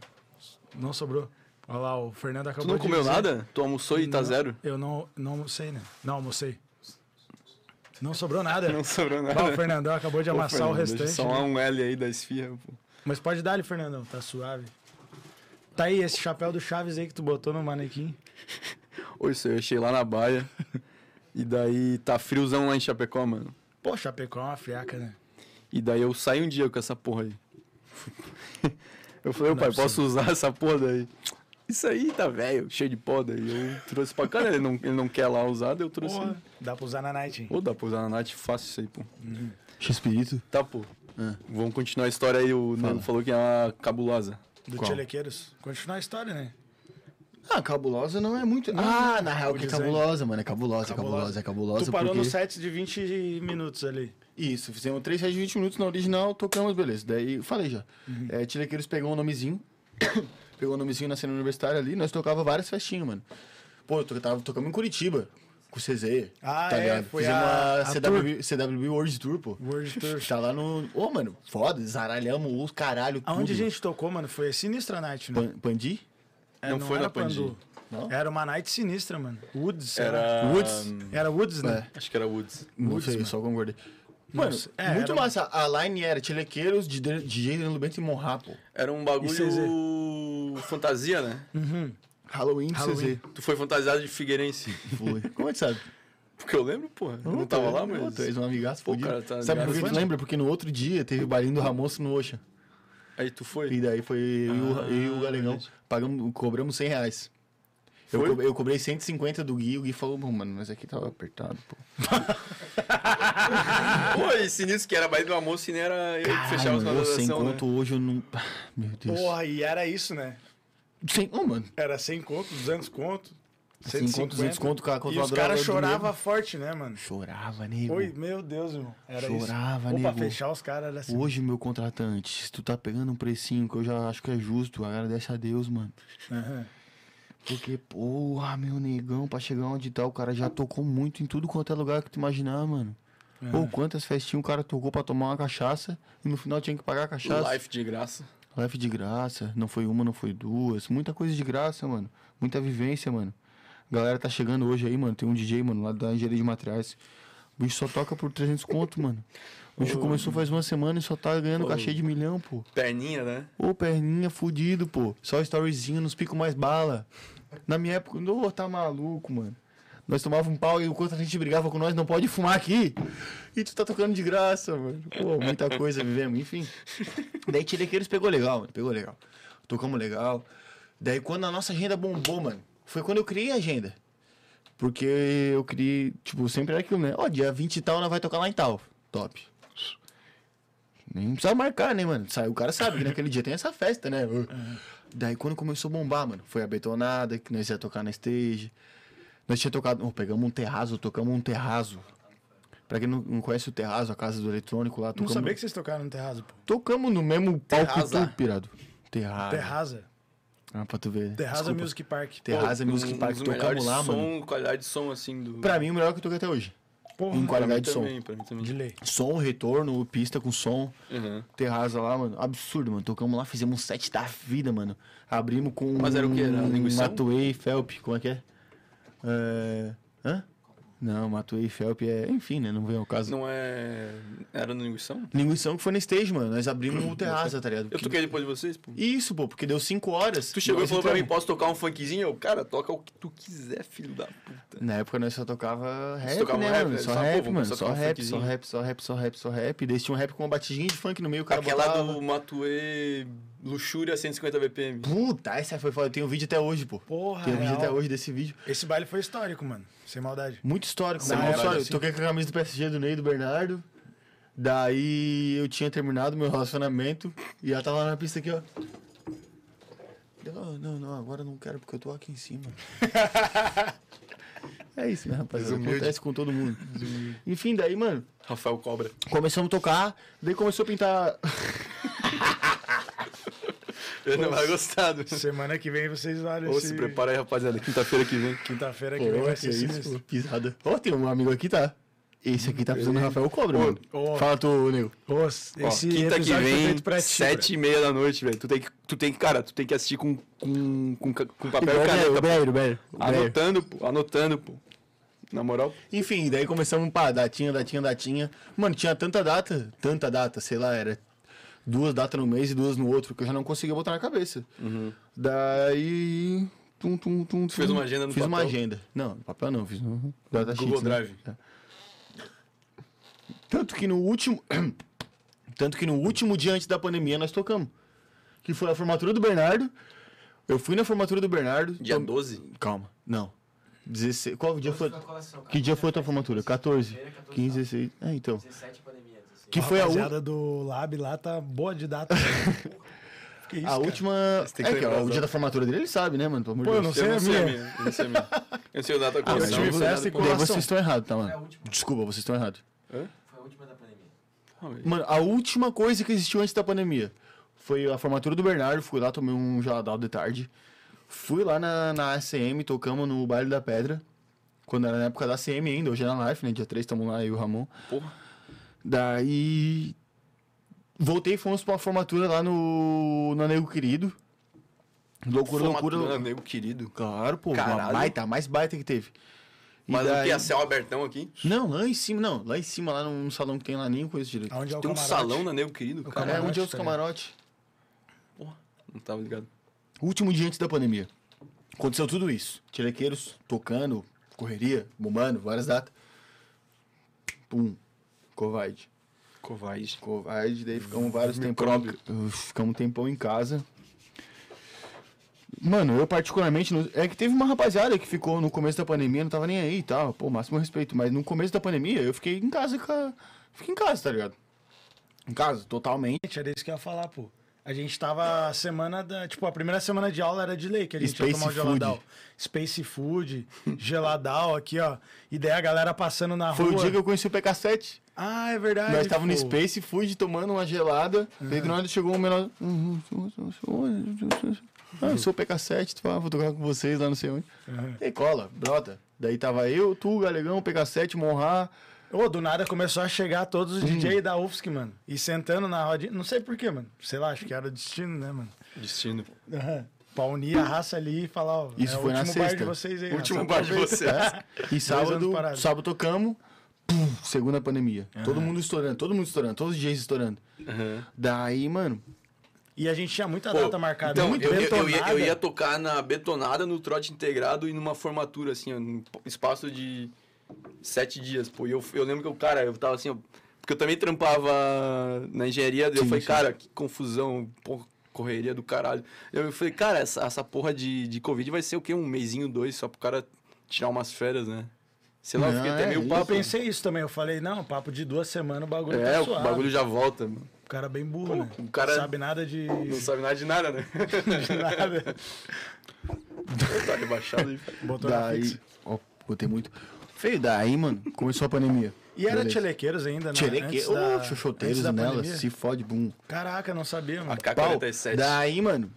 Speaker 2: Não sobrou. Olha lá, o Fernando
Speaker 1: né? Tu
Speaker 2: acabou
Speaker 1: não
Speaker 2: de
Speaker 1: comeu
Speaker 2: dizer-
Speaker 1: nada? Tu almoçou e tá
Speaker 2: Não,
Speaker 1: zero?
Speaker 2: Eu não, não almocei, né? Não almocei. Não sobrou nada.
Speaker 1: Não sobrou nada.
Speaker 2: Bah, o Fernandão acabou de
Speaker 1: Pô,
Speaker 2: amassar
Speaker 1: Fernando,
Speaker 2: o
Speaker 1: deixa
Speaker 2: restante. né?
Speaker 1: Só um L aí da esfirra, pô.
Speaker 2: Mas pode dar ali, Fernandão, tá suave. Tá aí, esse chapéu do Chaves aí que tu botou no manequim.
Speaker 1: Ô, isso aí, eu achei lá na baia. E daí tá friozão lá em Chapecó, mano.
Speaker 2: Pô, Chapecó é uma friaca, né?
Speaker 1: E daí eu saí um dia com essa porra aí. Eu falei, ô
Speaker 2: Não
Speaker 1: pai,
Speaker 2: é possível.
Speaker 1: posso usar essa porra daí? Isso aí tá velho, cheio de pó daí. Eu trouxe pra cá, né? ele não, ele não quer lá usar, daí eu trouxe.
Speaker 2: Porra, dá pra usar na night, hein?
Speaker 1: Ô, dá pra usar na Nath, fácil isso aí, pô.
Speaker 3: X-Pirito.
Speaker 1: Tá, pô. Vamos continuar a história aí. O Nego falou que é uma cabulosa.
Speaker 2: Do
Speaker 3: Qual?
Speaker 2: Tchelequeiros. Continuar a história, né?
Speaker 3: Ah, cabulosa não é muito. ah, na real que é
Speaker 2: design.
Speaker 3: cabulosa, mano. É cabulosa, é cabulosa, é cabulosa.
Speaker 2: tu parou no
Speaker 3: porque...
Speaker 2: set de 20 minutos ali.
Speaker 3: Isso, fizemos 3 sets de 20 minutos na original, tocamos, beleza. Daí, eu falei já.
Speaker 2: Uhum.
Speaker 3: É, Tilequeiros pegou um nomezinho, pegou um nomezinho na cena universitária ali, nós tocava várias festinhas, mano. Pô, eu to- tava tocando em Curitiba, com o CZ,
Speaker 2: Ah,
Speaker 3: tá
Speaker 2: é,
Speaker 3: ligado?
Speaker 2: foi
Speaker 3: fizemos
Speaker 2: a- a
Speaker 3: CW, CW World Tour, pô.
Speaker 2: World Tour.
Speaker 3: Tá lá no... Ô, mano, foda, zaralhamos os caralho, tudo.
Speaker 2: Aonde a gente tocou, mano, foi a Sinistra Night, né?
Speaker 3: Pan- Pandi?
Speaker 2: É,
Speaker 1: não foi
Speaker 2: era
Speaker 1: na Pandu.
Speaker 3: Não?
Speaker 2: Era uma night sinistra, mano. Woods.
Speaker 1: Era.
Speaker 3: Woods? É,
Speaker 2: Era Woods, né?
Speaker 1: Acho que era Woods.
Speaker 3: Não sei, eu só concordei. Mano,
Speaker 2: Nossa, é,
Speaker 3: muito
Speaker 2: era-
Speaker 3: massa. A line era Tilequeiros, DJ Danilo Bento e Morra, pô.
Speaker 1: Era um
Speaker 2: CZ?
Speaker 1: bagulho fantasia, né?
Speaker 3: Halloween,
Speaker 2: Halloween.
Speaker 3: Halloween. CZ.
Speaker 1: Tu foi fantasiado de Figueirense.
Speaker 3: Foi. Como é que sabe?
Speaker 1: Porque eu lembro, porra. Eu não
Speaker 3: tu é-
Speaker 1: tava lá,
Speaker 3: Pô,
Speaker 1: mas.
Speaker 3: Tu és um amigaço,
Speaker 1: Pô,
Speaker 3: pô.
Speaker 1: cara, tá
Speaker 3: Sabe por
Speaker 1: ligado?
Speaker 3: que tu lembra? Porque no outro dia teve o bailinho do Ramos no Oxa.
Speaker 1: Aí tu foi.
Speaker 3: E daí foi eu, e o- eu e
Speaker 1: Ah,
Speaker 3: o Galegão. Pagamos, cobramos 100 reais. Eu,
Speaker 1: Foi?
Speaker 3: co- eu cobrei 150 do Gui, o Gui falou, "Bom, mano, mas aqui tava apertado, pô.
Speaker 1: Pô, e sinistro que era baile do almoço e nem era eu que fechava as
Speaker 3: Caralho, ô, sem
Speaker 1: transações. Né?
Speaker 3: conto hoje eu não. Ah, Meu Deus.
Speaker 2: Porra, e era isso, né?
Speaker 3: Sem, ô, mano.
Speaker 2: Era 100 conto, 200 conto,
Speaker 3: 100 conto,
Speaker 2: 150.
Speaker 3: 200 conto, cara,
Speaker 2: e os
Speaker 3: controladora
Speaker 2: caras
Speaker 3: do
Speaker 2: choravam
Speaker 3: nego.
Speaker 2: forte, né, mano?
Speaker 3: Chorava, nego.
Speaker 2: Oi, meu Deus, irmão. Era
Speaker 3: Chorava,
Speaker 2: isso. Ou pra
Speaker 3: nego.
Speaker 2: fechar os caras era assim.
Speaker 3: Hoje, meu contratante, se tu tá pegando um precinho que eu já acho que é justo, agradece a Deus, mano.
Speaker 2: Aham.
Speaker 3: Porque, porra, meu negão, pra chegar onde tá, o cara já tocou muito em tudo quanto é lugar que tu imaginar, mano. Ou quantas festinhas o cara tocou pra tomar uma cachaça e no final tinha que pagar a cachaça. Life.
Speaker 1: Life de graça.
Speaker 3: de graça, não foi uma, não foi duas. Muita coisa de graça, mano. Muita vivência, mano. Galera tá chegando hoje aí, mano. Tem um DJ, mano, lá da engenharia de materiais. O bicho só toca por 300 conto, mano. O bicho começou faz uma semana e só tá ganhando cachê de milhão, pô.
Speaker 1: Perninha, né?
Speaker 3: Ô, perninha fudido, pô. Só storyzinho, nos pico mais bala. Na minha época, ô, tá maluco, mano. Nós tomávamos um pau e enquanto a gente brigava com nós, não pode fumar aqui. E tu tá tocando de graça, mano. Pô, muita coisa vivemos, enfim. Daí Tirequeiros pegou legal, mano. Pegou legal. Tocamos legal. Daí quando a nossa agenda bombou, mano, foi quando eu criei a agenda. Porque eu criei, tipo, sempre era aquilo, né? Ó, dia 20 e tal, nós vai tocar lá em tal. Top. Nem precisava marcar, né, mano? Sai- O cara sabe que naquele dia tem essa festa, né? Daí quando começou a bombar, mano, foi a betonada, que nós ia tocar na stage. Nós tinha tocado. oh, pegamos um terraço, tocamos um terraço. Pra quem não, não conhece o terraço, a casa do eletrônico lá,
Speaker 2: Não
Speaker 3: tocamos.
Speaker 2: sabia que vocês tocaram no Terraza, pô.
Speaker 3: Tocamos no mesmo palco que
Speaker 1: Terraza.
Speaker 3: tu, pirado. Terraza.
Speaker 2: Terraza.
Speaker 3: Ah, pra tu ver.
Speaker 2: Terraza
Speaker 3: Desculpa.
Speaker 2: Music Park.
Speaker 3: Terraza
Speaker 1: Pô,
Speaker 3: Music
Speaker 1: um
Speaker 3: Park,
Speaker 1: dos
Speaker 3: tocamos
Speaker 1: melhores
Speaker 3: lá,
Speaker 1: som,
Speaker 3: mano.
Speaker 1: qualidade de som, assim, do...
Speaker 3: Pra mim, o melhor que eu toquei até hoje.
Speaker 2: Porra,
Speaker 3: em
Speaker 1: Pra mim
Speaker 3: qualidade de som.
Speaker 1: também, pra mim também.
Speaker 2: de lei.
Speaker 3: Som, retorno, pista com som.
Speaker 1: Uhum.
Speaker 3: Terraza lá, mano. Absurdo, mano. Tocamos lá, fizemos um set da vida, mano. Abrimos com.
Speaker 1: Mas era o quê? Era
Speaker 3: um
Speaker 1: linguição?
Speaker 3: Matuei, Felp, como é que é? é... Hã? Não, Matuei, Felp é. Enfim, né? Não vem ao caso.
Speaker 1: Não é... Era no Linguição?
Speaker 3: Linguição que foi na stage, mano. Nós abrimos o terraça, tá ligado?
Speaker 1: Eu toquei depois de vocês, pô.
Speaker 3: Isso, é pô, porque deu 5 horas.
Speaker 1: Tu chegou e
Speaker 3: Nós
Speaker 1: falou pra mim,
Speaker 3: entramos.
Speaker 1: posso tocar um funkzinho? Eu, cara, toca o que tu quiser, filho da puta.
Speaker 3: Na época nós só tocava rap,
Speaker 1: tocava
Speaker 3: né,
Speaker 1: um rap,
Speaker 3: mano?
Speaker 1: né?
Speaker 3: Só
Speaker 1: Só, pô,
Speaker 3: rap,
Speaker 1: vamos
Speaker 3: mano.
Speaker 1: só
Speaker 3: Só
Speaker 1: tocar um
Speaker 3: rap, só
Speaker 1: funkzinho.
Speaker 3: rap, só rap, só rap, só rap. E daí tinha um rap com uma batidinha de funk no meio, o cara
Speaker 1: Aquela
Speaker 3: botava.
Speaker 1: do Matue Luxúria 150 BPM.
Speaker 3: Puta, essa foi foda. Tem um vídeo até hoje, pô.
Speaker 2: Porra,
Speaker 3: Tem um vídeo
Speaker 2: real.
Speaker 3: até hoje desse vídeo.
Speaker 2: Esse baile foi histórico, mano. Sem maldade.
Speaker 3: Muito histórico,
Speaker 2: Na
Speaker 3: mano.
Speaker 2: época,
Speaker 3: Muito histórico.
Speaker 2: assim.
Speaker 3: Toquei com a camisa do PSG do Ney e do Bernardo. Daí eu tinha terminado meu relacionamento e ela tava lá na pista aqui, ó. Eu, "Ah, não, não, agora eu não quero porque eu tô aqui em cima. é isso, né, rapaziada?
Speaker 1: Desumilde.
Speaker 3: Acontece com todo mundo. Enfim, daí, mano,
Speaker 1: Rafael Cobra.
Speaker 3: começamos a tocar, daí começou a pintar.
Speaker 1: Ele não vai gostar. do-
Speaker 2: Semana que vem vocês olham
Speaker 1: Ou
Speaker 2: esse-
Speaker 1: se prepara aí, rapaziada. Quinta-feira que vem.
Speaker 2: Quinta-feira que
Speaker 3: Pô,
Speaker 2: vem vai
Speaker 3: que
Speaker 2: ser
Speaker 3: é isso,
Speaker 2: sinistro.
Speaker 3: pô, pisada. Ó, tem um amigo aqui, tá? Esse aqui tá precisando do Rafael Cobra, mano.
Speaker 2: ó.
Speaker 3: Fala tu, nego.
Speaker 2: Ô, esse
Speaker 1: Ó, quinta que
Speaker 2: episódio foi
Speaker 1: vem,
Speaker 2: feito pra ti,
Speaker 1: sete e meia da noite, velho. Tu tem que, tu tem que, cara, tu tem que assistir com, com, com, ca- com papel e
Speaker 3: Beiro,
Speaker 1: caneta.
Speaker 3: Beiro, Beiro. Beiro.
Speaker 1: Anotando, pô. Anotando, pô. Na moral,
Speaker 3: Enfim, daí começamos, pá, datinha, datinha, datinha. Mano, tinha tanta data, tanta data, sei lá, era duas datas no mês e duas no outro, porque eu já não conseguia botar na cabeça. Daí. Tum, tum, tum,
Speaker 1: Uhum. Fez
Speaker 3: tum.
Speaker 1: uma agenda no
Speaker 3: Fiz uma
Speaker 1: papel?
Speaker 3: agenda. Não, no papel não, fiz no data
Speaker 1: Google
Speaker 3: sheets, né?
Speaker 1: Drive.
Speaker 3: É. Tanto que no último. Tanto que no último dia antes da pandemia nós tocamos. Que foi a formatura do Bernardo. Eu fui na formatura do Bernardo.
Speaker 1: Dia
Speaker 3: tom-
Speaker 1: 12?
Speaker 3: Calma, não. 16. Qual dia foi?
Speaker 6: Foi a colação, cara.
Speaker 3: Que dia foi a tua formatura? 14. 15, 16. É, então.
Speaker 6: 17 pandemia, 16.
Speaker 3: Que foi a, u-
Speaker 2: rapaziada do Lab lá tá boa de data. que isso,
Speaker 3: a
Speaker 2: cara?
Speaker 3: última.
Speaker 1: tem que
Speaker 3: É que,
Speaker 1: lembrar
Speaker 3: ó, o
Speaker 1: as
Speaker 3: dia da formatura dele, ele sabe, né, mano? Pelo amor de
Speaker 2: Pô, eu
Speaker 3: Deus.
Speaker 2: não sei a é minha.
Speaker 1: minha. Eu não sei a minha. Eu não sei o data
Speaker 3: Ah,
Speaker 1: coleção,
Speaker 3: mas
Speaker 1: eu não sei
Speaker 3: tive
Speaker 1: nada
Speaker 3: essa
Speaker 1: com-
Speaker 3: Daí vocês estão errados, tá, mano?
Speaker 6: É última.
Speaker 3: Desculpa, vocês estão errados.
Speaker 6: Foi a última da pandemia.
Speaker 3: Mano, a última coisa que existiu antes da pandemia foi a formatura do Bernardo. Fui lá, tomei um geladal de tarde. Fui lá na, na ACM, tocamos no Baile da Pedra. Quando era na época da ACM ainda, hoje é na Life, né? Dia 3, tamo lá, eu e o Ramon.
Speaker 1: Porra.
Speaker 3: Daí. Voltei e fomos pra uma formatura lá no, no Nego Querido. Loucura,
Speaker 1: Formatura,
Speaker 3: loucura.
Speaker 2: né?
Speaker 1: amigo querido.
Speaker 3: Claro, pô. Uma
Speaker 1: Caralho.
Speaker 3: baita, a mais baita que teve. E
Speaker 1: Mas o
Speaker 3: daí-
Speaker 1: que é céu abertão aqui?
Speaker 3: Não, lá em cima, não. Lá em cima, lá num salão que tem lá, nem conheço direito.
Speaker 2: Aonde é o
Speaker 1: Tem um
Speaker 2: camarote?
Speaker 3: né?
Speaker 1: salão na Nego Querido,
Speaker 3: Cara,
Speaker 1: cara.
Speaker 3: é onde é os
Speaker 2: tá
Speaker 3: camarotes.
Speaker 1: Não tava ligado.
Speaker 3: Último dia antes da pandemia. Aconteceu tudo isso. Tirequeiros tocando, correria, bombando, várias datas. Pum. Covarde.
Speaker 1: Covais.
Speaker 3: Covarde, daí ficamos vários tempão. em- Uf, Ficamos um tempão em casa. Mano, eu particularmente. não- É que teve uma rapaziada que ficou no começo da pandemia, não tava nem aí e tal. Pô, máximo respeito. Mas no começo da pandemia eu fiquei em casa com a- Fiquei em casa, tá ligado? Em casa, totalmente.
Speaker 2: Gente, Era isso que eu ia falar, pô. A gente tava a semana da. Tipo, a primeira semana de aula era de lei, que a gente ia
Speaker 3: Space
Speaker 2: tomar o
Speaker 3: food.
Speaker 2: geladal. Space Food, geladal aqui, ó. E daí a galera passando na
Speaker 3: Foi
Speaker 2: rua.
Speaker 3: o dia que eu conheci o PK7.
Speaker 2: Ah, é verdade.
Speaker 3: Nós estávamos no
Speaker 2: pô.
Speaker 3: Space, Food tomando uma gelada. Daí
Speaker 2: É.
Speaker 3: do nada chegou um menor. Ah, eu sou o PK7, tu fala, vou tocar com vocês lá não sei onde. E cola, brota. Daí tava eu, tu, Galegão, PK7, Monra.
Speaker 2: Ô, do nada começou a chegar todos os DJ
Speaker 3: Hum.
Speaker 2: da UFSC, mano. E sentando na rodinha. Não sei porquê, mano. Sei lá, acho que era destino, né, mano?
Speaker 1: Destino.
Speaker 2: Aham. Pra unir a raça ali e falar, ó.
Speaker 3: Isso
Speaker 2: é
Speaker 3: foi
Speaker 2: o
Speaker 3: na
Speaker 2: último bar de
Speaker 3: sexta.
Speaker 2: vocês aí. né?
Speaker 1: Último
Speaker 2: raça.
Speaker 1: bar de vocês.
Speaker 3: E
Speaker 2: É. anos
Speaker 3: sábado,
Speaker 2: parados.
Speaker 3: sábado tocamos. Pum, segunda pandemia. Todo mundo estourando, todo mundo estourando, todos os DJs estourando. Daí, mano,
Speaker 2: E a gente tinha muita
Speaker 1: Pô,
Speaker 2: data marcada.
Speaker 1: Então,
Speaker 2: muito
Speaker 1: eu, eu- eu ia,
Speaker 2: betonada.
Speaker 1: eu ia tocar na betonada, no trote integrado e numa formatura, assim, ó, num p- espaço de sete dias, pô. E eu, eu lembro que eu, cara, eu tava assim, ó, porque eu também trampava na engenharia, daí eu
Speaker 3: Sim,
Speaker 1: falei,
Speaker 3: sim.
Speaker 1: cara, que confusão, pô, correria do caralho. Eu falei, cara, essa, essa porra de, de Covid vai ser o quê? Um mesinho, dois, só pro cara tirar umas férias, né? Sei lá, eu fiquei
Speaker 3: Não,
Speaker 1: até
Speaker 3: é
Speaker 1: meio
Speaker 3: isso.
Speaker 2: Eu
Speaker 1: papo.
Speaker 2: pensei isso também. Eu falei, não, papo de duas semanas, o bagulho
Speaker 1: É,
Speaker 2: tá
Speaker 1: o
Speaker 2: suave.
Speaker 1: bagulho já volta, mano.
Speaker 2: O cara bem burro, né?
Speaker 1: o cara-
Speaker 2: Não sabe nada de...
Speaker 1: Não sabe nada de nada, né?
Speaker 2: de nada.
Speaker 1: tá rebaixado aí.
Speaker 2: Botou na
Speaker 3: daí.
Speaker 2: fixa.
Speaker 3: Ó, botei muito. Feio, daí, mano, começou a pandemia.
Speaker 2: E era
Speaker 3: Beleza.
Speaker 2: Tchelequeiros ainda, né?
Speaker 3: Tchereque,
Speaker 2: Antes
Speaker 3: ô,
Speaker 2: da-
Speaker 3: xoxoteiros
Speaker 2: antes da
Speaker 3: nela,
Speaker 2: pandemia.
Speaker 3: se fode, bum.
Speaker 2: Caraca, não sabia, mano.
Speaker 3: Pau.
Speaker 1: AK-47.
Speaker 3: Daí, mano.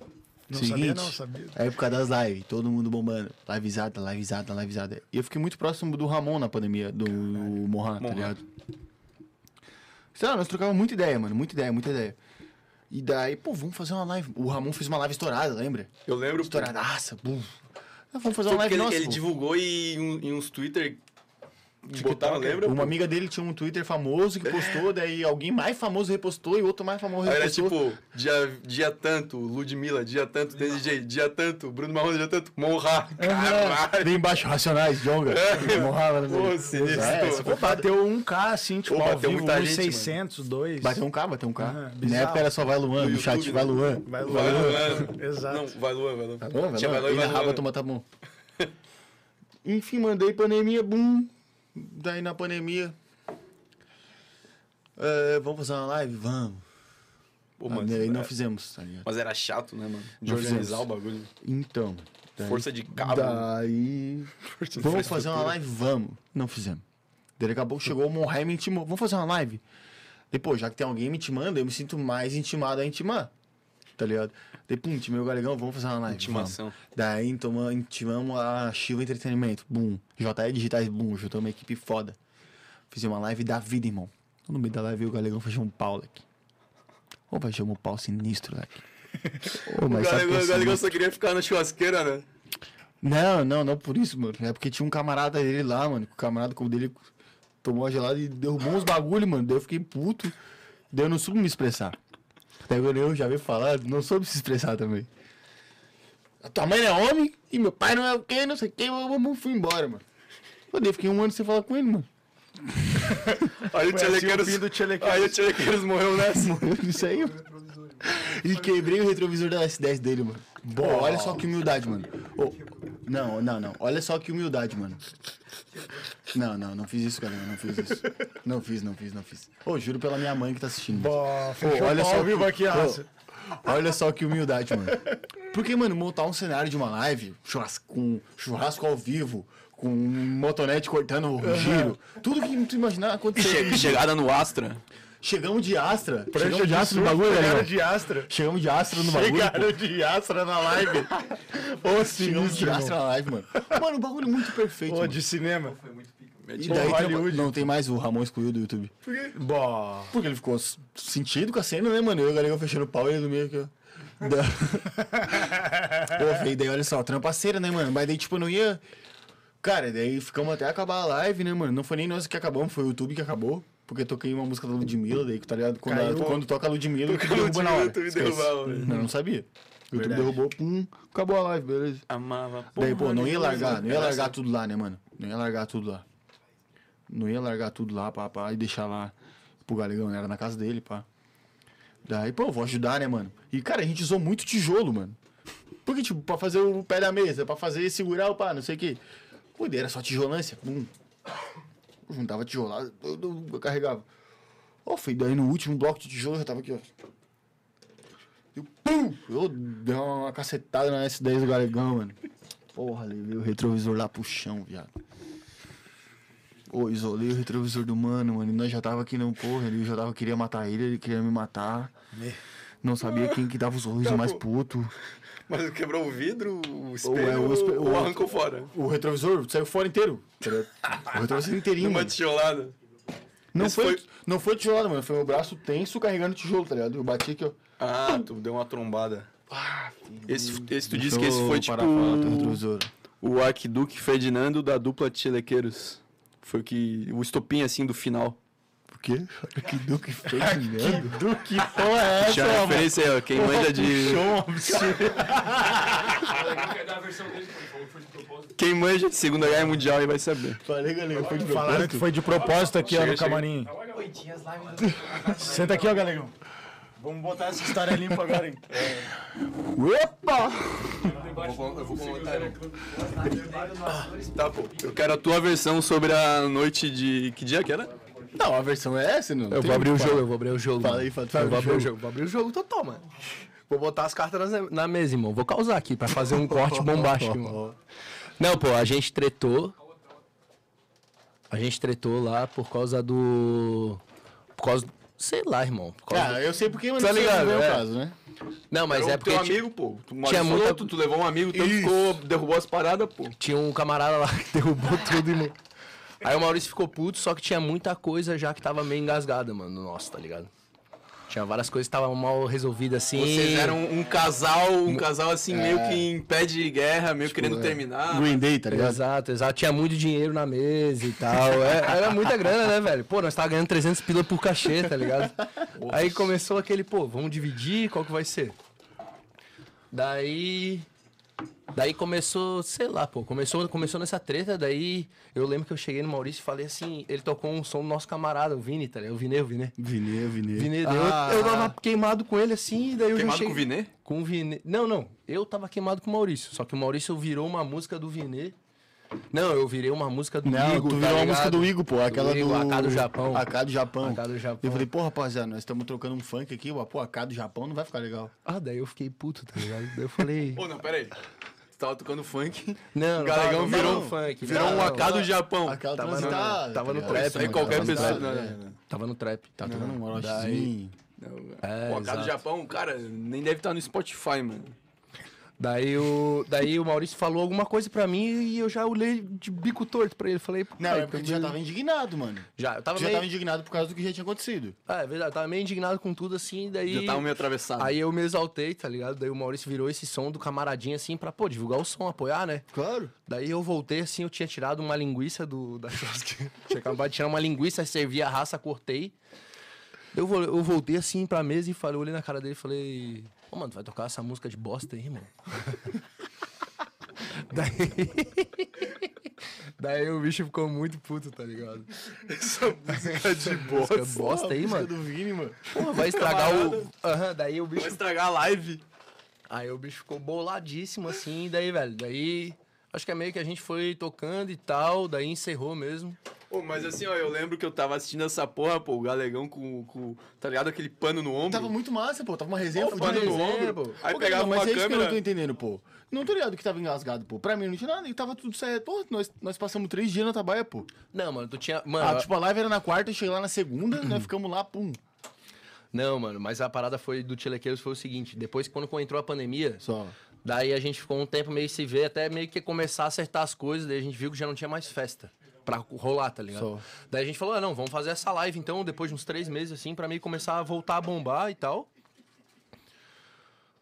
Speaker 2: Não
Speaker 3: seguinte,
Speaker 2: sabia, não, sabia.
Speaker 3: Época das lives, todo mundo bombando. Livezada, livezada, livezada. E eu fiquei muito próximo do Ramon na pandemia, do Morra, tá
Speaker 1: Monra.
Speaker 3: ligado? Sei lá, nós trocávamos muita ideia, mano. Muita ideia, muita ideia. E daí, pô, vamos fazer uma live. O Ramon fez uma live estourada, lembra?
Speaker 1: Eu lembro. pô,
Speaker 3: Estouradaça, bum. Ah, Vamos fazer
Speaker 1: Foi
Speaker 3: uma
Speaker 1: porque
Speaker 3: live
Speaker 1: ele,
Speaker 3: nossa,
Speaker 1: ele
Speaker 3: pô. Tipo,
Speaker 1: divulgou e um- em uns Twitter que botaram, lembra?
Speaker 3: Uma
Speaker 1: pô?
Speaker 3: amiga dele tinha um Twitter famoso que postou, daí alguém mais famoso repostou e outro mais famoso
Speaker 1: Aí era
Speaker 3: repostou.
Speaker 1: tipo, dia, dia tanto, Ludmilla, dia tanto, DJ, dia tanto, Bruno Marrone, dia tanto, Monra. Caralho.
Speaker 3: Daí embaixo, Racionais, Jonga. Morrava, né?
Speaker 1: É. Pô, sinistro.
Speaker 3: É, se for pra-
Speaker 2: Bateu 1K, assim, tipo,
Speaker 1: Ô,
Speaker 2: ao
Speaker 1: bateu
Speaker 2: vivo,
Speaker 1: muita
Speaker 2: uns
Speaker 1: gente,
Speaker 2: 600, 2.
Speaker 3: Bateu um K, bateu um K.
Speaker 2: Aham,
Speaker 3: Na
Speaker 2: bizarro.
Speaker 3: época era só vai Luan,
Speaker 1: No
Speaker 3: Tá no chat
Speaker 1: YouTube,
Speaker 3: vai
Speaker 1: né?
Speaker 3: Luan.
Speaker 2: Vai lá.
Speaker 1: Vai Luan.
Speaker 2: Exato.
Speaker 1: Não, vai Luan, vai Luan.
Speaker 3: Tá bom,
Speaker 1: Tinha
Speaker 3: vai Luan. E na raba toma tá bom. Enfim, mandei pandemia, bum. Daí na pandemia. é, vamos fazer uma live? Vamos.
Speaker 1: Pô,
Speaker 3: Ah,
Speaker 1: mas,
Speaker 3: daí não
Speaker 1: é,
Speaker 3: fizemos, tá ligado?
Speaker 1: mas era chato, né, mano? De
Speaker 3: Não
Speaker 1: organizar
Speaker 3: fizemos.
Speaker 1: o bagulho.
Speaker 3: Então. daí-
Speaker 1: Força de cabo. né?
Speaker 3: Daí. Vamos fazer uma live? Vamos. Não fizemos. Daí daqui a pouco chegou o Monheim e me intimou. Vamos fazer uma live? Depois, já que tem alguém me intimando, eu me sinto mais intimado a intimar. Tá ligado? Daí, pum, intimei o Galegão, vamos fazer uma live.
Speaker 1: Intimação.
Speaker 3: vamos. Daí, então, intimamos a Shiva Entretenimento. Bum. JE Digitais, bum. Juntamos uma equipe foda. Fizemos uma live da vida, irmão. No meio da live, o Galegão fechou um pau, aqui. Ô, vai chamar um pau sinistro, leque. Ô,
Speaker 1: O
Speaker 3: mas sabe que é
Speaker 1: Galegão- o Galegão
Speaker 3: sinistro?
Speaker 1: só queria ficar na churrasqueira, né?
Speaker 3: Não, não, não por isso, mano. É porque tinha um camarada dele lá, mano. que O camarada como dele tomou a gelada e derrubou uns bagulho, mano. Daí eu fiquei puto. Daí eu não soube me expressar. Daí o eu já veio falar, não soube se expressar também. A tua mãe não é homem e meu pai não é o quê, não sei o quê, eu, eu, eu fui embora, mano. Eu daí fiquei um ano sem falar com ele, mano.
Speaker 1: Aí
Speaker 2: Foi
Speaker 1: o
Speaker 2: assim o
Speaker 1: Tchelequeiros.
Speaker 2: fim do Tchelequeiros.
Speaker 1: Aí o Tchelequeiros morreu nessa.
Speaker 3: Eu Isso aí, mano. E quebrei o retrovisor da S10 dele, mano. Boa, olha só que humildade, mano. Ô, não, não, não. Olha só que humildade, mano. Não, não, não fiz isso, galera. Não fiz isso. Não fiz, não fiz, não fiz. Ô, juro pela minha mãe que tá assistindo. mano.
Speaker 2: Ó,
Speaker 3: Pô,
Speaker 2: fechou
Speaker 3: olha só
Speaker 2: ao
Speaker 3: que-
Speaker 2: vivo aqui,
Speaker 3: Pô,
Speaker 2: Arthur.
Speaker 3: Olha só que humildade, mano. Porque, mano, montar um cenário de uma live, churrasco, com churrasco ao vivo, com um motonete cortando o giro, tudo que tu imaginar aconteceu.
Speaker 1: Chegada no Astra.
Speaker 3: Chegamos de Astra.
Speaker 2: Prancha
Speaker 3: chegamos de tá Astra no
Speaker 2: surf,
Speaker 3: bagulho,
Speaker 1: né,
Speaker 2: prancha
Speaker 3: galera.
Speaker 2: de Astra.
Speaker 3: Chegamos de Astra no bagulho.
Speaker 2: Chegaram
Speaker 3: de Astra na live.
Speaker 2: Ô,
Speaker 3: Chegamos de
Speaker 2: sinistro,
Speaker 3: Astra
Speaker 2: irmão.
Speaker 3: na live, mano. Mano, o bagulho é muito perfeito.
Speaker 2: Ô,
Speaker 3: mano.
Speaker 2: de cinema.
Speaker 3: E daí,
Speaker 2: Pô,
Speaker 3: tem-
Speaker 2: Hollywood.
Speaker 3: não tem mais o Ramon excluiu do YouTube.
Speaker 2: Bó.
Speaker 3: Porque ele ficou s- sentido com a cena, né, mano? Eu e o Galego fechando o pau e ele no meio aqui, ó. Da... Pô, véi, daí olha só, trampaceira, né, mano? Mas daí, tipo, não ia. Cara, daí ficamos até acabar a live, né, mano? Não foi nem nós que acabamos, foi o YouTube que acabou. Porque eu toquei uma música da Ludmilla, daí, tá ligado? Quando,
Speaker 2: Caiu.
Speaker 3: a, quando toca a Ludmilla, o YouTube derruba na hora. Esquece. Não, eu não sabia. O YouTube
Speaker 2: Verdade.
Speaker 3: derrubou, pum, acabou a live, beleza.
Speaker 1: Amava.
Speaker 3: Daí, pô, não ia largar, não ia
Speaker 1: Era
Speaker 3: largar tudo lá, né, mano? Não ia largar tudo lá. Não ia largar tudo lá, pá, pá, e deixar lá pro galegão, né? Era na casa dele, pá. Daí, pô, vou ajudar, né, mano? E, cara, a gente usou muito tijolo, mano. Porque, tipo, pra fazer o pé da mesa, pra fazer segurar o pá, não sei o quê. Pô, daí era só tijolância, pum. Juntava tijolada, eu, eu, eu carregava. Ó, foi daí no último bloco de tijolo, eu já tava aqui, ó. Eu, pum! Eu dei uma cacetada na S10 do galegão, mano. Porra, levei o retrovisor lá pro chão, viado. Ô, isolei o retrovisor do mano, mano. E nós já tava aqui não, porra. Ele já tava, queria matar ele, ele queria me matar. Não sabia quem que dava os sorrisos mais puto.
Speaker 1: Mas quebrou o vidro, o
Speaker 3: é,
Speaker 1: espelho,
Speaker 3: o
Speaker 1: ou,
Speaker 3: espe- ou-
Speaker 1: arrancou fora.
Speaker 3: O retrovisor saiu fora inteiro. O retrovisor inteirinho.
Speaker 1: Numa
Speaker 3: mano.
Speaker 1: tijolada.
Speaker 3: Não,
Speaker 1: esse
Speaker 3: foi,
Speaker 1: foi-
Speaker 3: não foi tijolada, mano. Foi meu braço tenso carregando tijolo, tá ligado? Eu bati aqui, ó.
Speaker 1: Ah, tu deu uma trombada. Ah, Esse, esse tu disse que esse foi tipo
Speaker 3: do retrovisor.
Speaker 1: o Arquiduque Ferdinando da dupla Tilequeiros. Foi o que. o estopim assim do final.
Speaker 3: Por quê? Que Duque Ferdinando?
Speaker 2: Que porra é essa?
Speaker 1: Tinha a referência aí, ó. Quem manja de.
Speaker 3: um
Speaker 6: Quer dar a versão dele, porque ele falou que foi de propósito.
Speaker 1: Quem manja de Segunda Guerra Mundial aí vai saber.
Speaker 3: Falei, galera, foi de
Speaker 2: Falaram que foi de propósito aqui, ó, no
Speaker 1: Chega, chega.
Speaker 2: camarim.
Speaker 6: Oi, tinha as lives
Speaker 2: Senta aqui, ó, galegão. Vamos botar essa história limpa agora, hein?
Speaker 1: Opa!
Speaker 6: Eu vou comentar.
Speaker 1: Tá, pô. Eu quero a tua versão sobre a noite de. Que dia que era?
Speaker 3: Não, a versão é essa, não.
Speaker 7: Eu vou abrir o jogo, eu vou abrir o jogo.
Speaker 3: Fala
Speaker 7: mano.
Speaker 3: aí, fala-
Speaker 7: Eu
Speaker 3: fala
Speaker 7: vou
Speaker 3: o
Speaker 7: abrir o
Speaker 3: jogo.
Speaker 7: jogo, vou abrir o jogo total, mano. Vou botar as cartas na, na mesa, irmão. Vou causar aqui pra fazer um corte bombástico, irmão. Não, pô, a gente tretou. A gente tretou lá por causa do. Por causa. Sei lá, irmão. por causa
Speaker 1: Ah,
Speaker 3: Cara, Ah, eu sei porque, mas
Speaker 7: Tá
Speaker 3: não sei
Speaker 7: ligado,
Speaker 3: não é o
Speaker 7: é.
Speaker 3: caso, né?
Speaker 7: do- Não, mas
Speaker 1: Era
Speaker 7: é
Speaker 1: o
Speaker 7: porque.
Speaker 1: teu
Speaker 7: ti-
Speaker 1: amigo, pô. Tu
Speaker 7: tinha
Speaker 1: tinha
Speaker 7: muita-
Speaker 1: tu, tu levou um amigo, tanto
Speaker 7: Isso.
Speaker 1: ficou, derrubou as paradas, pô.
Speaker 7: Tinha um camarada lá que derrubou tudo, irmão. Aí o Maurício ficou puto, só que tinha muita coisa já que tava meio engasgada, mano. Nossa, tá ligado? Tinha várias coisas que estavam mal resolvidas assim.
Speaker 1: Vocês eram um casal, um casal assim, meio que em pé de guerra, meio querendo terminar.
Speaker 3: Green Day, tá
Speaker 1: É.
Speaker 3: ligado?
Speaker 7: Exato, exato. Tinha muito dinheiro na mesa e tal. É, era muita grana, né, velho? Pô, nós tava ganhando 300 pila por cachê, tá ligado? Aí começou aquele, pô, vamos dividir, qual que vai ser? Daí... Daí começou, sei lá, pô, começou, começou nessa treta, daí eu lembro que eu cheguei no Maurício e falei assim, ele tocou um som do nosso camarada, o Vini, tá ligado? O Vini, o Vini.
Speaker 3: Vinê, Vinê.
Speaker 7: Vini, daí eu-
Speaker 3: Ah,
Speaker 7: eu, tava queimado com ele assim, daí eu já
Speaker 1: Ah. Queimado
Speaker 7: cheguei...
Speaker 1: com o Vinê?
Speaker 7: Com o Vinê. Não, não. Eu tava queimado com o Maurício. Só que o Maurício virou uma música do Vinê. Não, eu virei uma música do
Speaker 3: Não,
Speaker 7: Igor.
Speaker 3: tu
Speaker 7: tá
Speaker 3: virou a
Speaker 7: ligado?
Speaker 3: música do Igor, pô. Aquela do.
Speaker 7: Igor, AK do Japão.
Speaker 3: AK do Japão.
Speaker 7: AK do Japão.
Speaker 3: Eu falei, porra, rapaziada, nós estamos trocando um funk aqui, ó. Pô, AK do Japão não vai ficar legal.
Speaker 7: Ah, daí eu fiquei puto, tá ligado? Daí eu falei.
Speaker 1: Pô, não, pera aí. Tu tava tocando funk.
Speaker 7: Não, não
Speaker 1: Galegão
Speaker 7: tava- não
Speaker 1: virou
Speaker 7: tava
Speaker 1: um-
Speaker 7: no funk.
Speaker 1: Virou
Speaker 7: não,
Speaker 1: um
Speaker 7: não,
Speaker 1: AK do Japão.
Speaker 3: AK do
Speaker 7: Tava no-
Speaker 3: transitado.
Speaker 7: tava no
Speaker 3: tá ligado?
Speaker 7: trap,
Speaker 1: Isso aí
Speaker 3: mano,
Speaker 1: qualquer
Speaker 3: tava
Speaker 1: pessoa-
Speaker 3: transitado,
Speaker 1: né?
Speaker 3: é.
Speaker 7: Tava no trap.
Speaker 3: Tá tocando um
Speaker 7: Daí-
Speaker 3: orochzinho.
Speaker 7: É,
Speaker 1: o AK
Speaker 7: exato.
Speaker 1: do Japão, cara, nem deve estar no Spotify, mano.
Speaker 7: Daí o, daí o Maurício falou alguma coisa pra mim e eu já olhei de bico torto pra ele. Falei,
Speaker 3: Não,
Speaker 7: pai,
Speaker 3: é porque tu já tava indignado, mano.
Speaker 7: já, eu
Speaker 3: Tu
Speaker 7: tava
Speaker 3: já
Speaker 7: meio.
Speaker 3: tava indignado por causa do que já tinha acontecido.
Speaker 7: Ah, é verdade, eu tava meio indignado com tudo assim, daí.
Speaker 1: Já tava meio atravessado.
Speaker 7: Aí eu me exaltei, tá ligado? Daí o Maurício virou esse som do camaradinho assim pra, pô, divulgar o som, apoiar, né?
Speaker 3: Claro.
Speaker 7: Daí eu voltei assim, eu tinha tirado uma linguiça do, da churrasqueira. tinha acabado de tirar uma linguiça, servi a raça, cortei. Eu, vol- eu voltei assim pra mesa e falei, olhei na cara dele e falei: Ô, mano, tu vai tocar essa música de bosta aí, irmão? Daí. Daí o bicho ficou muito puto, tá ligado?
Speaker 1: é
Speaker 3: de bosta.
Speaker 7: é bosta aí, mano.
Speaker 3: do Vini, mano.
Speaker 7: Pô, vai estragar o. Aham, daí o
Speaker 1: Vai
Speaker 7: bicho.
Speaker 1: estragar a live.
Speaker 7: Aí o bicho ficou boladíssimo assim, daí, velho. Daí. Acho que é meio que a gente foi tocando e tal, daí encerrou mesmo.
Speaker 1: Pô, mas assim, ó, eu lembro que eu tava assistindo essa porra, pô, o galegão com, com tá ligado, aquele pano no omblo.
Speaker 3: Tava muito massa, Hum. pô. Tava uma resenha
Speaker 1: Pô, pano
Speaker 3: fudida.
Speaker 1: no
Speaker 7: desenho,
Speaker 1: ombro.
Speaker 7: pô.
Speaker 1: Aí
Speaker 3: Ô,
Speaker 1: pegava
Speaker 3: Gabriel, mas
Speaker 1: uma
Speaker 3: é isso que eu não tô
Speaker 1: câmera.
Speaker 3: entendendo, pô. Não tô ligado que tava engasgado, pô. Pra mim não tinha nada, e tava tudo certo. Pô, nós, nós passamos três dias na Tabaia, pô.
Speaker 7: Não, mano, tu tinha. Mano,
Speaker 3: Ah,
Speaker 7: a-
Speaker 3: tipo, a live era na quarta, eu cheguei lá na segunda, nós ficamos lá, pum.
Speaker 7: Não, mano, mas a parada foi do Tilequeiros foi o seguinte: depois que quando entrou a pandemia,
Speaker 3: Só.
Speaker 7: daí a gente ficou um tempo meio se ver, até meio que começar a acertar as coisas, daí a gente viu que já não tinha mais festa pra rolar, tá ligado?
Speaker 3: Só.
Speaker 7: Daí a gente falou: ah, não, vamos fazer essa live então, depois de uns três meses assim, pra meio começar a voltar a bombar e tal.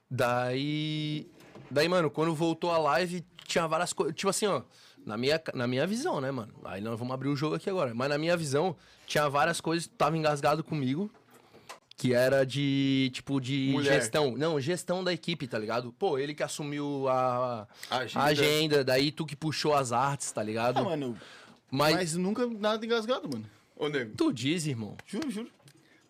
Speaker 7: Daí. Daí, mano, quando voltou a live, tinha várias coisas. Tipo assim, ó. Na minha, na minha visão, né, mano? Aí nós vamos abrir o jogo aqui agora. Mas na minha visão, tinha várias coisas que tava engasgado comigo. Que era de, tipo, de
Speaker 1: Mulher.
Speaker 7: gestão. Não, gestão da equipe, tá ligado? Pô, ele que assumiu a, a
Speaker 1: Agenda.
Speaker 7: agenda. daí tu que puxou as artes, tá ligado?
Speaker 3: Ah, mano,
Speaker 7: mas,
Speaker 3: mas nunca nada engasgado, mano.
Speaker 1: Ô, nego,
Speaker 7: tu diz, irmão.
Speaker 3: Juro, juro.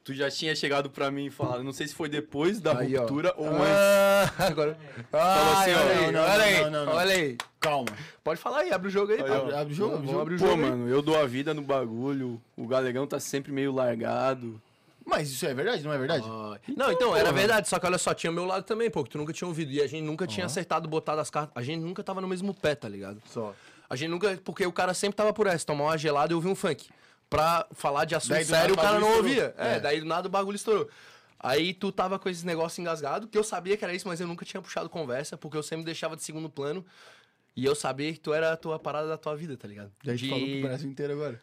Speaker 1: tu já tinha chegado pra mim e falado, não sei se foi depois da
Speaker 7: Aí, ó.
Speaker 1: ruptura ou antes.
Speaker 7: Ah, agora. Ah,
Speaker 1: assim, ó,
Speaker 7: olha aí,
Speaker 3: não, não,
Speaker 7: olha aí,
Speaker 3: não, não, não.
Speaker 7: olha aí.
Speaker 3: Calma.
Speaker 7: Pode falar aí, abre o jogo aí, pô.
Speaker 3: Abre, abre o jogo, abre o
Speaker 7: Vamos
Speaker 3: jogo.
Speaker 7: abrir o
Speaker 1: Pô,
Speaker 7: jogo aí.
Speaker 1: mano, eu dou a vida no bagulho, o galegão tá sempre meio largado.
Speaker 3: Mas isso é verdade, não é verdade?
Speaker 7: Ai. Não, então, era verdade, só que olha só, tinha meu lado também, pô, que tu nunca tinha ouvido. E a gente nunca tinha acertado, botado as cartas. A gente nunca tava no mesmo pé, tá ligado?
Speaker 3: Só.
Speaker 7: A gente nunca. Porque o cara sempre tava por essa, tomar uma gelada e ouvir um funk. Pra falar de assunto
Speaker 3: Daí do nada
Speaker 7: sério,
Speaker 3: o
Speaker 7: o cara
Speaker 3: bagulho
Speaker 7: não
Speaker 3: estourou.
Speaker 7: ouvia. É,
Speaker 3: É.
Speaker 7: daí do nada o bagulho estourou. Aí tu tava com esse negócio engasgado, que eu sabia que era isso, mas eu nunca tinha puxado conversa, porque eu sempre deixava de segundo plano. E eu sabia que tu era a tua parada da tua vida, tá ligado?
Speaker 3: Daí a
Speaker 7: de...
Speaker 3: gente falou pro Brasil inteiro agora.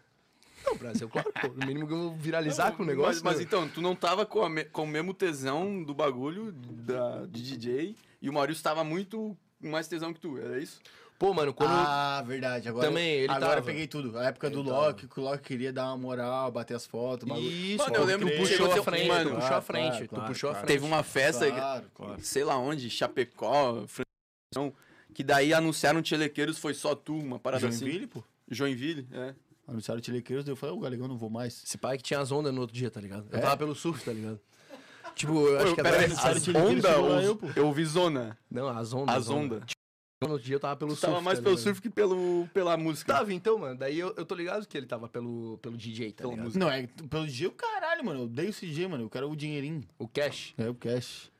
Speaker 7: Não, Brasil, claro, pô. No mínimo que eu vou viralizar com o
Speaker 1: Mas,
Speaker 7: negócio.
Speaker 1: mas
Speaker 7: né?
Speaker 1: então, tu não tava com, a me- com o mesmo tesão do bagulho da, de DJ e o Maurício tava muito mais tesão que tu, era isso?
Speaker 7: Pô, mano, quando.
Speaker 3: Ah, verdade. Agora,
Speaker 7: Também, ele
Speaker 3: agora eu
Speaker 7: tava.
Speaker 3: peguei tudo. A época do Loki, que o Loki queria dar uma moral, bater as fotos, bagulho.
Speaker 7: Isso,
Speaker 1: Mano, eu
Speaker 7: pô,
Speaker 1: lembro
Speaker 7: tu
Speaker 1: que
Speaker 7: puxou
Speaker 1: chegou
Speaker 7: a
Speaker 1: teu-
Speaker 7: frente,
Speaker 1: Mano,
Speaker 7: tu puxou a
Speaker 3: um Ah, claro,
Speaker 7: frente,
Speaker 3: claro,
Speaker 7: tu
Speaker 3: claro,
Speaker 7: puxou a
Speaker 3: claro.
Speaker 7: frente.
Speaker 1: Teve uma festa,
Speaker 3: Claro, claro.
Speaker 1: sei lá onde, Chapecó, Francisco, que daí anunciaram Telequeiros foi só tu, uma parada
Speaker 3: Joinville, pô.
Speaker 1: assim. Joinville, é.
Speaker 3: Anunciaram o Tilequeiros, daí eu falei, ô, Galegão, não vou mais.
Speaker 7: Esse pai que tinha as ondas no outro dia, tá ligado? Eu tava pelo surf, tá ligado? Tipo, eu acho que
Speaker 1: Pera
Speaker 7: agora...
Speaker 1: aí,
Speaker 7: as-
Speaker 1: as
Speaker 3: Telequeiros
Speaker 1: onda,
Speaker 3: chegou lá,
Speaker 1: os-
Speaker 3: eu, pô.
Speaker 1: eu vi zona,
Speaker 7: Não, as ondas.
Speaker 1: as onda.
Speaker 7: No outro dia eu tava pelo
Speaker 1: Tu
Speaker 7: Tipo, surf.
Speaker 1: tava mais
Speaker 7: tá
Speaker 1: pelo
Speaker 7: ligado?
Speaker 1: surf que pelo, pela música.
Speaker 7: Tava, então, mano. Daí eu, eu tô ligado que ele tava pelo, pelo DJ, tá
Speaker 1: Pela
Speaker 7: ligado?
Speaker 1: música.
Speaker 3: Não, é pelo G, o caralho, mano. Eu odeio esse G, mano. Eu quero o dinheirinho.
Speaker 7: O cash.
Speaker 3: É o cash.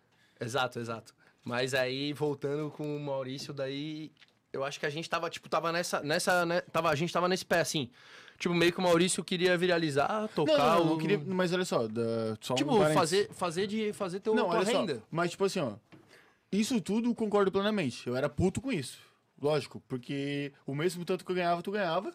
Speaker 7: Exato, exato. Mas aí, voltando com o Maurício, daí. Eu acho que a gente tava, tipo, tava nessa. nessa né, tava, a gente tava nesse pé, assim. Tipo, meio que o Maurício queria viralizar,
Speaker 3: Não,
Speaker 7: tocar.
Speaker 3: não, não,
Speaker 7: o...
Speaker 3: eu queria. Mas olha só, da, só um
Speaker 7: Tipo,
Speaker 3: parênteses.
Speaker 7: fazer, fazer de. Fazer teu,
Speaker 3: Não,
Speaker 7: tua
Speaker 3: olha
Speaker 7: renda.
Speaker 3: só. Mas, tipo assim, ó. Isso tudo concordo plenamente. Eu era puto com isso. Lógico, porque o mesmo tanto que eu ganhava, tu ganhava.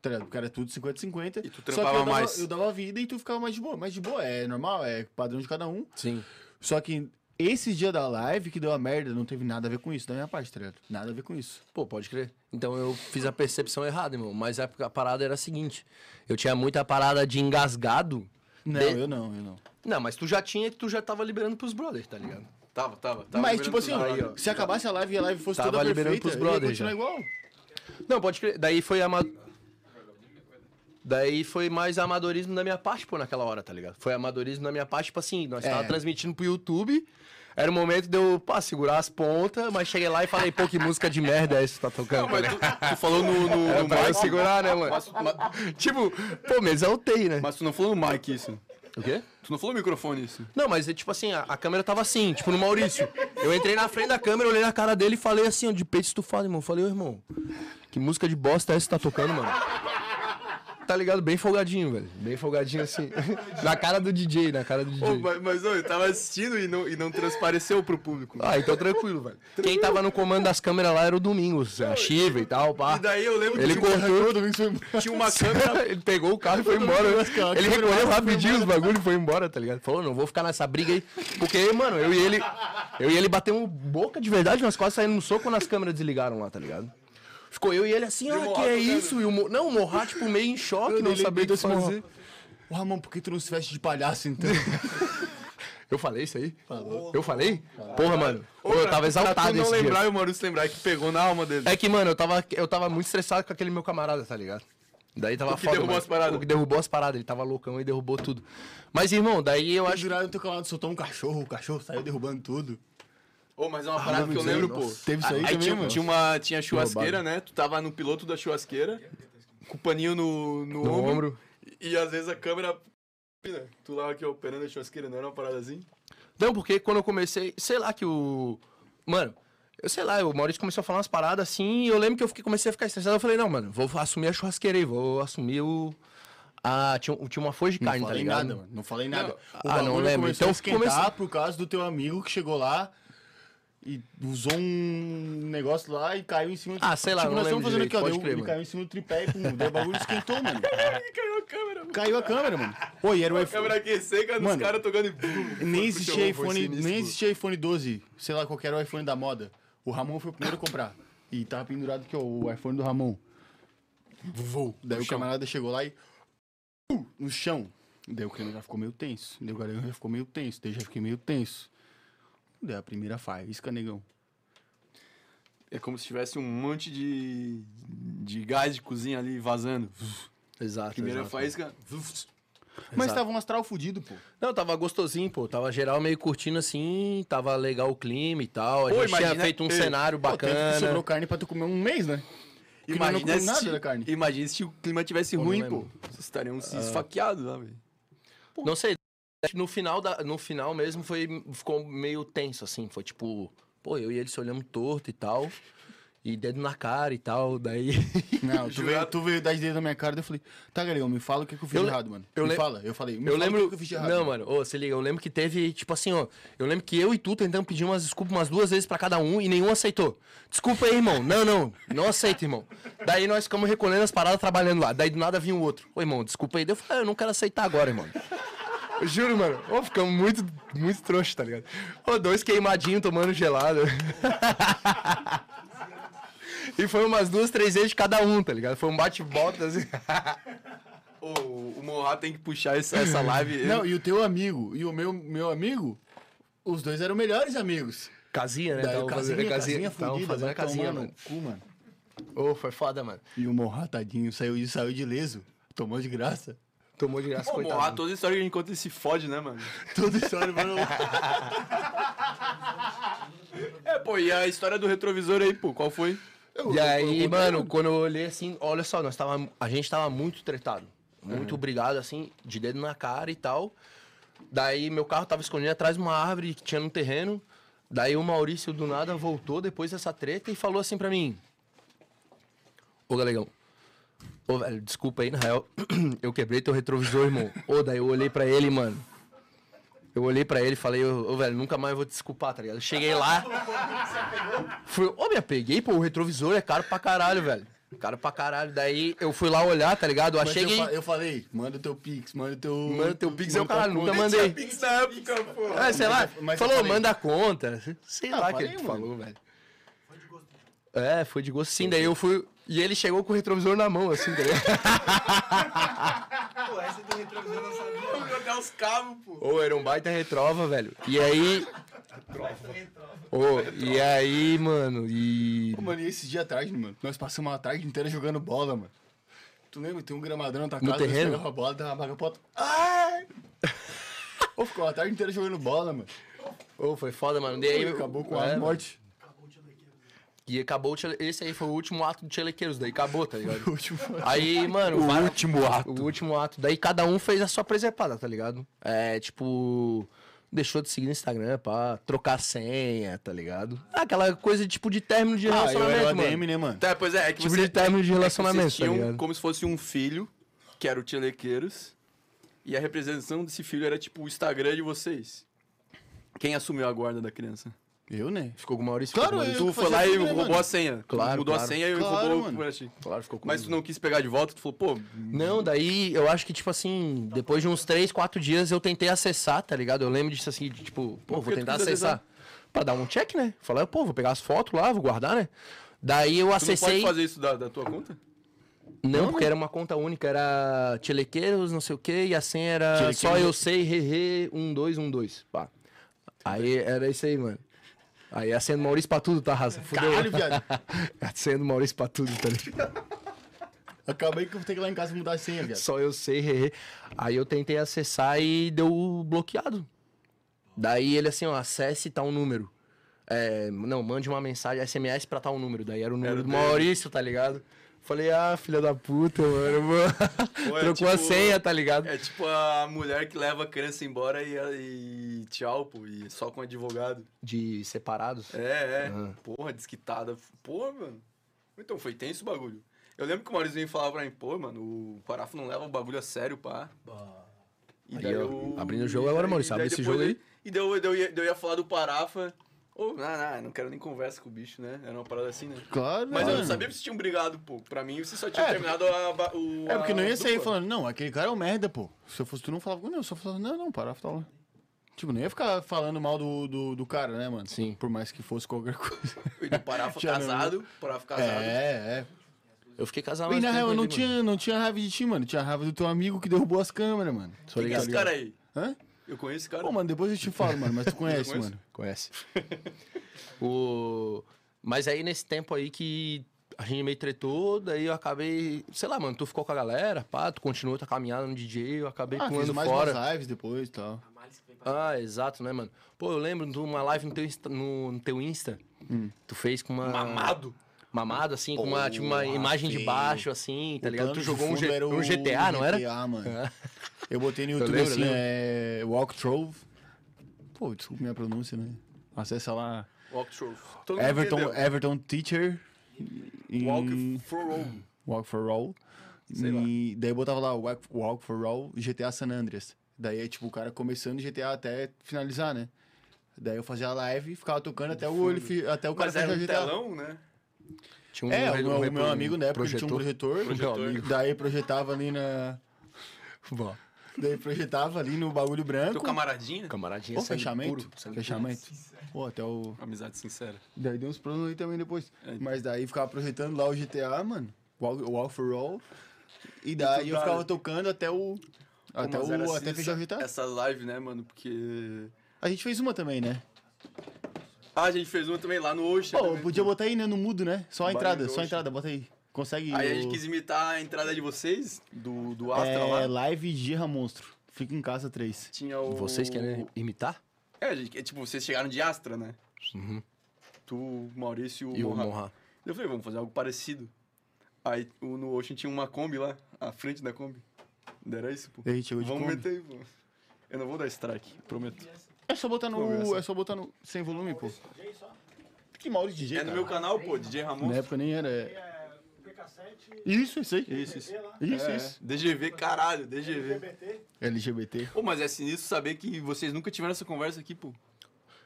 Speaker 3: Tá ligado? Porque era tudo 50-50.
Speaker 1: E tu
Speaker 3: Só que eu
Speaker 1: trampava
Speaker 3: dava-
Speaker 1: mais.
Speaker 3: Eu dava a vida e tu ficava mais de boa. Mais de boa, é normal, é padrão de cada um.
Speaker 7: Sim.
Speaker 3: Só que esse dia da live que deu a merda não teve nada a ver com isso, da minha parte, tá ligado? Nada a ver com isso.
Speaker 7: Pô, pode crer. Então eu fiz a percepção errada, irmão. Mas a, a parada era a seguinte: eu tinha muita parada de engasgado.
Speaker 3: Não,
Speaker 7: De-
Speaker 3: eu não, eu não.
Speaker 7: Não, mas tu já tinha que tu já tava liberando pros brothers, tá ligado?
Speaker 1: Tava, tava. tava
Speaker 3: Mas,
Speaker 1: liberando
Speaker 3: tipo assim,
Speaker 1: tudo.
Speaker 3: ó, se acabasse a live e a live fosse
Speaker 7: Tava
Speaker 3: toda
Speaker 7: liberando
Speaker 3: perfeita,
Speaker 7: pros
Speaker 3: eu ia
Speaker 7: brothers
Speaker 3: continuar
Speaker 7: já.
Speaker 3: igual.
Speaker 7: Não, pode crer. Daí foi ama... Daí foi mais amadorismo da minha parte, pô, naquela hora, tá ligado? Foi amadorismo da minha parte, tipo assim, nós
Speaker 1: É.
Speaker 7: tava transmitindo pro YouTube. Era o momento de eu, pá, segurar as pontas, mas cheguei lá e falei, pô, que música de merda é essa que tu tá tocando?
Speaker 1: Não, mas
Speaker 7: tá
Speaker 1: tu,
Speaker 7: ligado?
Speaker 1: tu falou no, no,
Speaker 7: Era
Speaker 1: no
Speaker 7: pra eu
Speaker 1: Mike,
Speaker 7: segurar, né, mano?
Speaker 1: mas, mas-
Speaker 7: Tipo, pô, me exaltei, né?
Speaker 1: mas tu não falou no mic isso.
Speaker 7: O quê?
Speaker 1: Tu não falou no microfone isso.
Speaker 7: Não, mas é tipo assim, a, a câmera tava assim, tipo no Maurício. Eu entrei na frente da câmera, olhei na cara dele e falei assim, ó, de peito estufado, irmão. Falei, ô irmão, que música de bosta é essa que tá tocando, mano? Tá ligado? Bem folgadinho, velho. Bem folgadinho assim. na cara do DJ, na cara do DJ.
Speaker 1: Ô, mas, mas, ô, eu tava assistindo e não, e não transpareceu pro público.
Speaker 7: Ah, então tranquilo, velho. Quem tava no comando das câmeras lá era o Domingos, a Chiva e tal, pá.
Speaker 1: E daí eu lembro
Speaker 7: Ele
Speaker 1: que
Speaker 7: cortou,
Speaker 1: tinha uma câmera
Speaker 7: ele pegou o carro e foi embora. Ele recolheu rapidinho os bagulho e foi embora, tá ligado? Falou, não vou ficar nessa briga aí. Porque, mano, eu e ele. Eu e ele batemos boca de verdade, nós quase saímos no soco quando as câmeras desligaram lá, tá ligado?
Speaker 1: né?
Speaker 7: Ficou eu e ele assim, ah, que é isso? E o Mo- Não, o Morra, tipo, meio em choque, não sabia o que fazer.
Speaker 3: Ô, Ramon, por que tu não se veste de palhaço, então?
Speaker 7: Eu falei isso aí? Eu falei? Porra, mano. Ô, eu tava
Speaker 1: pra
Speaker 7: exaltado
Speaker 1: tu não
Speaker 7: esse dia.
Speaker 1: lembrar e o Maurício lembrar é que pegou na alma dele.
Speaker 7: É que, mano, eu tava, eu tava muito estressado com aquele meu camarada, tá ligado? Daí tava
Speaker 1: O que
Speaker 7: foda,
Speaker 1: derrubou
Speaker 7: mano.
Speaker 1: as paradas.
Speaker 7: O que derrubou as paradas. Ele tava loucão e derrubou tudo. Mas, irmão, daí eu acho...
Speaker 3: Jurado, teu calado soltou um cachorro, o cachorro saiu derrubando tudo.
Speaker 1: Ô, mas
Speaker 7: Ah,
Speaker 1: é uma parada que eu
Speaker 3: dizer,
Speaker 1: lembro, pô.
Speaker 3: nossa, teve isso aí também,
Speaker 1: tinha,
Speaker 3: mano?
Speaker 1: tinha uma tinha churrasqueira, né? Tu tava no piloto da churrasqueira, com o paninho no, no,
Speaker 7: No
Speaker 1: ombro,
Speaker 7: ombro.
Speaker 1: E às vezes a câmera. né, Tu lá aqui operando a churrasqueira, não era uma parada assim?
Speaker 7: Não, porque quando eu comecei, sei lá que o. Mano, eu sei lá, o Maurício começou a falar umas paradas assim, e eu lembro que eu fiquei, comecei a ficar estressado. Eu falei, não, mano, vou assumir a churrasqueira aí, vou assumir o. Ah, tinha, um- tinha uma folha de
Speaker 3: Não
Speaker 7: carne, tá
Speaker 3: falei
Speaker 7: ligado?
Speaker 3: nada, mano. Não falei nada.
Speaker 7: Ah, não
Speaker 3: bagulho
Speaker 7: lembro.
Speaker 3: Começou a
Speaker 7: Então,
Speaker 3: esquentar
Speaker 7: comecei-
Speaker 3: por causa do teu amigo que chegou lá e usou um negócio lá e caiu em cima do
Speaker 7: Ah, sei lá,
Speaker 3: tipo,
Speaker 7: não
Speaker 3: nós estamos fazendo
Speaker 7: lembro
Speaker 3: aqui,
Speaker 7: direito,
Speaker 3: ó.
Speaker 7: pode
Speaker 3: deu-
Speaker 7: crer,
Speaker 3: ele
Speaker 7: mano.
Speaker 3: caiu em cima do tripé e pum, daí o bagulho esquentou, mano. caiu a câmera, mano. Pô, e era o
Speaker 1: A
Speaker 3: iPhone.
Speaker 1: câmera aqui seca dos
Speaker 3: Mano,
Speaker 1: caras tocando e.
Speaker 3: Nem
Speaker 1: Puxa,
Speaker 3: existia
Speaker 1: foi
Speaker 3: iPhone,
Speaker 1: sinistro.
Speaker 3: nem existia iPhone 12, sei lá qual que era o iPhone da moda. O Ramon foi o primeiro a comprar. E tava pendurado aqui, ó, o iPhone do Ramon. Vou. Daí o camarada chegou lá e. pum, No chão. Daí o clima já ficou meio tenso. Daí o galera já ficou meio tenso. Daí eu já fiquei meio tenso. Daí a primeira faísca, negão.
Speaker 1: É como se tivesse um monte de. de gás de cozinha ali vazando.
Speaker 7: Exato.
Speaker 1: Primeira
Speaker 7: exato.
Speaker 1: faísca.
Speaker 3: Mas tava um astral fudido, pô.
Speaker 7: Não, tava gostosinho, pô. Tava geral meio curtindo assim, tava legal o clima e tal. A
Speaker 1: Pô,
Speaker 7: gente
Speaker 1: imagina-
Speaker 7: tinha feito um
Speaker 1: Ei,
Speaker 7: cenário
Speaker 3: Pô, tanto que
Speaker 7: bacana.
Speaker 3: sobrou carne pra tu comer um mês, né? Que nós não
Speaker 1: Imagina
Speaker 3: comemos
Speaker 1: se,
Speaker 3: nada da carne.
Speaker 1: imagina se o clima tivesse ruim, é pô. Ah.
Speaker 7: lembro.
Speaker 1: Vocês estariam se esfaqueados lá, velho.
Speaker 7: Não sei. acho que No final, da, no final mesmo foi, ficou meio tenso, assim. Foi tipo, pô, eu e ele se olhamos torto e tal. E dedo na cara e tal. Daí.
Speaker 3: Não, tu
Speaker 1: Jurado.
Speaker 3: veio, tu veio dar ideia na minha cara, daí eu falei, tá, galera, me fala o que, que eu fiz
Speaker 7: Eu
Speaker 3: de
Speaker 7: le-
Speaker 3: errado, mano.
Speaker 7: eu
Speaker 3: me
Speaker 7: le-
Speaker 3: fala, eu falei, me
Speaker 7: Eu
Speaker 3: fala o
Speaker 7: lembro.
Speaker 3: que que eu fiz de errado.
Speaker 7: Não, mano, ô, se liga, eu lembro que teve, tipo assim, ó. Eu lembro que eu e tu tentamos pedir umas desculpas umas duas vezes pra cada um e nenhum aceitou. Desculpa aí, irmão. Não, não. Não aceito, irmão. Daí nós ficamos recolhendo as paradas trabalhando lá. Daí do nada vinha o outro. Ô, irmão, desculpa aí. Daí eu falei, ah, eu não quero aceitar agora, irmão. Eu Juro, mano. Ô, ficamos muito, muito trouxa, tá ligado? Ô, dois queimadinhos tomando gelado. e foi umas duas, três vezes de cada um, tá ligado? Foi um bate-bota, assim.
Speaker 1: Ô, o Morra tem que puxar essa, essa live.
Speaker 3: Não, e o teu amigo e o meu, meu amigo, os dois eram melhores amigos.
Speaker 7: Casinha, né?
Speaker 3: Daí
Speaker 7: Tavam
Speaker 3: o casinha, casinha,
Speaker 7: tavam
Speaker 3: fudida,
Speaker 7: fazendo
Speaker 3: vai
Speaker 7: a casinha,
Speaker 3: tomar no
Speaker 7: mano.
Speaker 3: cu, mano.
Speaker 7: Ô, foi foda, mano.
Speaker 3: E o Morra, tadinho, saiu, saiu de leso, tomou de graça.
Speaker 7: Tomou de graça,
Speaker 1: Pô,
Speaker 7: coitado.
Speaker 1: Morra, toda história que a gente conta ele se fode, né, mano?
Speaker 3: Toda história, mano.
Speaker 1: É, pô, e a história do retrovisor aí, pô, qual foi?
Speaker 7: E aí, mano, quando eu olhei assim, olha só, nós tava, a gente tava muito tretado. Muito obrigado, assim, de dedo na cara e tal. Daí meu carro tava escondido atrás de uma árvore que tinha no terreno. Daí o Maurício do nada voltou depois dessa treta e falou assim pra mim: Ô galegão, ô velho, desculpa aí, na real, eu quebrei teu retrovisor, irmão. Ô, daí eu olhei pra ele, mano. Eu olhei pra ele e falei, ô, ô, velho, nunca mais vou te desculpar, tá ligado? Eu Cheguei lá, Fui, ô, me apeguei, pô, o retrovisor é caro pra caralho, velho. Caro pra caralho. Daí eu fui lá olhar, tá ligado? Eu
Speaker 3: Mas
Speaker 7: achei
Speaker 3: eu,
Speaker 7: que.
Speaker 3: fa- tá eu falei, manda o teu pix, manda o teu...
Speaker 7: Manda teu pix, eu,
Speaker 3: manda
Speaker 7: caralho,
Speaker 3: tua
Speaker 7: nunca
Speaker 3: conta.
Speaker 7: mandei.
Speaker 1: Pix da época, pô.
Speaker 7: Ah, sei lá,
Speaker 3: mas eu
Speaker 7: falou,
Speaker 3: falei. Ah,
Speaker 7: manda a conta. Sei lá o que
Speaker 3: falei,
Speaker 7: ele
Speaker 3: mano.
Speaker 7: falou, velho. É, foi de gosto sim, daí eu fui. E ele chegou com o retrovisor na mão, assim, tá ligado?
Speaker 6: Pô, essa do retrovisor não sabe.
Speaker 1: Jogar os cabos, pô.
Speaker 7: Ô, era um baita retrova, velho. E aí. Ô, e aí, mano, e.
Speaker 3: Pô, Mano, e esse dia atrás, mano, nós passamos a tarde inteira jogando bola, mano. Tu lembra? Tem um gramadão na tua
Speaker 7: No
Speaker 3: casa, nós
Speaker 7: terreno?
Speaker 3: pegava a bola, dava uma baga pra outra. Ai! Ô, ficou a tarde inteira jogando bola, mano.
Speaker 7: Ô, foi foda, mano. Daí,
Speaker 3: Acabou com
Speaker 7: É,
Speaker 3: a morte.
Speaker 7: E acabou o tchele... Esse aí foi o último ato do Chelequeiros, daí acabou, tá ligado? o último Aí, mano. O último ato. O último ato. Daí cada um fez a sua preservada, tá ligado? É, tipo. Deixou de seguir no Instagram pra trocar senha, tá ligado? Ah, Aquela coisa tipo de término de
Speaker 3: Ah, eu
Speaker 7: relacionamento,
Speaker 3: era o
Speaker 7: mano.
Speaker 3: ADM, né, mano?
Speaker 1: Tá, pois é, é que
Speaker 7: Tipo
Speaker 1: você,
Speaker 7: de término de relacionamento,
Speaker 1: vocês
Speaker 7: tá
Speaker 1: tinham
Speaker 7: ligado?
Speaker 1: como se fosse um filho, que era o Tielequeiros, e a representação desse filho era tipo o Instagram de vocês. Quem assumiu a guarda da criança?
Speaker 3: Eu, né?
Speaker 7: Ficou com o Maurício.
Speaker 3: Claro,
Speaker 7: ficou com o
Speaker 3: eu-
Speaker 1: Tu
Speaker 3: que
Speaker 1: foi
Speaker 3: fazia
Speaker 1: lá e
Speaker 3: tudo, né,
Speaker 1: roubou
Speaker 3: mano?
Speaker 1: a senha.
Speaker 7: Claro,
Speaker 1: Mudou a
Speaker 7: claro.
Speaker 1: senha e
Speaker 3: Claro,
Speaker 1: roubou
Speaker 3: mano.
Speaker 1: pra ti.
Speaker 7: Maurício. Claro, ficou com
Speaker 1: é.
Speaker 7: um-
Speaker 1: Mas
Speaker 7: o
Speaker 1: tu não quis pegar de volta, tu falou, pô,
Speaker 7: Não, daí eu acho que, tipo assim, depois de uns 3, 4 dias eu tentei acessar, tá ligado? Eu lembro disso assim, de, tipo, pô,
Speaker 1: que
Speaker 7: vou
Speaker 1: tu
Speaker 7: tentar
Speaker 1: quis
Speaker 7: acessar. Pra dar um check, né? Falar, pô, vou pegar as fotos lá, vou guardar, né? Daí eu
Speaker 1: tu não
Speaker 7: acessei.
Speaker 1: pode fazer isso da, da tua conta?
Speaker 7: Não, porque era uma conta única, era Telequeiros, não sei o quê, e a senha era
Speaker 3: Telequeiros.
Speaker 7: só eu sei, um, re, re, 1212. Pá. Aí era isso aí, mano. Aí a senha do Maurício pra tudo, tá, raça? Fudeu.
Speaker 3: Caralho, viado.
Speaker 7: A senha do Maurício pra tudo, tá ligado?
Speaker 3: Acabei que eu vou ter que ir lá em casa mudar a senha, viado.
Speaker 7: Só eu sei, re, re. Aí eu tentei acessar e deu bloqueado. Daí ele assim, ó, acesse tal número. É, não, mande uma mensagem SMS pra tal número. Daí era o número do Maurício, tá ligado? Falei, ah, filha da puta, mano. mano.
Speaker 1: é
Speaker 7: Trocou a
Speaker 1: tipo-
Speaker 7: senha, tá ligado?
Speaker 1: É tipo a mulher que leva a criança embora e, e tchau, pô, e só com advogado.
Speaker 7: De separados?
Speaker 1: É, é. Porra, desquitada. Porra, mano. Então, foi tenso o bagulho. Eu lembro que o Maurício vinha e falava pra mim, pô, mano, o Parafo não leva o bagulho a sério, pá. E
Speaker 7: Aí,
Speaker 1: daí
Speaker 7: ó,
Speaker 1: eu-
Speaker 7: abrindo o jogo agora,
Speaker 1: e
Speaker 7: Maurício,
Speaker 1: daí
Speaker 7: abre esse
Speaker 1: depois
Speaker 7: jogo aí.
Speaker 1: ele- E daí eu, daí eu ia, daí eu ia falar do Parafa. Ô, não, não, não quero nem conversa com o bicho, né? Era uma parada assim, né?
Speaker 3: Claro,
Speaker 1: Mas eu não
Speaker 3: mano.
Speaker 1: sabia que vocês tinham brigado, pô. Pra mim, vocês só tinham terminado a, ba- o.
Speaker 3: É porque não
Speaker 1: a
Speaker 3: ia sair
Speaker 1: dupla.
Speaker 3: falando, não, aquele cara é um merda, pô. Se eu fosse tu, não falava com ele, não. Eu só falava, não, não, para, tá lá. Tipo, não ia ficar falando mal do, do, do cara, né, mano?
Speaker 7: Sim.
Speaker 3: Por mais que fosse qualquer coisa.
Speaker 1: E do Parafa
Speaker 3: Já não-
Speaker 1: casado. Parafa casado.
Speaker 3: É, é.
Speaker 7: Eu fiquei casado
Speaker 3: E
Speaker 7: Tá mais
Speaker 3: na
Speaker 7: tempo
Speaker 3: real, eu não
Speaker 7: ali, mano.
Speaker 3: tinha, não tinha raiva de ti, mano. Tinha raiva do teu amigo que derrubou as câmeras, mano.
Speaker 1: Quem
Speaker 7: Sou
Speaker 1: é
Speaker 7: ligado.
Speaker 1: esse cara aí?
Speaker 3: Hã?
Speaker 1: Eu conheço esse cara.
Speaker 3: Pô, mano, depois eu te falo, mano, mas tu conhece,
Speaker 1: conheço.
Speaker 3: mano.
Speaker 7: Conhece. o... Mas aí nesse tempo aí que a gente meio tretou, daí eu acabei. Sei lá, mano, tu ficou com a galera, pá, tu continuou tua caminhada no DJ, eu acabei
Speaker 3: Ah, fiz
Speaker 7: pulando
Speaker 3: mais
Speaker 7: fora.
Speaker 3: umas lives depois e tal.
Speaker 7: Ah, exato, né, mano? Pô, eu lembro de uma live no teu Insta, no, no teu Insta tu fez com uma.
Speaker 1: Mamado.
Speaker 7: Mamado, assim, com uma, tipo, uma
Speaker 3: Hum. Porra,
Speaker 7: imagem de
Speaker 3: feio.
Speaker 7: baixo, assim, tá
Speaker 3: O
Speaker 7: ligado?
Speaker 3: plano
Speaker 7: Tu
Speaker 3: de
Speaker 7: jogou um,
Speaker 3: fundo
Speaker 7: G-
Speaker 3: era
Speaker 7: um
Speaker 3: o
Speaker 7: GTA, não era?
Speaker 3: GTA, mano. Eu botei no YouTube
Speaker 7: lembro,
Speaker 3: assim,
Speaker 7: lembro.
Speaker 3: é. Walk Trove. Pô, desculpa minha pronúncia, né? Acessa lá.
Speaker 1: Walk through. Todo mundo
Speaker 3: Everton,
Speaker 1: entendeu.
Speaker 3: Everton Teacher. em-
Speaker 1: Walk through.
Speaker 3: Walk for All.
Speaker 1: Sei lá.
Speaker 3: E daí eu botava lá Walk, Walk for All GTA San Andreas. Daí é tipo o cara começando GTA até finalizar, né? Daí eu fazia a live e ficava tocando até o, olho, fi- até o cara
Speaker 1: Mas era
Speaker 3: fechar
Speaker 1: um telão, né?
Speaker 7: Tinha um
Speaker 3: É,
Speaker 7: re-
Speaker 3: o meu, o
Speaker 7: re-
Speaker 3: meu amigo na época ele tinha um
Speaker 7: projetor.
Speaker 3: projetor.
Speaker 7: Projetor.
Speaker 3: amigo. Daí projetava ali na.
Speaker 7: Bom,
Speaker 3: Daí projetava ali no bagulho branco.
Speaker 1: Teu camaradinho, né?
Speaker 7: Camaradinha, assim.
Speaker 3: Pô,
Speaker 7: sangue
Speaker 3: um fechamento.
Speaker 7: puro, sangue
Speaker 3: fechamento. Pô, até o.
Speaker 1: Amizade sincera.
Speaker 3: Daí deu uns problemas aí também depois.
Speaker 1: É.
Speaker 3: Mas daí ficava projetando lá o GTA, mano. O Al- o Alpha Roll. E daí eu
Speaker 1: dá-
Speaker 3: ficava tocando até o. Até
Speaker 1: Pô, mas
Speaker 3: Ah, então o.
Speaker 1: era
Speaker 3: Até
Speaker 1: assim,
Speaker 3: fechar o
Speaker 1: essa-
Speaker 3: GTA.
Speaker 1: Essa live, né, mano? Porque.
Speaker 3: A gente fez uma também, né?
Speaker 1: Ah, a gente fez uma também lá no Ocean.
Speaker 3: Pô,
Speaker 1: também.
Speaker 3: podia botar aí, né? No mudo, né? Só a
Speaker 1: Barulho do
Speaker 3: entrada, só a
Speaker 1: Ocean.
Speaker 3: entrada, bota aí. Consegue.
Speaker 1: Aí a
Speaker 3: o-
Speaker 1: gente quis imitar a entrada de vocês, do, do Astra
Speaker 3: É,
Speaker 1: lá.
Speaker 3: live Girra Monstro. Fica em casa 3.
Speaker 1: Tinha o.
Speaker 7: Vocês querem imitar?
Speaker 1: É, a gente, é, tipo, vocês chegaram de Astra, né?
Speaker 3: Uhum.
Speaker 1: Tu, Maurício
Speaker 7: E o
Speaker 1: Monra.
Speaker 7: Monra.
Speaker 1: Eu falei, vamos fazer algo parecido. Aí o- no Ocean tinha uma Kombi lá, à frente da Kombi. Não era isso, pô.
Speaker 3: Daí a gente chegou de
Speaker 1: Vamos
Speaker 3: Kombi.
Speaker 1: meter aí, pô. Eu não vou dar strike, prometo.
Speaker 3: É só botar
Speaker 1: Conversa.
Speaker 3: no. É só botar no. Sem volume, pô. Que Maurício DJ.
Speaker 1: É no
Speaker 3: cara.
Speaker 1: meu canal, pô, DJ Ramon.
Speaker 3: Na época nem era. é- Isso, isso aí. Isso, isso. Isso,
Speaker 1: É,
Speaker 3: isso.
Speaker 1: DGV, caralho, DGV.
Speaker 3: LGBT.
Speaker 1: Pô, mas é sinistro saber que vocês nunca tiveram essa conversa aqui, pô.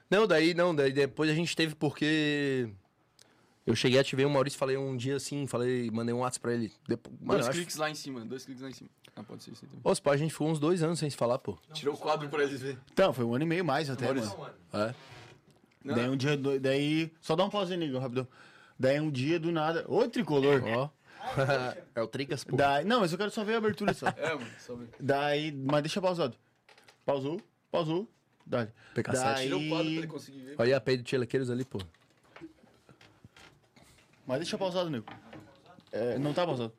Speaker 7: Não, daí não, daí depois a gente teve porque. Eu cheguei, ativei o Maurício, falei um dia assim, falei, mandei um WhatsApp pra ele. Depo... Mano,
Speaker 1: dois
Speaker 7: eu acho-
Speaker 1: cliques lá em cima, dois cliques lá em cima. Ah, pode ser isso aí também.
Speaker 7: Ô, se pá, a gente ficou uns dois anos sem se falar, pô.
Speaker 1: Tirou o quadro pra eles verem.
Speaker 3: Então, foi um ano e meio mais até,
Speaker 1: Olha
Speaker 3: mano.
Speaker 7: É.
Speaker 1: Não,
Speaker 3: Daí
Speaker 1: não.
Speaker 3: um dia. do- Daí. Só dá um pause aí, nego, rapidão. Daí um dia do nada. Ô, tricolor.
Speaker 7: Ó. é o Tricas, pô.
Speaker 3: Daí... Não, mas eu quero só ver a abertura só.
Speaker 1: É, mano, só ver.
Speaker 3: daí. Mas deixa pausado. Pausou, pausou. Dale.
Speaker 7: PK7.
Speaker 1: Tirou o quadro tá pra ele
Speaker 3: Daí...
Speaker 1: conseguir ver.
Speaker 7: Olha a pei do Tchelequeiros ali, pô.
Speaker 3: Mas deixa pausado, nego. É, não tá pausado.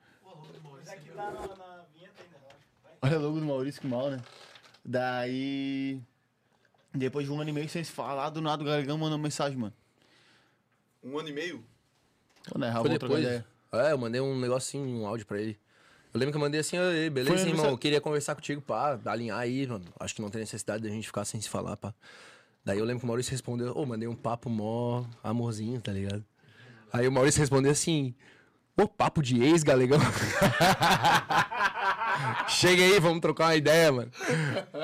Speaker 3: Olha o logo do Maurício, que mal, né? Daí. Depois de um ano e meio sem se falar, do nada o Gargão mandou uma mensagem, mano.
Speaker 1: Um ano e meio?
Speaker 3: Ô, né,
Speaker 7: Foi
Speaker 3: Rafa, outra
Speaker 7: depois.
Speaker 3: ideia.
Speaker 7: É, eu mandei um negocinho, um áudio pra ele. Eu lembro que eu mandei assim, "Ei, beleza,
Speaker 3: Foi
Speaker 7: irmão?
Speaker 3: aniversário-
Speaker 7: Eu queria conversar contigo, pá, alinhar aí, mano. Acho que não tem necessidade da gente ficar sem se falar, pá. Daí eu lembro que o Maurício respondeu, ô, mandei um papo mó amorzinho, tá ligado? Aí o Maurício respondeu assim, ô, papo de ex, galegão. Chega aí, vamos trocar uma ideia, mano.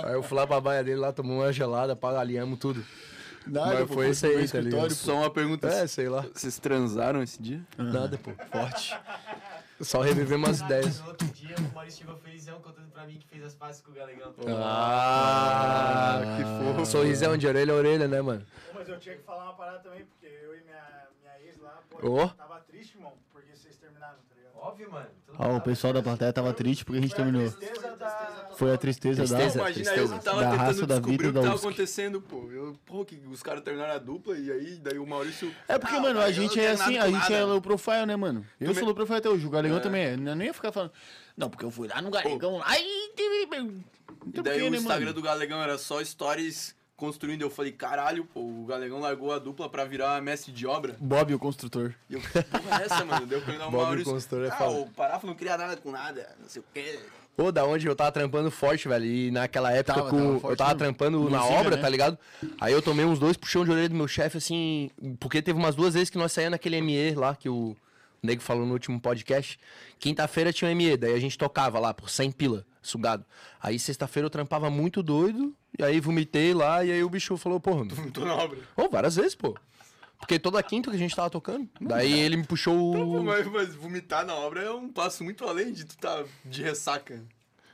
Speaker 7: Aí eu fui lá pra baia dele, lá tomou uma gelada, pá, alinhamos tudo.
Speaker 3: Nada,
Speaker 7: Mas
Speaker 3: pô,
Speaker 7: foi isso
Speaker 3: pro
Speaker 7: aí, tá
Speaker 3: escritório,
Speaker 7: ligado?
Speaker 1: Só uma pergunta.
Speaker 7: É, sei lá.
Speaker 1: Vocês transaram esse dia?
Speaker 7: Nada, pô. Forte. Só reviver umas ideias.
Speaker 8: No outro dia, o Maurício chegou felizão contando um pra mim que fez as pazes com o Galegão.
Speaker 7: Ah, que fofo. Sorrisão de orelha a orelha, né, mano?
Speaker 2: Mas eu tinha que falar uma parada também, porque eu e minha, minha ex lá,
Speaker 7: Ô.
Speaker 2: Tava triste, irmão, porque vocês terminaram, tá ligado?
Speaker 8: Óbvio, mano. Todo
Speaker 3: Ó, Ah, o pessoal da plateia tava triste porque a gente terminou.
Speaker 2: Tristeza da...
Speaker 3: Foi a tristeza,
Speaker 7: Tristeza.
Speaker 3: da...
Speaker 1: Imagina eu que
Speaker 3: tristeza.
Speaker 1: tava
Speaker 3: Da raça,
Speaker 1: tentando
Speaker 3: da
Speaker 1: descobrir
Speaker 3: vida
Speaker 1: o
Speaker 3: e da
Speaker 1: que tava
Speaker 3: USC.
Speaker 1: acontecendo, pô. Eu, pô, que os caras terminaram a dupla e aí daí o Maurício.
Speaker 3: É porque,
Speaker 1: Ah,
Speaker 3: mano, a
Speaker 1: eu
Speaker 3: gente
Speaker 1: não
Speaker 3: é
Speaker 1: tenho nada
Speaker 3: assim,
Speaker 1: com
Speaker 3: a gente
Speaker 1: nada.
Speaker 3: é low profile, né, mano? Eu
Speaker 1: Tu me-
Speaker 3: sou low profile até hoje, o Galegão
Speaker 1: É.
Speaker 3: também é. Eu não ia ficar falando, não, porque eu fui lá no Galegão lá e... teve-
Speaker 1: E daí
Speaker 3: Então, por que,
Speaker 1: o
Speaker 3: né,
Speaker 1: Instagram
Speaker 3: mano?
Speaker 1: do Galegão era só stories construindo. Eu falei, caralho, pô, o Galegão largou a dupla pra virar mestre de obra.
Speaker 3: Bob, o construtor.
Speaker 1: E eu, que porra é essa, mano? Deu pra dar um
Speaker 7: Bob
Speaker 1: Maurício.
Speaker 7: Construtor é
Speaker 1: ah,
Speaker 7: foda."
Speaker 1: o Parafa não cria nada com nada, não sei o quê.
Speaker 7: Ô, da onde eu tava trampando forte, velho. E naquela época
Speaker 3: Tava,
Speaker 7: com-
Speaker 3: tava
Speaker 7: eu
Speaker 3: forte
Speaker 7: tava
Speaker 3: mesmo.
Speaker 7: trampando na
Speaker 3: Inclusive,
Speaker 7: obra,
Speaker 3: né?
Speaker 7: tá ligado? Aí eu tomei uns dois puxão de orelha do meu chefe, assim. Porque teve umas duas vezes que nós saímos naquele ME lá, que o Nego falou no último podcast. Quinta-feira tinha um ME, daí a gente tocava lá por 100 pila, sugado. Aí sexta-feira eu trampava muito doido, e aí vomitei lá, e aí o bicho falou, porra. Tu
Speaker 1: Não tô na obra.
Speaker 7: Ô, várias vezes, pô. Porque toda quinta que a gente tava tocando. Daí ele me puxou
Speaker 1: Pô,
Speaker 7: o.
Speaker 1: Então, mas, mas vomitar na obra é um passo muito além de tu tá de ressaca.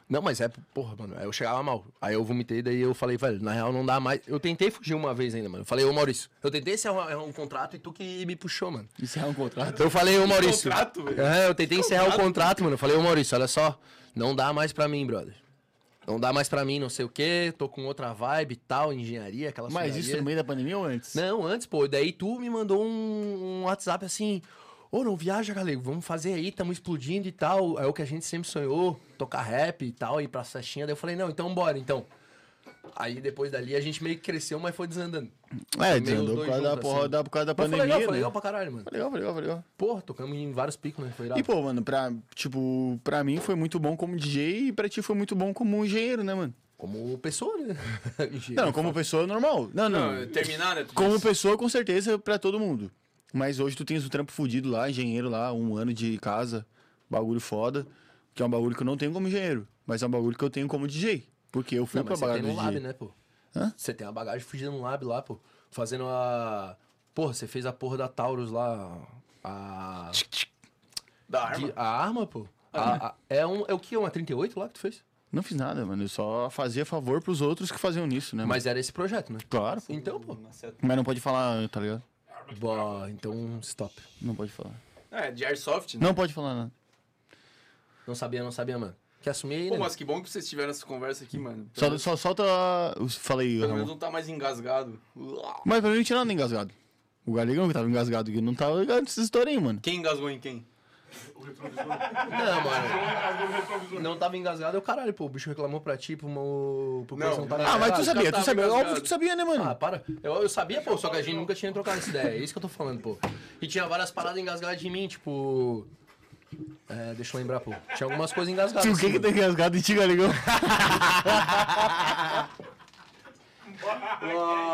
Speaker 7: Não, mas é, porra, mano, aí eu chegava mal. Aí eu vomitei, daí eu falei, velho, na real não dá mais. Eu tentei fugir uma vez ainda, mano. Eu falei, ô Maurício, eu tentei encerrar um, um contrato e tu que me puxou, mano.
Speaker 3: Encerrar um contrato.
Speaker 7: Então eu falei, ô Maurício.
Speaker 1: contrato, velho?
Speaker 7: É, eu tentei encerrar o contrato, mano. Eu falei, ô Maurício, olha só, não dá mais pra mim, brother. Não dá mais pra mim, não sei o quê, tô com outra vibe e tal, engenharia, aquela
Speaker 3: Mas isso
Speaker 1: é
Speaker 7: sonharia.
Speaker 3: no meio da pandemia ou antes?
Speaker 1: Né?
Speaker 7: Não, antes, pô. Daí tu me mandou um, um WhatsApp assim. Ô, não viaja, galego. Vamos fazer aí, tamo explodindo e tal. É o que a gente sempre sonhou, tocar rap e tal, ir pra festinha. Daí eu falei, não, então bora, então. Aí depois dali a gente meio que cresceu, mas foi desandando.
Speaker 3: É,
Speaker 7: meio os
Speaker 3: desandou por
Speaker 7: dois
Speaker 3: causa, da,
Speaker 7: juntos,
Speaker 3: porra,
Speaker 7: assim.
Speaker 3: da, por causa da
Speaker 7: Mas foi
Speaker 3: pandemia,
Speaker 7: legal, foi
Speaker 3: né?
Speaker 7: legal pra caralho, mano.
Speaker 3: Foi legal, foi legal, foi legal.
Speaker 7: Porra, tocamos em vários picos, né? Foi irado.
Speaker 3: E, pô, mano, pra, tipo, pra mim foi muito bom como DJ e pra ti foi muito bom como engenheiro, né, mano?
Speaker 7: Como pessoa, né?
Speaker 3: Não, como pessoa normal. Não, não.
Speaker 1: Não, terminar, né? Tu
Speaker 3: Como
Speaker 1: disse.
Speaker 3: pessoa, com certeza, pra todo mundo. Mas hoje tu tens o trampo fudido lá, engenheiro lá, um ano de casa, bagulho foda, que é um bagulho que eu não tenho como engenheiro, mas é um bagulho que eu tenho como DJ. Porque eu fui
Speaker 7: Não,
Speaker 3: pra
Speaker 7: mas você tem
Speaker 3: bagulho
Speaker 7: no
Speaker 3: de
Speaker 7: lab,
Speaker 3: DJ.
Speaker 7: né, pô?
Speaker 3: Hã?
Speaker 7: Você tem uma bagagem fugida no lab lá, pô. Fazendo a. Porra, você fez a porra da Taurus lá. A.
Speaker 1: Da arma. Ah.
Speaker 7: De- a arma, pô. A- a- é, um, é o que? Uma 38 lá que tu fez?
Speaker 3: Não fiz nada, mano. Eu só fazia favor pros outros que faziam nisso,
Speaker 1: É,
Speaker 3: né?
Speaker 7: Mas era esse projeto, né?
Speaker 3: Claro. pô.
Speaker 7: Então, pô.
Speaker 3: Mas não pode falar, tá ligado?
Speaker 7: Boa, então stop.
Speaker 3: Não pode falar.
Speaker 1: É, de airsoft, né?
Speaker 3: Não pode falar nada.
Speaker 7: Não sabia, não sabia, mano. Quer assumir aí,
Speaker 1: Pô,
Speaker 7: né?
Speaker 1: mas que bom que vocês tiveram essa conversa aqui, mano. Pelo,
Speaker 3: Só, né,
Speaker 1: menos,
Speaker 3: só solta. os- Fala aí,
Speaker 1: pelo menos
Speaker 3: Ramon.
Speaker 1: não tá mais engasgado. Uau.
Speaker 7: um-
Speaker 3: Mas pra mim não tinha nada engasgado. O Galegão que tava engasgado aqui não tava ligado nessa história aí, mano.
Speaker 1: Quem engasgou em quem?
Speaker 7: Não, mano. Não tava engasgado, é o caralho, pô. O bicho reclamou pra ti, pro meu. Pro
Speaker 1: Não,
Speaker 7: não, não tá
Speaker 1: não.
Speaker 3: Ah, mas
Speaker 7: engasgado.
Speaker 3: tu sabia, tu
Speaker 1: tava
Speaker 3: sabia.
Speaker 1: engasgado.
Speaker 3: Óbvio que tu sabia, né, mano?
Speaker 7: Ah, para. Eu, eu sabia, pô, só que a gente nunca tinha trocado essa ideia. É isso que eu tô falando, pô. E tinha várias paradas engasgadas de mim, tipo. É, deixa eu lembrar, pô. Tinha algumas coisas engasgadas.
Speaker 3: Tu, o que
Speaker 7: assim,
Speaker 3: que tá engasgado em ti, Galegão?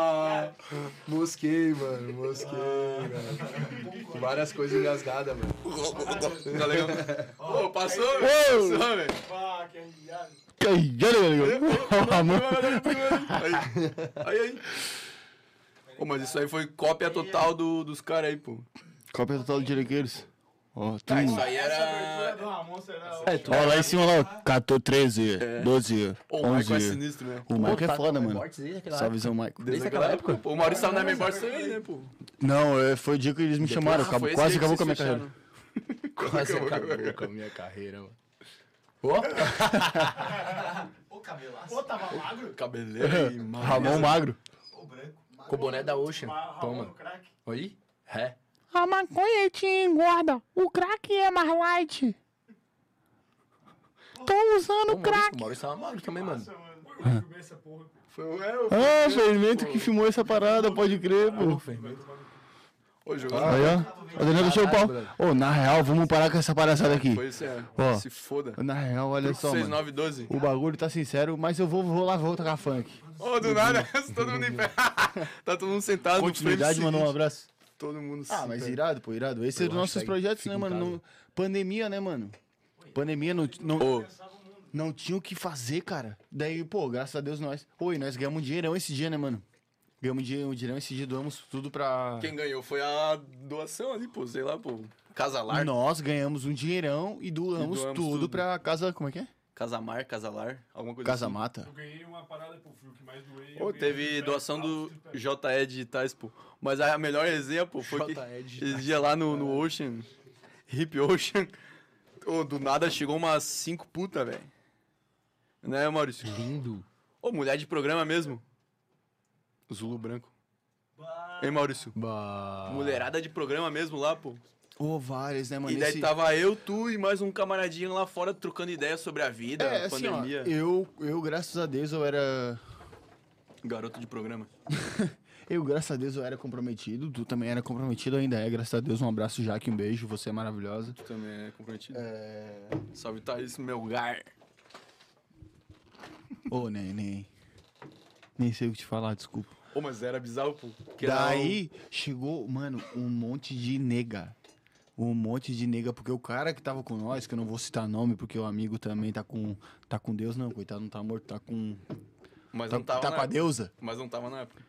Speaker 7: Ah, Mosquei, mano, mosquei, mano. Várias coisas engasgadas, mano.
Speaker 1: Tá legal? Ô, passou, velho.
Speaker 3: Ô!
Speaker 1: Passou, velho.
Speaker 3: Que aí, Galegão? Ramon.
Speaker 1: Aí, aí. Pô, mas isso aí foi cópia total do, dos caras aí, pô.
Speaker 3: Cópia é total de direqueiros. Ó, tu.
Speaker 1: Tá, isso aí era.
Speaker 7: é
Speaker 3: Ó, lá em cima lá, ó. 14, 13, 12,
Speaker 1: É. Ô, o Michael é
Speaker 3: 11.
Speaker 1: sinistro, né?
Speaker 3: O Michael é foda, mano.
Speaker 7: Desde
Speaker 1: tá
Speaker 7: aquela
Speaker 3: Salve, Zé Michael.
Speaker 7: Desde aquela época?
Speaker 1: Pô, o Maurício tava na minha borsa também, né, pô?
Speaker 3: Não, é, foi o dia que eles me chamaram.
Speaker 1: Ah, foi
Speaker 3: acabou-
Speaker 1: esse
Speaker 3: quase
Speaker 1: aí que
Speaker 3: acabou com a minha
Speaker 1: vocês
Speaker 3: carreira.
Speaker 1: fecharam.
Speaker 7: Quase acabou com a minha carreira, mano. Ô,
Speaker 1: né? Cabeleira e mal.
Speaker 3: Ramon Magro.
Speaker 7: com o boné da Ocean. Toma. Oi? Ré.
Speaker 5: A maconha te engorda. O crack é mais light. Tô usando
Speaker 7: Ô, Maurício, o Maurício tava magro também, mano.
Speaker 1: é,
Speaker 3: Ah, Fermento que filmou essa parada, pode crer, pô.
Speaker 1: Ô, jogando.
Speaker 3: Aí, ó. O Daniel deixou o pau.
Speaker 7: Caralho,
Speaker 3: Ô, na real, vamos parar com essa palhaçada aqui.
Speaker 1: Foi isso aí.
Speaker 3: Ó.
Speaker 1: Se foda.
Speaker 3: Na real, olha só, mano.
Speaker 1: 6912.
Speaker 3: O bagulho tá sincero, mas eu vou, vou lá, vou tocar funk.
Speaker 1: Ô, do nada, todo mundo em pé. tá todo mundo sentado. no
Speaker 3: Continuidade,
Speaker 1: frame
Speaker 3: mano, um
Speaker 1: seguinte.
Speaker 3: abraço.
Speaker 1: Todo mundo
Speaker 3: Ah,
Speaker 1: se
Speaker 3: mas
Speaker 1: pé.
Speaker 3: irado, pô, irado. Esse é dos nossos
Speaker 7: hashtag
Speaker 3: projetos,
Speaker 7: fica
Speaker 3: né,
Speaker 7: em
Speaker 3: mano?
Speaker 7: casa.
Speaker 3: Não- pandemia, né, mano? Pandemia não, não,
Speaker 1: Ô,
Speaker 3: não tinha o que fazer, cara. Daí, pô, graças a Deus nós. Oi, nós ganhamos um dinheirão esse dia, né, mano? Ganhamos um dinheirão, um dinheirão esse dia, doamos tudo pra.
Speaker 1: quem ganhou foi a doação ali, pô. Sei lá, pô. Casa Larga.
Speaker 3: Nós ganhamos um dinheirão e doamos,
Speaker 1: E doamos
Speaker 3: tudo,
Speaker 1: tudo.
Speaker 3: pra casa. Como é que é?
Speaker 1: Casamar, Casalar, alguma coisa
Speaker 3: Casa
Speaker 1: assim.
Speaker 3: Mata.
Speaker 6: Eu ganhei uma parada pro Fiuk, mas doei.
Speaker 1: Pô,
Speaker 6: eu ganhei
Speaker 1: teve
Speaker 6: um
Speaker 1: doação do
Speaker 6: Brasil, cara.
Speaker 1: JE Digitais, pô. Mas a melhor exemplo foi que
Speaker 7: JE Digitais.
Speaker 1: esse dia lá no, no Ocean, Hip Ocean, ô, do nada chegou umas cinco putas, velho. Né, Maurício?
Speaker 7: Lindo.
Speaker 1: Ô, mulher de programa mesmo. Zulu branco. Hein, Maurício? Ah. Mulherada de programa mesmo lá, pô.
Speaker 3: Ô, várias, né, mano?
Speaker 1: e daí tá
Speaker 3: Esse-
Speaker 1: tava eu, tu e mais um camaradinho lá fora trocando ideia sobre a vida,
Speaker 3: É,
Speaker 1: a
Speaker 3: assim, ó,
Speaker 1: pandemia.
Speaker 3: eu, eu, graças a Deus, eu era...
Speaker 1: Garoto de programa.
Speaker 3: Eu, graças a Deus, eu era comprometido. Tu também era comprometido, ainda é. Graças a Deus, um abraço, Jaque, um beijo. Você é maravilhosa.
Speaker 1: Tu também é comprometido?
Speaker 3: É...
Speaker 1: Salve, Thaís, meu lugar.
Speaker 3: Ô, nem, nem... Nem sei o que te falar, desculpa.
Speaker 1: Ô, mas era bizarro, pô. Que era
Speaker 3: Daí chegou, mano, um monte de nega. Um monte de nega, porque o cara que tava com nós, que eu não vou citar nome, porque o amigo também tá com. Tá com Deus, não, coitado, não tá morto, tá com.
Speaker 1: o- um- Mas
Speaker 3: Tá,
Speaker 1: não tava
Speaker 3: tá
Speaker 1: na
Speaker 3: com a deusa?
Speaker 1: Mas não tava na época.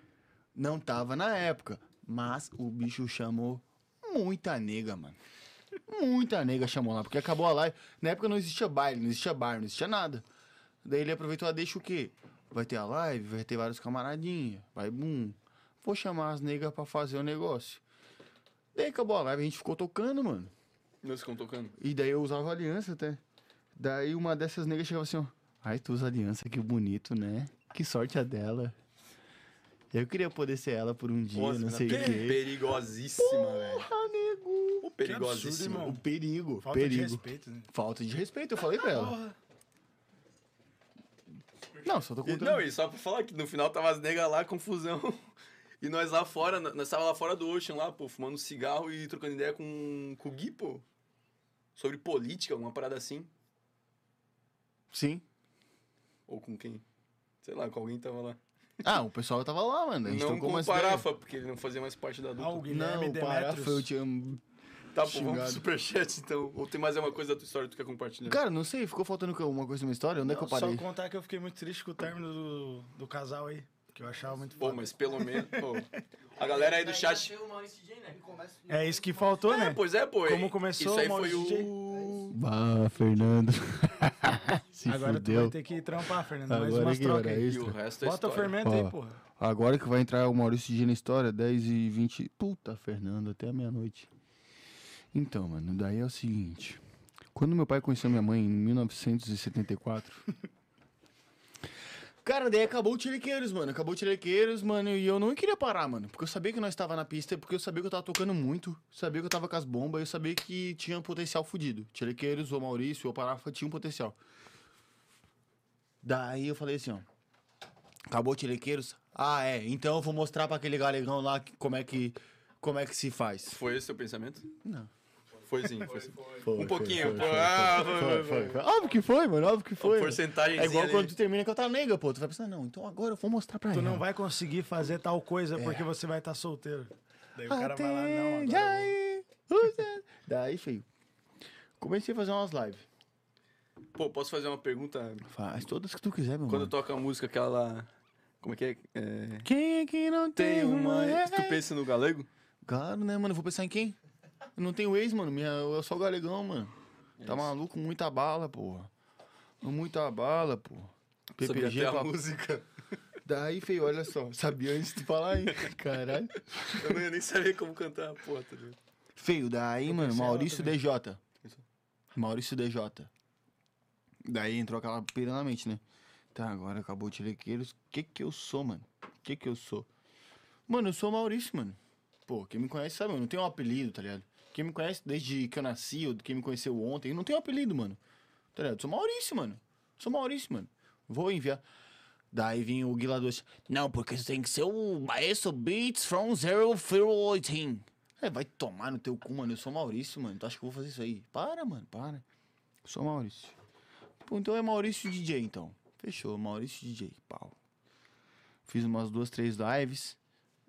Speaker 3: Não tava na época. Mas o bicho chamou muita nega, mano. Muita nega chamou lá, porque acabou a live. Na época não existia baile, não existia bar, não existia nada. Daí ele aproveitou, ah, deixa o quê? Vai ter a live, vai ter vários camaradinhos, vai bum. Vou chamar as negas pra fazer o negócio. Daí acabou a live, a gente ficou tocando, mano.
Speaker 1: Não se tocando.
Speaker 3: E daí eu usava aliança até. Daí uma dessas negras chegava assim, ó. Ai, tu usa aliança, que bonito, né? Que sorte a dela. Eu queria poder ser ela por um dia, não sei o quê.
Speaker 1: Perigosíssima, velho.
Speaker 3: Ah, nego.
Speaker 1: Ô, Perigosíssima.
Speaker 3: O Um perigo,
Speaker 2: Falta de
Speaker 3: perigo.
Speaker 2: respeito, né?
Speaker 3: Falta de respeito, eu falei pra ela. Não, só tô
Speaker 1: E-
Speaker 3: contando.
Speaker 1: não, e só pra falar que no final tava as negas lá, confusão. E nós lá fora, n- nós tava lá fora do Ocean lá, pô, fumando cigarro e trocando ideia com, com o Gui, pô. Sobre política, alguma parada assim.
Speaker 3: Sim.
Speaker 1: Ou com quem? Sei lá, com alguém que tava lá.
Speaker 3: Ah, o pessoal tava lá, mano. A gente
Speaker 1: Não
Speaker 3: trocou
Speaker 1: com
Speaker 3: umas
Speaker 1: o
Speaker 3: ideias.
Speaker 1: Parafa, porque ele não fazia mais parte da dupla.
Speaker 2: Ah, o Guilherme
Speaker 3: Não, o Parafa, eu
Speaker 2: Demetrios.
Speaker 3: te amo.
Speaker 1: tá, pô, vamos pro
Speaker 3: xingado.
Speaker 1: superchat então. Ou tem mais alguma coisa da tua história que tu quer compartilhar?
Speaker 3: Cara, não sei, ficou faltando o quê? uma coisa na minha história? Onde é que eu
Speaker 2: Só
Speaker 3: parei?
Speaker 2: contar que eu fiquei muito triste com o término do, do casal aí. Que eu achava muito
Speaker 1: Pô,
Speaker 2: foda.
Speaker 1: mas pelo menos. pô, a galera aí do chat.
Speaker 8: Nasceu o Maurício DJ, né?
Speaker 2: É isso que faltou, né?
Speaker 1: É, pois é, pô.
Speaker 2: Como começou,
Speaker 1: Isso aí foi
Speaker 2: Maurício
Speaker 1: o.
Speaker 3: Bah, Fernando. Se
Speaker 2: Agora tu
Speaker 3: fudeu.
Speaker 2: vai ter que trampar, Fernando. Mais
Speaker 3: Agora
Speaker 2: umas
Speaker 3: que hora
Speaker 2: trocas
Speaker 3: é
Speaker 2: aí.
Speaker 1: E o
Speaker 3: extra.
Speaker 1: resto é
Speaker 2: Bota o
Speaker 1: história.
Speaker 2: fermento aí,
Speaker 3: Ó.
Speaker 2: porra.
Speaker 3: Agora que vai entrar o Maurício Didi na história, 10 e 20. Puta, Fernando, até a meia-noite. Então, mano, daí é o seguinte. Quando meu pai conheceu minha mãe em 1974. Cara, daí acabou o Tirequeiros, mano. Acabou o Tirequeiros, mano. E eu não queria parar, mano. Porque eu sabia que nós estava na pista, porque eu sabia que eu tava tocando muito. Sabia que eu tava com as bombas, eu sabia que tinha um potencial fudido. Tirequeiros, ou Maurício, ou Parafa, tinha um potencial. Daí eu falei assim, ó. Acabou o Tirequeiros? Ah, é. Então eu vou mostrar pra aquele galegão lá que- como é que, como é que se faz.
Speaker 1: Foi esse o teu pensamento?
Speaker 3: Não.
Speaker 1: Foi sim, foi sim.
Speaker 3: Foi,
Speaker 1: Um pouquinho.
Speaker 3: Foi,
Speaker 1: pô, ah,
Speaker 3: foi, foi, foi. Óbvio que foi, mano. Óbvio que foi.
Speaker 1: Uma
Speaker 3: mano.
Speaker 1: porcentagemzinha
Speaker 3: É igual
Speaker 1: ali.
Speaker 3: quando tu termina com a tua nega, pô. Tu vai pensar, não, então agora eu vou mostrar pra
Speaker 2: Tu
Speaker 3: ela.
Speaker 2: não vai conseguir fazer tal coisa
Speaker 3: É.
Speaker 2: porque você vai estar solteiro. Daí o cara vai lá, não,
Speaker 3: Atende
Speaker 2: agora eu
Speaker 3: aí, usa. Daí, feio. Comecei a fazer umas lives.
Speaker 1: Pô, posso fazer uma pergunta?
Speaker 3: Faz todas que tu quiser, meu
Speaker 1: Quando
Speaker 3: mano.
Speaker 1: toca a música, aquela. Como é que é? É,
Speaker 3: Quem é que não tem,
Speaker 1: Tem uma.
Speaker 3: uma... é ex?
Speaker 1: Tu pensa no galego?
Speaker 3: Claro, né, mano? Eu vou pensar em quem? Eu não tenho ex, mano. Minha... Eu sou o galegão, mano. Tá maluco? Muita bala, porra. Muita bala, porra.
Speaker 1: Sabia
Speaker 3: PPG
Speaker 1: até a
Speaker 3: pra...
Speaker 1: música.
Speaker 3: Daí, feio, olha só. Sabia antes de tu falar, hein? Caralho.
Speaker 1: Eu não ia nem saber como cantar, porra, tá ligado?
Speaker 3: Feio, daí, mano, Maurício DJ. Maurício DJ. Daí entrou aquela pira na mente, né? Tá, agora acabou o Tirequeiros. O que que eu sou, mano? O que que eu sou? Mano, eu sou Maurício, mano. Pô, quem me conhece sabe, eu não tenho um apelido, tá ligado? Quem me conhece desde que eu nasci, ou quem me conheceu ontem, eu não tenho um apelido, mano. Tá ligado? Eu sou Maurício, mano. Sou Maurício, mano. Vou enviar. Daí vinha o Guila Doce. Não, porque você tem que ser o Maestro Beats from 018. É, vai tomar no teu cu, mano. Eu sou Maurício, mano. Tu acha que eu vou fazer isso aí? Para, mano, para. Eu sou Maurício. Pô, então é Maurício DJ, então. Fechou, Maurício DJ. Pau. Fiz umas duas, três lives.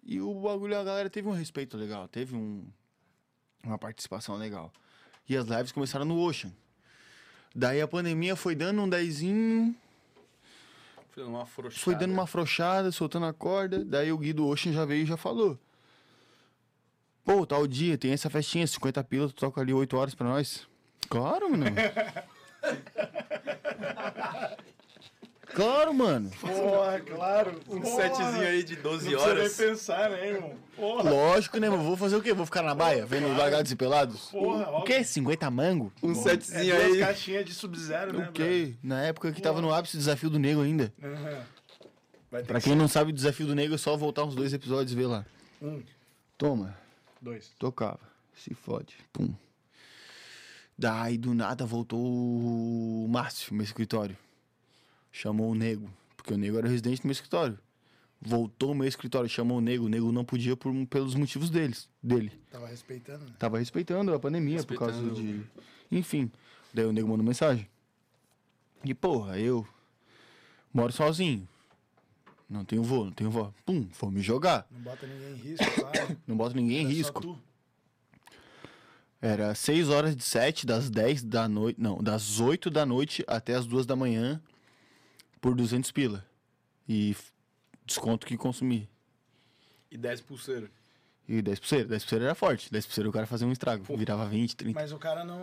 Speaker 3: E o bagulho, a galera teve um respeito legal. Teve um, uma participação legal. E as lives começaram no Ocean. Daí a pandemia foi dando um dezinho.
Speaker 1: Foi dando uma frouxada.
Speaker 3: Foi dando uma afrouxada, soltando a corda. Daí o Gui do Ocean já veio e já falou. Pô, tal dia, tem essa festinha, 50 pila, tu toca ali 8 horas pra nós. Claro, mano. Claro, mano.
Speaker 2: Porra, claro.
Speaker 1: Um setzinho aí de 12 horas.
Speaker 2: pensar, né, irmão? Porra,
Speaker 3: Lógico, né, mano? Vou fazer o quê? Vou ficar na baia? Vendo largados e pelados?
Speaker 2: porra,
Speaker 3: O quê? 50 mango?
Speaker 1: Um setzinho
Speaker 2: Duas
Speaker 1: aí.
Speaker 2: caixinhas de Sub-Zero, né,
Speaker 3: Ok. Na época que tava no ápice do Desafio do Nego ainda.
Speaker 2: brother? Aham. Vai ter
Speaker 3: Pra quem não sabe, o Desafio do Nego é só voltar uns dois episódios e ver lá.
Speaker 2: Um.
Speaker 3: Toma.
Speaker 2: dois.
Speaker 3: Tocava. Se fode. Pum. Daí do nada voltou o Márcio, meu escritório. Chamou o nego, porque o nego era residente do meu escritório. Voltou o meu escritório, chamou o nego. O nego não podia por, pelos motivos deles, dele.
Speaker 2: Tava respeitando, né?
Speaker 3: Tava respeitando a pandemia por causa de. Enfim. Daí o nego mandou mensagem. E porra, eu moro sozinho. Não tenho vô, não tenho vó. Pum, vou me jogar.
Speaker 2: Não bota ninguém em risco, claro.
Speaker 3: Não boto
Speaker 2: Era É
Speaker 3: ninguém em
Speaker 2: só
Speaker 3: risco.
Speaker 2: tu.
Speaker 3: Era 6 horas de 7, das 10 da noite. Não, das 8 da noite até as 2 da manhã por 200 pila. E f- desconto que consumi.
Speaker 1: E 10 pulseiras.
Speaker 3: E 10 pulseira. 10 pulseira era forte. 10 pulseira o cara fazia um estrago. Virava 20, 30.
Speaker 2: Mas o cara não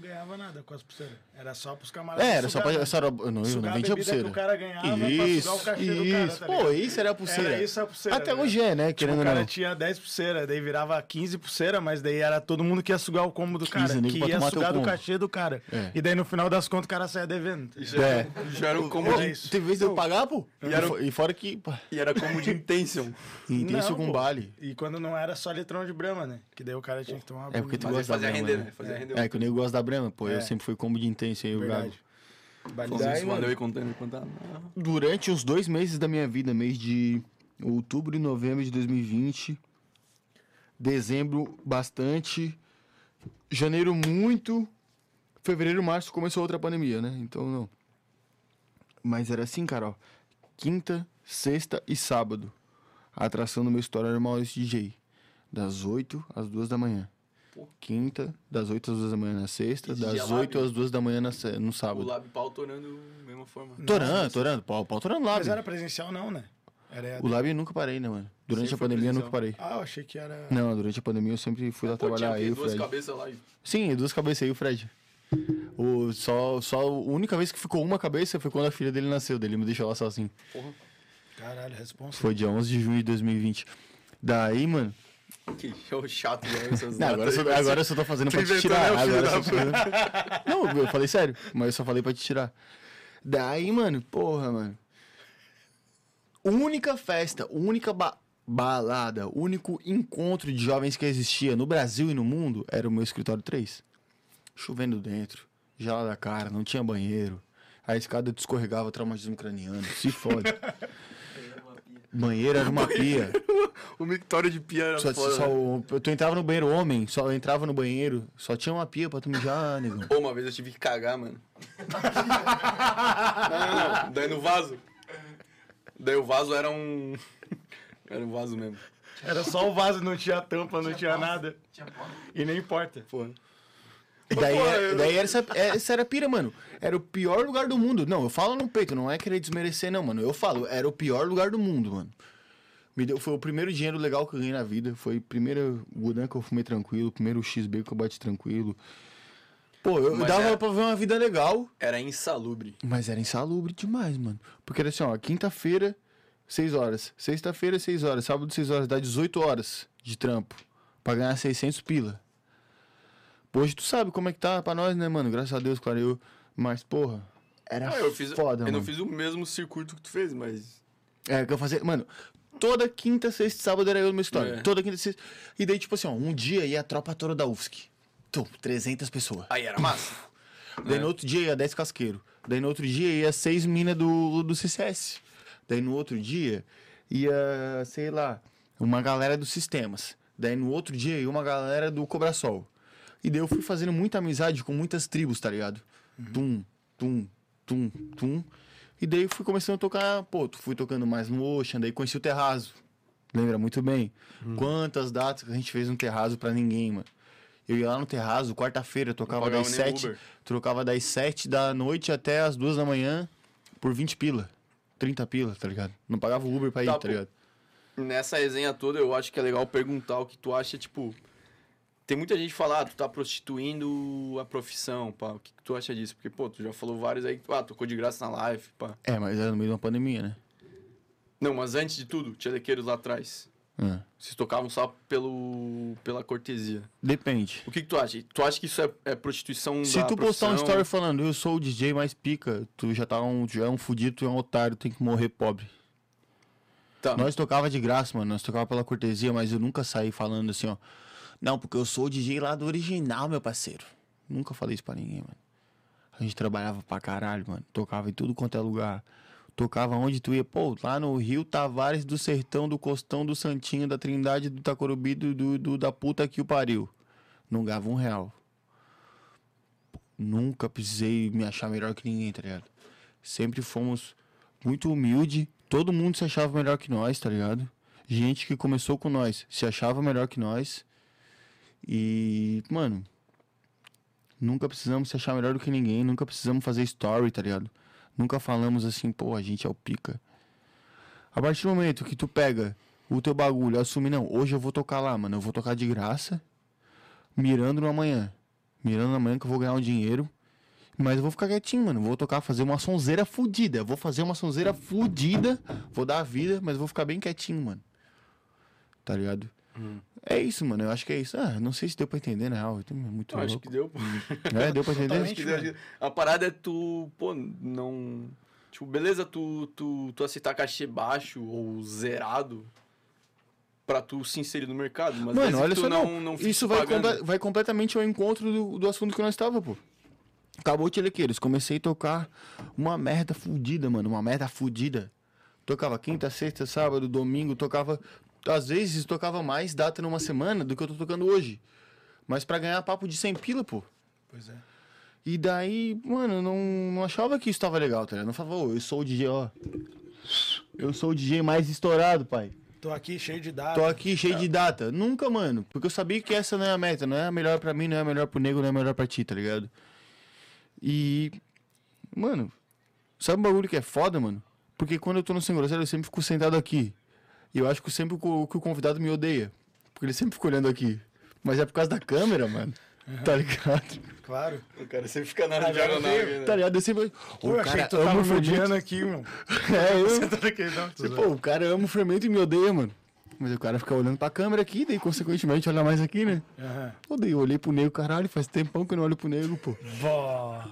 Speaker 2: ganhava nada com as pulseiras. Era só pros camaradas.
Speaker 3: É, era só pra.
Speaker 2: sugar, né?
Speaker 3: Só era, eu não, eu
Speaker 2: Sugar
Speaker 3: não
Speaker 2: a
Speaker 3: vendia
Speaker 2: bebida
Speaker 3: pulseira.
Speaker 2: que o cara ganhava pra sugar
Speaker 3: isso,
Speaker 2: o cachê do cara,
Speaker 3: isso.
Speaker 2: tá ligado?
Speaker 3: Pô, isso era a pulseira.
Speaker 2: Era isso a pulseira.
Speaker 3: Até
Speaker 2: né?
Speaker 3: hoje é, né?
Speaker 2: Tipo,
Speaker 3: Querendo
Speaker 2: o
Speaker 3: ou
Speaker 2: cara
Speaker 3: não.
Speaker 2: tinha 10 pulseiras, daí virava 15 pulseiras, mas daí era todo mundo que ia sugar o combo do cara,
Speaker 3: 15 nego
Speaker 2: que
Speaker 3: pra
Speaker 2: ia
Speaker 3: tomar teu
Speaker 2: sugar do
Speaker 3: combo.
Speaker 2: cachê do cara.
Speaker 3: É.
Speaker 2: E daí no final das contas o cara saia devendo.
Speaker 1: E já,
Speaker 3: É.
Speaker 1: já era um combo
Speaker 2: Pô,
Speaker 1: de,
Speaker 2: isso.
Speaker 3: Teve vez de eu pagar, pô. E,
Speaker 1: era-
Speaker 3: fo- e fora que. pô,
Speaker 1: e era combo de intention.
Speaker 3: Intenso
Speaker 2: Não,
Speaker 3: com
Speaker 2: pô.
Speaker 3: bale.
Speaker 2: E quando não era só litrão de brama, né? Que daí o cara tinha que tomar uma
Speaker 3: É porque tu
Speaker 2: bomba.
Speaker 1: Fazer,
Speaker 3: gosta da
Speaker 1: fazer
Speaker 3: Brahma,
Speaker 1: render,
Speaker 3: né?
Speaker 1: né? Fazer render.
Speaker 3: É que o nego gosta da Brahma, pô. Eu
Speaker 2: É.
Speaker 3: sempre fui combo de intenso aí, o Gago.
Speaker 2: Verdade.
Speaker 1: Fazer
Speaker 2: Validade,
Speaker 1: isso,
Speaker 2: mano.
Speaker 1: valeu e contando, contando.
Speaker 3: durante os dois meses da minha vida, mês de outubro e novembro de 2020, dezembro bastante, janeiro muito, fevereiro, março começou outra pandemia, né? Então não. Mas era assim, cara, ó. Quinta, sexta e sábado. A atração do meu é história era o Maurício DJ. Das 8 às 2 da manhã. Quinta, das 8 às 2 da manhã na sexta,
Speaker 1: E DJ
Speaker 3: das
Speaker 1: lá,
Speaker 3: 8 às 2 da manhã na sé- no
Speaker 1: O
Speaker 3: sábado.
Speaker 1: Lab Pau tornando da mesma forma.
Speaker 3: Torando, torando, pau, pau torando lá,
Speaker 2: Mas era presencial não, né? Era
Speaker 3: o Lab eu nunca parei, né, mano? Durante a pandemia eu nunca parei.
Speaker 2: Ah, eu achei que era...
Speaker 3: Não, durante a pandemia eu sempre fui lá
Speaker 1: Pô, tinha
Speaker 3: trabalhar
Speaker 1: Tá o quê?
Speaker 3: aí, o
Speaker 1: duas
Speaker 3: Fred.
Speaker 1: cabeças lá. e-
Speaker 3: Sim, duas cabeças aí, o Fred. O, só, só a única vez que ficou uma cabeça foi quando a filha dele nasceu, dele me deixou lá sozinho.
Speaker 2: Caralho, responsa.
Speaker 3: Foi dia 11 de junho de 2020. Daí, mano.
Speaker 1: Que show chato, né? Essas
Speaker 3: Não, agora, eu só, agora eu só tô fazendo pra te
Speaker 1: inventou,
Speaker 3: tirar.
Speaker 1: né, filho
Speaker 3: Agora eu
Speaker 1: da
Speaker 3: só tô fazendo- Não, eu falei sério, mas eu só falei pra te tirar. Daí, mano, porra, mano. Única festa, única ba- balada, único encontro de jovens que existia no Brasil e no mundo era o meu escritório 3. Chovendo dentro, gelada a cara, não tinha banheiro. A escada descorregava, traumatismo craniano. Se fode. banheiro era uma pia.
Speaker 1: O Victório de Pia era
Speaker 3: Só,
Speaker 1: foda.
Speaker 3: só
Speaker 1: né?
Speaker 3: o- tu entrava no banheiro homem, só entrava no banheiro, só tinha uma pia pra tu mijar, negão.
Speaker 1: Pô, uma vez eu tive que cagar, mano. não, não, não. Daí no vaso. Daí o vaso era um. Era um vaso mesmo.
Speaker 2: Era só o vaso, não tinha tampa, não tinha nada. E nem porta.
Speaker 3: Daí, era- daí era essa, é, essa era a pira, mano. Era o pior lugar do mundo. Não, eu falo no peito, não é querer desmerecer, não, mano. Eu falo, era o pior lugar do mundo, mano. Me deu, foi o primeiro dinheiro legal que eu ganhei na vida. Foi o primeiro Gudan que eu fumei tranquilo, o primeiro XB que eu bati tranquilo. Pô, eu
Speaker 1: Mas é.
Speaker 3: dava
Speaker 1: era-
Speaker 3: pra ver uma vida legal,
Speaker 1: Era insalubre.
Speaker 3: Mas era insalubre demais, mano. Porque era assim, ó, quinta-feira, 6 horas. Sexta-feira, 6 horas. Sábado, 6 horas. Dá 18 horas de trampo. Pra ganhar 600 pila. Hoje tu sabe como é que tá pra nós, né, mano? Graças a Deus, clareou. Mas, porra, era
Speaker 1: Ah, eu fiz,
Speaker 3: É foda,
Speaker 1: eu
Speaker 3: mano.
Speaker 1: não fiz o mesmo circuito que tu fez, mas.
Speaker 3: É, que eu fazia... Mano, toda quinta, sexta e sábado era eu no meu escritório.
Speaker 1: É.
Speaker 3: Toda quinta, sexta... E daí, tipo assim, ó, um dia ia a tropa toda da UFSC. Tum, 300 pessoas.
Speaker 1: Aí era massa.
Speaker 3: Daí no outro dia ia 10 casqueiro. Daí no outro dia ia 6 minas do, do CCS. Daí no outro dia ia, sei lá, uma galera dos sistemas. Daí no outro dia ia uma galera do Cobrasol. E daí eu fui fazendo muita amizade com muitas tribos, tá ligado?
Speaker 1: Uhum.
Speaker 3: Tum, tum, tum, tum. E daí eu fui começando a tocar, pô, tu fui tocando mais no Ocean, daí conheci o Terrazo. Lembra muito bem.
Speaker 1: Hum.
Speaker 3: Quantas datas que a gente fez no Terrazo pra ninguém, mano. Eu ia lá no Terrazo, quarta-feira, eu tocava
Speaker 1: pagava
Speaker 3: das
Speaker 1: nem
Speaker 3: 7,
Speaker 1: Uber.
Speaker 3: trocava das 7 da noite até as 2 da manhã por 20 pila. 30 pila, tá ligado? Não pagava o Uber pra ir,
Speaker 1: Tá,
Speaker 3: tá,
Speaker 1: pô.
Speaker 3: ligado?
Speaker 1: Nessa resenha toda, eu acho que é legal perguntar o que tu acha, tipo. Tem muita gente que fala, ah, tu tá prostituindo a profissão, pá. O que, que tu acha disso? Porque, pô, tu já falou vários aí, que tu, ah, tocou de graça na live, pá.
Speaker 3: É, mas era no meio de uma pandemia, né?
Speaker 1: Não, mas antes de tudo, tinha daqueiros lá atrás.
Speaker 3: É.
Speaker 1: Vocês tocavam só pelo, pela cortesia.
Speaker 3: Depende.
Speaker 1: O que, que tu acha? Tu acha que isso é, é prostituição
Speaker 3: Se
Speaker 1: da
Speaker 3: tu postar um
Speaker 1: profissão?
Speaker 3: story falando, eu sou o DJ mais pica, tu já tá um, já é um fudido, tu é um otário, tem que morrer pobre.
Speaker 1: Tá.
Speaker 3: Nós tocava de graça, mano. Nós tocava pela cortesia, mas eu nunca saí falando assim, ó. Não, porque eu sou o DJ lá do original, meu parceiro. Nunca falei isso pra ninguém, mano. A gente trabalhava pra caralho, mano. Tocava em tudo quanto é lugar. Tocava onde tu ia. Pô, lá no Rio Tavares do Sertão, do Costão, do Santinho, da Trindade, do Tacorubi, do, do- do- da puta que o pariu. Não ganhava um real. Nunca precisei me achar melhor que ninguém, tá ligado? Sempre fomos muito humilde. Todo mundo se achava melhor que nós, tá ligado? Gente que começou com nós se achava melhor que nós. E, mano, nunca precisamos se achar melhor do que ninguém. Nunca precisamos fazer story, tá ligado? Nunca falamos assim, pô, a gente é o pica. A partir do momento que tu pega o teu bagulho, assume, não, hoje eu vou tocar lá, mano. Eu vou tocar de graça, mirando no amanhã. Mirando no amanhã que eu vou ganhar um dinheiro. Mas eu vou ficar quietinho, mano. Vou tocar, fazer uma sonzeira fudida. Vou fazer uma sonzeira fudida. Vou dar a vida, mas vou ficar bem quietinho, mano. Tá ligado?
Speaker 1: Hum.
Speaker 3: É isso, mano. Eu acho que é isso. Ah, não sei se deu pra entender, na real. Eu tô muito
Speaker 1: Eu acho
Speaker 3: louco.
Speaker 1: que deu, pô.
Speaker 3: É, deu pra entender?
Speaker 1: Acho que deu, acho que deu. A parada é tu, pô, não. Tipo, beleza, tu, tu, tu aceitar cachê baixo ou zerado pra tu se inserir no mercado, mas
Speaker 3: Mano,
Speaker 1: desde que
Speaker 3: olha
Speaker 1: tu
Speaker 3: só, não.
Speaker 1: fique
Speaker 3: Isso vai,
Speaker 1: pagando.
Speaker 3: comple- vai completamente ao encontro do, do assunto que nós estava, pô. Acabou o Telequeiros, comecei a tocar uma merda fudida, mano, uma merda fudida. Tocava quinta, sexta, sábado, domingo, tocava... Às vezes tocava mais data numa semana do que eu tô tocando hoje. Mas pra ganhar papo de 100 pila, pô.
Speaker 2: Pois é.
Speaker 3: E daí, mano, eu não, não achava que isso tava legal, tá ligado? Eu Não falava, ô, eu sou o DJ, ó. Eu sou o DJ mais estourado, pai.
Speaker 2: Tô aqui cheio de dados.
Speaker 3: Tô aqui cheio de data. Nunca, mano. Porque eu sabia que essa não é a meta. Não é a melhor pra mim, não é a melhor pro nego, não é a melhor pra ti, tá ligado? E. Mano, sabe um bagulho que é foda, mano? Porque quando eu tô no Sem Grosseiro, eu sempre fico sentado aqui. E eu acho que sempre que o que o convidado me odeia. Porque ele sempre fica olhando aqui. Mas é por causa da câmera, mano. Tá ligado?
Speaker 2: Claro.
Speaker 1: O cara sempre fica na diagonal. aqui, né?
Speaker 3: Tá ligado? Eu sempre.
Speaker 2: Pô,
Speaker 3: o
Speaker 2: eu achei
Speaker 3: cara
Speaker 2: que tu
Speaker 3: ama
Speaker 2: tava
Speaker 3: o Fermento.
Speaker 2: fudiando aqui, mano.
Speaker 3: É, eu.
Speaker 2: Tô
Speaker 3: Tipo, o cara ama o fermento e me odeia, mano. Mas o cara fica olhando pra câmera aqui, daí consequentemente olha mais aqui, né?
Speaker 2: Aham.
Speaker 3: Pô, daí eu olhei pro nego, caralho, faz tempão que eu não olho pro nego, pô.
Speaker 2: Vó.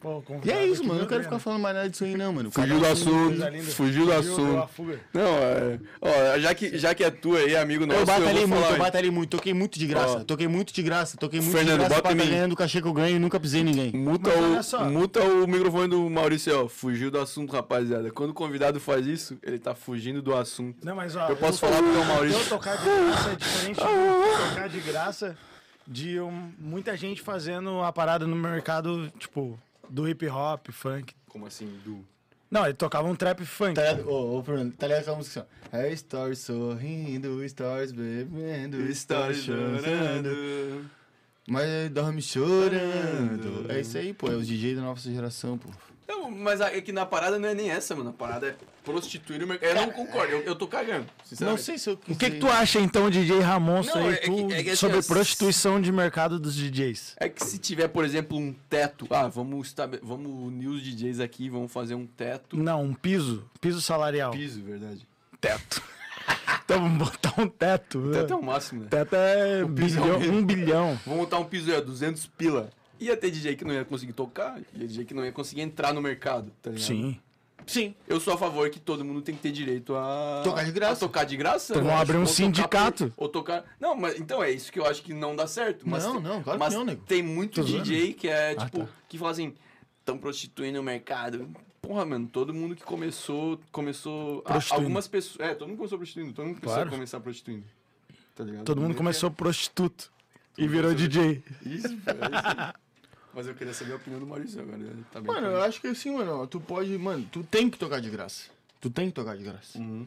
Speaker 2: Pô,
Speaker 3: E é isso, mano. Eu
Speaker 2: Eu
Speaker 3: não quero ficar falando mais nada disso aí, não, mano.
Speaker 1: Fugiu do assunto, né? fugiu do
Speaker 2: Deu a
Speaker 1: assunto.
Speaker 2: fuga.
Speaker 1: Não, é... ó, já que, já que é tu aí, amigo nosso,
Speaker 3: Eu
Speaker 1: eu,
Speaker 3: batalhei
Speaker 1: vou
Speaker 3: muito,
Speaker 1: falar.
Speaker 3: eu batalhei muito, toquei muito de graça,
Speaker 1: Ó.
Speaker 3: toquei muito de graça, toquei muito
Speaker 1: Fernando,
Speaker 3: de graça
Speaker 1: bota
Speaker 3: pra
Speaker 1: em
Speaker 3: tá
Speaker 1: mim.
Speaker 3: ganhando o cachê que eu ganho e nunca pisei em ninguém.
Speaker 1: Muta
Speaker 2: Mas olha
Speaker 1: o,
Speaker 2: só.
Speaker 1: muta o microfone do Maurício, ó. Fugiu do assunto, rapaziada. Quando o convidado faz isso, ele tá fugindo do assunto.
Speaker 2: Não, mas ó.
Speaker 1: Ah, Eu posso falar pro teu Maurício.
Speaker 2: Eu tocar de graça é diferente de tocar de graça de um- muita gente fazendo a parada no mercado, tipo, do hip hop, funk.
Speaker 1: Como assim, do.
Speaker 2: Não, ele tocava um trap funk.
Speaker 3: Tá ligado? Ô, ô,
Speaker 4: Fernando, tá ligado aquela música assim, ó? É stories sorrindo, stories bebendo,
Speaker 1: tá
Speaker 4: stories chorando.
Speaker 3: Mas dorme chorando. É isso aí, pô. É os DJ da nova geração, pô.
Speaker 1: Não, mas a- é que na parada não é nem essa, mano. A parada é prostituir o mercado. Eu não concordo, eu, eu tô cagando.
Speaker 3: Não
Speaker 1: Sinceramente.
Speaker 3: sei se eu.
Speaker 2: O que, que tu acha então, DJ Ramonso,
Speaker 1: Não,
Speaker 2: aí,
Speaker 1: é que-
Speaker 2: tu,
Speaker 1: é que assim,
Speaker 2: sobre
Speaker 1: ó,
Speaker 2: prostituição de mercado dos DJs?
Speaker 1: É que se tiver, por exemplo, um teto. Ah, vamos, estabe- vamos unir os DJs aqui, vamos fazer um teto.
Speaker 2: Não, um piso. Piso salarial.
Speaker 1: Piso, verdade.
Speaker 2: Teto. então vamos botar um teto.
Speaker 1: Teto é
Speaker 2: né?
Speaker 1: o máximo, né?
Speaker 2: Teto é
Speaker 1: piso é o
Speaker 2: bilhão-
Speaker 1: mesmo.
Speaker 2: um bilhão.
Speaker 1: Vou montar um piso aí, ó, 200 pila. Ia ter DJ que não ia conseguir tocar, ia DJ que não ia conseguir entrar no mercado, tá ligado?
Speaker 2: Sim.
Speaker 3: Sim.
Speaker 1: Eu sou a favor que todo mundo tem que ter direito a.
Speaker 3: Tocar de graça.
Speaker 1: A tocar de graça.
Speaker 2: Então
Speaker 1: eu
Speaker 2: vão
Speaker 1: acho.
Speaker 2: abrir um
Speaker 1: Ou tocar
Speaker 2: sindicato.
Speaker 1: por- ou tocar. Não, mas então é isso que eu acho que não dá certo. Mas
Speaker 3: Não,
Speaker 1: tem-
Speaker 3: não, claro que
Speaker 1: mas
Speaker 3: não, nego.
Speaker 1: Tem muito DJ que
Speaker 2: Ah,
Speaker 1: é, tipo,
Speaker 3: tá.
Speaker 1: que fala assim, estão prostituindo o mercado. Porra, mano, todo mundo que começou. Começou. a-
Speaker 2: Prostituindo.
Speaker 1: algumas pessoas. É, todo mundo começou prostituindo, todo mundo começou
Speaker 2: Claro.
Speaker 1: a começar prostituindo. Tá ligado?
Speaker 2: Todo mundo
Speaker 1: Nem-
Speaker 2: começou prostituto e virou DJ.
Speaker 1: Isso, é isso. aí. Mas eu queria saber a opinião do Maurício agora. né? Tá bem
Speaker 3: Mano, eu acho que assim, mano, ó, tu pode, mano, tu tem que tocar de graça. Tu tem que tocar de graça.
Speaker 2: Hum,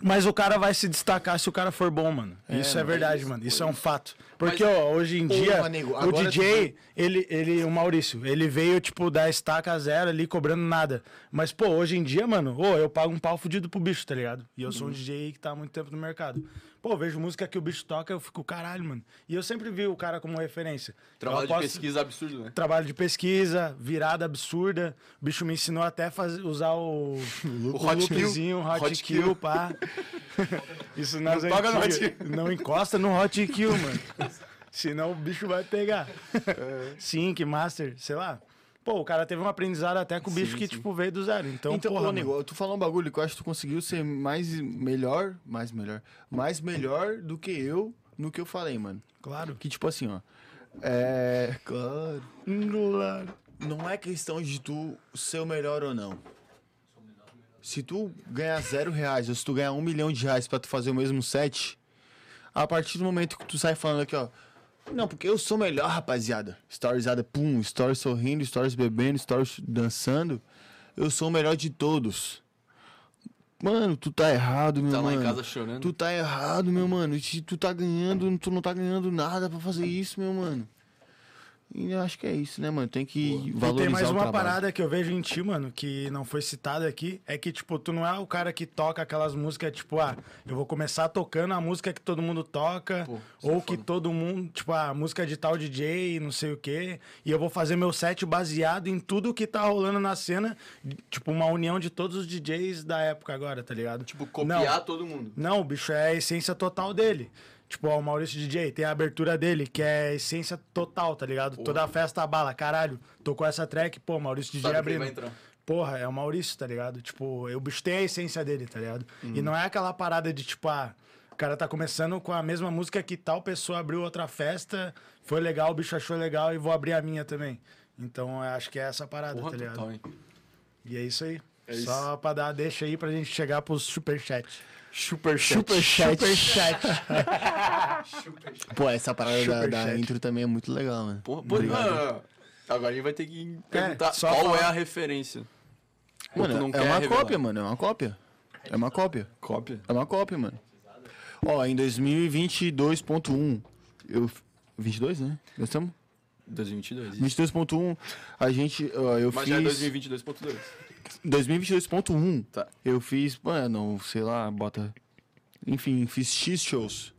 Speaker 2: Mas o cara vai se destacar se o cara for bom, mano. isso é
Speaker 3: mano,
Speaker 2: verdade, mano. Isso é um fato. Porque, ó, hoje em dia,
Speaker 3: Porra, nego,
Speaker 2: o
Speaker 3: agora
Speaker 2: DJ, ele, ele, o Maurício, ele veio, tipo, da estaca zero ali, cobrando nada. Mas, pô, hoje em dia, mano, ô, eu pago um pau fudido pro bicho, tá ligado? E eu sou um DJ que tá há muito tempo no mercado. Pô, eu vejo música que o bicho toca, eu fico, caralho, mano. E eu sempre vi o cara como referência.
Speaker 1: Trabalho
Speaker 2: eu
Speaker 1: de pesquisa absurdo, né?
Speaker 2: Trabalho de pesquisa, virada absurda. O bicho me ensinou até a faz- usar o, o,
Speaker 1: Hot
Speaker 3: um
Speaker 2: loopzinho,
Speaker 1: Kill.
Speaker 2: hot,
Speaker 1: Hot
Speaker 2: kill,
Speaker 1: Kill.
Speaker 2: pá. Isso nas
Speaker 1: Não toca no
Speaker 2: antigas.
Speaker 1: Hot Kill.
Speaker 2: Não encosta no hot kill, mano. Senão o bicho vai pegar.
Speaker 1: É.
Speaker 2: Sync, master, sei lá. Pô, o cara teve um aprendizado até com o bicho que, tipo, veio do zero. Então,
Speaker 3: Então,
Speaker 2: porra,
Speaker 3: ô,
Speaker 2: mano.
Speaker 3: nego, tu falou um bagulho que eu acho que tu conseguiu ser mais melhor, mais melhor, mais melhor do que eu no que eu falei, mano.
Speaker 2: Claro.
Speaker 3: Que tipo assim, ó. É. Claro. Claro. Não é questão de tu ser o melhor ou não. Se tu ganhar zero reais ou se tu ganhar um milhão de reais pra tu fazer o mesmo set, a partir do momento que tu sai falando aqui, ó. Não, porque eu sou melhor, rapaziada. Storyzada, pum, stories sorrindo, stories bebendo, stories dançando. Eu sou o melhor de todos. Mano, tu tá errado, meu
Speaker 1: Tá lá
Speaker 3: mano.
Speaker 1: em casa chorando.
Speaker 3: Tu tá errado, meu mano. Se tu tá ganhando, tu não tá ganhando nada pra fazer isso, meu mano. E eu acho que é isso, né, mano? Tem que
Speaker 2: E
Speaker 3: valorizar
Speaker 2: tem mais
Speaker 3: o
Speaker 2: uma
Speaker 3: trabalho.
Speaker 2: parada que eu vejo em ti, mano, que não foi citada aqui, é que, tipo, tu não é o cara que toca aquelas músicas, tipo, ah, eu vou começar tocando a música que todo mundo toca,
Speaker 3: é
Speaker 2: ou que todo mundo, tipo, a música de tal DJ, não sei o quê, e eu vou fazer meu set baseado em tudo que tá rolando na cena, tipo, uma união de todos os DJs da época agora, tá ligado?
Speaker 1: Tipo,
Speaker 2: Não.
Speaker 1: copiar todo mundo.
Speaker 2: Não, o bicho é a essência total dele. Tipo, ó, o Maurício DJ tem a abertura dele, que é a essência total, tá ligado? Toda a festa abala, caralho. Tocou essa track, pô, Maurício DJ
Speaker 1: Sabe quem
Speaker 2: abrindo.
Speaker 1: vai entrar.
Speaker 2: Porra, é o Maurício, tá ligado? Tipo, eu bicho tem a essência dele, tá ligado?
Speaker 1: Uhum.
Speaker 2: E não é aquela parada de tipo, ah, o cara tá começando com a mesma música que tal pessoa abriu outra festa, foi legal, o bicho achou legal e vou abrir a minha também. Então, eu acho que é essa parada,
Speaker 1: Porra,
Speaker 2: tá ligado?
Speaker 1: total, hein?
Speaker 2: E é isso aí.
Speaker 1: isso.
Speaker 2: Só pra dar a deixa aí pra gente chegar pros superchats.
Speaker 3: Super Superchat. Pô, essa parada da, da
Speaker 2: Superchat.
Speaker 3: intro também é muito legal, mano.
Speaker 1: Porra, pô, mano, agora a gente vai ter que perguntar
Speaker 2: só
Speaker 1: qual
Speaker 2: falar.
Speaker 1: é a referência. Ou
Speaker 3: Mano,
Speaker 1: tu
Speaker 3: é uma cópia, mano. É uma cópia. É uma cópia.
Speaker 1: Cópia?
Speaker 3: É uma cópia, mano. Ó, em 2022.1, eu... 22, né? Nós estamos?
Speaker 1: 2022. isso.
Speaker 3: 22.1, a gente... ó, eu
Speaker 1: Mas
Speaker 3: fiz...
Speaker 1: já é 2022.2.
Speaker 3: 2022.1.
Speaker 1: Tá.
Speaker 3: Eu fiz, mano, sei lá, bota. Enfim, fiz X shows.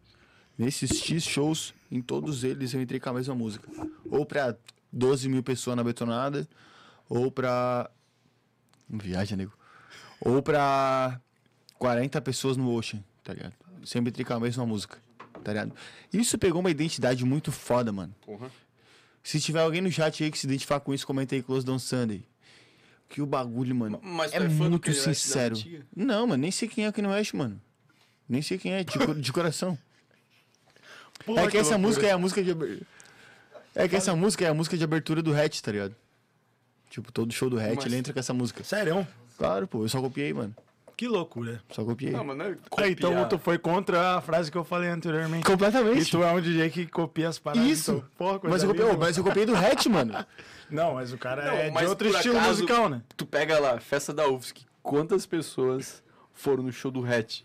Speaker 3: Nesses X shows, em todos eles eu entrei com a mesma música. Ou pra 12 mil pessoas na betonada, ou pra. Viagem, nego. Ou pra 40 pessoas no Ocean, tá ligado? Sempre entrei com a mesma música, tá ligado? Isso pegou uma identidade muito foda, mano.
Speaker 1: Porra.
Speaker 3: Se tiver alguém no chat aí que se identificar com isso, comenta aí Close Down Sunday. Que o bagulho, mano,
Speaker 1: Mas tu
Speaker 3: é
Speaker 1: é fã do
Speaker 3: muito
Speaker 1: Kanye West das
Speaker 3: sincero.
Speaker 1: antigas?
Speaker 3: Não, mano, nem sei quem é o Kanye West, mano. Nem sei quem é, de, co- de coração. é que, essa música é a música de... aber- É que essa música é a música de abertura do Hatch, tá ligado? Tipo, todo show do Hatch,
Speaker 1: Mas-
Speaker 3: ele entra com essa música.
Speaker 2: Sério?
Speaker 3: Claro, pô, eu só copiei, mano.
Speaker 2: Que loucura.
Speaker 3: Só copiei.
Speaker 1: Não, mas não é
Speaker 2: Ah,
Speaker 1: copiar.
Speaker 2: então tu foi contra a frase que eu falei anteriormente. E
Speaker 3: Completamente.
Speaker 2: tu é um DJ que copia as paradas.
Speaker 3: Isso.
Speaker 2: então, porra, coisa
Speaker 3: mas, eu copiei,
Speaker 2: linda.
Speaker 3: mas eu copiei do Hatch, mano.
Speaker 2: Não, mas o cara
Speaker 1: Não,
Speaker 2: é de
Speaker 1: mas
Speaker 2: outro
Speaker 1: por
Speaker 2: estilo
Speaker 1: acaso-
Speaker 2: musical, né?
Speaker 1: Tu pega lá, festa da UFSC. Quantas pessoas foram no show do Hatch?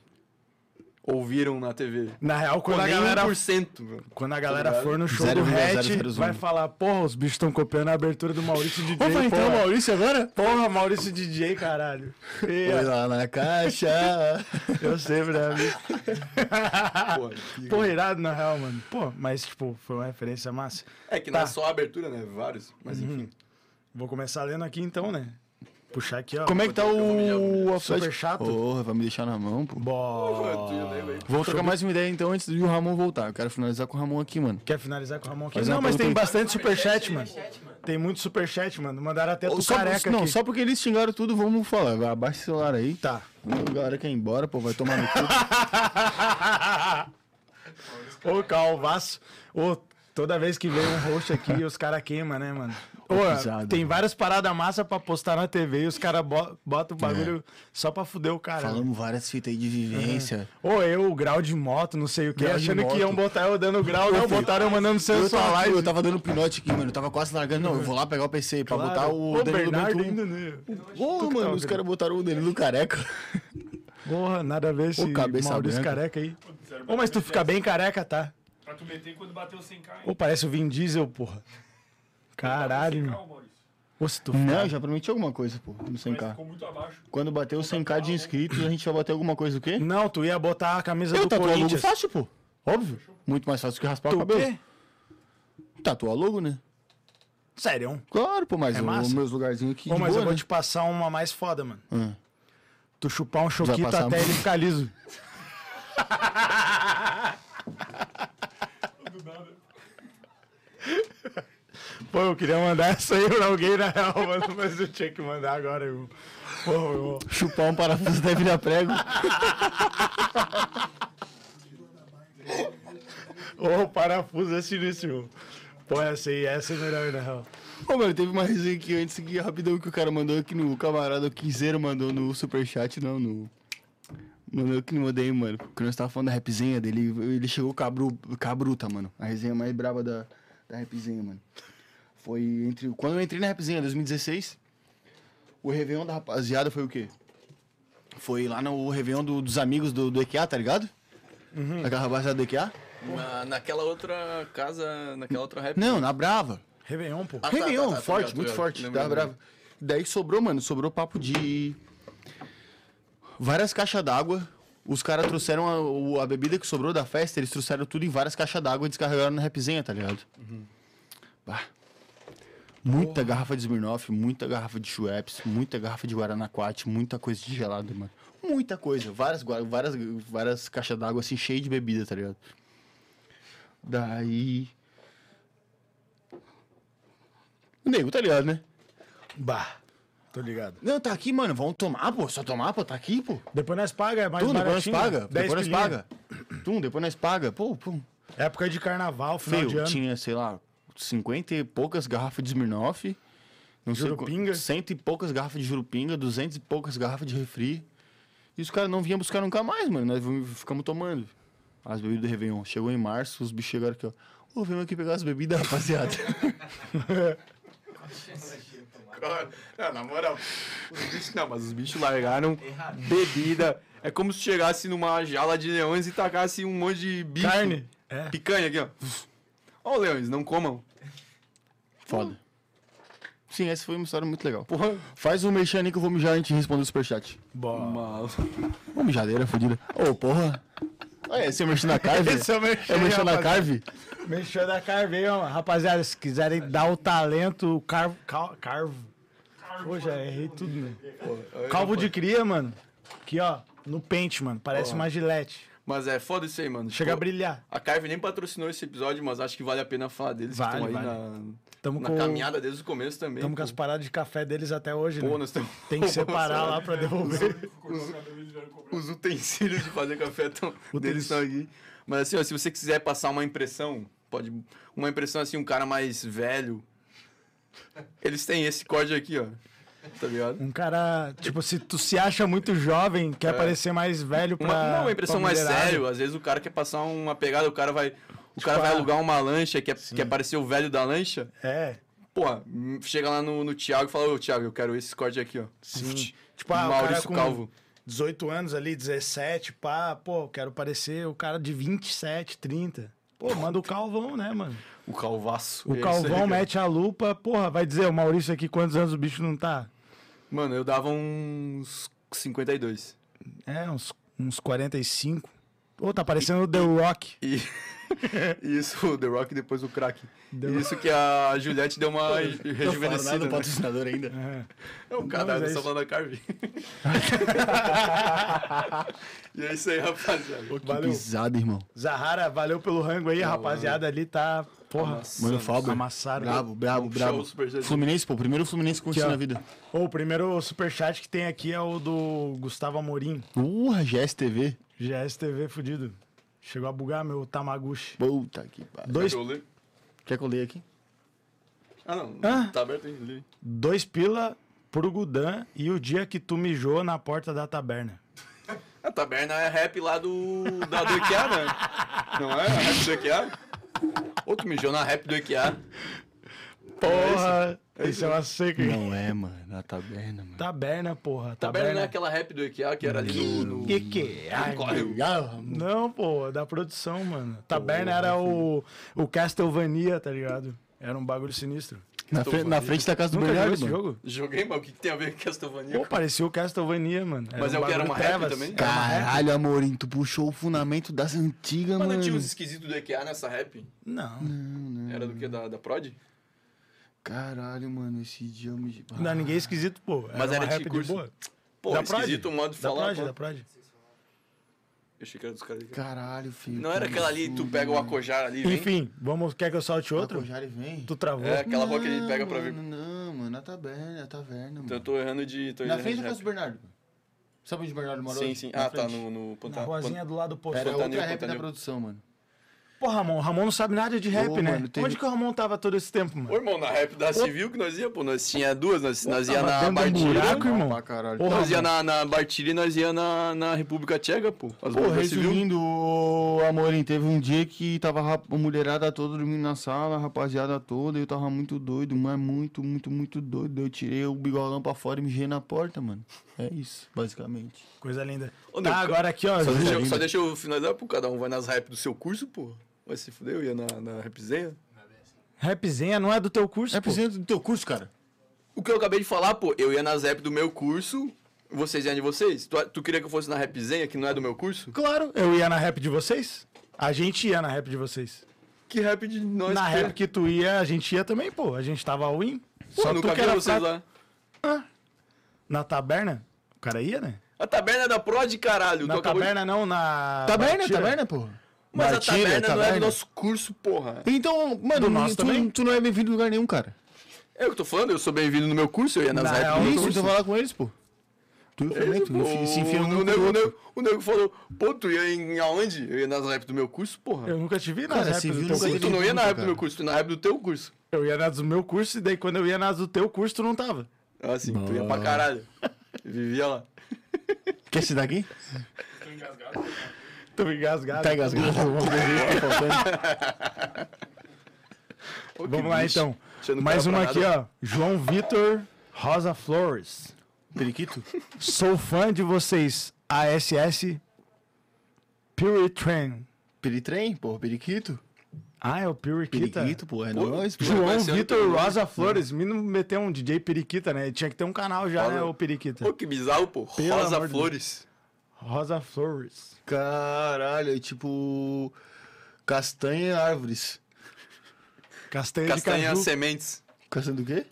Speaker 1: Ouviram na TV?
Speaker 2: Na real, quando
Speaker 1: Pô,
Speaker 2: a
Speaker 1: nem
Speaker 2: galera,
Speaker 1: 1%, velho.
Speaker 2: quando a galera
Speaker 1: Tá
Speaker 2: for no show do
Speaker 3: 0,001.
Speaker 2: Hatch, vai falar, porra, os bichos estão copiando a abertura do Maurício DJ,
Speaker 3: Opa,
Speaker 2: porra.
Speaker 3: então, Maurício, agora?
Speaker 2: Porra, Maurício DJ, caralho. E,
Speaker 3: Foi lá na caixa.
Speaker 2: eu sempre, né? amigo?
Speaker 1: Pô,
Speaker 2: Porra, irado, na real, mano. Pô, mas, tipo, foi uma referência massa.
Speaker 1: É que não
Speaker 2: Tá. Hum.
Speaker 1: é só a abertura, né? Vários. Mas enfim.
Speaker 2: Vou começar lendo aqui, então, né? Puxar aqui, ó.
Speaker 3: Como é que tá o
Speaker 2: Super
Speaker 3: Super
Speaker 2: chato?
Speaker 3: Porra, vai me deixar na mão, pô.
Speaker 2: Bó.
Speaker 1: Pô, tu lembra aí?
Speaker 3: Vamos trocar mais uma ideia então antes do Ramon voltar. Eu quero finalizar com o Ramon aqui, mano.
Speaker 2: Quer finalizar com o Ramon aqui?
Speaker 3: Fazer
Speaker 2: não,
Speaker 3: uma
Speaker 2: mas tem
Speaker 3: pergunta
Speaker 2: bastante superchat, mano. Tem muito superchat, mano. Mandaram até pro
Speaker 3: Só, um
Speaker 2: careca
Speaker 3: não,
Speaker 2: aqui.
Speaker 3: só porque eles xingaram tudo, vamos falar. Vai, Abaixa o celular aí. Tá. A galera quer ir embora, pô, vai tomar no cu.
Speaker 2: Ô, Calvaço. Ô, toda vez que vem um host aqui, os caras queimam, né, mano? Ô,
Speaker 3: pisado,
Speaker 2: tem
Speaker 3: mano.
Speaker 2: várias paradas massa pra postar na TV e os caras bo-
Speaker 3: É.
Speaker 2: botam o bagulho só pra fuder o cara. né?
Speaker 3: Falamos várias fitas aí de vivência.
Speaker 2: Ô, eu, grau de moto, não sei o quê,
Speaker 3: Grau de
Speaker 2: achando que
Speaker 3: moto.
Speaker 2: iam botar eu dando grau, não,
Speaker 3: filho.
Speaker 2: botaram eu mandando
Speaker 3: Eu,
Speaker 2: sensual
Speaker 3: tava,
Speaker 2: live.
Speaker 3: eu tava dando pinote aqui, mano. Eu tava quase largando. Não, eu vou lá pegar o PC pra botar o
Speaker 2: Ô,
Speaker 3: Danilo
Speaker 2: Bernardo
Speaker 3: Bento.
Speaker 2: ainda, né?
Speaker 3: Ô,
Speaker 2: tava
Speaker 3: mano, os
Speaker 2: querendo.
Speaker 3: caras botaram o Danilo careca.
Speaker 2: Porra, nada a ver esse
Speaker 3: cabeça
Speaker 2: Maurício
Speaker 3: branca.
Speaker 2: careca aí.
Speaker 6: Sério,
Speaker 2: Ô, mas tu fica bem careca, tá?
Speaker 6: Pra tu meter quando bateu 100k, hein?
Speaker 2: Ô, parece o Vin Diesel, porra. Caralho, meu.
Speaker 6: Calma, Maurício.
Speaker 2: Ô, Pô, se tu
Speaker 3: Não, eu já prometi alguma coisa, pô, no
Speaker 6: Mas
Speaker 3: 100k.
Speaker 6: ficou muito abaixo.
Speaker 3: Quando bater os 100k de inscritos, a gente vai bater alguma coisa do quê?
Speaker 2: Não, tu ia botar a camisa
Speaker 3: Eu
Speaker 2: do
Speaker 3: tatuar logo
Speaker 2: Corinthians.
Speaker 3: fácil, pô. Óbvio. Muito mais fácil que raspar
Speaker 2: Tu
Speaker 3: o
Speaker 2: o
Speaker 3: cabelo.
Speaker 2: quê?
Speaker 3: Tatuar logo, né?
Speaker 2: Sério?
Speaker 3: Claro, pô, mas
Speaker 2: É
Speaker 3: o- os
Speaker 2: massa.
Speaker 3: meus lugarzinhos aqui.
Speaker 2: Ô,
Speaker 3: de
Speaker 2: mas
Speaker 3: boa,
Speaker 2: eu vou
Speaker 3: né?
Speaker 2: te passar uma mais foda, mano.
Speaker 3: Hum.
Speaker 2: Tu chupar um choquito
Speaker 3: passar
Speaker 2: até
Speaker 3: a mão.
Speaker 2: ele ficar liso. Pô, eu queria mandar essa aí pra alguém na real, mano, mas eu tinha que mandar agora, irmão. Pô, irmão.
Speaker 3: Chupar um parafuso deve virar prego.
Speaker 2: Ô, o parafuso é sinistro, irmão. Pô, essa aí, essa é melhor, na real.
Speaker 3: Ô, mano, teve uma resenha aqui antes que rapidão que o cara mandou aqui no o camarada, o quinzeiro mandou no superchat, não, no. Mandou aqui no odeio, mano. Porque nós tava falando da rapzinha dele. Ele chegou cabru, cabruta, mano. A resenha mais braba da, da rapzinha, mano. Foi entre. Quando eu entrei na rapzinha, 2016, o Réveillon da rapaziada foi o quê? Foi lá no Réveillon do- dos amigos do, do EQA, tá ligado? Aquela rapaziada do EQA?
Speaker 1: Na- naquela outra casa, naquela outra rap.
Speaker 3: Não, na Brava.
Speaker 2: Réveillon, pô.
Speaker 1: Ah, tá,
Speaker 3: Réveillon,
Speaker 1: tá, tá,
Speaker 3: é um forte,
Speaker 1: tô ligado, tô
Speaker 3: muito
Speaker 1: ligado.
Speaker 3: forte.
Speaker 1: Lembrei,
Speaker 3: Tá
Speaker 1: lembrei.
Speaker 3: bravo. Daí sobrou, mano, sobrou papo de. Várias caixas d'água. Os caras trouxeram a, o- a bebida que sobrou da festa, eles trouxeram tudo em várias caixas d'água e descarregaram na rapzinha, tá ligado?
Speaker 1: Uhum.
Speaker 3: Bah. Muita garrafa de Smirnoff, muita garrafa de Schweppes, muita garrafa de Guaranaquate, muita coisa de gelado, mano. Muita coisa. Várias, gua- várias, várias caixas d'água, assim, cheio de bebida, tá ligado? Daí. O nego, tá ligado, né?
Speaker 2: Bah, tô ligado.
Speaker 3: Não, tá aqui, mano. Vamos tomar, pô. Só tomar, pô. Tá aqui, pô.
Speaker 2: Depois nós paga, é mais
Speaker 3: Tum, depois nós
Speaker 2: baratinho.
Speaker 3: paga.
Speaker 2: 10
Speaker 3: Depois nós
Speaker 2: pilinha.
Speaker 3: paga. Tum, depois nós paga. Pô, pô.
Speaker 2: Época de carnaval, final de
Speaker 3: Feio.
Speaker 2: ano.
Speaker 3: Tinha, sei lá, 50 e poucas garrafas de Smirnoff. Não sei.
Speaker 2: Jurupinga.
Speaker 3: qu- Cento e poucas garrafas de Jurupinga. Duzentos e poucas garrafas de refri. E os caras não vinham buscar nunca mais, mano. Nós vim- ficamos tomando. As bebidas do Réveillon. Chegou em março, os bichos chegaram aqui, ó. Ô, vem aqui pegar as bebidas, rapaziada.
Speaker 1: Ah, na moral, os bichos, não, mas os bichos largaram bebida. É como se chegasse numa jala de leões e tacasse um monte de bicho.
Speaker 2: Carne. É.
Speaker 1: Picanha aqui, ó. Ó, leões, não comam.
Speaker 3: Foda. Sim, essa foi uma história muito legal.
Speaker 1: Porra,
Speaker 3: Faz um mexer ali que eu vou mijar antes de responder o superchat.
Speaker 2: Bom.
Speaker 1: mal.
Speaker 3: Ô, mijadeira fodida. Ô, porra. Olha, esse é o merchan da Carve?
Speaker 2: Esse é o merchan,
Speaker 3: É o merchan da
Speaker 2: rapaziada.
Speaker 3: Carve?
Speaker 2: Mexeu da Carve, ó. Rapaziada, se quiserem dar o talento, o carvo. cal- Carvo. Pô, já errei tudo, né? Calvo de cria, mano. Aqui, ó. No pente, mano. Parece uma gilete.
Speaker 1: Mas é foda isso aí, mano.
Speaker 2: Chega a
Speaker 1: Tipo,
Speaker 2: brilhar.
Speaker 1: A Carve nem patrocinou esse episódio, mas acho que vale a pena falar deles
Speaker 2: Vale,
Speaker 1: que estão aí
Speaker 2: vale.
Speaker 1: na,
Speaker 2: Tamo
Speaker 1: na
Speaker 2: com,
Speaker 1: caminhada desde o começo também.
Speaker 2: tamo com
Speaker 1: pô.
Speaker 2: as paradas de café deles até hoje,
Speaker 1: Pô, é
Speaker 2: né?
Speaker 1: nós tamo-
Speaker 2: Tem que separar lá pra devolver.
Speaker 1: Os utensílios de fazer café tão,
Speaker 2: Utens-
Speaker 1: deles estão aqui. Mas assim, ó, se você quiser passar uma impressão, pode. Uma impressão assim, um cara mais velho. Eles têm esse código aqui, ó. Tá ligado?
Speaker 2: Um cara, tipo, se tu se acha muito jovem, quer parecer mais velho pra.
Speaker 1: É. Uma, é uma- uma impressão
Speaker 2: pra né?
Speaker 1: mais
Speaker 2: mulherada.
Speaker 1: séria. Às vezes o cara quer passar uma pegada, o cara vai. O cara vai
Speaker 2: ah,
Speaker 1: alugar uma lancha, quer, quer parecer o velho da lancha.
Speaker 2: É.
Speaker 1: Porra, hum, chega lá no, no Thiago e fala, ô Thiago, eu quero esse corte aqui, ó.
Speaker 2: Sim. Tipo, ah, o cara
Speaker 1: Maurício
Speaker 2: com
Speaker 1: Calvo.
Speaker 2: 18 anos ali, 17, pá, pô, quero parecer o cara de 27, 30. Pô, manda o Calvão, né, mano?
Speaker 1: O Calvaço.
Speaker 2: O
Speaker 1: É isso aí,
Speaker 2: Calvão
Speaker 1: cara.
Speaker 2: mete a lupa, porra, vai dizer, o Maurício aqui, quantos anos o bicho não tá?
Speaker 1: Mano, eu dava uns 52.
Speaker 2: É, uns, uns 45. Pô, tá parecendo o The Rock.
Speaker 1: E isso, o The Rock e depois o crack.
Speaker 2: The
Speaker 1: E Isso que a Juliette deu uma rejuvenescida.
Speaker 3: Não
Speaker 1: Né?
Speaker 3: patrocinador ainda.
Speaker 2: É.
Speaker 1: Não, cara,
Speaker 2: Não, mas é
Speaker 1: eu só
Speaker 2: isso.
Speaker 1: falando da Carvi. e é isso aí, rapaziada.
Speaker 3: Que pisada, irmão.
Speaker 2: Zahara, valeu pelo rango aí, rapaziada. Ali tá, porra,
Speaker 3: Mano, Fábio.
Speaker 2: amassaram.
Speaker 3: Bravo, bravo,
Speaker 1: Puxar
Speaker 3: bravo.
Speaker 1: o superchat.
Speaker 3: Fluminense, pô. Primeiro Fluminense que aconteceu
Speaker 2: ó.
Speaker 3: na vida.
Speaker 2: Ô, o primeiro superchat que tem aqui é o do Gustavo Amorim,
Speaker 3: Porra, GSTV.
Speaker 2: GSTV fudido. Chegou a bugar meu Tamaguchi.
Speaker 3: Puta que pariu.
Speaker 2: Dois
Speaker 1: Deixa eu ler.
Speaker 3: Quer que eu leia aqui?
Speaker 1: Ah, não.
Speaker 2: Hã?
Speaker 1: Tá aberto aí. lê.
Speaker 2: Dois pila pro Gudan e o dia que tu mijou na porta da taberna.
Speaker 1: A taberna é rap lá do. da do IKEA, né? Não é? A rap do IKEA? Outro mijou na rap do IKEA.
Speaker 2: Porra! Isso é uma seca.
Speaker 3: Não é, mano. Na taberna, mano.
Speaker 2: Taberna, porra.
Speaker 1: Taberna não
Speaker 2: Taberna.
Speaker 1: é aquela rap do IKEA que era ali no. no...
Speaker 2: Que que é?
Speaker 1: no córrego.
Speaker 3: Ah,
Speaker 2: Não, pô, da produção, mano. Taberna era o, o Castlevania, tá ligado? Era um bagulho sinistro.
Speaker 3: Na, fre- na frente da casa do
Speaker 2: Nunca jogou
Speaker 3: Bernardo,
Speaker 2: esse
Speaker 3: mano.
Speaker 2: jogo?
Speaker 1: Joguei, mas o que, que tem a ver com Castlevania?
Speaker 2: Pô, parecia o Castlevania, mano. um
Speaker 1: Mas é o que era
Speaker 2: bagulho
Speaker 1: uma rap
Speaker 2: trevas.
Speaker 1: também? Ah, é?
Speaker 2: Era uma rap.
Speaker 3: Caralho, Amorim, tu puxou o fundamento das antigas,
Speaker 1: Mas
Speaker 3: mano.
Speaker 1: não tinha uns esquisitos do EQA nessa rap?
Speaker 2: Não.
Speaker 1: Era do que? Da, da Prod?
Speaker 3: Caralho, mano, esse Ah, dia eu me...
Speaker 2: Não, ninguém é esquisito, pô.
Speaker 1: Mas
Speaker 2: uma
Speaker 1: era de
Speaker 2: rap
Speaker 1: curso.
Speaker 2: boa.
Speaker 1: Pô, é
Speaker 2: Da Prod?
Speaker 1: esquisito o modo de
Speaker 2: Da
Speaker 1: falar.
Speaker 2: Prod,
Speaker 1: pô.
Speaker 2: da Prod.
Speaker 1: Eu achei que era dos caras.
Speaker 3: Caralho, filho.
Speaker 1: Não era aquela ali, tu pega o Acojar ali, vem?
Speaker 2: Enfim, vamos, quer que eu salte outro?
Speaker 3: Outro? Já ele vem.
Speaker 2: Tu travou.
Speaker 1: Tá É aquela boa que ele
Speaker 3: Não,
Speaker 1: pega pra ver.
Speaker 3: mano, Não, mano, na taverna, na taverna,
Speaker 1: Então eu
Speaker 3: mano.
Speaker 1: tô errando de. Tô
Speaker 3: Na
Speaker 1: errando
Speaker 3: frente
Speaker 1: de
Speaker 3: da casa do
Speaker 1: rap.
Speaker 3: Bernardo. Sabe onde o Bernardo morou?
Speaker 1: Sim, sim.
Speaker 3: Na
Speaker 1: Ah, tá,
Speaker 3: frente.
Speaker 1: no. no Ponta-
Speaker 2: Na ruazinha do lado do posto.
Speaker 3: Era
Speaker 1: Pantanil,
Speaker 3: outra rap da
Speaker 1: Pantanil.
Speaker 3: produção, mano.
Speaker 2: Pô, Ramon, o Ramon não sabe nada de rap,
Speaker 3: Ô,
Speaker 2: né?
Speaker 3: mano, teve-
Speaker 2: Onde que o Ramon tava todo esse tempo,
Speaker 1: Ô,
Speaker 2: mano?
Speaker 1: irmão, na rap da Civil que nós ia, pô. Nós tinha duas, nós, nós ia
Speaker 2: tava
Speaker 1: na
Speaker 2: dentro de um buraco,
Speaker 1: Bartilha.
Speaker 2: irmão.
Speaker 3: Pra caralho.
Speaker 2: Ô,
Speaker 1: Nós ia
Speaker 2: Ramon.
Speaker 1: na, na Bartilha e nós ia na, na República Tcheca, pô. As
Speaker 3: Pô,
Speaker 1: bandas da Civil.
Speaker 3: resumindo, ô, Amorim, teve um dia que tava rap- a mulherada toda dormindo na sala, a rapaziada toda, eu tava muito doido, mas muito, muito, muito doido. Eu tirei o bigodão pra fora e mijei na porta, mano. É isso, basicamente.
Speaker 2: Coisa linda.
Speaker 1: Ô,
Speaker 2: Tá,
Speaker 1: Deus,
Speaker 2: agora aqui, ó.
Speaker 1: Só
Speaker 2: Ju-
Speaker 1: deixa, eu-
Speaker 3: ainda.
Speaker 1: só deixa eu finalizar, pô. Cada um vai nas rap do seu curso, pô. Vai se fuder, eu ia na, na rapzinha.
Speaker 2: Rapzinha não é do teu curso,
Speaker 3: É
Speaker 2: pô.
Speaker 3: presente do teu curso, cara.
Speaker 1: O que eu acabei de falar, pô, eu ia nas rap do meu curso, vocês iam de vocês. Tu, tu queria que eu fosse na rapzinha, que não é do meu curso?
Speaker 2: Claro, eu ia na rap de vocês. A gente ia na rap de vocês.
Speaker 1: Que rap de nós
Speaker 2: na
Speaker 1: que-
Speaker 2: rap que tu ia, a gente ia também, pô. A gente tava all in.
Speaker 1: Pô,
Speaker 2: Só tu
Speaker 1: nunca
Speaker 2: que
Speaker 1: vi
Speaker 2: era
Speaker 1: vocês
Speaker 2: fraco. Ah,
Speaker 1: lá.
Speaker 2: Na taberna? O cara ia, né?
Speaker 1: A taberna é da Prod, caralho.
Speaker 2: Na
Speaker 1: tu acabou de-
Speaker 2: taberna não, na.
Speaker 3: Taberna,
Speaker 2: Batira.
Speaker 3: taberna, porra.
Speaker 1: Mas
Speaker 3: Batira,
Speaker 1: a taberna, não é do
Speaker 3: taberna.
Speaker 1: nosso curso, porra.
Speaker 3: Então, mano,
Speaker 2: Do nosso também?
Speaker 3: tu, tu não é bem-vindo em lugar nenhum, cara.
Speaker 1: É o que eu tô falando, eu sou bem-vindo no meu curso, eu ia nas
Speaker 2: Na
Speaker 1: rap
Speaker 2: real,
Speaker 1: do
Speaker 3: É
Speaker 1: meu
Speaker 3: isso,
Speaker 1: curso.
Speaker 3: então vai lá com eles, pô. Tu é também, tu enfi- se enfia
Speaker 1: o, o,
Speaker 3: um no
Speaker 1: nego, o,
Speaker 3: outro.
Speaker 1: nego, o nego falou, pô, tu ia em aonde? Eu ia nas rap do meu curso, porra.
Speaker 2: Eu nunca te vi nas
Speaker 3: Cara,
Speaker 2: raps
Speaker 3: se viu,
Speaker 2: do
Speaker 3: não
Speaker 2: teu
Speaker 3: sei.
Speaker 1: Sim,
Speaker 2: curso.
Speaker 1: tu não ia na
Speaker 3: nunca,
Speaker 1: rap do meu
Speaker 3: cara.
Speaker 1: curso, tu ia na rap do teu curso.
Speaker 2: Eu ia nas do meu curso e daí quando eu ia nas do teu curso, tu não tava.
Speaker 1: Assim, tu ia pra caralho. Vivia lá.
Speaker 3: Quer esse daqui?
Speaker 6: Estou engasgado.
Speaker 2: Tô engasgado.
Speaker 3: Tá engasgado.
Speaker 1: Pô, que
Speaker 2: Vamos lá
Speaker 1: bicho.
Speaker 2: então.
Speaker 1: Você não
Speaker 2: Mais
Speaker 1: quebra
Speaker 2: uma
Speaker 1: nada.
Speaker 2: aqui, ó. João Vitor Rosa Flores.
Speaker 3: Periquito?
Speaker 2: Sou fã de vocês. ASS Pure Train.
Speaker 3: Peritrem, porra, periquito.
Speaker 2: Ah, é o Puriquita.
Speaker 3: Periquito, porra, é
Speaker 1: Pô,
Speaker 3: nóis, pô.
Speaker 2: João
Speaker 1: Vai ser
Speaker 2: Vitor
Speaker 1: outro nome.
Speaker 2: Rosa Flores. Menino meteu um DJ Periquita, né? Tinha que ter um canal já,
Speaker 1: Fala.
Speaker 2: né? O Periquita.
Speaker 1: Pô, que bizarro, pô.
Speaker 2: Pelo amor
Speaker 1: Rosa
Speaker 2: de
Speaker 1: Flores.
Speaker 2: Rosa Flores.
Speaker 3: Caralho, é tipo. Castanha e árvores.
Speaker 2: Castanha, de
Speaker 1: Castanha
Speaker 2: caju.
Speaker 1: Sementes.
Speaker 3: Castanha do quê?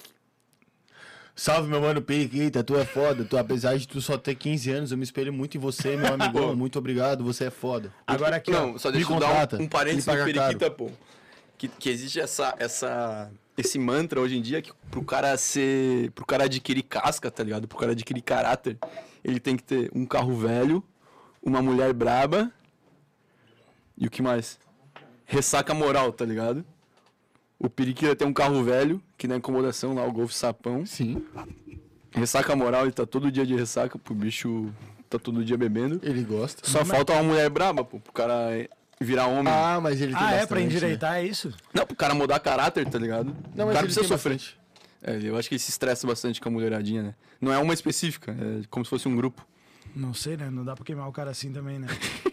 Speaker 3: Salve, meu mano Periquita, tu é foda. Tu, apesar de tu só ter 15 anos, eu me espelho muito em você, meu amigão. Muito obrigado, você é foda.
Speaker 2: Agora aqui, ó.
Speaker 1: Não, só deixa
Speaker 3: me
Speaker 1: eu dar
Speaker 3: contrata,
Speaker 1: um, um parênteses
Speaker 3: me
Speaker 1: do
Speaker 3: paga
Speaker 1: Periquita, pô. Que, que existe essa, essa, esse mantra hoje em dia que pro cara ser. pro cara adquirir casca, tá ligado? Pro cara adquirir caráter, ele tem que ter um carro velho, uma mulher braba. E o que mais? Ressaca moral, tá ligado? O Periquita tem um carro velho, que na incomodação lá, o Golf Sapão.
Speaker 3: Sim.
Speaker 1: Ressaca moral, ele tá todo dia de ressaca, pro bicho tá todo dia bebendo.
Speaker 3: Ele gosta.
Speaker 1: Só falta uma mulher braba, pô, pro cara virar homem.
Speaker 3: Ah, mas ele tem
Speaker 2: Ah, é?
Speaker 3: bastante,
Speaker 2: Pra
Speaker 3: né?
Speaker 2: endireitar, é isso?
Speaker 1: Não, pro cara mudar caráter, tá ligado?
Speaker 3: Não,
Speaker 1: o
Speaker 3: mas
Speaker 1: cara
Speaker 3: ele
Speaker 1: precisa
Speaker 3: tem
Speaker 1: sofrer. É, eu acho que ele se estressa bastante com a mulheradinha, né? Não é uma específica, é como se fosse um grupo.
Speaker 2: Não sei, né? Não dá pra queimar o cara assim também, né?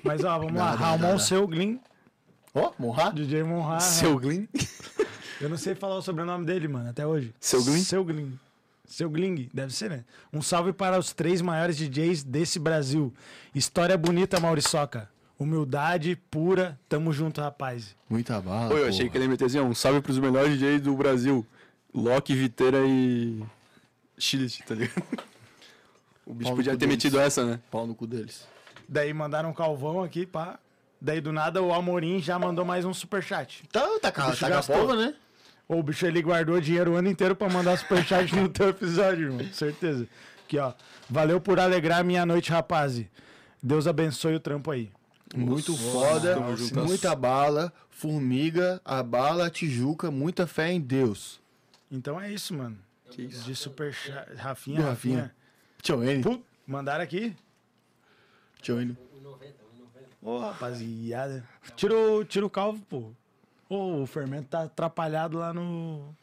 Speaker 2: Mas ó, vamos lá.
Speaker 3: Dá, dá,
Speaker 2: Ramon
Speaker 3: dá.
Speaker 2: Seu Glin,
Speaker 3: Ó, morrar?
Speaker 2: DJ
Speaker 3: Ah, é.
Speaker 2: Monra.
Speaker 1: Glin?
Speaker 2: Eu não sei falar o sobrenome dele, mano, até hoje.
Speaker 1: Seu Glin?
Speaker 2: Seu Glin. Seu Gling, deve ser, né? Um salve para os três maiores DJs desse Brasil. História bonita, Mauriçoca. Humildade pura, tamo junto, rapaz.
Speaker 3: Muita bala.
Speaker 1: Pô, eu achei
Speaker 3: porra.
Speaker 1: que ele ia meter assim, ó, um salve pros melhores DJs do Brasil. Loki, Viteira e... Chile, tá ligado? O bicho
Speaker 3: Paulo
Speaker 1: podia ter
Speaker 3: Cudê.
Speaker 1: metido essa, né?
Speaker 3: Pau no cu deles.
Speaker 2: Daí mandaram um calvão aqui, pá. Daí do nada o Amorim já mandou mais um superchat.
Speaker 3: Tá, tá,
Speaker 2: O
Speaker 3: tá,
Speaker 2: bicho
Speaker 3: tá com a
Speaker 2: gastou.
Speaker 3: pólvora, né?
Speaker 2: Ô, O bicho ele guardou o dinheiro o ano inteiro pra mandar superchat no teu episódio, irmão. Certeza. Aqui, ó. Valeu por alegrar a minha noite, rapaz. Deus abençoe o trampo aí.
Speaker 3: Muito foda, muita bala, formiga, a bala, tijuca, muita fé em Deus.
Speaker 2: Então é isso, mano. De superchat. Rafinha,
Speaker 3: Do
Speaker 2: Rafinha.
Speaker 3: Rafinha. Tchau, N.
Speaker 2: Pum, mandaram aqui.
Speaker 3: Tchau, N.
Speaker 2: Ô, rapaziada. Tira o, tira o calvo, pô. Ô, o fermento tá atrapalhado lá no.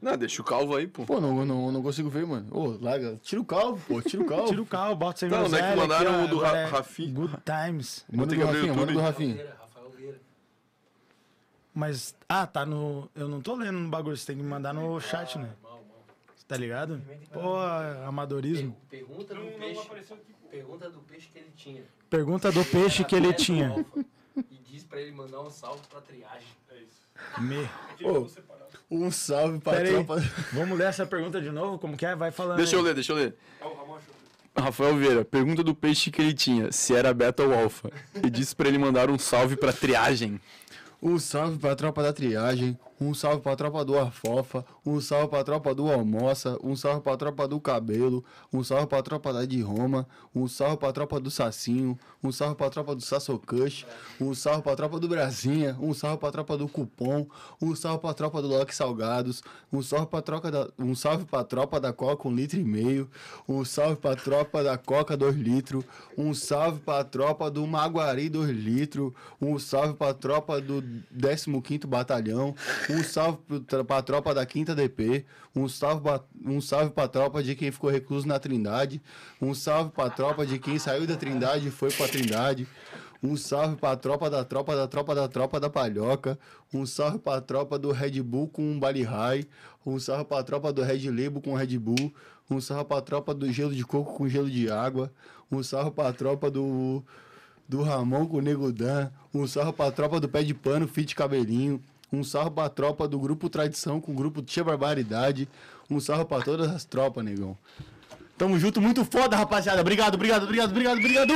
Speaker 1: Não, deixa o calvo aí, pô.
Speaker 3: Pô, não, não, não consigo ver, mano. Ô, larga. Tira o calvo, pô. Tira o calvo.
Speaker 2: Tira o calvo, bota sem
Speaker 1: Não, não é que
Speaker 2: groselha aqui,
Speaker 1: mandaram
Speaker 2: ó,
Speaker 1: o do
Speaker 2: agora é
Speaker 1: Ra- Rafi-
Speaker 2: Good times.
Speaker 1: Vou
Speaker 3: Manda
Speaker 1: ter
Speaker 3: do
Speaker 1: que abrir o
Speaker 3: Rafinha, manda do
Speaker 1: YouTube.
Speaker 3: Rafinha.
Speaker 8: Rafael Vieira.
Speaker 2: Mas, ah, tá no. Eu não tô lendo no bagulho, você tem que me mandar no chat, né? Tá ligado? Pô, amadorismo.
Speaker 8: Pergunta do peixe. Pergunta do peixe que ele tinha.
Speaker 2: Pergunta do peixe
Speaker 8: Era
Speaker 2: que ele
Speaker 8: atleta
Speaker 2: tinha.
Speaker 8: do Alfa. E diz pra ele mandar um salve pra triagem.
Speaker 2: Me...
Speaker 3: Um salve pra
Speaker 2: Pera aí.
Speaker 3: tropa.
Speaker 2: Vamos ler essa pergunta de novo? Como que é? Vai falando.
Speaker 1: Deixa
Speaker 2: aí.
Speaker 1: eu ler, deixa eu ler. Rafael Vieira, pergunta do peixe que ele tinha, se era beta ou alfa. E disse pra ele mandar um salve pra triagem.
Speaker 3: Um salve pra tropa da triagem. Um salve pra tropa do Arfofa. Um salve pra tropa do Almoça. Um salve pra tropa do Cabelo. Um salve pra tropa da de Roma. Um salve pra tropa do Sacinho. Um salve pra tropa do Sassocush. Um salve pra tropa do Brasinha. Um salve pra tropa do Cupom. Um salve pra tropa do Loki Salgados. Um salve pra, troca da... um salve pra tropa da Coca, um litro e meio. Um salve pra tropa da Coca, dois litros. Um salve pra tropa do Maguari, dois litros. Um salve pra tropa do 15º Batalhão. Um salve pro tra- pra tropa da 5 DP. Um salve, ba- um salve pra tropa de quem ficou recluso na Trindade. Um salve pra tropa de quem saiu da Trindade e foi pra Trindade. Um salve pra tropa da tropa da tropa da tropa da palhoca. Um salve pra tropa do Red Bull com um Bali High. Um salve pra tropa do Red Label com Red Bull. Um salve pra tropa do gelo de coco com gelo de água. Um salve pra tropa do, do Ramon com o Nego Dan. Um salve pra tropa do Pé de Pano, Fit Cabelinho. Um salve pra tropa do Grupo Tradição com o Grupo Tia Barbaridade. Um salve pra todas as tropas, negão. Tamo junto, muito foda, rapaziada. Obrigado, obrigado, obrigado, obrigado, obrigado.